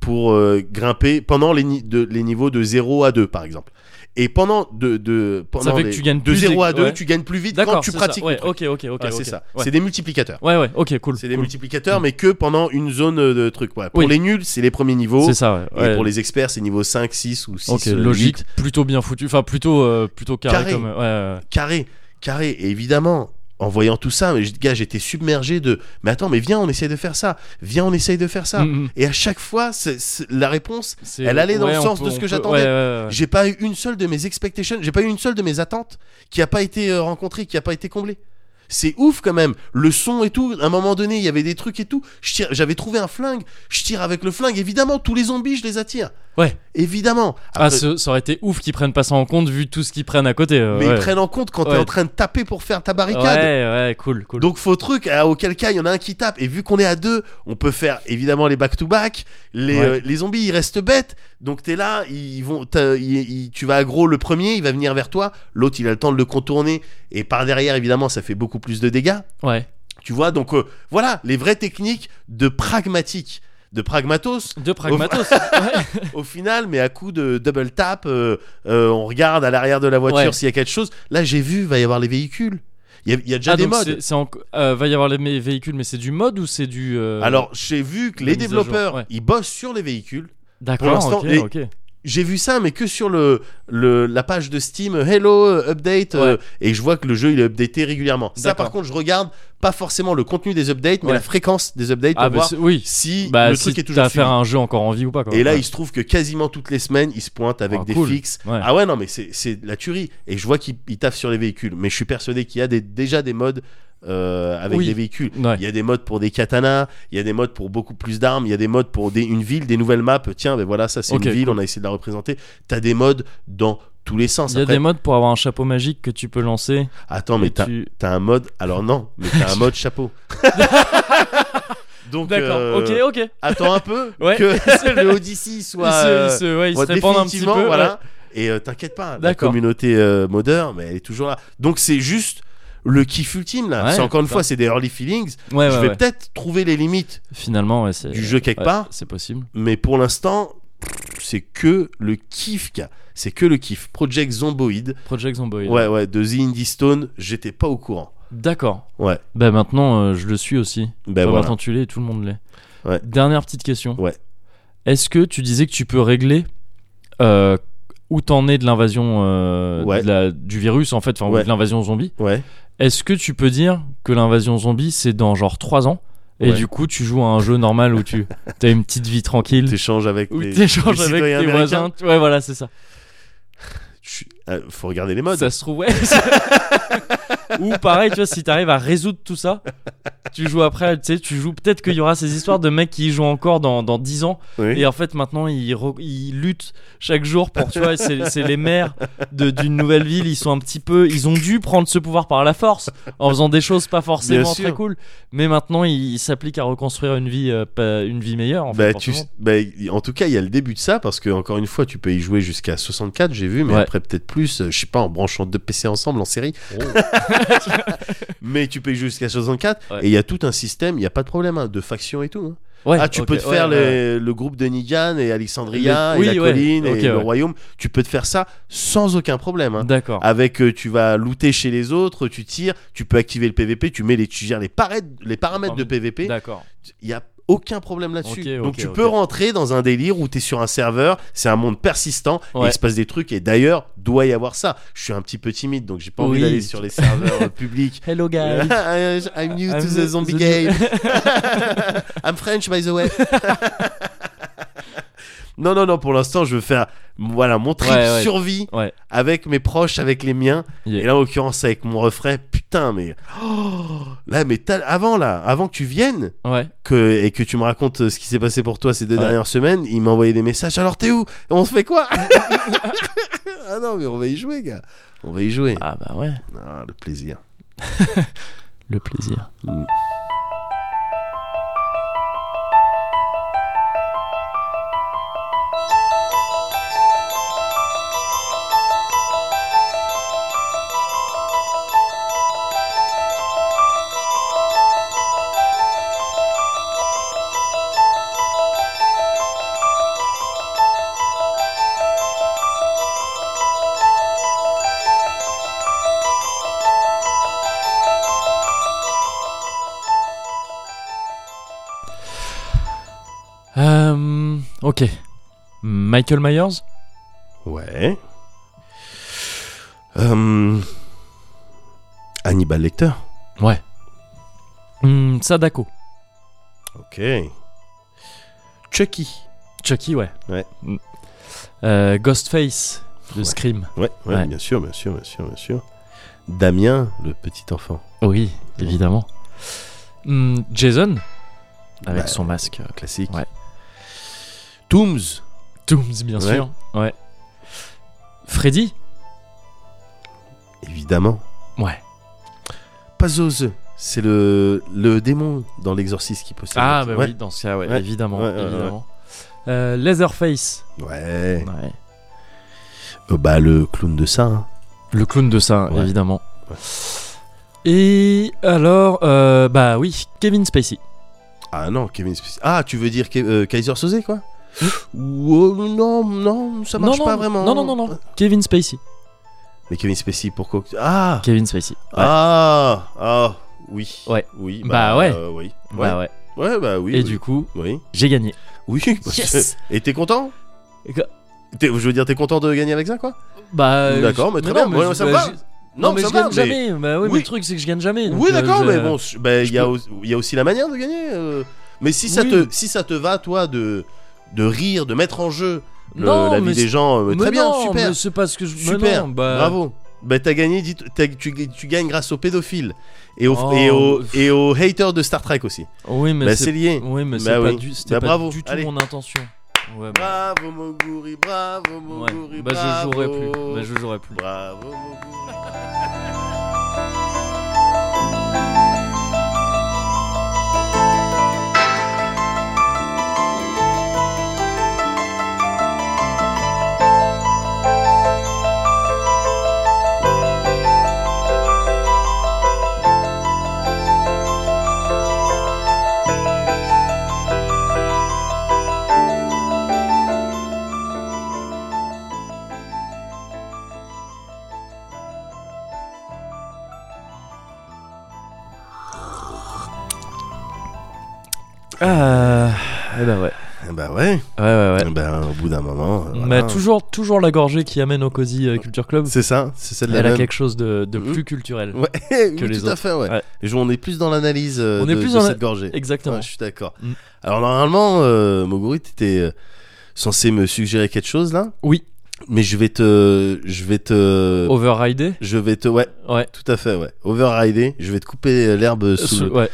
Speaker 2: pour euh, grimper pendant les, ni- de- les niveaux de 0 à 2 par exemple et pendant de, de pendant
Speaker 1: fait que
Speaker 2: les-
Speaker 1: tu gagnes
Speaker 2: de
Speaker 1: plus
Speaker 2: 0 à
Speaker 1: d'ex-
Speaker 2: 2
Speaker 1: ouais.
Speaker 2: tu gagnes plus vite
Speaker 1: D'accord,
Speaker 2: quand tu
Speaker 1: c'est
Speaker 2: pratiques
Speaker 1: Ça. Ouais,
Speaker 2: le truc.
Speaker 1: ok, ok, ok.
Speaker 2: Voilà,
Speaker 1: ok.
Speaker 2: c'est ça
Speaker 1: Ouais.
Speaker 2: c'est des multiplicateurs
Speaker 1: Ouais, ouais, ok, cool.
Speaker 2: c'est des
Speaker 1: cool.
Speaker 2: multiplicateurs mais que pendant une zone euh, de truc ouais. pour
Speaker 1: Oui.
Speaker 2: les nuls c'est les premiers niveaux
Speaker 1: C'est ça, ouais.
Speaker 2: et
Speaker 1: ouais.
Speaker 2: pour les experts c'est niveau 5 6 ou 6
Speaker 1: Ok,
Speaker 2: euh,
Speaker 1: logique,
Speaker 2: 8.
Speaker 1: plutôt bien foutu, enfin plutôt, euh, plutôt carré,
Speaker 2: Carré.
Speaker 1: comme. ouais, ouais,
Speaker 2: carré carré et évidemment en voyant tout ça mais gars j'étais submergé de mais attends mais viens on essaye de faire ça viens on essaye de faire
Speaker 1: ouais.
Speaker 2: ça
Speaker 1: Mm, mm.
Speaker 2: et à chaque fois, c'est- c'est- la réponse,
Speaker 1: C'est-
Speaker 2: Elle allait dans le
Speaker 1: on
Speaker 2: sens de
Speaker 1: peut-
Speaker 2: ce
Speaker 1: on
Speaker 2: que
Speaker 1: peut-
Speaker 2: j'attendais.
Speaker 1: ouais, ouais, ouais.
Speaker 2: j'ai pas eu une seule de mes expectations, j'ai pas eu une seule de mes attentes qui a pas été euh, rencontrée, qui a pas été comblée. C'est ouf quand même, le son et tout. À un moment donné, il y avait des trucs et tout. Je tire- J'avais trouvé un flingue, je tire avec le flingue. Évidemment, tous les zombies, je les attire.
Speaker 1: Ouais.
Speaker 2: Évidemment.
Speaker 1: Ah,
Speaker 2: Après,
Speaker 1: ce- ça aurait été ouf qu'ils prennent pas ça en compte vu tout ce qu'ils prennent à côté. euh,
Speaker 2: mais
Speaker 1: ouais.
Speaker 2: ils prennent en compte quand t'es
Speaker 1: Ouais.
Speaker 2: en train de taper pour faire ta barricade.
Speaker 1: Ouais, ouais, cool, cool.
Speaker 2: Donc faux truc, euh, auquel cas il y en a un qui tape. Et vu qu'on est à deux, on peut faire évidemment les back-to-back. Les,
Speaker 1: Ouais.
Speaker 2: euh, les zombies, ils restent bêtes. Donc t'es là, ils vont, t'as- ils- ils- tu vas aggro le premier, il va venir vers toi. L'autre, il a le temps de le contourner. Et par derrière, évidemment, ça fait beaucoup plus de dégâts.
Speaker 1: ouais.
Speaker 2: Tu vois, donc euh, voilà, les vraies techniques de pragmatique. De
Speaker 1: [laughs]
Speaker 2: pragmatos
Speaker 1: Deux
Speaker 2: [laughs]
Speaker 1: pragmatos.
Speaker 2: au final, mais à coup de double tap, euh, euh, on regarde à l'arrière de la voiture
Speaker 1: Ouais.
Speaker 2: s'il y a quelque chose. Là, j'ai vu, il va y avoir les véhicules. Il y a, il y a déjà
Speaker 1: Ah,
Speaker 2: des
Speaker 1: donc
Speaker 2: modes.
Speaker 1: c'est- c'est en- euh, va y avoir les mé- véhicules, mais c'est du mode ou c'est du. euh,
Speaker 2: Alors, j'ai vu que
Speaker 1: la
Speaker 2: les
Speaker 1: mise à jour,
Speaker 2: développeurs,
Speaker 1: ouais.
Speaker 2: ils bossent sur les véhicules. pour
Speaker 1: D'accord,
Speaker 2: l'instant,
Speaker 1: ok,
Speaker 2: les-
Speaker 1: ok.
Speaker 2: J'ai vu ça, mais que sur le, le- la page de Steam, euh, Hello, euh, update, euh, et je vois que le jeu, il est updaté régulièrement. Ça,
Speaker 1: D'accord.
Speaker 2: par contre, je regarde pas forcément le contenu des updates, mais
Speaker 1: Ouais.
Speaker 2: la fréquence des updates pour
Speaker 1: Ah, bah
Speaker 2: voir
Speaker 1: c'est- oui.
Speaker 2: si
Speaker 1: Bah,
Speaker 2: le
Speaker 1: si
Speaker 2: truc est
Speaker 1: t'as
Speaker 2: toujours
Speaker 1: à faire
Speaker 2: suivi.
Speaker 1: un jeu encore en vie ou pas, quoi.
Speaker 2: Et là,
Speaker 1: Ouais.
Speaker 2: il se trouve que quasiment toutes les semaines, ils se pointent avec
Speaker 1: Ah,
Speaker 2: des
Speaker 1: cool.
Speaker 2: fixes.
Speaker 1: Ouais.
Speaker 2: Ah ouais, non, mais c'est c'est de la tuerie. Et je vois qu'ils ils taffent sur les véhicules. Mais je suis persuadé qu'il y a des- déjà des modes euh, avec
Speaker 1: Oui.
Speaker 2: des véhicules.
Speaker 1: Ouais.
Speaker 2: Il y a des modes pour des katanas, il y a des modes pour beaucoup plus d'armes, il y a des modes pour des- une ville, des nouvelles maps. Tiens, ben voilà, ça c'est
Speaker 1: Ok,
Speaker 2: une ville, on a essayé de la représenter. T'as des modes dans tous les sens.
Speaker 1: Il y a
Speaker 2: Après,
Speaker 1: des modes pour avoir un chapeau magique que tu peux lancer.
Speaker 2: Attends, mais
Speaker 1: et
Speaker 2: t'as
Speaker 1: tu-
Speaker 2: t'as un mode. Alors non, mais t'as un
Speaker 1: [laughs]
Speaker 2: mode chapeau. Donc,
Speaker 1: D'accord,
Speaker 2: euh,
Speaker 1: ok, ok.
Speaker 2: attends un peu
Speaker 1: [laughs] Ouais.
Speaker 2: que [laughs] le Odyssey soit.
Speaker 1: il se,
Speaker 2: euh,
Speaker 1: il se- ouais, il se
Speaker 2: Ouais,
Speaker 1: répandent un petit
Speaker 2: définitivement,
Speaker 1: peu.
Speaker 2: voilà.
Speaker 1: ouais.
Speaker 2: Et euh, t'inquiète pas, la
Speaker 1: D'accord.
Speaker 2: communauté euh, modeur, mais elle est toujours là. Donc c'est juste le kiff ultime là.
Speaker 1: Ouais,
Speaker 2: c'est encore une
Speaker 1: putain.
Speaker 2: fois, c'est des early feelings.
Speaker 1: Ouais,
Speaker 2: je
Speaker 1: ouais,
Speaker 2: vais
Speaker 1: ouais.
Speaker 2: peut-être trouver les limites
Speaker 1: Finalement, ouais, c'est.
Speaker 2: du jeu quelque
Speaker 1: ouais,
Speaker 2: part,
Speaker 1: C'est possible.
Speaker 2: mais pour l'instant, c'est que le kiff, gars. C'est que le kiff. Project Zomboid.
Speaker 1: Project Zomboid.
Speaker 2: Ouais, ouais, de The Indie Stone, j'étais pas au courant.
Speaker 1: D'accord.
Speaker 2: Ouais.
Speaker 1: Bah maintenant, euh, je le suis aussi.
Speaker 2: Ben
Speaker 1: Enfin,
Speaker 2: voilà.
Speaker 1: Maintenant, tu l'es et tout le monde l'est.
Speaker 2: Ouais.
Speaker 1: Dernière petite question.
Speaker 2: Ouais.
Speaker 1: Est-ce que tu disais que tu peux régler euh, où t'en es de l'invasion euh,
Speaker 2: Ouais.
Speaker 1: de la- du virus, en fait, enfin, ou
Speaker 2: Ouais.
Speaker 1: de l'invasion zombie
Speaker 2: Ouais.
Speaker 1: Est-ce que tu peux dire que l'invasion zombie, c'est dans genre 3 ans et
Speaker 2: Ouais.
Speaker 1: du coup, tu joues à un jeu normal où tu as une petite vie tranquille
Speaker 2: T'échanges avec
Speaker 1: où
Speaker 2: les,
Speaker 1: tu échanges
Speaker 2: les
Speaker 1: avec
Speaker 2: citoyens
Speaker 1: tes
Speaker 2: américains.
Speaker 1: voisins. Ouais, voilà, c'est ça.
Speaker 2: Tu- euh, faut regarder les modes.
Speaker 1: Ça se trouve, ouais. [laughs] Ou pareil, tu vois, si t'arrives à résoudre tout ça, tu joues après, tu sais, tu joues. Peut-être qu'il y aura ces histoires de mecs qui y jouent encore dans, dans 10 ans.
Speaker 2: Oui.
Speaker 1: Et en fait, maintenant, ils, re- ils luttent chaque jour pour, tu vois, c'est c'est les maires de- d'une nouvelle ville. Ils sont un petit peu. Ils ont dû prendre ce pouvoir par la force en faisant des choses pas forcément
Speaker 2: Bien sûr.
Speaker 1: très cool. Mais maintenant, ils ils s'appliquent à reconstruire une vie, euh, pas- une vie meilleure, en fait.
Speaker 2: Bah,
Speaker 1: pour
Speaker 2: tu-
Speaker 1: tout le monde.
Speaker 2: bah, y- en tout cas, il y a le début de ça parce que encore une fois, tu peux y jouer jusqu'à 64, j'ai vu, mais
Speaker 1: Ouais.
Speaker 2: après peut-être plus, euh, je sais pas, en branchant deux PC ensemble en série.
Speaker 1: Oh.
Speaker 2: [laughs] mais tu peux y jouer jusqu'à 64
Speaker 1: Ouais.
Speaker 2: et il y a tout un système, il y a pas de problème hein, de factions et tout. hein.
Speaker 1: Ouais,
Speaker 2: ah, tu
Speaker 1: ok,
Speaker 2: peux te
Speaker 1: ouais,
Speaker 2: faire
Speaker 1: ouais, ouais.
Speaker 2: les- le groupe de Nigan et Alexandria
Speaker 1: Les-
Speaker 2: et
Speaker 1: oui,
Speaker 2: la
Speaker 1: ouais,
Speaker 2: colline
Speaker 1: ok,
Speaker 2: et le
Speaker 1: ouais.
Speaker 2: royaume, tu peux te faire ça sans aucun problème. hein.
Speaker 1: D'accord.
Speaker 2: Avec euh, tu vas looter chez les autres, tu tires, tu peux activer le PVP, tu mets les tu gères les, paramètres- les paramètres de PVP
Speaker 1: D'accord.
Speaker 2: il y a aucun problème là-dessus.
Speaker 1: Ok,
Speaker 2: Donc
Speaker 1: ok,
Speaker 2: tu
Speaker 1: ok.
Speaker 2: peux rentrer dans un délire où tu es sur un serveur, c'est un monde persistant, et
Speaker 1: Ouais.
Speaker 2: il se passe des trucs, et d'ailleurs, doit y avoir ça. Je suis un petit peu timide, donc j'ai pas envie
Speaker 1: Oui.
Speaker 2: d'aller sur les serveurs
Speaker 1: [laughs]
Speaker 2: euh, publics.
Speaker 1: Hello, guys.
Speaker 2: [laughs] I'm new
Speaker 1: I'm
Speaker 2: to
Speaker 1: new
Speaker 2: the zombie
Speaker 1: to the-
Speaker 2: game.
Speaker 1: [laughs]
Speaker 2: [laughs] I'm French, by the way. non, non, non, pour l'instant, je veux faire voilà mon trip
Speaker 1: Ouais, ouais.
Speaker 2: survie
Speaker 1: Ouais.
Speaker 2: avec mes proches, avec les miens.
Speaker 1: Yeah.
Speaker 2: Et là, en l'occurrence, avec mon refrain, putain, mais [gasps] oh, là, mais t'as- avant là, avant que tu viennes,
Speaker 1: Ouais.
Speaker 2: que et que tu me racontes euh, ce qui s'est passé pour toi ces deux
Speaker 1: Ouais.
Speaker 2: dernières semaines, il m'a envoyé des messages. Alors t'es où On se
Speaker 1: [laughs]
Speaker 2: fait quoi [laughs] Ah non, mais on va y jouer, gars. On va y jouer.
Speaker 1: Ah bah ouais.
Speaker 2: Ah, le plaisir.
Speaker 1: Le plaisir.
Speaker 2: Mm.
Speaker 1: Euh, ok. Michael Myers
Speaker 2: Ouais. Euh, Hannibal Lecter.
Speaker 1: Ouais. Hmm, Sadako.
Speaker 2: Ok. Chucky.
Speaker 1: Chucky, ouais.
Speaker 2: Ouais.
Speaker 1: Hmm. Euh, Ghostface de
Speaker 2: Ouais.
Speaker 1: Scream.
Speaker 2: Ouais, ouais,
Speaker 1: Ouais.
Speaker 2: bien sûr, bien sûr, bien sûr, bien sûr. Damien, le petit enfant.
Speaker 1: Oui, évidemment. Hmm, Jason avec
Speaker 2: Bah,
Speaker 1: son masque.
Speaker 2: Classique.
Speaker 1: Ouais.
Speaker 2: Tooms.
Speaker 1: Tooms, bien
Speaker 2: Ouais.
Speaker 1: sûr. Ouais. Freddy
Speaker 2: Évidemment.
Speaker 1: Ouais.
Speaker 2: Pazos. C'est le, le démon dans l'exorciste qui possède.
Speaker 1: Ah, bah
Speaker 2: ouais.
Speaker 1: oui, dans ce cas, ouais,
Speaker 2: Ouais.
Speaker 1: évidemment.
Speaker 2: Ouais, ouais, ouais,
Speaker 1: évidemment. Euh, Leatherface.
Speaker 2: Ouais.
Speaker 1: Ouais.
Speaker 2: Euh, bah, le clown de ça. hein.
Speaker 1: Le clown de ça,
Speaker 2: Ouais.
Speaker 1: évidemment.
Speaker 2: Ouais.
Speaker 1: Et alors, euh, bah oui, Kevin Spacey.
Speaker 2: Ah non, Kevin Spacey. Ah, tu veux dire Ke- euh, Kaiser Soze, quoi Ou, euh, Non, non, ça marche
Speaker 1: non,
Speaker 2: pas
Speaker 1: non,
Speaker 2: vraiment.
Speaker 1: Non, non, non, non. Kevin Spacey.
Speaker 2: Mais Kevin Spacey, pourquoi Ah
Speaker 1: Kevin Spacey. Ouais.
Speaker 2: Ah Ah Oui.
Speaker 1: Ouais.
Speaker 2: Oui.
Speaker 1: Bah ouais.
Speaker 2: euh, oui. Ouais.
Speaker 1: Bah ouais.
Speaker 2: Ouais, bah oui.
Speaker 1: Et
Speaker 2: oui.
Speaker 1: du coup,
Speaker 2: Oui.
Speaker 1: j'ai gagné.
Speaker 2: Oui. [laughs]
Speaker 1: Yes.
Speaker 2: Et t'es content T'es- Je veux dire, t'es content de gagner avec ça, quoi
Speaker 1: Bah. euh,
Speaker 2: D'accord, mais
Speaker 1: je-
Speaker 2: très
Speaker 1: non,
Speaker 2: bien.
Speaker 1: mais
Speaker 2: Voilà,
Speaker 1: je-
Speaker 2: ça
Speaker 1: bah,
Speaker 2: me va.
Speaker 1: je-
Speaker 2: Non, mais
Speaker 1: je
Speaker 2: ça
Speaker 1: gagne
Speaker 2: va, mais...
Speaker 1: jamais. Bah oui, mais
Speaker 2: Oui.
Speaker 1: le truc, c'est que je gagne jamais. donc,
Speaker 2: Oui,
Speaker 1: euh,
Speaker 2: d'accord,
Speaker 1: je-
Speaker 2: mais bon, je- bah, il y, a
Speaker 1: peux-
Speaker 2: aussi- il y a aussi la manière de gagner. euh. Mais si ça,
Speaker 1: Oui.
Speaker 2: te, si ça te va, toi, de, de rire, de mettre en jeu le-
Speaker 1: Non,
Speaker 2: la
Speaker 1: mais
Speaker 2: vie des
Speaker 1: c'est-
Speaker 2: gens, euh,
Speaker 1: Mais
Speaker 2: très bien,
Speaker 1: non,
Speaker 2: super.
Speaker 1: mais c'est pas ce que je. mais
Speaker 2: Super,
Speaker 1: non, bah,
Speaker 2: bravo. Bah t'as gagné, dis- t'as- tu, tu gagnes grâce aux pédophiles et aux,
Speaker 1: Oh,
Speaker 2: et aux,
Speaker 1: pff.
Speaker 2: et aux haters de Star Trek aussi.
Speaker 1: Oui, mais
Speaker 2: bah
Speaker 1: c'est.
Speaker 2: c'est lié.
Speaker 1: Oui, mais
Speaker 2: Bah
Speaker 1: c'est pas
Speaker 2: oui.
Speaker 1: du. C'était
Speaker 2: Bah
Speaker 1: pas
Speaker 2: bravo,
Speaker 1: du tout
Speaker 2: allez.
Speaker 1: mon intention. Ouais. bah,
Speaker 2: Bravo Moguri, bravo
Speaker 1: ouais.
Speaker 2: Moguri,
Speaker 1: Bah je
Speaker 2: bravo.
Speaker 1: jouerai plus. Bah je jouerai plus.
Speaker 2: Bravo Moguri.
Speaker 1: Ah. Eh bah ouais.
Speaker 2: Eh Bah ouais,
Speaker 1: Ouais, ouais, ouais.
Speaker 2: Eh ben, au bout d'un moment. euh,
Speaker 1: Mais
Speaker 2: voilà.
Speaker 1: toujours, toujours la gorgée qui amène au Cozy euh, Culture Club.
Speaker 2: C'est ça, c'est celle de la
Speaker 1: Elle a
Speaker 2: même.
Speaker 1: quelque chose de, de
Speaker 2: Mhm.
Speaker 1: plus culturel.
Speaker 2: [laughs] Ouais, oui,
Speaker 1: que les
Speaker 2: tout à fait, ouais.
Speaker 1: Ouais.
Speaker 2: Et je- on est plus dans l'analyse euh,
Speaker 1: On est
Speaker 2: de,
Speaker 1: plus
Speaker 2: de
Speaker 1: dans la-
Speaker 2: cette gorgée.
Speaker 1: Exactement.
Speaker 2: Ouais, je suis d'accord.
Speaker 1: Mm.
Speaker 2: Alors normalement, euh, Moguri, t'étais euh, censé me suggérer quelque chose là,
Speaker 1: Oui,
Speaker 2: mais je vais te, je vais te,
Speaker 1: overridé.
Speaker 2: je vais te, ouais,
Speaker 1: Ouais.
Speaker 2: tout à fait, ouais. Overridé, je vais te couper euh, l'herbe sous,
Speaker 1: Euh, Sous-
Speaker 2: le,
Speaker 1: ouais.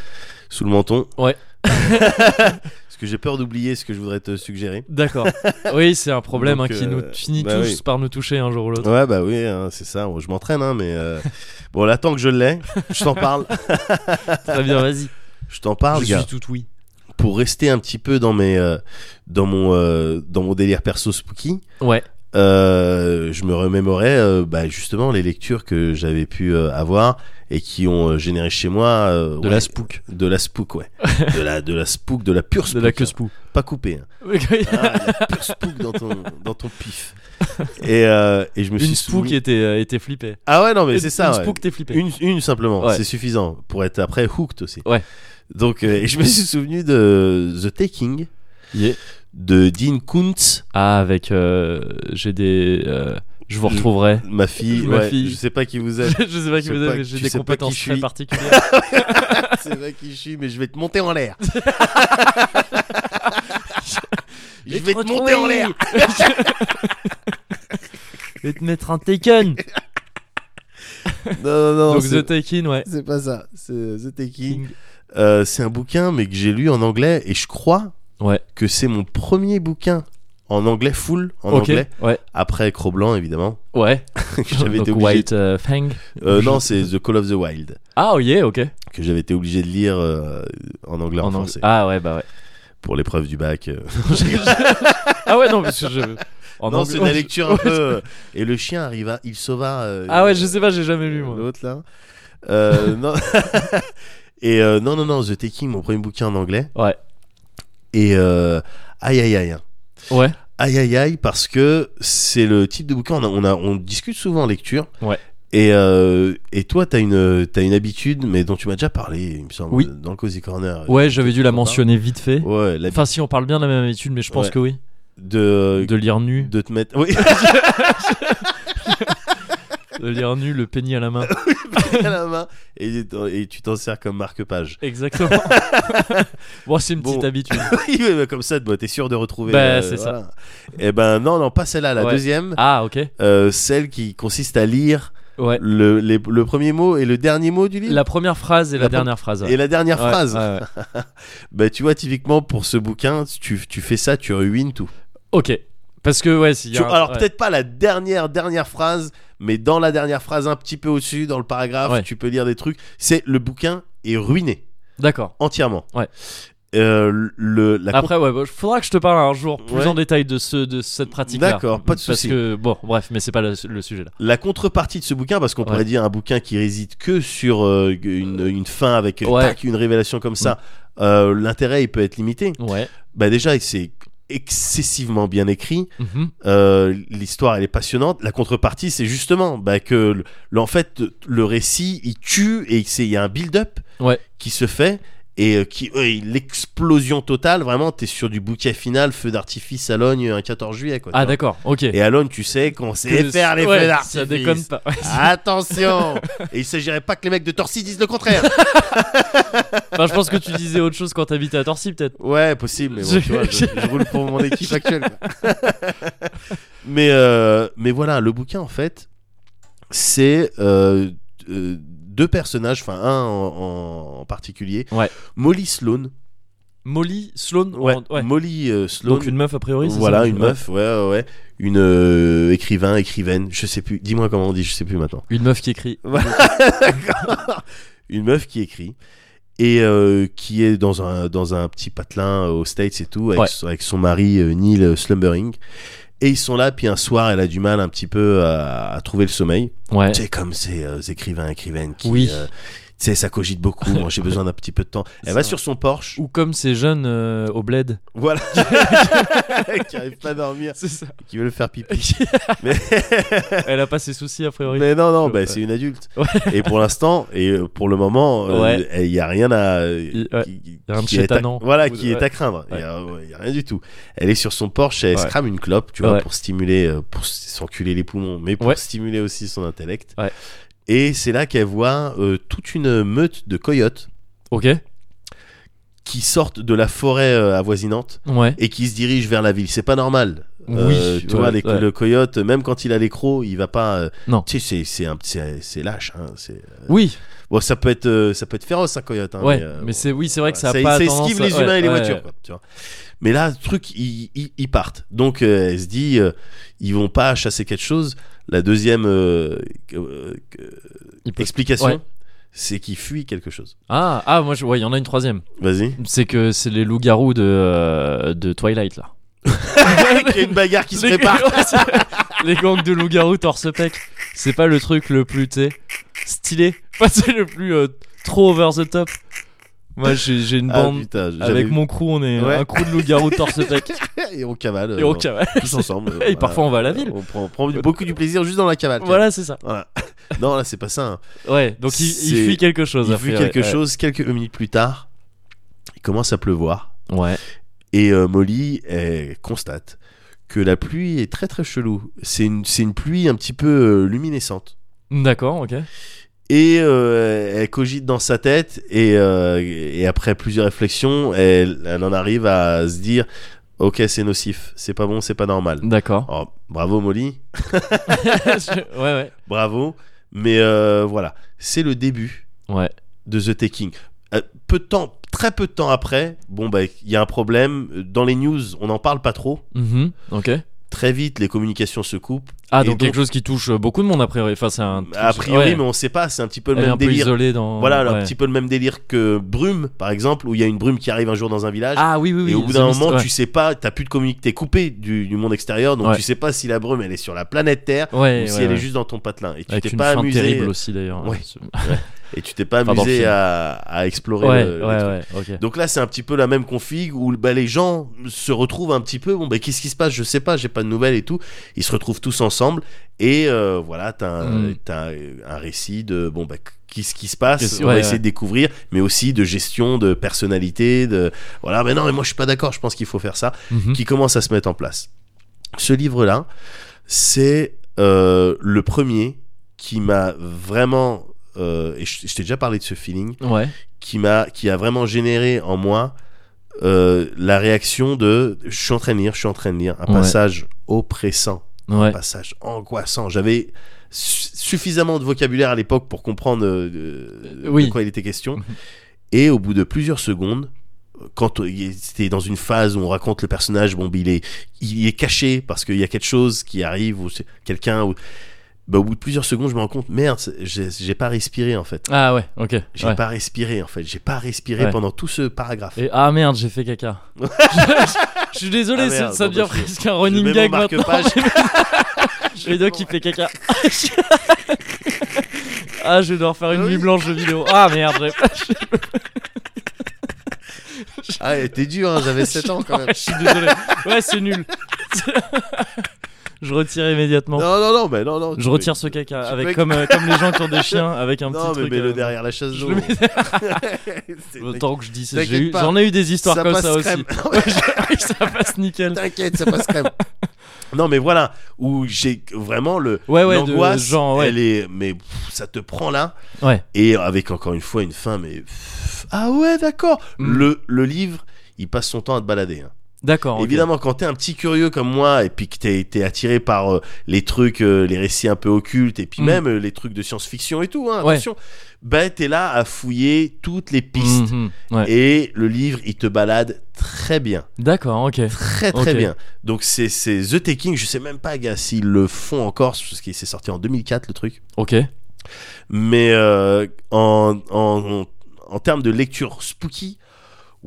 Speaker 2: sous le menton.
Speaker 1: Ouais.
Speaker 2: [laughs] Parce que j'ai peur d'oublier ce que je voudrais te suggérer. [laughs]
Speaker 1: D'accord. oui, c'est un problème
Speaker 2: Donc,
Speaker 1: hein, qui
Speaker 2: euh,
Speaker 1: nous finit
Speaker 2: bah
Speaker 1: tous
Speaker 2: oui.
Speaker 1: par nous toucher un jour ou
Speaker 2: [laughs]
Speaker 1: l'autre.
Speaker 2: Ouais, bah oui, hein, c'est ça. Bon, je m'entraîne, hein, mais euh, bon, là, tant que je l'ai, je t'en parle.
Speaker 1: Très bien, vas-y.
Speaker 2: Je t'en
Speaker 1: [laughs]
Speaker 2: parle,
Speaker 1: Je
Speaker 2: Ah, gars.
Speaker 1: suis tout oui.
Speaker 2: Pour rester un petit peu dans mes, euh, dans mon, euh, dans mon délire perso spooky.
Speaker 1: Ouais.
Speaker 2: Euh, je me remémorais euh, bah, justement les lectures que j'avais pu euh, avoir et qui ont euh, généré chez moi euh,
Speaker 1: De
Speaker 2: ouais,
Speaker 1: la spook.
Speaker 2: de la spook ouais de la de la spook de la pure
Speaker 1: De
Speaker 2: spook
Speaker 1: la queue
Speaker 2: hein.
Speaker 1: spoo.
Speaker 2: pas coupée hein.
Speaker 1: Une
Speaker 2: Ah, il
Speaker 1: [laughs]
Speaker 2: y a pure spook dans ton dans ton pif et, euh, et je
Speaker 1: [laughs]
Speaker 2: me suis
Speaker 1: spook
Speaker 2: soumis-
Speaker 1: était, euh, était flippée.
Speaker 2: ah ouais non mais
Speaker 1: Une-
Speaker 2: c'est ça
Speaker 1: Une
Speaker 2: ouais.
Speaker 1: spook, t'es flippée.
Speaker 2: Une, une simplement,
Speaker 1: Ouais.
Speaker 2: c'est suffisant pour être après hooked aussi.
Speaker 1: Ouais.
Speaker 2: Donc, euh, et je me suis souvenu de The Taking
Speaker 1: Yeah.
Speaker 2: de Dean Kuntz,
Speaker 1: Ah, avec. euh, J'ai des. euh, je vous
Speaker 2: [laughs]
Speaker 1: retrouverai.
Speaker 2: ma fille.
Speaker 1: Ma
Speaker 2: ouais,
Speaker 1: fille.
Speaker 2: Je sais pas qui vous
Speaker 1: je
Speaker 2: êtes. [laughs]
Speaker 1: sais pas
Speaker 2: Je
Speaker 1: qui
Speaker 2: sais
Speaker 1: vous êtes,
Speaker 2: pas-
Speaker 1: mais j'ai
Speaker 2: tu
Speaker 1: des
Speaker 2: sais pas qui
Speaker 1: compétences
Speaker 2: je
Speaker 1: très
Speaker 2: suis.
Speaker 1: particulières.
Speaker 2: c'est vrai qui je suis, mais je vais te monter
Speaker 1: [laughs]
Speaker 2: en l'air. [laughs] je vais te monter en l'air.
Speaker 1: mettre un Taken.
Speaker 2: Non, non, non.
Speaker 1: Donc
Speaker 2: c'est-
Speaker 1: The Taken, ouais.
Speaker 2: C'est pas ça. C'est The Taking. Euh, c'est un bouquin, mais que j'ai lu en anglais et je crois
Speaker 1: Ouais.
Speaker 2: que c'est mon premier bouquin en anglais full en
Speaker 1: ok.
Speaker 2: anglais
Speaker 1: Ouais.
Speaker 2: après Cro-Blanc évidemment. [laughs]
Speaker 1: Ouais.
Speaker 2: que j'avais
Speaker 1: Donc
Speaker 2: été obligé.
Speaker 1: White euh, Fang.
Speaker 2: Euh, non, c'est The Call of the Wild
Speaker 1: Ah, oh yeah, ok.
Speaker 2: que j'avais été obligé de lire euh, en anglais en,
Speaker 1: En anglais.
Speaker 2: français
Speaker 1: Ah ouais, bah ouais.
Speaker 2: pour l'épreuve du bac. euh.
Speaker 1: Ah ouais, non, parce
Speaker 2: [laughs]
Speaker 1: que je. En
Speaker 2: non,
Speaker 1: anglais-
Speaker 2: c'est de la lecture
Speaker 1: [laughs]
Speaker 2: un
Speaker 1: Ouais,
Speaker 2: peu. euh, Et le chien arriva, il sauva. euh,
Speaker 1: Ah ouais, je sais pas, j'ai jamais lu moi.
Speaker 2: L'autre là. Euh, non. [laughs] Et euh, non, non, non, The Taking, mon premier bouquin en anglais.
Speaker 1: Ouais.
Speaker 2: Et euh, aïe, aïe, aïe. hein.
Speaker 1: Ouais.
Speaker 2: Aïe, aïe, aïe, parce que c'est le type de bouquin, on, a- on, a- on discute souvent en lecture.
Speaker 1: Ouais.
Speaker 2: Et, euh, et toi, t'as une, t'as une habitude, mais dont tu m'as déjà parlé, il me semble,
Speaker 1: Oui.
Speaker 2: dans le Cozy Corner.
Speaker 1: Ouais, j'avais dû la
Speaker 2: Sympa.
Speaker 1: mentionner vite fait.
Speaker 2: Ouais, l'habitude
Speaker 1: Enfin, si on parle bien de la même étude, mais je pense
Speaker 2: Ouais. Euh,
Speaker 1: que oui.
Speaker 2: de,
Speaker 1: De lire
Speaker 2: [laughs]
Speaker 1: nu,
Speaker 2: de te mettre. Oui,
Speaker 1: de lire nu, le penny à la
Speaker 2: [laughs]
Speaker 1: main.
Speaker 2: à la main. Et, et tu t'en sers comme marque-page.
Speaker 1: Exactement.
Speaker 2: [laughs]
Speaker 1: bon, c'est une petite
Speaker 2: Bon.
Speaker 1: habitude.
Speaker 2: [laughs] Oui, mais bah, comme ça, bah, t'es sûr de retrouver.
Speaker 1: Bah, c'est
Speaker 2: Et ben non, non, pas celle-là, la
Speaker 1: Ouais.
Speaker 2: deuxième,
Speaker 1: Ah, ok.
Speaker 2: euh, celle qui consiste à lire
Speaker 1: Ouais.
Speaker 2: le, les- le premier mot et le dernier mot du livre.
Speaker 1: La première phrase et la,
Speaker 2: La pre-
Speaker 1: dernière phrase. ouais.
Speaker 2: Et la dernière
Speaker 1: Ouais,
Speaker 2: phrase.
Speaker 1: ouais, ouais.
Speaker 2: Bah, tu vois, typiquement, pour ce bouquin, tu, tu fais ça, tu ruines tout.
Speaker 1: Ok. Parce que, ouais, s'il y a.
Speaker 2: Tu-
Speaker 1: un-
Speaker 2: alors,
Speaker 1: ouais.
Speaker 2: peut-être pas la dernière, dernière phrase, mais dans la dernière phrase, un petit peu au-dessus, dans le paragraphe,
Speaker 1: Ouais.
Speaker 2: tu peux lire des trucs. C'est le bouquin est ruiné,
Speaker 1: D'accord.
Speaker 2: entièrement.
Speaker 1: Ouais.
Speaker 2: Euh, le, la
Speaker 1: Après, ouais, bah, faudra que je te parle un jour plus
Speaker 2: Ouais.
Speaker 1: en détail de, ce, de cette pratique-là.
Speaker 2: D'accord, pas de souci.
Speaker 1: Parce que, bon, bref, mais c'est pas le, le sujet là.
Speaker 2: la contrepartie de ce bouquin, parce qu'on
Speaker 1: Ouais.
Speaker 2: pourrait dire un bouquin qui réside que sur euh, une, une fin avec euh,
Speaker 1: Ouais. Mm.
Speaker 2: tac, une révélation comme ça, euh, l'intérêt il peut être limité.
Speaker 1: Ouais.
Speaker 2: Bah déjà c'est excessivement bien écrit,
Speaker 1: Mhm.
Speaker 2: euh, l'histoire elle est passionnante, la contrepartie c'est justement bah, que le- le- en fait le récit il tue et c'est- il y a un build-up
Speaker 1: Ouais.
Speaker 2: qui se fait et euh, qui ouais, l'explosion totale vraiment t'es sur du bouquet final feu d'artifice à Logne un 14 juillet quoi. tu
Speaker 1: Ah,
Speaker 2: vois.
Speaker 1: d'accord, ok.
Speaker 2: Et à Logne tu sais qu'on sait
Speaker 1: Que-
Speaker 2: faire les
Speaker 1: ouais,
Speaker 2: feux
Speaker 1: Ça
Speaker 2: d'artifice.
Speaker 1: déconne pas. Ouais.
Speaker 2: [laughs] Attention Et il s'agirait pas que les mecs de Torcy disent le contraire
Speaker 1: Enfin, je pense que tu disais autre chose quand t'habitais à Torcy, peut-être.
Speaker 2: Ouais, possible, mais bon,
Speaker 1: Je-
Speaker 2: tu vois, je, [laughs] je roule pour mon équipe actuelle. quoi. mais, euh, mais voilà, le bouquin, en fait, c'est euh, euh, deux personnages, enfin un en, en- en particulier.
Speaker 1: Ouais.
Speaker 2: Molly Sloan.
Speaker 1: Molly, Sloan,
Speaker 2: Ouais,
Speaker 1: en- ouais.
Speaker 2: Molly euh, Sloan.
Speaker 1: Donc une meuf a priori, c'est
Speaker 2: voilà,
Speaker 1: ça
Speaker 2: une
Speaker 1: Ouais.
Speaker 2: meuf, ouais, ouais, ouais. Une euh, écrivain, écrivaine, je sais plus. Dis-moi comment on dit, je sais plus maintenant.
Speaker 1: Une meuf qui écrit.
Speaker 2: une meuf qui écrit et euh, qui est dans un, dans un petit patelin euh, aux States et tout, avec,
Speaker 1: Ouais.
Speaker 2: son, avec son mari euh, Neil Slumbering. Et ils sont là, puis un soir, elle a du mal un petit peu à, à trouver le sommeil.
Speaker 1: Ouais.
Speaker 2: Tu sais, comme ces euh, écrivains, écrivaines qui.
Speaker 1: Oui.
Speaker 2: euh, tu sais, ça cogite beaucoup, moi j'ai besoin d'un petit peu de temps. Elle
Speaker 1: C'est
Speaker 2: va
Speaker 1: vrai.
Speaker 2: sur son Porsche,
Speaker 1: Ou comme ces jeunes euh, au
Speaker 2: [laughs]
Speaker 1: bled.
Speaker 2: voilà, qui arrive pas à dormir,
Speaker 1: C'est ça.
Speaker 2: qui veut le faire pipi.
Speaker 1: Elle a pas ses soucis a priori.
Speaker 2: Mais non, non,
Speaker 1: Ouais.
Speaker 2: bah, c'est une adulte.
Speaker 1: Ouais.
Speaker 2: Et pour l'instant, et euh, pour le moment, euh,
Speaker 1: Ouais.
Speaker 2: il y a rien à. euh,
Speaker 1: Il- ouais.
Speaker 2: qui- qui-
Speaker 1: y a un
Speaker 2: qui est à-
Speaker 1: tchétanon.
Speaker 2: Voilà, qui
Speaker 1: Ouais.
Speaker 2: est à craindre. Il y a, ouais, il y a rien du tout. Elle est sur son Porsche, elle
Speaker 1: Ouais.
Speaker 2: se crame une clope, tu vois,
Speaker 1: Ouais.
Speaker 2: pour stimuler, euh, pour s- s'enculer les poumons, mais pour
Speaker 1: Ouais.
Speaker 2: stimuler aussi son intellect.
Speaker 1: Ouais.
Speaker 2: Et c'est là qu'elle voit euh, toute une meute de coyotes
Speaker 1: Ok.
Speaker 2: qui sortent de la forêt euh, avoisinante
Speaker 1: Ouais.
Speaker 2: et qui se dirigent vers la ville. C'est pas normal.
Speaker 1: Oui,
Speaker 2: Euh, tu
Speaker 1: ouais,
Speaker 2: vois, les-
Speaker 1: ouais.
Speaker 2: le coyote, même quand il a les crocs, il va pas. euh,
Speaker 1: Non.
Speaker 2: Tu sais, c'est- c'est un- c'est c'est lâche. hein, c'est-
Speaker 1: Oui.
Speaker 2: Bon, ça peut être, euh, ça peut être féroce un coyote. hein,
Speaker 1: ouais.
Speaker 2: euh,
Speaker 1: mais
Speaker 2: bon,
Speaker 1: c'est oui, c'est vrai que ça a
Speaker 2: ça,
Speaker 1: pas
Speaker 2: ça
Speaker 1: tendance
Speaker 2: esquive
Speaker 1: à-
Speaker 2: les
Speaker 1: ouais,
Speaker 2: humains et les
Speaker 1: ouais,
Speaker 2: voitures.
Speaker 1: ouais.
Speaker 2: quoi, tu vois. Mais là, le truc, ils, ils- ils partent. Donc, euh, elle se dit, euh, ils vont pas chasser quelque chose. La deuxième euh, euh, euh,
Speaker 1: Il peut-
Speaker 2: explication,
Speaker 1: Ouais.
Speaker 2: c'est qu'ils fuient quelque chose.
Speaker 1: Ah ah moi je ouais, il y en a une troisième. [laughs]
Speaker 2: Vas-y.
Speaker 1: C'est que c'est les loups-garous de euh, de Twilight [laughs] là.
Speaker 2: Il y a une bagarre qui se
Speaker 1: les,
Speaker 2: prépare.
Speaker 1: [laughs] Ouais, c'est- les gangs de loups-garous torse pec. C'est pas le truc le plus t'es stylé. [laughs] Pas c'est le plus euh, trop over the top. Moi j'ai j'ai une
Speaker 2: Ah,
Speaker 1: bande
Speaker 2: putain, j'avais-
Speaker 1: avec mon crew, on est
Speaker 2: Ouais.
Speaker 1: un crew de loups-garous torse
Speaker 2: [laughs]
Speaker 1: pec.
Speaker 2: Et on cavale.
Speaker 1: Et
Speaker 2: euh,
Speaker 1: on cavale.
Speaker 2: Tous ensemble.
Speaker 1: [laughs]
Speaker 2: euh,
Speaker 1: Et parfois on va à la ville.
Speaker 2: On prend, on prend du- beaucoup du plaisir juste dans la cavale. tu
Speaker 1: Voilà, c'est ça.
Speaker 2: vois. Voilà. [laughs] Non, là, c'est pas ça. hein.
Speaker 1: Ouais, donc il,
Speaker 2: C'est-
Speaker 1: il fuit quelque chose.
Speaker 2: Il
Speaker 1: a
Speaker 2: fuit
Speaker 1: priori.
Speaker 2: quelque chose. Quelques minutes plus tard, il commence à pleuvoir.
Speaker 1: Ouais.
Speaker 2: Et euh, Molly elle constate que la pluie est très très chelou. C'est une, c'est une pluie un petit peu euh, luminescente.
Speaker 1: D'accord, ok.
Speaker 2: Et euh, elle cogite dans sa tête et, euh, et après plusieurs réflexions, elle, elle en arrive à se dire Ok, c'est nocif, c'est pas bon, c'est pas normal.
Speaker 1: D'accord.
Speaker 2: Oh, bravo Molly,
Speaker 1: [laughs] Je- ouais,
Speaker 2: bravo. Mais euh, voilà, c'est le début
Speaker 1: ouais. Ouais.
Speaker 2: de The Taking. Euh, peu de temps, très peu de temps après, bon bah il y a un problème dans les news, on n'en parle pas trop.
Speaker 1: Mhm. Ok.
Speaker 2: Très vite, les communications se coupent.
Speaker 1: Ah,
Speaker 2: Et
Speaker 1: donc,
Speaker 2: donc-
Speaker 1: quelque chose qui touche beaucoup de monde, a priori. Enfin, c'est un.
Speaker 2: A priori,
Speaker 1: ouais.
Speaker 2: mais on sait pas, c'est un petit peu le
Speaker 1: Elle est
Speaker 2: même
Speaker 1: un peu
Speaker 2: délire.
Speaker 1: isolée dans.
Speaker 2: voilà,
Speaker 1: ouais.
Speaker 2: un petit peu le même délire que Brume, par exemple, où il y a une brume qui arrive un jour dans un village.
Speaker 1: Ah oui, oui, oui.
Speaker 2: et au bout
Speaker 1: The
Speaker 2: d'un
Speaker 1: Mist-
Speaker 2: moment,
Speaker 1: ouais.
Speaker 2: tu sais pas, t'as plus de communication, t'es coupé du, du monde extérieur, donc
Speaker 1: Ouais.
Speaker 2: tu sais pas si la brume elle est sur la planète Terre
Speaker 1: Ouais,
Speaker 2: ou si
Speaker 1: ouais,
Speaker 2: elle
Speaker 1: ouais.
Speaker 2: est juste dans ton patelin. Et tu
Speaker 1: Avec
Speaker 2: t'es
Speaker 1: une
Speaker 2: pas
Speaker 1: fin
Speaker 2: amusé,
Speaker 1: terrible aussi d'ailleurs.
Speaker 2: Ouais.
Speaker 1: Ce-
Speaker 2: et tu t'es pas
Speaker 1: Enfin, dans le
Speaker 2: amusé
Speaker 1: film.
Speaker 2: à, à
Speaker 1: [laughs]
Speaker 2: explorer.
Speaker 1: Ouais,
Speaker 2: le- le
Speaker 1: ouais,
Speaker 2: truc.
Speaker 1: ouais, ok.
Speaker 2: Donc là, c'est un petit peu la même config où bah, les gens se retrouvent un petit peu. Bon, bah, qu'est-ce qui se passe Je sais pas, j'ai pas de nouvelles et tout. Ils se retrouvent tous ensemble et euh, voilà, t'as un,
Speaker 1: Mm.
Speaker 2: t'as un récit de bon, bah, qu'est-ce qui se passe
Speaker 1: Qu'est-ce-
Speaker 2: On va
Speaker 1: ouais,
Speaker 2: essayer
Speaker 1: ouais.
Speaker 2: de découvrir, mais aussi de gestion, de personnalité, de voilà. Mais non, mais moi je suis pas d'accord. Je pense qu'il faut faire ça.
Speaker 1: Mhm.
Speaker 2: Qui commence à se mettre en place. Ce livre-là, c'est euh, le premier qui m'a vraiment. euh, et je je t'ai déjà parlé de ce feeling
Speaker 1: Ouais.
Speaker 2: qui m'a qui a vraiment généré en moi euh, la réaction de je suis en train de lire je suis en train de lire un
Speaker 1: Ouais.
Speaker 2: passage oppressant un
Speaker 1: Ouais.
Speaker 2: passage angoissant j'avais su- suffisamment de vocabulaire à l'époque pour comprendre euh, de,
Speaker 1: oui.
Speaker 2: de quoi il était question
Speaker 1: Mhm.
Speaker 2: et au bout de plusieurs secondes quand euh, il- c'était dans une phase où on raconte le personnage bon ben, il est il est caché parce qu'il y a quelque chose qui arrive ou c'est quelqu'un ou bah, au bout de plusieurs secondes je me rends compte merde c'est- j'ai j'ai pas respiré en fait
Speaker 1: Ah ouais, ok.
Speaker 2: j'ai
Speaker 1: ouais.
Speaker 2: pas respiré en fait, j'ai pas respiré
Speaker 1: Ouais.
Speaker 2: pendant tout ce paragraphe.
Speaker 1: Et ah merde, j'ai fait
Speaker 2: [laughs]
Speaker 1: caca. je, [laughs] je suis désolé,
Speaker 2: Ah
Speaker 1: c'est-
Speaker 2: merde,
Speaker 1: ça
Speaker 2: bon,
Speaker 1: devient
Speaker 2: bah, je-
Speaker 1: presque un running
Speaker 2: mets mon
Speaker 1: gag maintenant.
Speaker 2: marque-page.
Speaker 1: [laughs] Les deux qui fait
Speaker 2: [laughs]
Speaker 1: caca. [laughs] ah, je vais devoir faire une
Speaker 2: Oui.
Speaker 1: nuit blanche de vidéo. Ah merde, j'ai pas. j'ai-
Speaker 2: Ah, elle était dure, hein, j'avais 7 ans
Speaker 1: [laughs]
Speaker 2: quand même.
Speaker 1: Je suis désolé. Ouais, c'est nul. je retire immédiatement.
Speaker 2: Non, non, non, mais non, non.
Speaker 1: je
Speaker 2: tu-
Speaker 1: retire ce caca
Speaker 2: tu
Speaker 1: avec
Speaker 2: peux-
Speaker 1: comme, euh, comme les gens qui ont des chiens avec un
Speaker 2: Non,
Speaker 1: petit
Speaker 2: mais
Speaker 1: truc.
Speaker 2: mets-le
Speaker 1: euh,
Speaker 2: derrière la chaise
Speaker 1: Je
Speaker 2: d'eau.
Speaker 1: le mets
Speaker 2: [laughs] C'est-
Speaker 1: Le temps que je dis, c'est-
Speaker 2: T'inquiète
Speaker 1: j'ai eu-
Speaker 2: pas.
Speaker 1: j'en ai, eu des histoires
Speaker 2: Ça
Speaker 1: comme
Speaker 2: passe
Speaker 1: ça aussi.
Speaker 2: crème. [laughs]
Speaker 1: Ouais, [laughs] je- ça passe nickel.
Speaker 2: T'inquiète, ça passe crème. [laughs] Non, mais voilà, où j'ai vraiment le.
Speaker 1: Ouais, ouais, de-
Speaker 2: L'angoisse,
Speaker 1: genre, ouais.
Speaker 2: elle est. Mais pff, ça te prend là.
Speaker 1: Ouais.
Speaker 2: Et avec encore une fois une fin, mais. pff, Ah ouais, d'accord.
Speaker 1: Mm.
Speaker 2: Le, le livre, il passe son temps à te balader. hein.
Speaker 1: D'accord. ok.
Speaker 2: Évidemment, quand t'es un petit curieux comme moi et puis que t'es t'es attiré par euh, les trucs, euh, les récits un peu occultes et puis
Speaker 1: Mm.
Speaker 2: même euh, les trucs de science-fiction et tout, hein,
Speaker 1: Ouais.
Speaker 2: attention, ben t'es là à fouiller toutes les pistes.
Speaker 1: Mhm, ouais.
Speaker 2: Et le livre, il te balade très bien,
Speaker 1: D'accord, ok.
Speaker 2: très très
Speaker 1: Ok.
Speaker 2: bien. Donc c'est c'est The Taking, je sais même pas, gars, s'ils le font encore, parce qu'il s'est sorti en 2004 le truc.
Speaker 1: Ok.
Speaker 2: Mais euh, en, en, en, en termes de lecture spooky,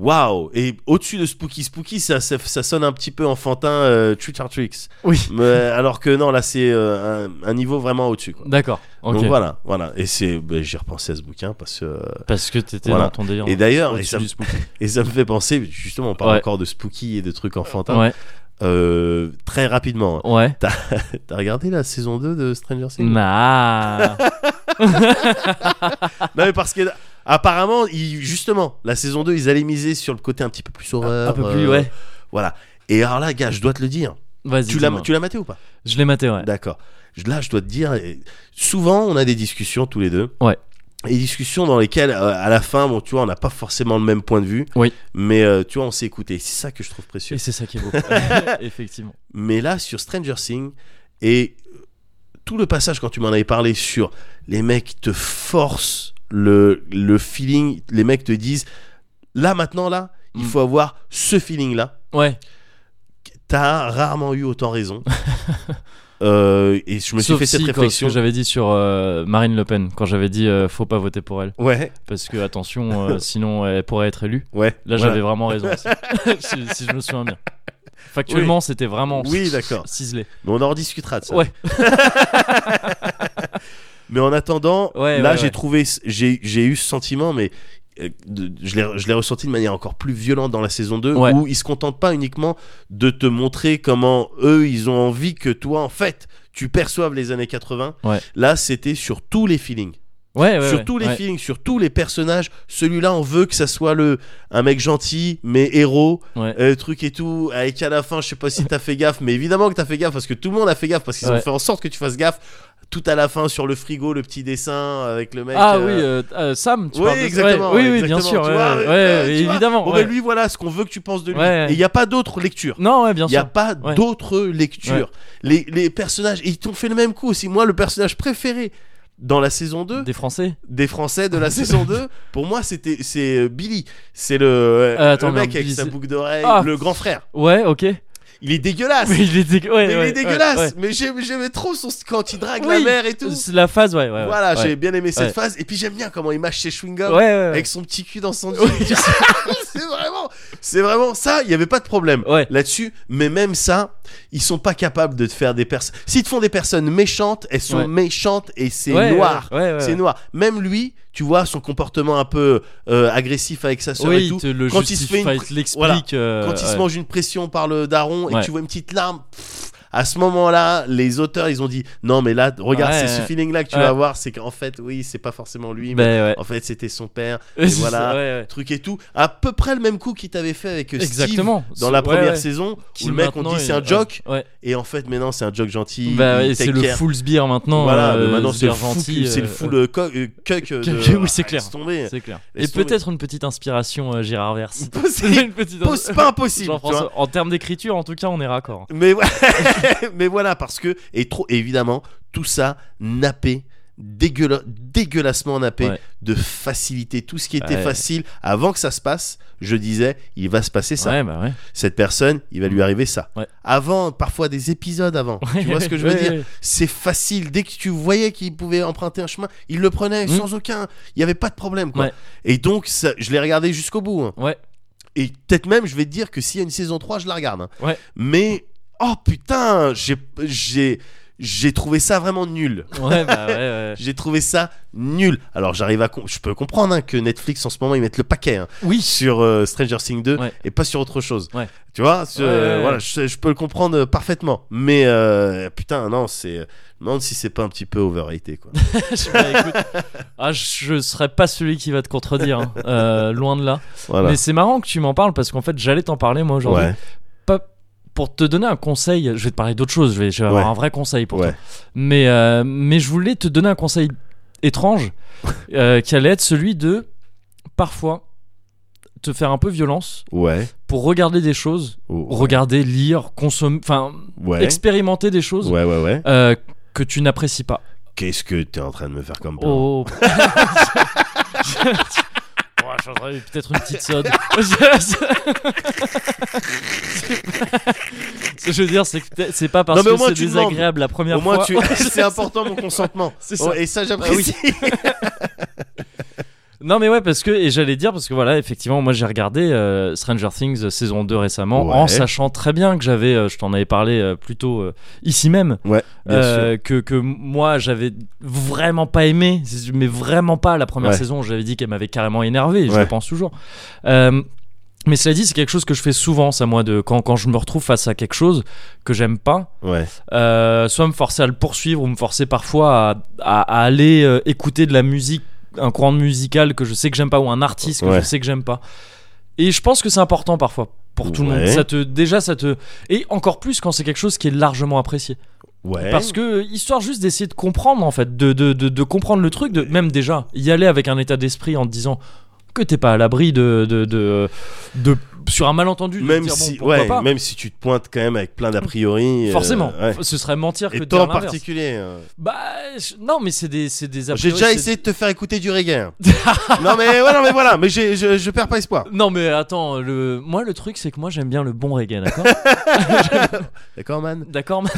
Speaker 2: waouh! Et au-dessus de spooky, spooky, ça, ça, ça sonne un petit peu enfantin euh, Trick or Tricks.
Speaker 1: Oui. [laughs]
Speaker 2: Mais, alors que non, là, c'est euh, un, un niveau vraiment au-dessus. quoi.
Speaker 1: D'accord. Ok.
Speaker 2: Donc voilà, voilà. Et c'est, ben, j'ai repensé à ce bouquin parce que. euh,
Speaker 1: Parce que t'étais
Speaker 2: Voilà.
Speaker 1: dans ton délire.
Speaker 2: et d'ailleurs, et
Speaker 1: au-dessus
Speaker 2: ça, me-
Speaker 1: du spooky.
Speaker 2: [laughs] et ça me fait penser, justement, on parle
Speaker 1: Ouais.
Speaker 2: encore de spooky et de trucs enfantins.
Speaker 1: Ouais. Oh.
Speaker 2: Euh, très rapidement,
Speaker 1: Ouais. Ah,
Speaker 2: t'as regardé la saison 2 de Stranger Things?
Speaker 1: Nah.
Speaker 2: Non mais parce que apparemment, ils- justement, la saison 2, ils allaient miser sur le côté un petit peu plus horreur.
Speaker 1: Un peu plus,
Speaker 2: euh,
Speaker 1: ouais.
Speaker 2: Voilà. Et alors là, gars, je dois te le dire.
Speaker 1: Vas-y.
Speaker 2: Tu l'as,
Speaker 1: dis-moi.
Speaker 2: tu l'as maté ou pas
Speaker 1: Je l'ai maté, ouais.
Speaker 2: D'accord. Je- Là, je dois te dire. eh, Souvent, on a des discussions tous les deux.
Speaker 1: Ouais.
Speaker 2: Et des discussions dans lesquelles, euh, à la fin, bon, tu vois, on n'a pas forcément le même point de vue.
Speaker 1: Oui.
Speaker 2: Mais euh, tu vois, on s'est écouté. C'est ça que je trouve précieux.
Speaker 1: Et c'est ça
Speaker 2: [laughs]
Speaker 1: qui est beau. Effectivement.
Speaker 2: Mais là, sur Stranger Things, et euh, tout le passage quand tu m'en avais parlé sur les mecs te forcent le, le feeling, les mecs te disent là maintenant, là, il
Speaker 1: Mm.
Speaker 2: faut avoir ce feeling là.
Speaker 1: Ouais.
Speaker 2: T'as rarement eu autant
Speaker 1: [laughs]
Speaker 2: raison. Euh, et je me suis
Speaker 1: Sauf
Speaker 2: fait cette
Speaker 1: si, quand-
Speaker 2: réflexion.
Speaker 1: ce que j'avais dit sur euh, Marine Le Pen quand j'avais dit euh, faut pas voter pour elle
Speaker 2: Ouais,
Speaker 1: parce que attention
Speaker 2: [laughs]
Speaker 1: euh, sinon elle pourrait être élue.
Speaker 2: ouais.
Speaker 1: Là
Speaker 2: voilà.
Speaker 1: j'avais vraiment
Speaker 2: [laughs]
Speaker 1: raison. aussi. si, si je me souviens bien. Factuellement c'était vraiment
Speaker 2: Oui, d'accord.
Speaker 1: ciselé.
Speaker 2: Mais on en rediscutera de ça.
Speaker 1: Ouais.
Speaker 2: [laughs] Mais en attendant,
Speaker 1: Ouais,
Speaker 2: là
Speaker 1: ouais,
Speaker 2: j'ai
Speaker 1: ouais.
Speaker 2: trouvé, j'ai j'ai eu ce sentiment, mais euh, de- je l'ai- je l'ai ressenti de manière encore plus violente dans la saison 2,
Speaker 1: Ouais.
Speaker 2: où ils se contentent pas uniquement de te montrer comment eux ils ont envie que toi en fait tu perçoives les années 80.
Speaker 1: Ouais.
Speaker 2: Là c'était sur tous les feelings,
Speaker 1: Ouais ouais.
Speaker 2: sur
Speaker 1: ouais,
Speaker 2: tous les
Speaker 1: ouais.
Speaker 2: feelings, sur tous les personnages. Celui-là on veut que ça soit le un mec gentil mais héros,
Speaker 1: Ouais.
Speaker 2: euh, truc et tout, avec à la fin, je sais pas si t'as fait gaffe, mais évidemment que t'as fait gaffe parce que tout le monde a fait gaffe parce qu'ils ont
Speaker 1: Ouais.
Speaker 2: fait en sorte que tu fasses gaffe. tout à la fin sur le frigo, le petit dessin avec le mec.
Speaker 1: Ah
Speaker 2: euh,
Speaker 1: oui, euh, euh, Sam, tu
Speaker 2: oui,
Speaker 1: parles de- ouais,
Speaker 2: exactement.
Speaker 1: oui, oui, bien
Speaker 2: exactement,
Speaker 1: sûr.
Speaker 2: tu
Speaker 1: ouais,
Speaker 2: vois,
Speaker 1: ouais,
Speaker 2: euh,
Speaker 1: ouais,
Speaker 2: tu vois.
Speaker 1: évidemment.
Speaker 2: Bon,
Speaker 1: ouais.
Speaker 2: ben, lui, voilà ce qu'on veut que tu penses de lui.
Speaker 1: Ouais.
Speaker 2: Et il n'y a pas d'autre lecture.
Speaker 1: Non, ouais, bien
Speaker 2: Il n'y a
Speaker 1: sûr.
Speaker 2: pas
Speaker 1: Ouais.
Speaker 2: d'autre lecture. Les, les personnages, et ils t'ont fait le même coup aussi. Moi, le personnage préféré dans la saison 2
Speaker 1: Des Français.
Speaker 2: des Français
Speaker 1: [laughs]
Speaker 2: de la saison 2, pour moi, c'était c'est euh, Billy. C'est le, euh,
Speaker 1: Euh, attends,
Speaker 2: le mec
Speaker 1: merde,
Speaker 2: avec
Speaker 1: Billy,
Speaker 2: sa
Speaker 1: c'est-
Speaker 2: boucle d'oreille,
Speaker 1: Ah.
Speaker 2: le grand frère.
Speaker 1: Ouais, ok.
Speaker 2: Il est dégueulasse.
Speaker 1: Mais il est, dégue- ouais,
Speaker 2: Ah, Mais il
Speaker 1: ouais,
Speaker 2: est dégueulasse.
Speaker 1: ouais, ouais.
Speaker 2: Mais j'aime- j'aimais trop son... quand il drague la
Speaker 1: Oui.
Speaker 2: mère et tout.
Speaker 1: C'est La phase, ouais, ouais, ouais.
Speaker 2: voilà,
Speaker 1: ouais.
Speaker 2: j'ai bien aimé cette
Speaker 1: Ouais.
Speaker 2: phase. Et puis j'aime bien comment il mâche ses
Speaker 1: Ouais,
Speaker 2: chewing-gums.
Speaker 1: ouais, ouais.
Speaker 2: Avec son petit cul dans son jean. [laughs] c'est vraiment, c'est vraiment ça. Il y avait pas de problème
Speaker 1: [laughs] Ouais.
Speaker 2: là-dessus. Mais même ça, ils sont pas capables de te faire des personnes. S'ils te font des personnes méchantes, elles sont
Speaker 1: Ouais.
Speaker 2: méchantes et c'est
Speaker 1: Ouais,
Speaker 2: noir.
Speaker 1: ouais, ouais, ouais.
Speaker 2: C'est noir. Même lui, tu vois, son comportement un peu euh, agressif avec sa sœur
Speaker 1: Oui,
Speaker 2: et
Speaker 1: il
Speaker 2: tout.
Speaker 1: te le
Speaker 2: Quand il se
Speaker 1: justifie,
Speaker 2: fait une
Speaker 1: enfin, il
Speaker 2: pr-
Speaker 1: te l'explique.
Speaker 2: voilà.
Speaker 1: euh,
Speaker 2: Quand il se
Speaker 1: ouais.
Speaker 2: mange une pression par le daron et
Speaker 1: Ouais.
Speaker 2: que tu vois une petite larme. pff, à ce moment-là, les auteurs, ils ont dit non, mais là, regarde,
Speaker 1: Ouais,
Speaker 2: c'est ce
Speaker 1: ouais.
Speaker 2: feeling-là que tu
Speaker 1: Ouais.
Speaker 2: vas avoir, c'est qu'en fait, oui, c'est pas forcément lui, mais
Speaker 1: Ben, ouais.
Speaker 2: en fait, c'était son père,
Speaker 1: [laughs] Et
Speaker 2: Et voilà.
Speaker 1: ouais, ouais.
Speaker 2: truc et tout. À peu près le même coup qu'il t'avait fait avec euh,
Speaker 1: Exactement.
Speaker 2: Steve dans la
Speaker 1: Ouais,
Speaker 2: première
Speaker 1: ouais.
Speaker 2: saison,
Speaker 1: Qui
Speaker 2: où le mec, on
Speaker 1: maintenant
Speaker 2: dit
Speaker 1: est-
Speaker 2: c'est un joke,
Speaker 1: Ouais.
Speaker 2: et en fait, mais non, c'est un joke gentil.
Speaker 1: Bah,
Speaker 2: il
Speaker 1: ouais,
Speaker 2: take
Speaker 1: c'est le
Speaker 2: care.
Speaker 1: full sbire maintenant.
Speaker 2: Voilà,
Speaker 1: euh,
Speaker 2: maintenant c'est
Speaker 1: sbire
Speaker 2: le gentil,
Speaker 1: gentil.
Speaker 2: c'est le
Speaker 1: euh,
Speaker 2: full euh, co- euh, cuck,
Speaker 1: [laughs]
Speaker 2: euh,
Speaker 1: Cuck,
Speaker 2: de-
Speaker 1: oui, c'est
Speaker 2: ah,
Speaker 1: clair.
Speaker 2: laisse tomber.
Speaker 1: [laughs] C'est clair.
Speaker 2: Laisse
Speaker 1: Et
Speaker 2: tomber.
Speaker 1: peut-être une petite inspiration euh, Gérard Verse. [laughs]
Speaker 2: [laughs] Possible.
Speaker 1: une petite
Speaker 2: Pose- pas impossible. tu vois.
Speaker 1: Jean-François, en termes d'écriture, en tout cas, on est raccord.
Speaker 2: Mais, ouais, [laughs] mais voilà, parce que, et trop, évidemment, tout ça nappé, dégueula- dégueulassement nappé,
Speaker 1: Ouais.
Speaker 2: de facilité. Tout ce qui était
Speaker 1: Ouais.
Speaker 2: facile, avant que ça se passe, je disais, il va se passer ça.
Speaker 1: Ouais, bah ouais.
Speaker 2: Cette personne, il va lui arriver ça.
Speaker 1: Ouais.
Speaker 2: Avant, parfois des épisodes avant.
Speaker 1: Ouais,
Speaker 2: tu vois ce que je veux
Speaker 1: ouais,
Speaker 2: dire
Speaker 1: ouais.
Speaker 2: C'est facile. Dès que tu voyais qu'il pouvait emprunter un chemin, il le prenait
Speaker 1: Mm.
Speaker 2: sans aucun. Il n'y avait pas de problème, quoi.
Speaker 1: Ouais.
Speaker 2: Et donc, ça- je l'ai regardé jusqu'au bout. hein.
Speaker 1: Ouais.
Speaker 2: Et peut-être même, je vais te dire que s'il y a une saison 3, je la regarde. hein.
Speaker 1: Ouais.
Speaker 2: Mais, oh putain, j'ai- j'ai j'ai trouvé ça vraiment nul.
Speaker 1: Ouais, bah ouais, ouais.
Speaker 2: [laughs] J'ai trouvé ça nul. Alors, j'arrive à. com- Je peux comprendre hein, que Netflix, en ce moment, ils mettent le paquet. hein,
Speaker 1: [laughs] Oui.
Speaker 2: sur euh, Stranger Things 2
Speaker 1: Ouais.
Speaker 2: et pas sur autre chose.
Speaker 1: Ouais.
Speaker 2: Tu vois, ce-
Speaker 1: Ouais, ouais, ouais.
Speaker 2: voilà, je, je peux le comprendre euh, parfaitement. Mais euh, putain, non, c'est. Je me demande si c'est pas un petit peu overrated
Speaker 1: [laughs]
Speaker 2: quoi.
Speaker 1: Bah, écoute, ah, je serais pas celui qui va te contredire, hein. Euh, loin de là.
Speaker 2: Voilà.
Speaker 1: Mais c'est marrant que tu m'en parles parce qu'en fait, j'allais t'en parler moi aujourd'hui.
Speaker 2: ouais.
Speaker 1: Pas- Pour te donner un conseil, je vais te parler d'autre chose, je vais, je vais avoir
Speaker 2: Ouais.
Speaker 1: un vrai conseil pour
Speaker 2: Ouais.
Speaker 1: toi. Mais, euh, mais je voulais te donner un conseil
Speaker 2: [laughs]
Speaker 1: étrange euh, qui allait être celui de parfois te faire un peu violence
Speaker 2: Ouais.
Speaker 1: pour regarder des choses,
Speaker 2: Ouais.
Speaker 1: regarder, lire, consommer, enfin
Speaker 2: Ouais.
Speaker 1: expérimenter des choses
Speaker 2: Ouais, ouais, ouais.
Speaker 1: euh, que tu n'apprécies pas.
Speaker 2: Qu'est-ce que t'es en train de me faire comme plan
Speaker 1: Oh.
Speaker 2: [laughs]
Speaker 1: Ouais, je voudrais peut-être une petite
Speaker 2: [laughs]
Speaker 1: sode. Ce que je veux dire, c'est que peut-être- c'est pas parce
Speaker 2: Non, mais au
Speaker 1: que
Speaker 2: moins,
Speaker 1: c'est
Speaker 2: tu demandes.
Speaker 1: désagréable la première
Speaker 2: Au moins,
Speaker 1: fois.
Speaker 2: tu... [laughs] c'est important mon consentement.
Speaker 1: [laughs] C'est ça. Ah
Speaker 2: Oh, et ça, j'apprécie.
Speaker 1: [laughs] Non, mais ouais, parce que, et j'allais dire, parce que voilà, effectivement, moi j'ai regardé euh, Stranger Things euh, saison 2 récemment,
Speaker 2: Ouais.
Speaker 1: en sachant très bien que j'avais, euh, je t'en avais parlé euh, plus tôt euh, ici même,
Speaker 2: Ouais, bien sûr.
Speaker 1: Euh, que, que moi j'avais vraiment pas aimé, mais vraiment pas la première
Speaker 2: Ouais.
Speaker 1: saison. J'avais dit qu'elle m'avait carrément énervé, et je
Speaker 2: Ouais.
Speaker 1: le pense toujours. Euh, mais cela dit, c'est quelque chose que je fais souvent, ça, moi, de, quand, quand je me retrouve face à quelque chose que j'aime pas,
Speaker 2: Ouais.
Speaker 1: euh, soit me forcer à le poursuivre ou me forcer parfois à, à- à aller euh, écouter de la musique, un courant musical que je sais que j'aime pas ou un artiste que
Speaker 2: Ouais.
Speaker 1: je sais que j'aime pas. Et je pense que c'est important parfois pour tout le
Speaker 2: Ouais.
Speaker 1: monde. Ça te, déjà, ça te. Et encore plus quand c'est quelque chose qui est largement apprécié.
Speaker 2: Ouais.
Speaker 1: Parce que, histoire juste d'essayer de comprendre, en fait, de, de, de, de comprendre le truc, de,
Speaker 2: Eh.
Speaker 1: même déjà, y aller avec un état d'esprit en te disant que t'es pas à l'abri de, de, de, de- sur un malentendu, de
Speaker 2: Même
Speaker 1: dire, bon,
Speaker 2: si,
Speaker 1: pourquoi
Speaker 2: ouais,
Speaker 1: pas.
Speaker 2: même si tu te pointes quand même avec plein d'a priori. euh,
Speaker 1: Forcément,
Speaker 2: ouais.
Speaker 1: ce serait mentir que
Speaker 2: Et
Speaker 1: de dire
Speaker 2: toi en
Speaker 1: l'inverse.
Speaker 2: particulier. euh,
Speaker 1: Bah, je- non, mais c'est des, c'est des a
Speaker 2: J'ai
Speaker 1: priori,
Speaker 2: déjà
Speaker 1: c'est-
Speaker 2: essayé de te faire écouter du reggae.
Speaker 1: [laughs]
Speaker 2: hein. non mais voilà, mais voilà, mais j'ai- je, je perds pas espoir.
Speaker 1: Non, mais attends, le... moi le truc c'est que moi j'aime bien le bon reggae, d'accord
Speaker 2: D'accord, man.
Speaker 1: D'accord, man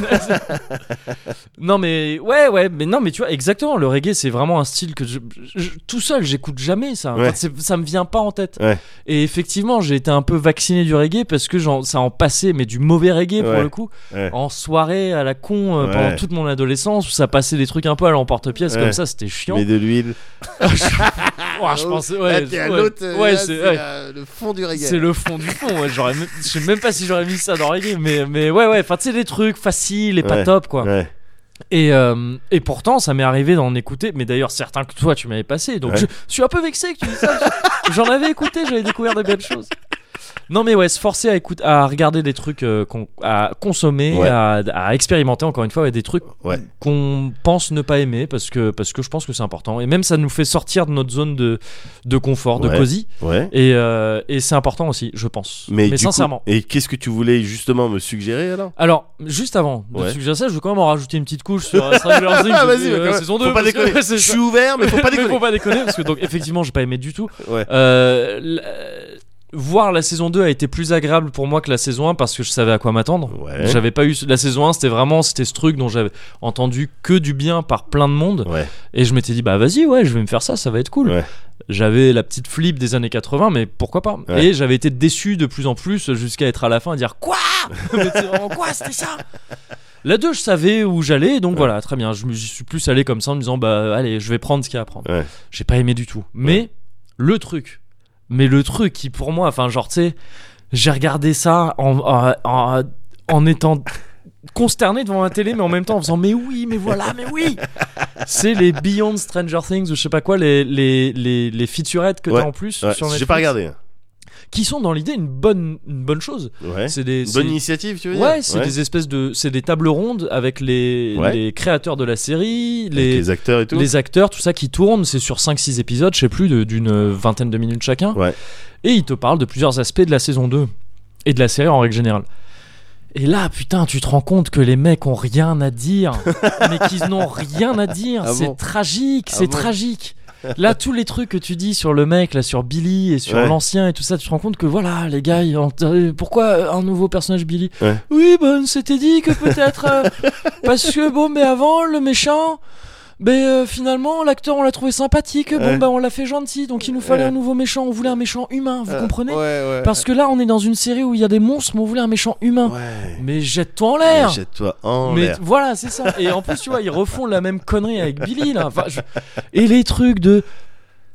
Speaker 1: [laughs] Non, mais ouais, ouais, mais non, mais tu vois, exactement, le reggae, c'est vraiment un style que je, je- tout seul, j'écoute jamais ça.
Speaker 2: Ouais.
Speaker 1: Enfin, c'est- ça me vient pas en tête.
Speaker 2: Ouais.
Speaker 1: Et effectivement, j'ai été un peu vacciné du reggae parce que j'en- ça en passait, mais du mauvais reggae
Speaker 2: Ouais.
Speaker 1: pour le coup,
Speaker 2: Ouais.
Speaker 1: en soirée à la con euh,
Speaker 2: Ouais.
Speaker 1: pendant toute mon adolescence où ça passait des trucs un peu à l'emporte-pièce
Speaker 2: Ouais.
Speaker 1: comme ça, c'était chiant.
Speaker 2: Mais de l'huile.
Speaker 1: Ouah, je pensais, ouais,
Speaker 2: Ah, Là, t'es à
Speaker 1: ouais.
Speaker 2: l'autre, euh,
Speaker 1: Ouais,
Speaker 2: là,
Speaker 1: c'est-
Speaker 2: c'est,
Speaker 1: ouais.
Speaker 2: euh, le fond du
Speaker 1: C'est
Speaker 2: reggae.
Speaker 1: le fond du fond. Ouais. J'aurais même- Je sais même pas si j'aurais mis ça dans Reggae, mais, mais ouais, ouais. Enfin, tu sais, des trucs faciles et
Speaker 2: Ouais.
Speaker 1: pas top, quoi.
Speaker 2: Ouais.
Speaker 1: Et, euh, et pourtant, ça m'est arrivé d'en écouter. Mais d'ailleurs, certains que toi, tu m'avais passé. Donc,
Speaker 2: Ouais.
Speaker 1: je, je suis un peu vexé que tu dis ça. J'en avais écouté, j'avais découvert des belles choses. Non mais ouais, se forcer à écouter, à regarder des trucs, euh, qu'on- à consommer,
Speaker 2: Ouais.
Speaker 1: à, à expérimenter encore une fois, ouais, des trucs
Speaker 2: Ouais.
Speaker 1: qu'on pense ne pas aimer parce que parce que je pense que c'est important. Et même ça nous fait sortir de notre zone de de confort, de
Speaker 2: Ouais.
Speaker 1: cosy.
Speaker 2: Ouais.
Speaker 1: Et, euh, et c'est important aussi, je pense.
Speaker 2: Mais, du coup-
Speaker 1: sincèrement.
Speaker 2: et qu'est-ce que tu voulais justement me suggérer alors
Speaker 1: Alors, juste avant de
Speaker 2: Ouais.
Speaker 1: suggérer ça, je veux quand même en rajouter une petite couche sur euh,
Speaker 2: [laughs]
Speaker 1: Stranger Things
Speaker 2: Ah, vas-y,
Speaker 1: euh,
Speaker 2: mais quand même,
Speaker 1: saison 2.
Speaker 2: Faut pas
Speaker 1: parce que- [laughs]
Speaker 2: déconner.
Speaker 1: c'est
Speaker 2: Je
Speaker 1: ça.
Speaker 2: suis ouvert, mais faut pas
Speaker 1: [laughs] Mais
Speaker 2: déconner.
Speaker 1: faut pas déconner, parce que donc effectivement j'ai pas aimé du tout.
Speaker 2: Ouais.
Speaker 1: Euh, l- euh, voir la saison 2 a été plus agréable pour moi que la saison 1 parce que je savais à quoi m'attendre.
Speaker 2: Ouais.
Speaker 1: J'avais pas eu la saison 1, c'était vraiment c'était ce truc dont j'avais entendu que du bien par plein de monde
Speaker 2: Ouais.
Speaker 1: et je m'étais dit bah vas-y ouais je vais me faire ça, ça va être cool.
Speaker 2: Ouais.
Speaker 1: J'avais la petite flip des années 80 mais pourquoi pas.
Speaker 2: Ouais.
Speaker 1: Et j'avais été déçu de plus en plus jusqu'à être à la fin à dire quoi Mais c'est vraiment quoi c'était ça la 2 je savais où j'allais donc voilà très bien je me- j'y suis plus allé comme ça en me disant bah allez je vais prendre ce qu'il y a à prendre
Speaker 2: Ouais.
Speaker 1: j'ai pas aimé du tout. Mais le truc, mais le truc qui pour moi, enfin genre tu sais, j'ai regardé ça en, en, en- en étant consterné devant la télé, mais en même temps en faisant mais oui, mais voilà, mais oui. C'est les Beyond Stranger Things ou je sais pas quoi, les les les, les featurettes que
Speaker 2: Ouais,
Speaker 1: t'as en plus
Speaker 2: Ouais,
Speaker 1: sur
Speaker 2: J'ai
Speaker 1: Netflix,
Speaker 2: pas regardé. hein.
Speaker 1: qui sont dans l'idée une bonne une bonne chose.
Speaker 2: Ouais.
Speaker 1: C'est des
Speaker 2: Une
Speaker 1: c'est-
Speaker 2: Bonne initiative, tu veux dire
Speaker 1: Ouais, c'est des espèces de, c'est des tables rondes avec les,
Speaker 2: Ouais.
Speaker 1: les créateurs de la série,
Speaker 2: Avec les... acteurs et tout.
Speaker 1: les acteurs, tout ça qui tourne, c'est sur 5-6 épisodes, je sais plus, de- d'une euh, vingtaine de minutes chacun.
Speaker 2: Ouais.
Speaker 1: Et ils te parlent de plusieurs aspects de la saison 2 et de la série en règle générale. Et là, putain, tu te rends compte que les mecs ont rien à
Speaker 2: [laughs]
Speaker 1: dire, mais qu'ils n'ont rien à dire.
Speaker 2: Ah
Speaker 1: c'est
Speaker 2: bon
Speaker 1: tragique,
Speaker 2: Ah
Speaker 1: c'est
Speaker 2: bon
Speaker 1: tragique. Là, tous les trucs que tu dis sur le mec, là, sur Billy et sur
Speaker 2: Ouais.
Speaker 1: l'ancien et tout ça, tu te rends compte que voilà, les gars, ils ont- euh, pourquoi un nouveau personnage Billy
Speaker 2: Ouais.
Speaker 1: Oui, ben, c'était dit que peut-être. euh, parce que bon, mais avant, le méchant, mais euh, finalement, l'acteur, on l'a trouvé sympathique. Bon,
Speaker 2: Ouais.
Speaker 1: bah, on l'a fait gentil. Donc, il nous fallait
Speaker 2: Ouais.
Speaker 1: un nouveau méchant. On voulait un méchant humain, vous
Speaker 2: Euh,
Speaker 1: comprenez
Speaker 2: Ouais, ouais.
Speaker 1: Parce que là, on est dans une série où il y a des monstres, mais on voulait un méchant humain.
Speaker 2: Ouais.
Speaker 1: Mais jette-toi en
Speaker 2: Mais
Speaker 1: l'air
Speaker 2: Jette-toi en
Speaker 1: mais
Speaker 2: l'air.
Speaker 1: t- voilà, c'est ça. Et en plus, tu vois, ils refont la même connerie avec Billy là. Enfin, je- Et les trucs de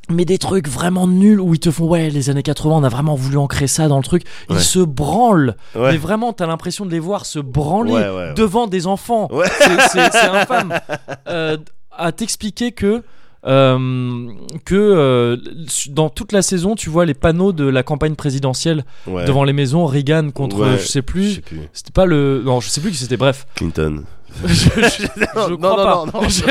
Speaker 1: mais des trucs vraiment nuls où ils te font ouais les années 80 on a vraiment voulu ancrer ça dans le truc ils
Speaker 2: Ouais.
Speaker 1: se branlent
Speaker 2: Ouais.
Speaker 1: mais vraiment t'as l'impression de les voir se branler
Speaker 2: Ouais, ouais, ouais.
Speaker 1: devant des enfants
Speaker 2: Ouais.
Speaker 1: c'est, c'est- c'est infâme Euh, à t'expliquer que euh, que euh, dans toute la saison tu vois les panneaux de la campagne présidentielle
Speaker 2: Ouais.
Speaker 1: devant les maisons Reagan contre
Speaker 2: Ouais.
Speaker 1: je sais
Speaker 2: Je
Speaker 1: plus
Speaker 2: sais plus.
Speaker 1: c'était pas le non je sais plus qui c'était bref [laughs]
Speaker 2: Clinton.
Speaker 1: je
Speaker 2: [laughs]
Speaker 1: crois
Speaker 2: Non, non,
Speaker 1: pas. [laughs]
Speaker 2: non, non, non.
Speaker 1: je, je-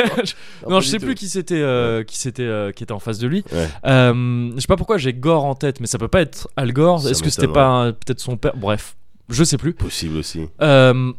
Speaker 1: non,
Speaker 2: pas
Speaker 1: je
Speaker 2: du
Speaker 1: sais
Speaker 2: tout.
Speaker 1: plus qui c'était, euh, qui c'était, euh, qui était en face de lui.
Speaker 2: Ouais.
Speaker 1: Euh, je sais pas pourquoi j'ai Gore en tête, mais ça peut pas être Al Gore.
Speaker 2: Ça
Speaker 1: Est-ce que c'était
Speaker 2: m'étonnerait.
Speaker 1: pas euh, peut-être son père Bref, je sais plus.
Speaker 2: Possible aussi.
Speaker 1: Euh,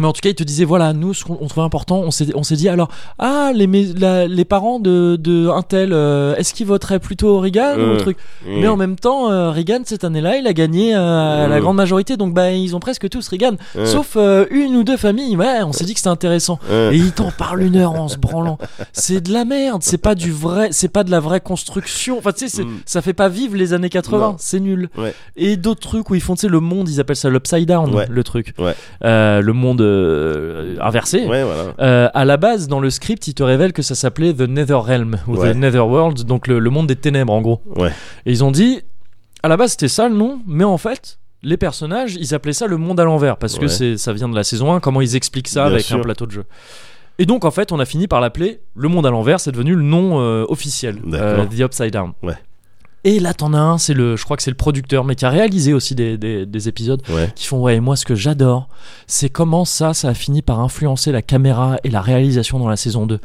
Speaker 1: mais en tout cas, il te disait voilà, nous, ce qu'on on trouvait important, on s'est, on s'est dit alors, ah, les, mais- la- les parents de, de un tel, euh, est-ce qu'ils voteraient plutôt Reagan ou
Speaker 2: Euh.
Speaker 1: truc
Speaker 2: Mmh.
Speaker 1: mais en même temps, euh, Reagan, cette année-là, il a gagné euh, à la
Speaker 2: Mm.
Speaker 1: grande majorité. Donc, bah, ils ont presque tous Reagan.
Speaker 2: Ouais.
Speaker 1: Sauf euh, une ou deux familles. Ouais, on s'est dit que c'était intéressant.
Speaker 2: Ouais.
Speaker 1: Et il t'en parle une heure en se branlant. C'est de la merde. C'est pas du vrai. C'est pas de la vraie construction. Enfin, tu sais, c'est-
Speaker 2: Mm.
Speaker 1: ça fait pas vivre les années 80.
Speaker 2: Non.
Speaker 1: C'est nul.
Speaker 2: Ouais.
Speaker 1: Et d'autres trucs où ils font, tu sais, le monde, ils appellent ça l'upside down,
Speaker 2: Ouais.
Speaker 1: le truc.
Speaker 2: Ouais.
Speaker 1: Euh, le monde euh, inversé.
Speaker 2: Ouais, voilà.
Speaker 1: Euh, à la base, dans le script, il te révèle que ça s'appelait The Netherrealm ou
Speaker 2: Ouais.
Speaker 1: The Netherworld, donc le, le monde des ténèbres en gros.
Speaker 2: Ouais.
Speaker 1: Et ils ont dit, à la base, c'était ça le nom, mais en fait, les personnages, ils appelaient ça le monde à l'envers parce que
Speaker 2: Ouais.
Speaker 1: c'est ça vient de la saison 1. Comment ils expliquent ça
Speaker 2: Bien
Speaker 1: avec un
Speaker 2: sûr.
Speaker 1: plateau de jeu Et donc, en fait, on a fini par l'appeler le monde à l'envers. C'est devenu le nom euh, officiel,
Speaker 2: D'accord.
Speaker 1: euh, The Upside Down.
Speaker 2: Ouais.
Speaker 1: Et là, t'en as un, c'est le, je crois que c'est le producteur, mais qui a réalisé aussi des- des- des épisodes
Speaker 2: Ouais.
Speaker 1: qui font ouais et moi ce que j'adore c'est comment ça ça a fini par influencer la caméra et la réalisation dans la saison 2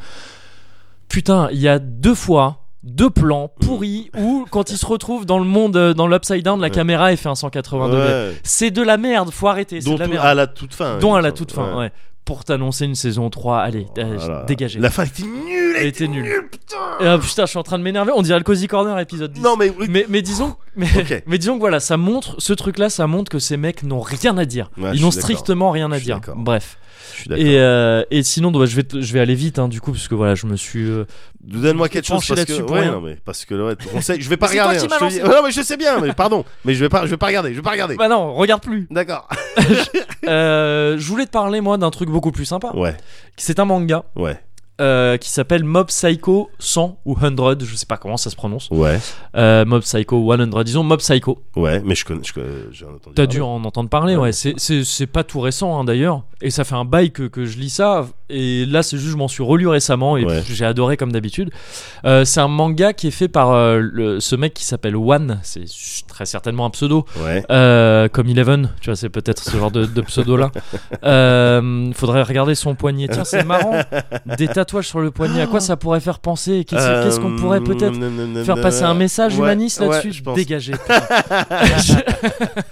Speaker 1: putain il y a deux fois deux plans pourris où quand ils se retrouvent dans le monde euh, dans l'upside down la
Speaker 2: Mmh. Ouais.
Speaker 1: caméra est fait un 180 degrés
Speaker 2: Ouais.
Speaker 1: c'est de la merde faut arrêter c'est
Speaker 2: Dont
Speaker 1: de la
Speaker 2: tout-
Speaker 1: merde
Speaker 2: à la toute fin.
Speaker 1: dont
Speaker 2: il
Speaker 1: à la
Speaker 2: me
Speaker 1: toute
Speaker 2: semble.
Speaker 1: fin
Speaker 2: Ouais. Oh,
Speaker 1: ouais pour t'annoncer une saison 3 allez euh,
Speaker 2: Voilà.
Speaker 1: dégagez
Speaker 2: La fin était nulle.
Speaker 1: elle
Speaker 2: Elle
Speaker 1: était nulle
Speaker 2: putain.
Speaker 1: Et, euh, putain je suis en train de m'énerver on dirait le Cozy Corner épisode 10
Speaker 2: Non, mais oui.
Speaker 1: mais, mais disons mais,
Speaker 2: Ok.
Speaker 1: [laughs] mais disons que voilà ça montre ce truc là ça montre que ces mecs n'ont rien à dire
Speaker 2: Ouais, je
Speaker 1: ils
Speaker 2: suis
Speaker 1: n'ont
Speaker 2: d'accord.
Speaker 1: strictement rien à
Speaker 2: Je suis
Speaker 1: dire
Speaker 2: d'accord.
Speaker 1: bref
Speaker 2: Je suis d'accord.
Speaker 1: et, euh, et sinon bah, je, vais te- je vais aller vite hein, du coup parce que voilà je me suis euh,
Speaker 2: Donne-moi quelque chose
Speaker 1: penché
Speaker 2: parce
Speaker 1: là-dessus
Speaker 2: que
Speaker 1: pour
Speaker 2: ouais,
Speaker 1: rien.
Speaker 2: non, mais parce que
Speaker 1: [laughs]
Speaker 2: ouais, ton conseil, je vais pas
Speaker 1: Mais c'est toi
Speaker 2: regarder.
Speaker 1: qui
Speaker 2: hein,
Speaker 1: m'as
Speaker 2: je te
Speaker 1: lancé.
Speaker 2: dis- non, mais je sais bien, mais pardon, mais je vais pas, je vais pas regarder, je vais pas regarder.
Speaker 1: bah non regarde plus [laughs]
Speaker 2: D'accord.
Speaker 1: Euh, je voulais te parler moi d'un truc beaucoup plus sympa
Speaker 2: Ouais,
Speaker 1: c'est un manga
Speaker 2: ouais.
Speaker 1: euh, qui s'appelle Mob Psycho 100 ou 100, je sais pas comment ça se prononce.
Speaker 2: Ouais,
Speaker 1: Euh, Mob Psycho 100, disons Mob Psycho.
Speaker 2: ouais, mais je connais, je connais- j'ai entendu.
Speaker 1: T'as
Speaker 2: parler.
Speaker 1: dû en entendre parler,
Speaker 2: Ah Ouais.
Speaker 1: ouais. C'est- C'est c'est pas tout récent hein, d'ailleurs. Et ça fait un bail que, que je lis ça. Et là, c'est juste, je m'en suis relu récemment et
Speaker 2: Ouais.
Speaker 1: pff, j'ai adoré comme d'habitude. Euh, c'est un manga qui est fait par euh, le- ce mec qui s'appelle One. C'est très certainement un pseudo.
Speaker 2: Ouais.
Speaker 1: Euh, comme Eleven, tu vois, c'est peut-être ce genre de, de
Speaker 2: [laughs]
Speaker 1: pseudo-là. Euh, faudrait regarder son poignet. Tiens, c'est
Speaker 2: [laughs]
Speaker 1: marrant. Des tatouages sur le poignet. À quoi ça pourrait faire penser Et Qu'est-ce qu'est-ce qu'on pourrait
Speaker 2: Euh,
Speaker 1: peut-être faire passer un message
Speaker 2: Ouais,
Speaker 1: humaniste
Speaker 2: ouais,
Speaker 1: là-dessus
Speaker 2: je pense. [laughs]
Speaker 1: dégagez [laughs]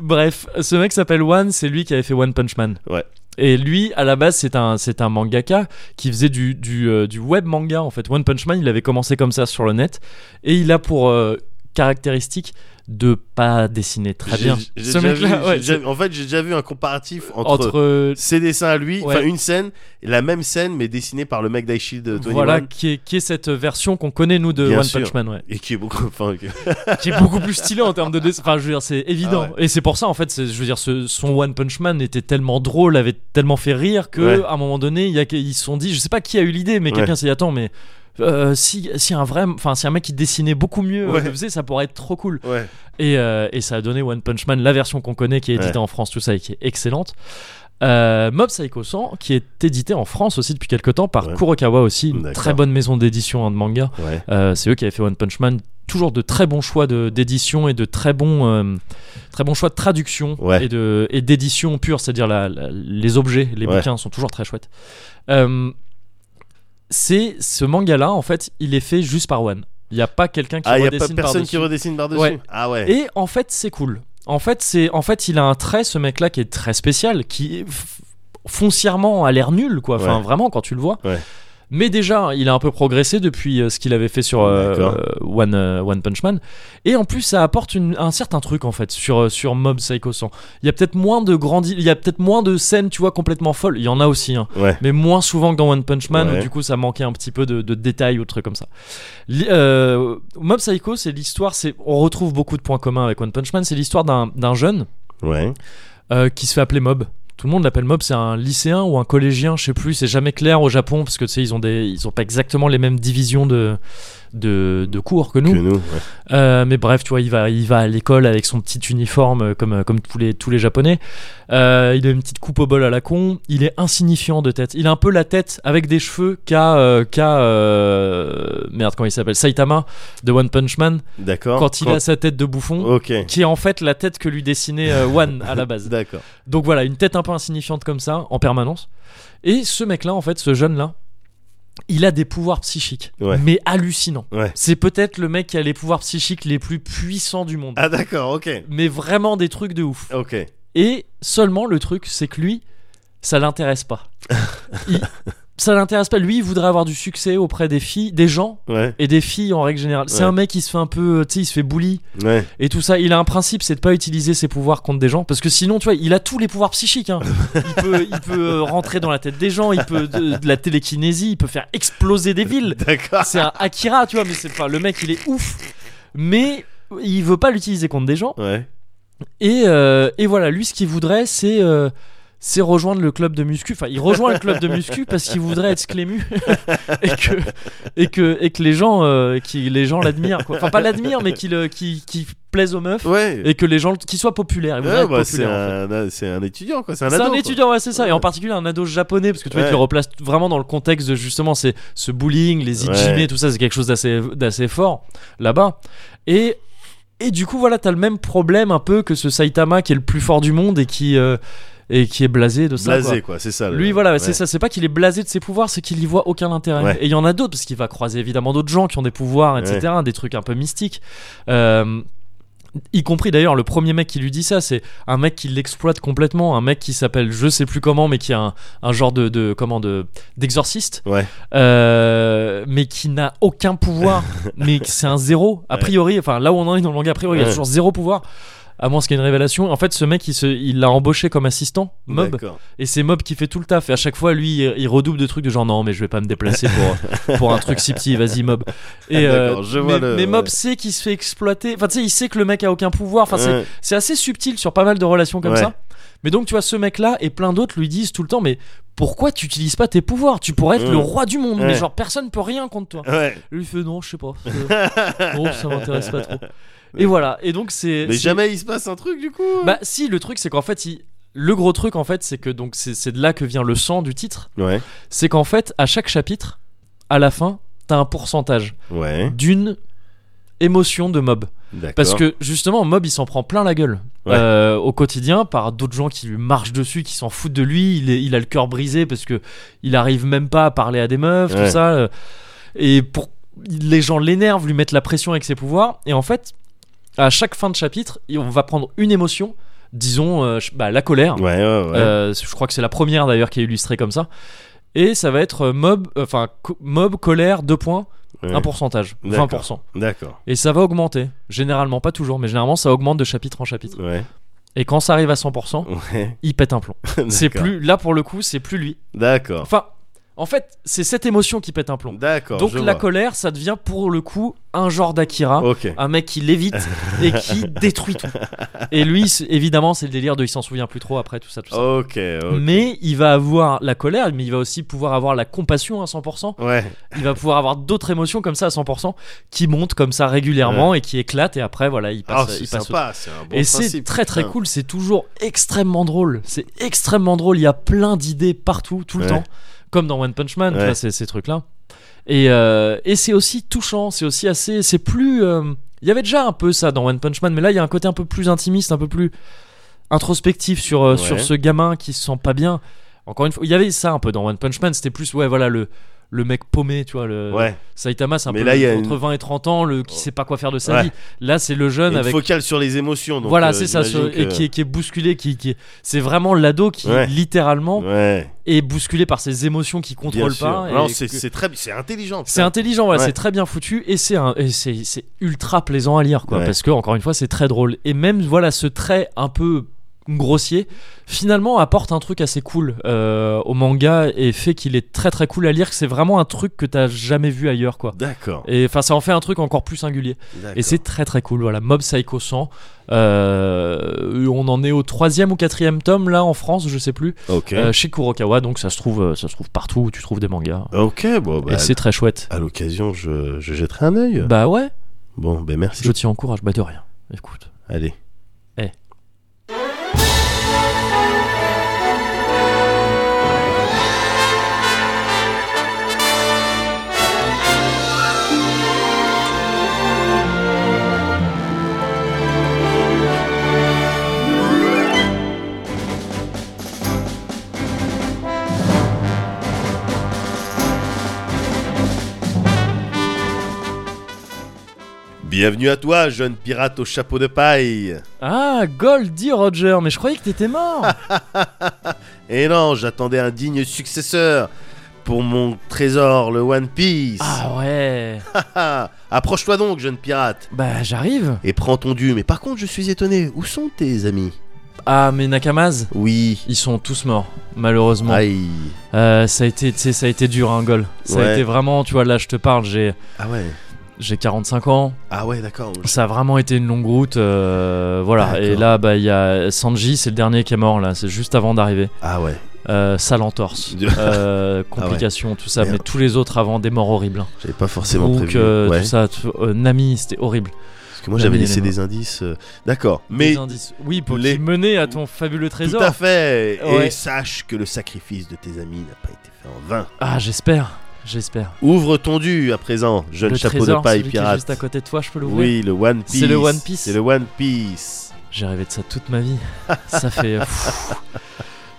Speaker 1: bref ce mec s'appelle One c'est lui qui avait fait One Punch Man
Speaker 2: Ouais.
Speaker 1: et lui, à la base, c'est un, c'est un mangaka qui faisait du, du, euh, du web manga en fait. One Punch Man, il avait commencé comme ça sur le net et il a pour euh, caractéristique de pas dessiner très
Speaker 2: J'ai-
Speaker 1: bien.
Speaker 2: j'ai
Speaker 1: Ce
Speaker 2: déjà
Speaker 1: mec-là,
Speaker 2: vu-
Speaker 1: ouais,
Speaker 2: j'ai déjà- En fait, j'ai déjà vu un comparatif entre,
Speaker 1: entre
Speaker 2: ses dessins à lui,
Speaker 1: Ouais.
Speaker 2: enfin une scène, la même scène, mais dessinée par le mec euh, d'Aishi de 21.
Speaker 1: voilà qui est, qui est cette version qu'on connaît nous de
Speaker 2: Bien
Speaker 1: One
Speaker 2: sûr.
Speaker 1: Punch Man, ouais.
Speaker 2: Et qui est beaucoup. [laughs] Enfin, que-
Speaker 1: qui est beaucoup plus stylé en termes de dessin. Enfin, je veux dire, c'est évident.
Speaker 2: Ah
Speaker 1: Et c'est pour ça, en fait, c'est- je veux dire, ce, son One Punch Man était tellement drôle, avait tellement fait rire que
Speaker 2: Ouais.
Speaker 1: à un moment donné, il y a, ils se sont dit, je sais pas qui a eu l'idée, mais
Speaker 2: Ouais.
Speaker 1: quelqu'un s'est dit, attends, mais euh, si, si un vrai, enfin, si un mec qui dessinait beaucoup mieux euh,
Speaker 2: Ouais.
Speaker 1: le faisait, ça pourrait être trop cool.
Speaker 2: Ouais.
Speaker 1: Et, euh, et ça a donné One Punch Man, la version qu'on connaît, qui est éditée
Speaker 2: Ouais.
Speaker 1: en France, tout ça, et qui est excellente. Euh, Mob Psycho 100, qui est édité en France aussi depuis quelques temps par
Speaker 2: Ouais.
Speaker 1: Kurokawa aussi, une
Speaker 2: D'accord.
Speaker 1: très bonne maison d'édition hein, de manga.
Speaker 2: Ouais.
Speaker 1: Euh, c'est eux qui avaient fait One Punch Man. Toujours de très bons choix de- d'édition et de très bons, euh, très bons choix de traduction
Speaker 2: Ouais.
Speaker 1: et de- et d'édition pure, c'est-à-dire la- la- les objets, les
Speaker 2: Ouais.
Speaker 1: bouquins sont toujours très chouettes. Euh, c'est ce manga-là, en fait, il est fait juste par One. Il n'y a pas quelqu'un qui
Speaker 2: Ah, il a pas
Speaker 1: redessine
Speaker 2: personne
Speaker 1: par-dessus.
Speaker 2: qui redessine par-dessus.
Speaker 1: Ouais.
Speaker 2: Ah ouais.
Speaker 1: Et en fait, c'est cool. En fait, c'est en fait, il a un trait, ce mec-là, qui est très spécial, qui f- foncièrement a l'air nul, quoi. Enfin,
Speaker 2: Ouais.
Speaker 1: vraiment, quand tu le vois.
Speaker 2: Ouais.
Speaker 1: Mais déjà, il a un peu progressé depuis euh, ce qu'il avait fait sur euh,
Speaker 2: D'accord.
Speaker 1: euh, One, euh, One Punch Man. Et en plus, ça apporte une- un certain truc, en fait, sur, euh, sur Mob Psycho 100. Il y a peut-être moins de grandi... il y a peut-être moins de scènes, tu vois, complètement folles. Il y en a aussi, hein
Speaker 2: Ouais.
Speaker 1: mais moins souvent que dans One Punch Man
Speaker 2: Ouais.
Speaker 1: où du coup ça manquait un petit peu de, de détails ou de trucs comme ça. Li- euh, Mob Psycho, c'est l'histoire, c'est on retrouve beaucoup de points communs avec One Punch Man, c'est l'histoire d'un d'un jeune
Speaker 2: Ouais.
Speaker 1: euh, qui se fait appeler Mob. Tout le monde l'appelle Mob, c'est un lycéen ou un collégien, je sais plus, c'est jamais clair au Japon parce que tu sais ils ont des ils ont pas exactement les mêmes divisions de de, de cours que nous.
Speaker 2: Que nous. ouais.
Speaker 1: Euh, mais bref, tu vois, il va, il va à l'école avec son petit uniforme euh, comme, euh, comme tous, les, tous les japonais. Euh, il a une petite coupe au bol à la con. Il est insignifiant de tête. Il a un peu la tête avec des cheveux qu'a. euh, qu'a, euh, merde, comment il s'appelle Saitama de One Punch Man
Speaker 2: D'accord.
Speaker 1: quand il a sa tête de bouffon.
Speaker 2: Ok.
Speaker 1: Qui est en fait la tête que lui dessinait euh, One à la base.
Speaker 2: D'accord.
Speaker 1: Donc voilà, une tête un peu insignifiante comme ça, en permanence. Et ce mec-là, en fait, ce jeune-là, il a des pouvoirs psychiques,
Speaker 2: Ouais.
Speaker 1: mais hallucinants.
Speaker 2: Ouais.
Speaker 1: C'est peut-être le mec qui a les pouvoirs psychiques les plus puissants du monde.
Speaker 2: Ah d'accord. Ok.
Speaker 1: Mais vraiment des trucs de ouf.
Speaker 2: Ok.
Speaker 1: Et seulement le truc, c'est que lui, ça l'intéresse pas.
Speaker 2: [laughs]
Speaker 1: Il- ça l'intéresse pas. Lui, il voudrait avoir du succès auprès des filles, des gens
Speaker 2: Ouais.
Speaker 1: et des filles en règle générale. C'est
Speaker 2: Ouais.
Speaker 1: un mec qui se fait un peu, tu sais, il se fait bully
Speaker 2: Ouais. [laughs]
Speaker 1: et tout ça. Il a un principe, c'est de pas utiliser ses pouvoirs contre des gens, parce que sinon, tu vois, il a tous les pouvoirs psychiques. hein. Il peut, il peut euh, rentrer dans la tête des gens, il peut de, de la télékinésie, il peut faire exploser des villes.
Speaker 2: D'accord.
Speaker 1: C'est un Akira, tu vois, mais c'est pas le mec, il est ouf, mais il veut pas l'utiliser contre des gens.
Speaker 2: Ouais.
Speaker 1: Et, euh, et voilà, lui, ce qu'il voudrait, c'est euh, c'est rejoindre le club de muscu. Enfin, il rejoint le club de muscu parce qu'il voudrait être sclému [laughs] et que et que et que les gens euh, qui les gens l'admirent. quoi. Enfin, pas l'admirent, mais qu'il euh, qu'il qu'il plaise aux meufs
Speaker 2: Ouais.
Speaker 1: et que les gens qui soient populaires. Il voudrait
Speaker 2: Ouais,
Speaker 1: être
Speaker 2: bah, c'est
Speaker 1: populaire, en fait.
Speaker 2: un, c'est un étudiant quoi, c'est un
Speaker 1: C'est
Speaker 2: ado.
Speaker 1: un
Speaker 2: quoi.
Speaker 1: étudiant, ouais, c'est ça. Et en particulier un ado japonais, parce que tu vois,
Speaker 2: Ouais.
Speaker 1: tu le replaces vraiment dans le contexte de justement c'est ce bullying, les
Speaker 2: Ouais.
Speaker 1: ijime, tout ça, c'est quelque chose d'assez d'assez fort là-bas. Et et du coup, voilà, t'as le même problème un peu que ce Saitama qui est le plus fort du monde et qui euh, et qui est blasé de ça. quoi.
Speaker 2: blasé quoi, c'est ça. Ah, le-
Speaker 1: Lui, voilà,
Speaker 2: ouais.
Speaker 1: c'est ça. C'est pas qu'il est blasé de ses pouvoirs, c'est qu'il y voit aucun intérêt.
Speaker 2: Ouais.
Speaker 1: Et il y en a d'autres, parce qu'il va croiser évidemment d'autres gens qui ont des pouvoirs, etc. Des trucs un peu mystiques. Euh, y compris d'ailleurs, le premier mec qui lui dit ça, c'est un mec qui l'exploite complètement. Un mec qui s'appelle je sais plus comment, mais qui a un, un genre de, de comment de d'exorciste.
Speaker 2: Ouais.
Speaker 1: Euh, mais qui n'a aucun
Speaker 2: [laughs]
Speaker 1: pouvoir. mais que c'est un zéro. A
Speaker 2: Ouais.
Speaker 1: priori, enfin là où on en est dans le langage, a priori, il y a
Speaker 2: Ouais.
Speaker 1: toujours zéro pouvoir. À moins qu'il y ait une révélation. En fait, ce mec, il se- il l'a embauché comme assistant, mob.
Speaker 2: D'accord.
Speaker 1: Et c'est Mob qui fait tout le taf. Et à chaque fois, lui, il il redouble de trucs de genre non, mais je vais pas me déplacer
Speaker 2: [laughs]
Speaker 1: pour, pour un truc si petit, vas-y, Mob. Et
Speaker 2: Ah,
Speaker 1: euh,
Speaker 2: D'accord, je vois
Speaker 1: mais,
Speaker 2: le-
Speaker 1: mais Mob
Speaker 2: ouais.
Speaker 1: sait qu'il se fait exploiter. Enfin, tu sais, il sait que le mec a aucun pouvoir. Enfin, c'est-
Speaker 2: Ouais.
Speaker 1: c'est assez subtil sur pas mal de relations comme
Speaker 2: Ouais.
Speaker 1: ça. Mais donc, tu vois, ce mec-là et plein d'autres lui disent tout le temps, mais pourquoi tu utilises pas tes pouvoirs Tu pourrais être
Speaker 2: Ouais.
Speaker 1: le roi du monde, mais
Speaker 2: Mm. Ouais.
Speaker 1: genre personne peut rien contre toi.
Speaker 2: [laughs] Ouais.
Speaker 1: Lui il fait non, je sais
Speaker 2: [laughs]
Speaker 1: pas. Euh, non, ça m'intéresse pas trop. Et voilà. Et donc c'est.
Speaker 2: Mais
Speaker 1: c'est-
Speaker 2: jamais il se passe un truc du coup. hein
Speaker 1: Bah si, le truc c'est qu'en fait, il- le gros truc en fait, c'est que donc c'est c'est de là que vient le sang du titre.
Speaker 2: Ouais.
Speaker 1: C'est qu'en fait, à chaque chapitre, à la fin, t'as un pourcentage
Speaker 2: Ouais.
Speaker 1: d'une émotion de mob.
Speaker 2: D'accord.
Speaker 1: Parce que justement, Mob, il s'en prend plein la gueule
Speaker 2: Ouais.
Speaker 1: euh, au quotidien par d'autres gens qui lui marchent dessus, qui s'en foutent de lui. Il, est- il a le cœur brisé parce que il arrive même pas à parler à des meufs,
Speaker 2: Ouais.
Speaker 1: tout ça. euh, Et pour les gens l'énervent, lui mettent la pression avec ses pouvoirs. Et en fait, à chaque fin de chapitre, il- on va prendre une émotion, disons euh, je- bah, la colère.
Speaker 2: Ouais, ouais, ouais.
Speaker 1: Euh, je crois que c'est la première d'ailleurs qui est illustrée comme ça. Et ça va être euh, mob, enfin co- mob, colère, 2 points,
Speaker 2: Ouais.
Speaker 1: un pourcentage,
Speaker 2: D'accord.
Speaker 1: 20%.
Speaker 2: D'accord.
Speaker 1: Et ça va augmenter, généralement, pas toujours, mais généralement ça augmente de chapitre en chapitre.
Speaker 2: Ouais.
Speaker 1: Et quand ça arrive à 100%,
Speaker 2: Ouais.
Speaker 1: il pète un plomb. [laughs] C'est
Speaker 2: D'accord.
Speaker 1: plus, là pour le coup, c'est plus lui.
Speaker 2: D'accord.
Speaker 1: Enfin, en fait, c'est cette émotion qui pète un plomb.
Speaker 2: D'accord.
Speaker 1: Donc
Speaker 2: je
Speaker 1: la hein.
Speaker 2: vois. Oh.
Speaker 1: colère, ça devient pour le coup un genre d'Akira.
Speaker 2: Ok.
Speaker 1: Un mec qui lévite et
Speaker 2: [laughs]
Speaker 1: qui détruit tout. Et lui, c'est- évidemment, c'est le délire de il s'en souvient plus trop après tout ça, tout ça.
Speaker 2: Ok. Oh, ok.
Speaker 1: Mais il va avoir la colère, mais il va aussi pouvoir avoir la compassion à 100%.
Speaker 2: Ouais.
Speaker 1: il va pouvoir avoir d'autres émotions comme ça à 100% qui montent comme ça régulièrement et qui éclatent et après voilà il
Speaker 2: Ah,
Speaker 1: passe,
Speaker 2: c'est
Speaker 1: il passe au-
Speaker 2: sympa. C'est un bon
Speaker 1: et c'est
Speaker 2: principe. Ah,
Speaker 1: très très
Speaker 2: putain.
Speaker 1: cool c'est toujours extrêmement drôle c'est extrêmement drôle il y a plein d'idées partout tout le
Speaker 2: Ouais.
Speaker 1: temps comme dans One Punch Man tu
Speaker 2: Ouais.
Speaker 1: vois, ces, ces trucs là et, euh, et c'est aussi touchant c'est aussi assez c'est plus euh, il y avait déjà un peu ça dans One Punch Man mais là il y a un côté un peu plus intimiste un peu plus introspectif sur, euh, sur
Speaker 2: Ouais.
Speaker 1: ce gamin qui se sent pas bien encore une fois il y avait ça un peu dans One Punch Man c'était plus ouais voilà le le mec paumé tu vois le
Speaker 2: Ouais.
Speaker 1: Saitama, c'est un
Speaker 2: Mais
Speaker 1: peu
Speaker 2: là,
Speaker 1: le-
Speaker 2: il y a Oh.
Speaker 1: entre 20 et 30 ans, le qui sait pas quoi faire de sa
Speaker 2: Ouais.
Speaker 1: vie. Là, c'est le jeune
Speaker 2: Une
Speaker 1: avec.
Speaker 2: focale sur les émotions. Donc,
Speaker 1: voilà,
Speaker 2: euh,
Speaker 1: c'est ça, ce-
Speaker 2: j'imagine
Speaker 1: et
Speaker 2: que-
Speaker 1: qui est, qui est bousculé, qui, qui est- c'est vraiment l'ado qui
Speaker 2: Ouais.
Speaker 1: littéralement
Speaker 2: Ouais.
Speaker 1: est bousculé par ses émotions qu'il
Speaker 2: Bien
Speaker 1: contrôle
Speaker 2: sûr.
Speaker 1: pas. et
Speaker 2: Non, c'est
Speaker 1: que-
Speaker 2: c'est très, c'est intelligent.
Speaker 1: c'est
Speaker 2: putain.
Speaker 1: intelligent, voilà,
Speaker 2: Ouais.
Speaker 1: c'est très bien foutu et c'est un- et c'est c'est ultra plaisant à lire, quoi,
Speaker 2: Ouais.
Speaker 1: parce que encore une fois, c'est très drôle. Et même voilà, ce trait un peu grossier, finalement apporte un truc assez cool euh, au manga et fait qu'il est très très cool à lire. Que c'est vraiment un truc que t'as jamais vu ailleurs, quoi.
Speaker 2: D'accord.
Speaker 1: Et enfin, ça en fait un truc encore plus singulier. Et
Speaker 2: d'accord.
Speaker 1: c'est très très cool. Voilà, Mob Psycho 100. Euh, on en est au troisième ou quatrième tome là en France, je sais plus,
Speaker 2: Ok.
Speaker 1: euh, chez Kurokawa. Donc ça se trouve, euh, ça se trouve partout où tu trouves des mangas.
Speaker 2: Ok. Bon. Bah,
Speaker 1: Et c'est très chouette.
Speaker 2: à l'occasion, je, je jetterai un œil.
Speaker 1: Bah ouais,
Speaker 2: Bon, ben merci.
Speaker 1: je t'y encourage. Bah de rien. Écoute.
Speaker 2: Allez.
Speaker 1: Eh.
Speaker 2: Bienvenue à toi, jeune pirate au chapeau de paille.
Speaker 1: Ah, Goldie Roger, mais je croyais que t'étais mort.
Speaker 2: Et Eh non, j'attendais un digne successeur pour mon trésor, le One Piece.
Speaker 1: [laughs] ah ouais.
Speaker 2: Ah, Approche-toi donc, jeune pirate,
Speaker 1: Bah j'arrive.
Speaker 2: et prends ton dû. Mais par contre, je suis étonné. Où sont tes amis
Speaker 1: Ah mais Nakamaz,
Speaker 2: Oui.
Speaker 1: ils sont tous morts malheureusement.
Speaker 2: Aïe.
Speaker 1: Euh, ça a été, tu sais, ça a été dur, hein, Gold. Ça a
Speaker 2: Ouais.
Speaker 1: été vraiment, tu vois, là je te parle, j'ai,
Speaker 2: Ah ouais.
Speaker 1: j'ai 45 ans.
Speaker 2: Ah ouais, d'accord.
Speaker 1: Ça a vraiment été une longue route, euh, voilà.
Speaker 2: D'accord.
Speaker 1: Et là, bah, il y a Sanji, c'est le dernier qui est mort là, c'est juste avant d'arriver.
Speaker 2: Ah ouais.
Speaker 1: Euh, sale
Speaker 2: [laughs]
Speaker 1: entorse, euh, complications, tout ça.
Speaker 2: Ah Merde.
Speaker 1: Mais tous les autres avant, des morts horribles. hein.
Speaker 2: J'avais pas forcément
Speaker 1: Donc
Speaker 2: prévu. ouais.
Speaker 1: tout ça, tout- euh, Nami, c'était horrible.
Speaker 2: Parce que moi, j'avais
Speaker 1: Nami,
Speaker 2: laissé
Speaker 1: elle est
Speaker 2: des indices. euh, D'accord. Mais
Speaker 1: Les indices. oui, pour
Speaker 2: les-
Speaker 1: les mener à ton fabuleux
Speaker 2: tout
Speaker 1: trésor.
Speaker 2: à fait.
Speaker 1: Ouais.
Speaker 2: Et sache que le sacrifice de tes amis n'a pas été fait en vain.
Speaker 1: Ah, j'espère, j'espère.
Speaker 2: Ouvre ton dû à présent, jeune
Speaker 1: Le
Speaker 2: chapeau
Speaker 1: trésor,
Speaker 2: de paille
Speaker 1: celui qui est
Speaker 2: pirate.
Speaker 1: juste à côté de toi, je peux l'ouvrir.
Speaker 2: Oui, le One Piece.
Speaker 1: C'est le One Piece.
Speaker 2: C'est le One Piece.
Speaker 1: J'ai rêvé de ça toute ma vie. Ça
Speaker 2: [laughs]
Speaker 1: fait. pfff,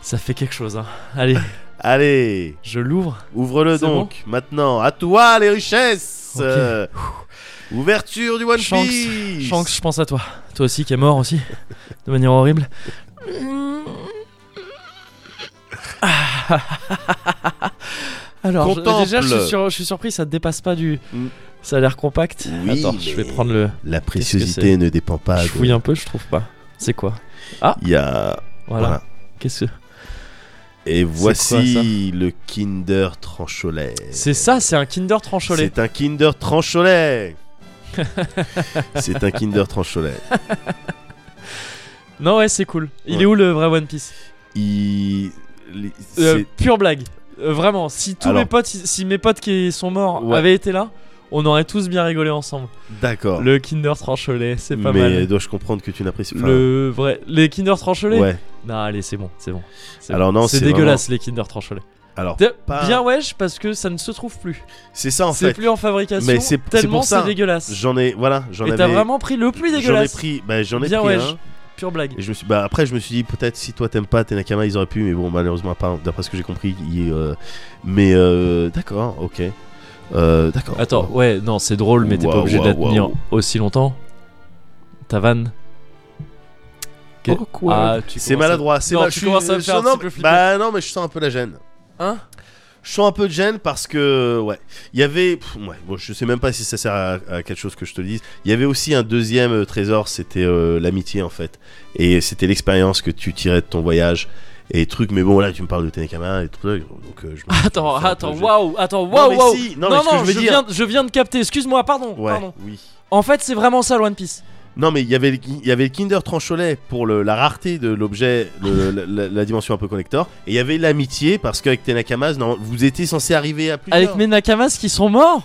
Speaker 1: ça fait quelque chose. hein. Allez,
Speaker 2: Allez,
Speaker 1: je l'ouvre.
Speaker 2: ouvre-le
Speaker 1: C'est
Speaker 2: donc. Maintenant, à toi les richesses.
Speaker 1: Ok.
Speaker 2: Euh, ouverture du One
Speaker 1: Shanks,
Speaker 2: Piece.
Speaker 1: Shanks, je pense à toi. Toi aussi qui est mort aussi. De manière horrible. [laughs] Ah. Alors, je-
Speaker 2: Contemple.
Speaker 1: déjà, je suis, sur- je suis surpris, ça te dépasse pas du.
Speaker 2: Mm.
Speaker 1: Ça a l'air compact.
Speaker 2: Oui,
Speaker 1: Attends, je vais
Speaker 2: mais-
Speaker 1: prendre le.
Speaker 2: La
Speaker 1: Qu'est-ce que
Speaker 2: préciosité ne dépend pas.
Speaker 1: je
Speaker 2: de-
Speaker 1: fouille un peu, je trouve pas. C'est quoi
Speaker 2: Il y a.
Speaker 1: Voilà.
Speaker 2: Voilà.
Speaker 1: Qu'est-ce que.
Speaker 2: Et
Speaker 1: quoi, ça
Speaker 2: voici le Kinder Trancholet.
Speaker 1: C'est ça, c'est un Kinder trancholet.
Speaker 2: C'est un Kinder
Speaker 1: [laughs]
Speaker 2: Trancholet. C'est un Kinder Trancholet.
Speaker 1: Non, ouais, c'est cool. Il
Speaker 2: Ouais.
Speaker 1: est où le vrai One Piece
Speaker 2: Il. les-
Speaker 1: Euh,
Speaker 2: c'est-
Speaker 1: Pure blague. Euh, vraiment, si tous
Speaker 2: Alors.
Speaker 1: mes potes, si, si mes potes qui sont morts
Speaker 2: Ouais.
Speaker 1: avaient été là, on aurait tous bien rigolé ensemble.
Speaker 2: D'accord.
Speaker 1: Le Kinder Trancholet, c'est pas
Speaker 2: mais
Speaker 1: mal.
Speaker 2: dois-je comprendre que tu n'apprécies pas
Speaker 1: Le vrai. Les Kinder Trancholet
Speaker 2: Ouais.
Speaker 1: Non, allez, c'est bon, c'est bon. c'est
Speaker 2: Alors
Speaker 1: bon.
Speaker 2: non,
Speaker 1: c'est
Speaker 2: c'est
Speaker 1: dégueulasse les Kinder Trancholet.
Speaker 2: Alors,
Speaker 1: T'es-
Speaker 2: pas-
Speaker 1: Bien wesh parce que ça ne se trouve plus.
Speaker 2: c'est ça en
Speaker 1: c'est
Speaker 2: fait.
Speaker 1: plus en fabrication.
Speaker 2: Mais c'est- c'est pour
Speaker 1: tellement
Speaker 2: ça.
Speaker 1: c'est dégueulasse.
Speaker 2: J'en ai. Voilà, j'en
Speaker 1: Et
Speaker 2: avais.
Speaker 1: t'as vraiment pris le plus
Speaker 2: J'en ai
Speaker 1: dégueulasse.
Speaker 2: pris. Bah, j'en ai
Speaker 1: Bien
Speaker 2: pris
Speaker 1: wesh.
Speaker 2: un.
Speaker 1: Pure blague.
Speaker 2: Et je me suis, bah après je me suis dit peut-être si toi t'aimes pas Tenakama ils auraient pu mais bon malheureusement pas d'après ce que j'ai compris il est, euh, mais euh, d'accord ok Euh, d'accord
Speaker 1: Attends, ouais, non, c'est drôle, mais t'es pas
Speaker 2: Waouh,
Speaker 1: obligé de la tenir
Speaker 2: waouh, waouh.
Speaker 1: aussi longtemps. Ta vanne. Que- Ah, tu
Speaker 2: c'est
Speaker 1: commences à-
Speaker 2: maladroit c'est
Speaker 1: Non,
Speaker 2: mal-
Speaker 1: tu
Speaker 2: je suis-
Speaker 1: commences à me
Speaker 2: je-
Speaker 1: faire un
Speaker 2: non,
Speaker 1: petit
Speaker 2: mais-
Speaker 1: peu flipper.
Speaker 2: bah non mais je sens un peu la gêne
Speaker 1: Hein
Speaker 2: je sens un peu de gêne parce que ouais il y avait pff, ouais bon je sais même pas si ça sert à, à quelque chose que je te le dise il y avait aussi un deuxième euh, trésor c'était euh, l'amitié en fait et c'était l'expérience que tu tirais de ton voyage et trucs mais bon là tu me parles de Tenakama et tout ça, donc euh, je me-
Speaker 1: Attends,
Speaker 2: je me fais un peu
Speaker 1: attends,
Speaker 2: gêner.
Speaker 1: waouh, attends, waouh,
Speaker 2: mais
Speaker 1: waouh.
Speaker 2: si, non,
Speaker 1: non,
Speaker 2: mais ce que
Speaker 1: non,
Speaker 2: je veux dire-
Speaker 1: viens, je viens de capter, excuse-moi, pardon,
Speaker 2: ouais
Speaker 1: pardon.
Speaker 2: oui
Speaker 1: En fait, c'est vraiment ça, le One Piece.
Speaker 2: Non, mais il y avait le- il y avait le Kinder Trancholet pour le- la rareté de l'objet, le- la, la- la dimension un peu collector. Et il y avait l'amitié parce qu'avec Tenakamas, non, vous étiez censé arriver à plus.
Speaker 1: Avec mes Nakamas qui sont morts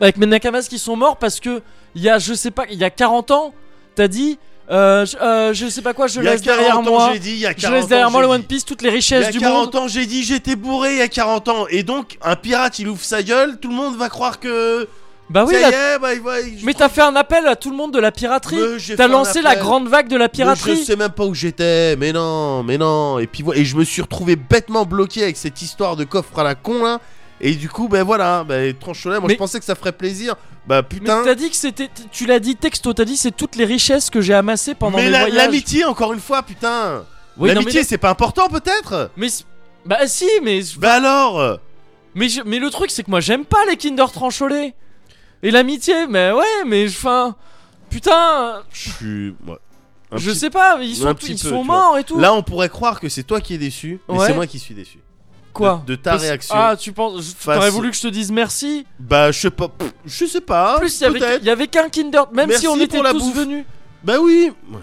Speaker 1: Avec mes Nakamas qui sont morts parce que il y a, je sais pas, il y a 40 ans, t'as dit, euh, je, euh, je sais pas quoi, je
Speaker 2: il y a
Speaker 1: laisse derrière
Speaker 2: 40 ans,
Speaker 1: moi.
Speaker 2: j'ai dit, il y a 40
Speaker 1: Je laisse derrière
Speaker 2: ans,
Speaker 1: moi le
Speaker 2: j'ai
Speaker 1: One
Speaker 2: dit.
Speaker 1: Piece, toutes les
Speaker 2: Il y
Speaker 1: richesses
Speaker 2: a
Speaker 1: du
Speaker 2: 40
Speaker 1: monde.
Speaker 2: ans, j'ai dit, j'étais bourré il y a 40 ans. Et donc, un pirate, il ouvre sa gueule, tout le monde va croire que.
Speaker 1: Bah oui,
Speaker 2: ça
Speaker 1: la
Speaker 2: y est, bah, il va- il-
Speaker 1: Mais t'as fait un appel à tout le monde de la piraterie.
Speaker 2: Mais j'ai
Speaker 1: T'as
Speaker 2: fait un
Speaker 1: lancé la
Speaker 2: appel.
Speaker 1: grande vague de la
Speaker 2: Mais Je
Speaker 1: piraterie.
Speaker 2: sais même pas où j'étais, mais non, mais non. Et puis voilà, et je me suis retrouvé bêtement bloqué avec cette histoire de coffre à la con là. Et du coup, ben voilà, ben Trancholet, moi
Speaker 1: Mais-
Speaker 2: je pensais que ça ferait plaisir. Bah
Speaker 1: Mais
Speaker 2: putain.
Speaker 1: t'as dit que c'était, t- tu l'as dit texto, t'as dit c'est toutes les richesses que j'ai amassées pendant
Speaker 2: mais
Speaker 1: mes
Speaker 2: la-
Speaker 1: voyages.
Speaker 2: l'amitié, encore une fois, putain.
Speaker 1: Oui, non, mais-
Speaker 2: l'amitié, c'est pas important peut-être
Speaker 1: Mais, c'est- bah si, mais
Speaker 2: Bah alors
Speaker 1: mais je- mais le truc c'est que moi j'aime pas les Kinder Trancholets. Et l'amitié, mais ouais, mais enfin, putain,
Speaker 2: Je suis. ouais, un
Speaker 1: je
Speaker 2: petit-
Speaker 1: sais pas, ils sont,
Speaker 2: un
Speaker 1: tous-
Speaker 2: petit
Speaker 1: ils
Speaker 2: peu,
Speaker 1: sont
Speaker 2: tu
Speaker 1: morts et tout.
Speaker 2: Là, on pourrait croire que c'est toi qui es déçu, mais
Speaker 1: Ouais.
Speaker 2: c'est moi qui suis déçu.
Speaker 1: quoi
Speaker 2: de- de ta
Speaker 1: Parce-
Speaker 2: réaction
Speaker 1: Ah, tu penses, je-
Speaker 2: face-
Speaker 1: t'aurais voulu que je te dise merci.
Speaker 2: Bah je sais pas, pff, je sais pas.
Speaker 1: En plus, il y avait,
Speaker 2: Oh, peut-être.
Speaker 1: il y avait qu'un Kinder, même
Speaker 2: Merci
Speaker 1: si on
Speaker 2: pour
Speaker 1: était
Speaker 2: la
Speaker 1: tous
Speaker 2: bouffe.
Speaker 1: venus,
Speaker 2: Bah oui. Ouais.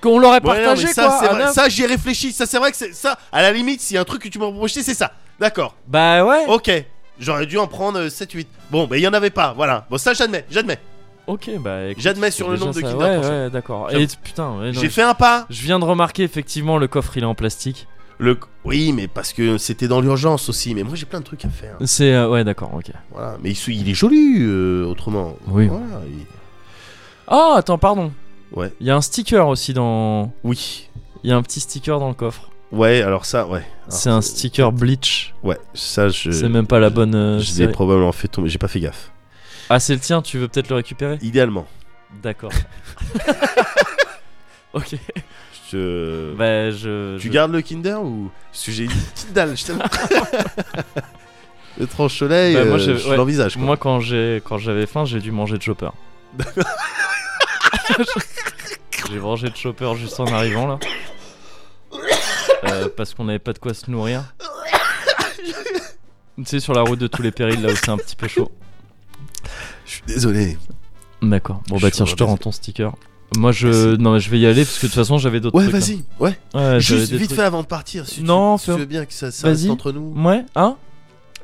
Speaker 1: qu'on l'aurait
Speaker 2: Ouais, non,
Speaker 1: partagé
Speaker 2: mais ça,
Speaker 1: quoi.
Speaker 2: c'est
Speaker 1: à
Speaker 2: vrai.
Speaker 1: neuf.
Speaker 2: Ça, j'y ai réfléchi. Ça, c'est vrai que c'est ça. À la limite, s'il y a un truc que tu m'as reproché, c'est ça. D'accord.
Speaker 1: Bah ouais.
Speaker 2: Ok. J'aurais dû en prendre 7-8. Bon, mais il y en avait pas. Voilà. Bon, ça, j'admets. J'admets.
Speaker 1: Ok, bah écoute,
Speaker 2: J'admets sur
Speaker 1: c'est
Speaker 2: le
Speaker 1: déjà
Speaker 2: nombre de
Speaker 1: ça.
Speaker 2: Kinder
Speaker 1: Ouais,
Speaker 2: Tranchant.
Speaker 1: ouais, d'accord.
Speaker 2: J'avoue.
Speaker 1: Et t- putain, ouais, non,
Speaker 2: J'ai
Speaker 1: je-
Speaker 2: fait un pas.
Speaker 1: je viens de remarquer effectivement le coffre, il est en plastique.
Speaker 2: Le... Oui, mais parce que c'était dans l'urgence aussi. Mais moi, j'ai plein de trucs à faire.
Speaker 1: C'est euh, ouais, d'accord, ok.
Speaker 2: Voilà. Mais il, se- il est joli, euh, autrement.
Speaker 1: Oui.
Speaker 2: Voilà, il-
Speaker 1: Ah, attends, pardon.
Speaker 2: Ouais.
Speaker 1: Il y a un sticker aussi dans.
Speaker 2: Oui.
Speaker 1: Il y a un petit sticker dans le coffre.
Speaker 2: Ouais, alors ça, ouais. Alors,
Speaker 1: c'est un sticker bleach.
Speaker 2: Ouais, ça, je.
Speaker 1: C'est même pas la bonne. euh,
Speaker 2: Je l'ai
Speaker 1: série.
Speaker 2: probablement fait tomber. J'ai pas fait gaffe.
Speaker 1: Ah, c'est le tien. Tu veux peut-être le récupérer
Speaker 2: Idéalement. [laughs]
Speaker 1: D'accord. ok.
Speaker 2: Je.
Speaker 1: Bah je.
Speaker 2: Tu
Speaker 1: je-
Speaker 2: gardes le Kinder ou Parce que j'ai une petite dalle, je
Speaker 1: [laughs]
Speaker 2: t'aime. le tranche-soleil,
Speaker 1: Bah, moi,
Speaker 2: euh, je,
Speaker 1: j'ai- ouais.
Speaker 2: l'envisage. quoi.
Speaker 1: Moi quand j'ai quand j'avais faim, j'ai dû manger de chopper. j'ai mangé de chopper juste en arrivant là. Euh, parce qu'on n'avait pas de quoi se nourrir.
Speaker 2: [laughs]
Speaker 1: tu sais sur la route de tous les périls là où c'est un petit peu chaud.
Speaker 2: Je suis désolé.
Speaker 1: D'accord. Bon bah
Speaker 2: Je suis
Speaker 1: tiens, je te
Speaker 2: vraiment
Speaker 1: rends ton sticker. Moi je
Speaker 2: Merci.
Speaker 1: non mais je vais y aller parce que de toute façon j'avais d'autres
Speaker 2: Ouais,
Speaker 1: trucs.
Speaker 2: vas-y. Ouais.
Speaker 1: hein. Ouais, j'avais
Speaker 2: Juste
Speaker 1: des
Speaker 2: vite
Speaker 1: trucs.
Speaker 2: fait avant de partir. Si tu-
Speaker 1: Non,
Speaker 2: si tu,
Speaker 1: fais-
Speaker 2: veux bien que ça, ça
Speaker 1: vas-y.
Speaker 2: reste entre nous.
Speaker 1: Ouais, hein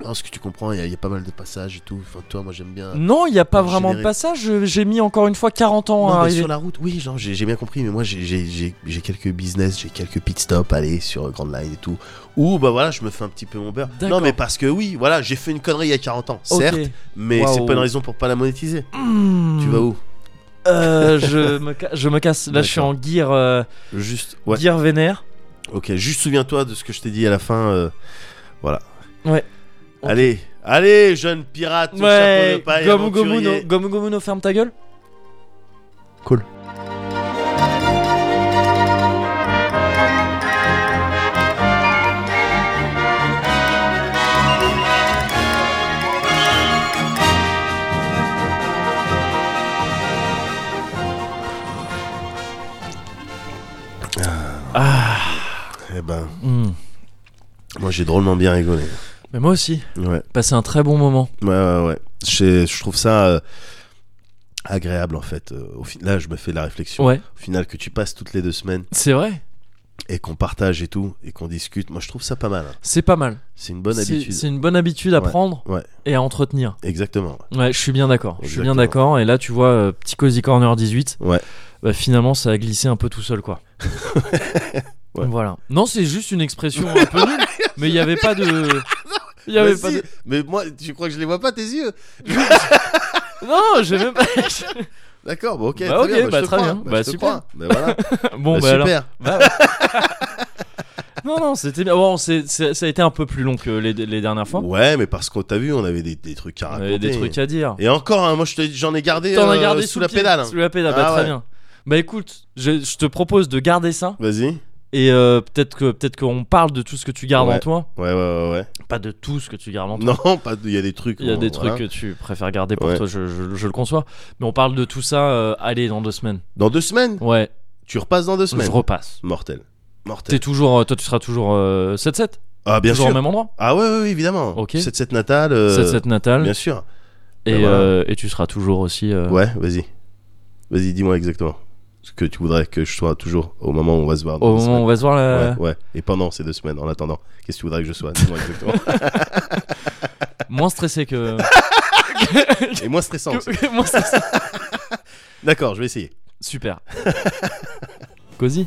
Speaker 2: Non, ce que tu comprends, il y, a- il y a pas mal de passages et tout. Enfin, toi, moi, j'aime bien.
Speaker 1: Non, il y a pas
Speaker 2: Pour
Speaker 1: vraiment de
Speaker 2: générer.
Speaker 1: passage, je- j'ai mis encore une fois 40 ans hein, à
Speaker 2: Non, mais
Speaker 1: arriver.
Speaker 2: sur la route, oui, genre, j'ai j'ai bien compris, mais moi j'ai- j'ai j'ai- j'ai quelques business, j'ai quelques pit stops, aller sur euh, Grand Line et tout. Ou bah voilà, je me fais un petit peu mon beurre. Non,
Speaker 1: D'accord.
Speaker 2: mais parce que oui, voilà, j'ai fait une connerie il y a 40 ans,
Speaker 1: Ok.
Speaker 2: certes, mais c'est
Speaker 1: Waouh.
Speaker 2: pas une raison pour pas la monétiser. Tu
Speaker 1: Hmm.
Speaker 2: vas où
Speaker 1: Euh,
Speaker 2: [laughs]
Speaker 1: je, me ca- je me casse. Là, je suis en gear, euh,
Speaker 2: Juste, ouais.
Speaker 1: gear vénère.
Speaker 2: Ok, juste souviens-toi de ce que je t'ai dit à la fin. euh, voilà.
Speaker 1: Ouais. Ok.
Speaker 2: Allez, allez, jeune pirate, chapeau de
Speaker 1: Ouais,
Speaker 2: paille,
Speaker 1: Gomu Gomu
Speaker 2: aventurier.
Speaker 1: no, Gomu Gomu no, ferme ta gueule.
Speaker 2: Eh ben,
Speaker 1: Hmm.
Speaker 2: moi j'ai drôlement bien rigolé.
Speaker 1: Mais moi aussi,
Speaker 2: Ouais,
Speaker 1: passé un très bon moment.
Speaker 2: ouais, ouais. ouais. Je, je trouve ça. euh, agréable en fait. Euh, Au fin- Là, je me fais la réflexion.
Speaker 1: Ouais,
Speaker 2: Au final, que tu passes toutes les deux semaines
Speaker 1: c'est vrai.
Speaker 2: et qu'on partage et tout et qu'on discute, moi je trouve ça pas mal. hein.
Speaker 1: C'est pas mal.
Speaker 2: C'est une bonne
Speaker 1: C'est-
Speaker 2: habitude.
Speaker 1: C'est une bonne habitude à
Speaker 2: Ouais,
Speaker 1: prendre
Speaker 2: ouais.
Speaker 1: et à entretenir.
Speaker 2: Exactement. ouais.
Speaker 1: Ouais, je suis bien d'accord. Je suis bien
Speaker 2: Exactement.
Speaker 1: d'accord. Et là, tu vois, euh, petit Cozy Corner 18.
Speaker 2: Ouais.
Speaker 1: bah, finalement, ça a glissé un peu tout seul, quoi.
Speaker 2: [laughs] Ouais.
Speaker 1: Voilà. Non, c'est juste une expression un peu
Speaker 2: [laughs]
Speaker 1: nulle, mais il n'y avait pas de. Il y avait
Speaker 2: Mais
Speaker 1: pas
Speaker 2: si,
Speaker 1: de.
Speaker 2: mais moi, tu crois que je les vois pas tes yeux
Speaker 1: Non, j'ai même pas. [laughs]
Speaker 2: D'accord, bon, ok,
Speaker 1: Bah,
Speaker 2: très
Speaker 1: ok,
Speaker 2: bien, bah,
Speaker 1: bah,
Speaker 2: je
Speaker 1: très
Speaker 2: te crois,
Speaker 1: bien.
Speaker 2: bah,
Speaker 1: Bah,
Speaker 2: je te
Speaker 1: super.
Speaker 2: crois. Bah, voilà.
Speaker 1: Bon,
Speaker 2: Bah,
Speaker 1: bah, alors.
Speaker 2: super.
Speaker 1: Bah, ouais. non, non, c'était bien. Bon, c'est- c'est- ça a été un peu plus long que les, les dernières fois.
Speaker 2: Ouais, mais parce qu'on t'a vu, on avait des, des trucs
Speaker 1: On
Speaker 2: à raconter.
Speaker 1: avait des trucs à dire.
Speaker 2: Et encore, hein, moi je te- j'en ai gardé,
Speaker 1: T'en as
Speaker 2: euh,
Speaker 1: gardé
Speaker 2: sous
Speaker 1: le
Speaker 2: la
Speaker 1: pied,
Speaker 2: pédale. hein.
Speaker 1: Sous la pédale, bah,
Speaker 2: Ah,
Speaker 1: très
Speaker 2: ouais.
Speaker 1: bien. Bah écoute, je, je te propose de garder ça
Speaker 2: Vas-y.
Speaker 1: et euh, peut-être que peut-être qu'on parle de tout ce que tu gardes
Speaker 2: Ouais.
Speaker 1: en toi,
Speaker 2: Ouais, ouais, ouais. ouais.
Speaker 1: pas de tout ce que tu gardes en toi.
Speaker 2: Non, pas de- il y a des trucs.
Speaker 1: Il y a
Speaker 2: bon,
Speaker 1: des
Speaker 2: voilà.
Speaker 1: trucs que tu préfères garder pour
Speaker 2: Ouais.
Speaker 1: toi, je, je- je le conçois. Mais on parle de tout ça, euh, allez, dans deux semaines.
Speaker 2: Dans deux semaines
Speaker 1: Ouais,
Speaker 2: Tu repasses dans deux
Speaker 1: je
Speaker 2: semaines
Speaker 1: repasse.
Speaker 2: Mortel. Mortel.
Speaker 1: T'es toujours, euh, toi, tu seras toujours euh, 7-7
Speaker 2: Ah, bien
Speaker 1: Toujours
Speaker 2: sûr.
Speaker 1: au même endroit
Speaker 2: Ah, ouais, ouais, ouais, évidemment.
Speaker 1: Ok.
Speaker 2: 7-7 Natal. euh,
Speaker 1: 7-7 Natal.
Speaker 2: Bien sûr.
Speaker 1: et,
Speaker 2: ben voilà.
Speaker 1: euh, et tu seras toujours aussi. euh,
Speaker 2: Ouais, vas-y. Vas-y, dis-moi exactement ce que tu voudrais que je sois toujours au moment où on va se voir. dans
Speaker 1: Au
Speaker 2: deux
Speaker 1: moment où on va se voir là.
Speaker 2: semaines. Ouais, ouais. Et pendant ces deux semaines, en attendant, qu'est-ce que tu voudrais que je sois Dis-moi exactement.
Speaker 1: Moins stressé
Speaker 2: [laughs]
Speaker 1: que.
Speaker 2: Et moins stressant. aussi.
Speaker 1: Moins stressé.
Speaker 2: [laughs] D'accord, je vais essayer.
Speaker 1: Super. Cosy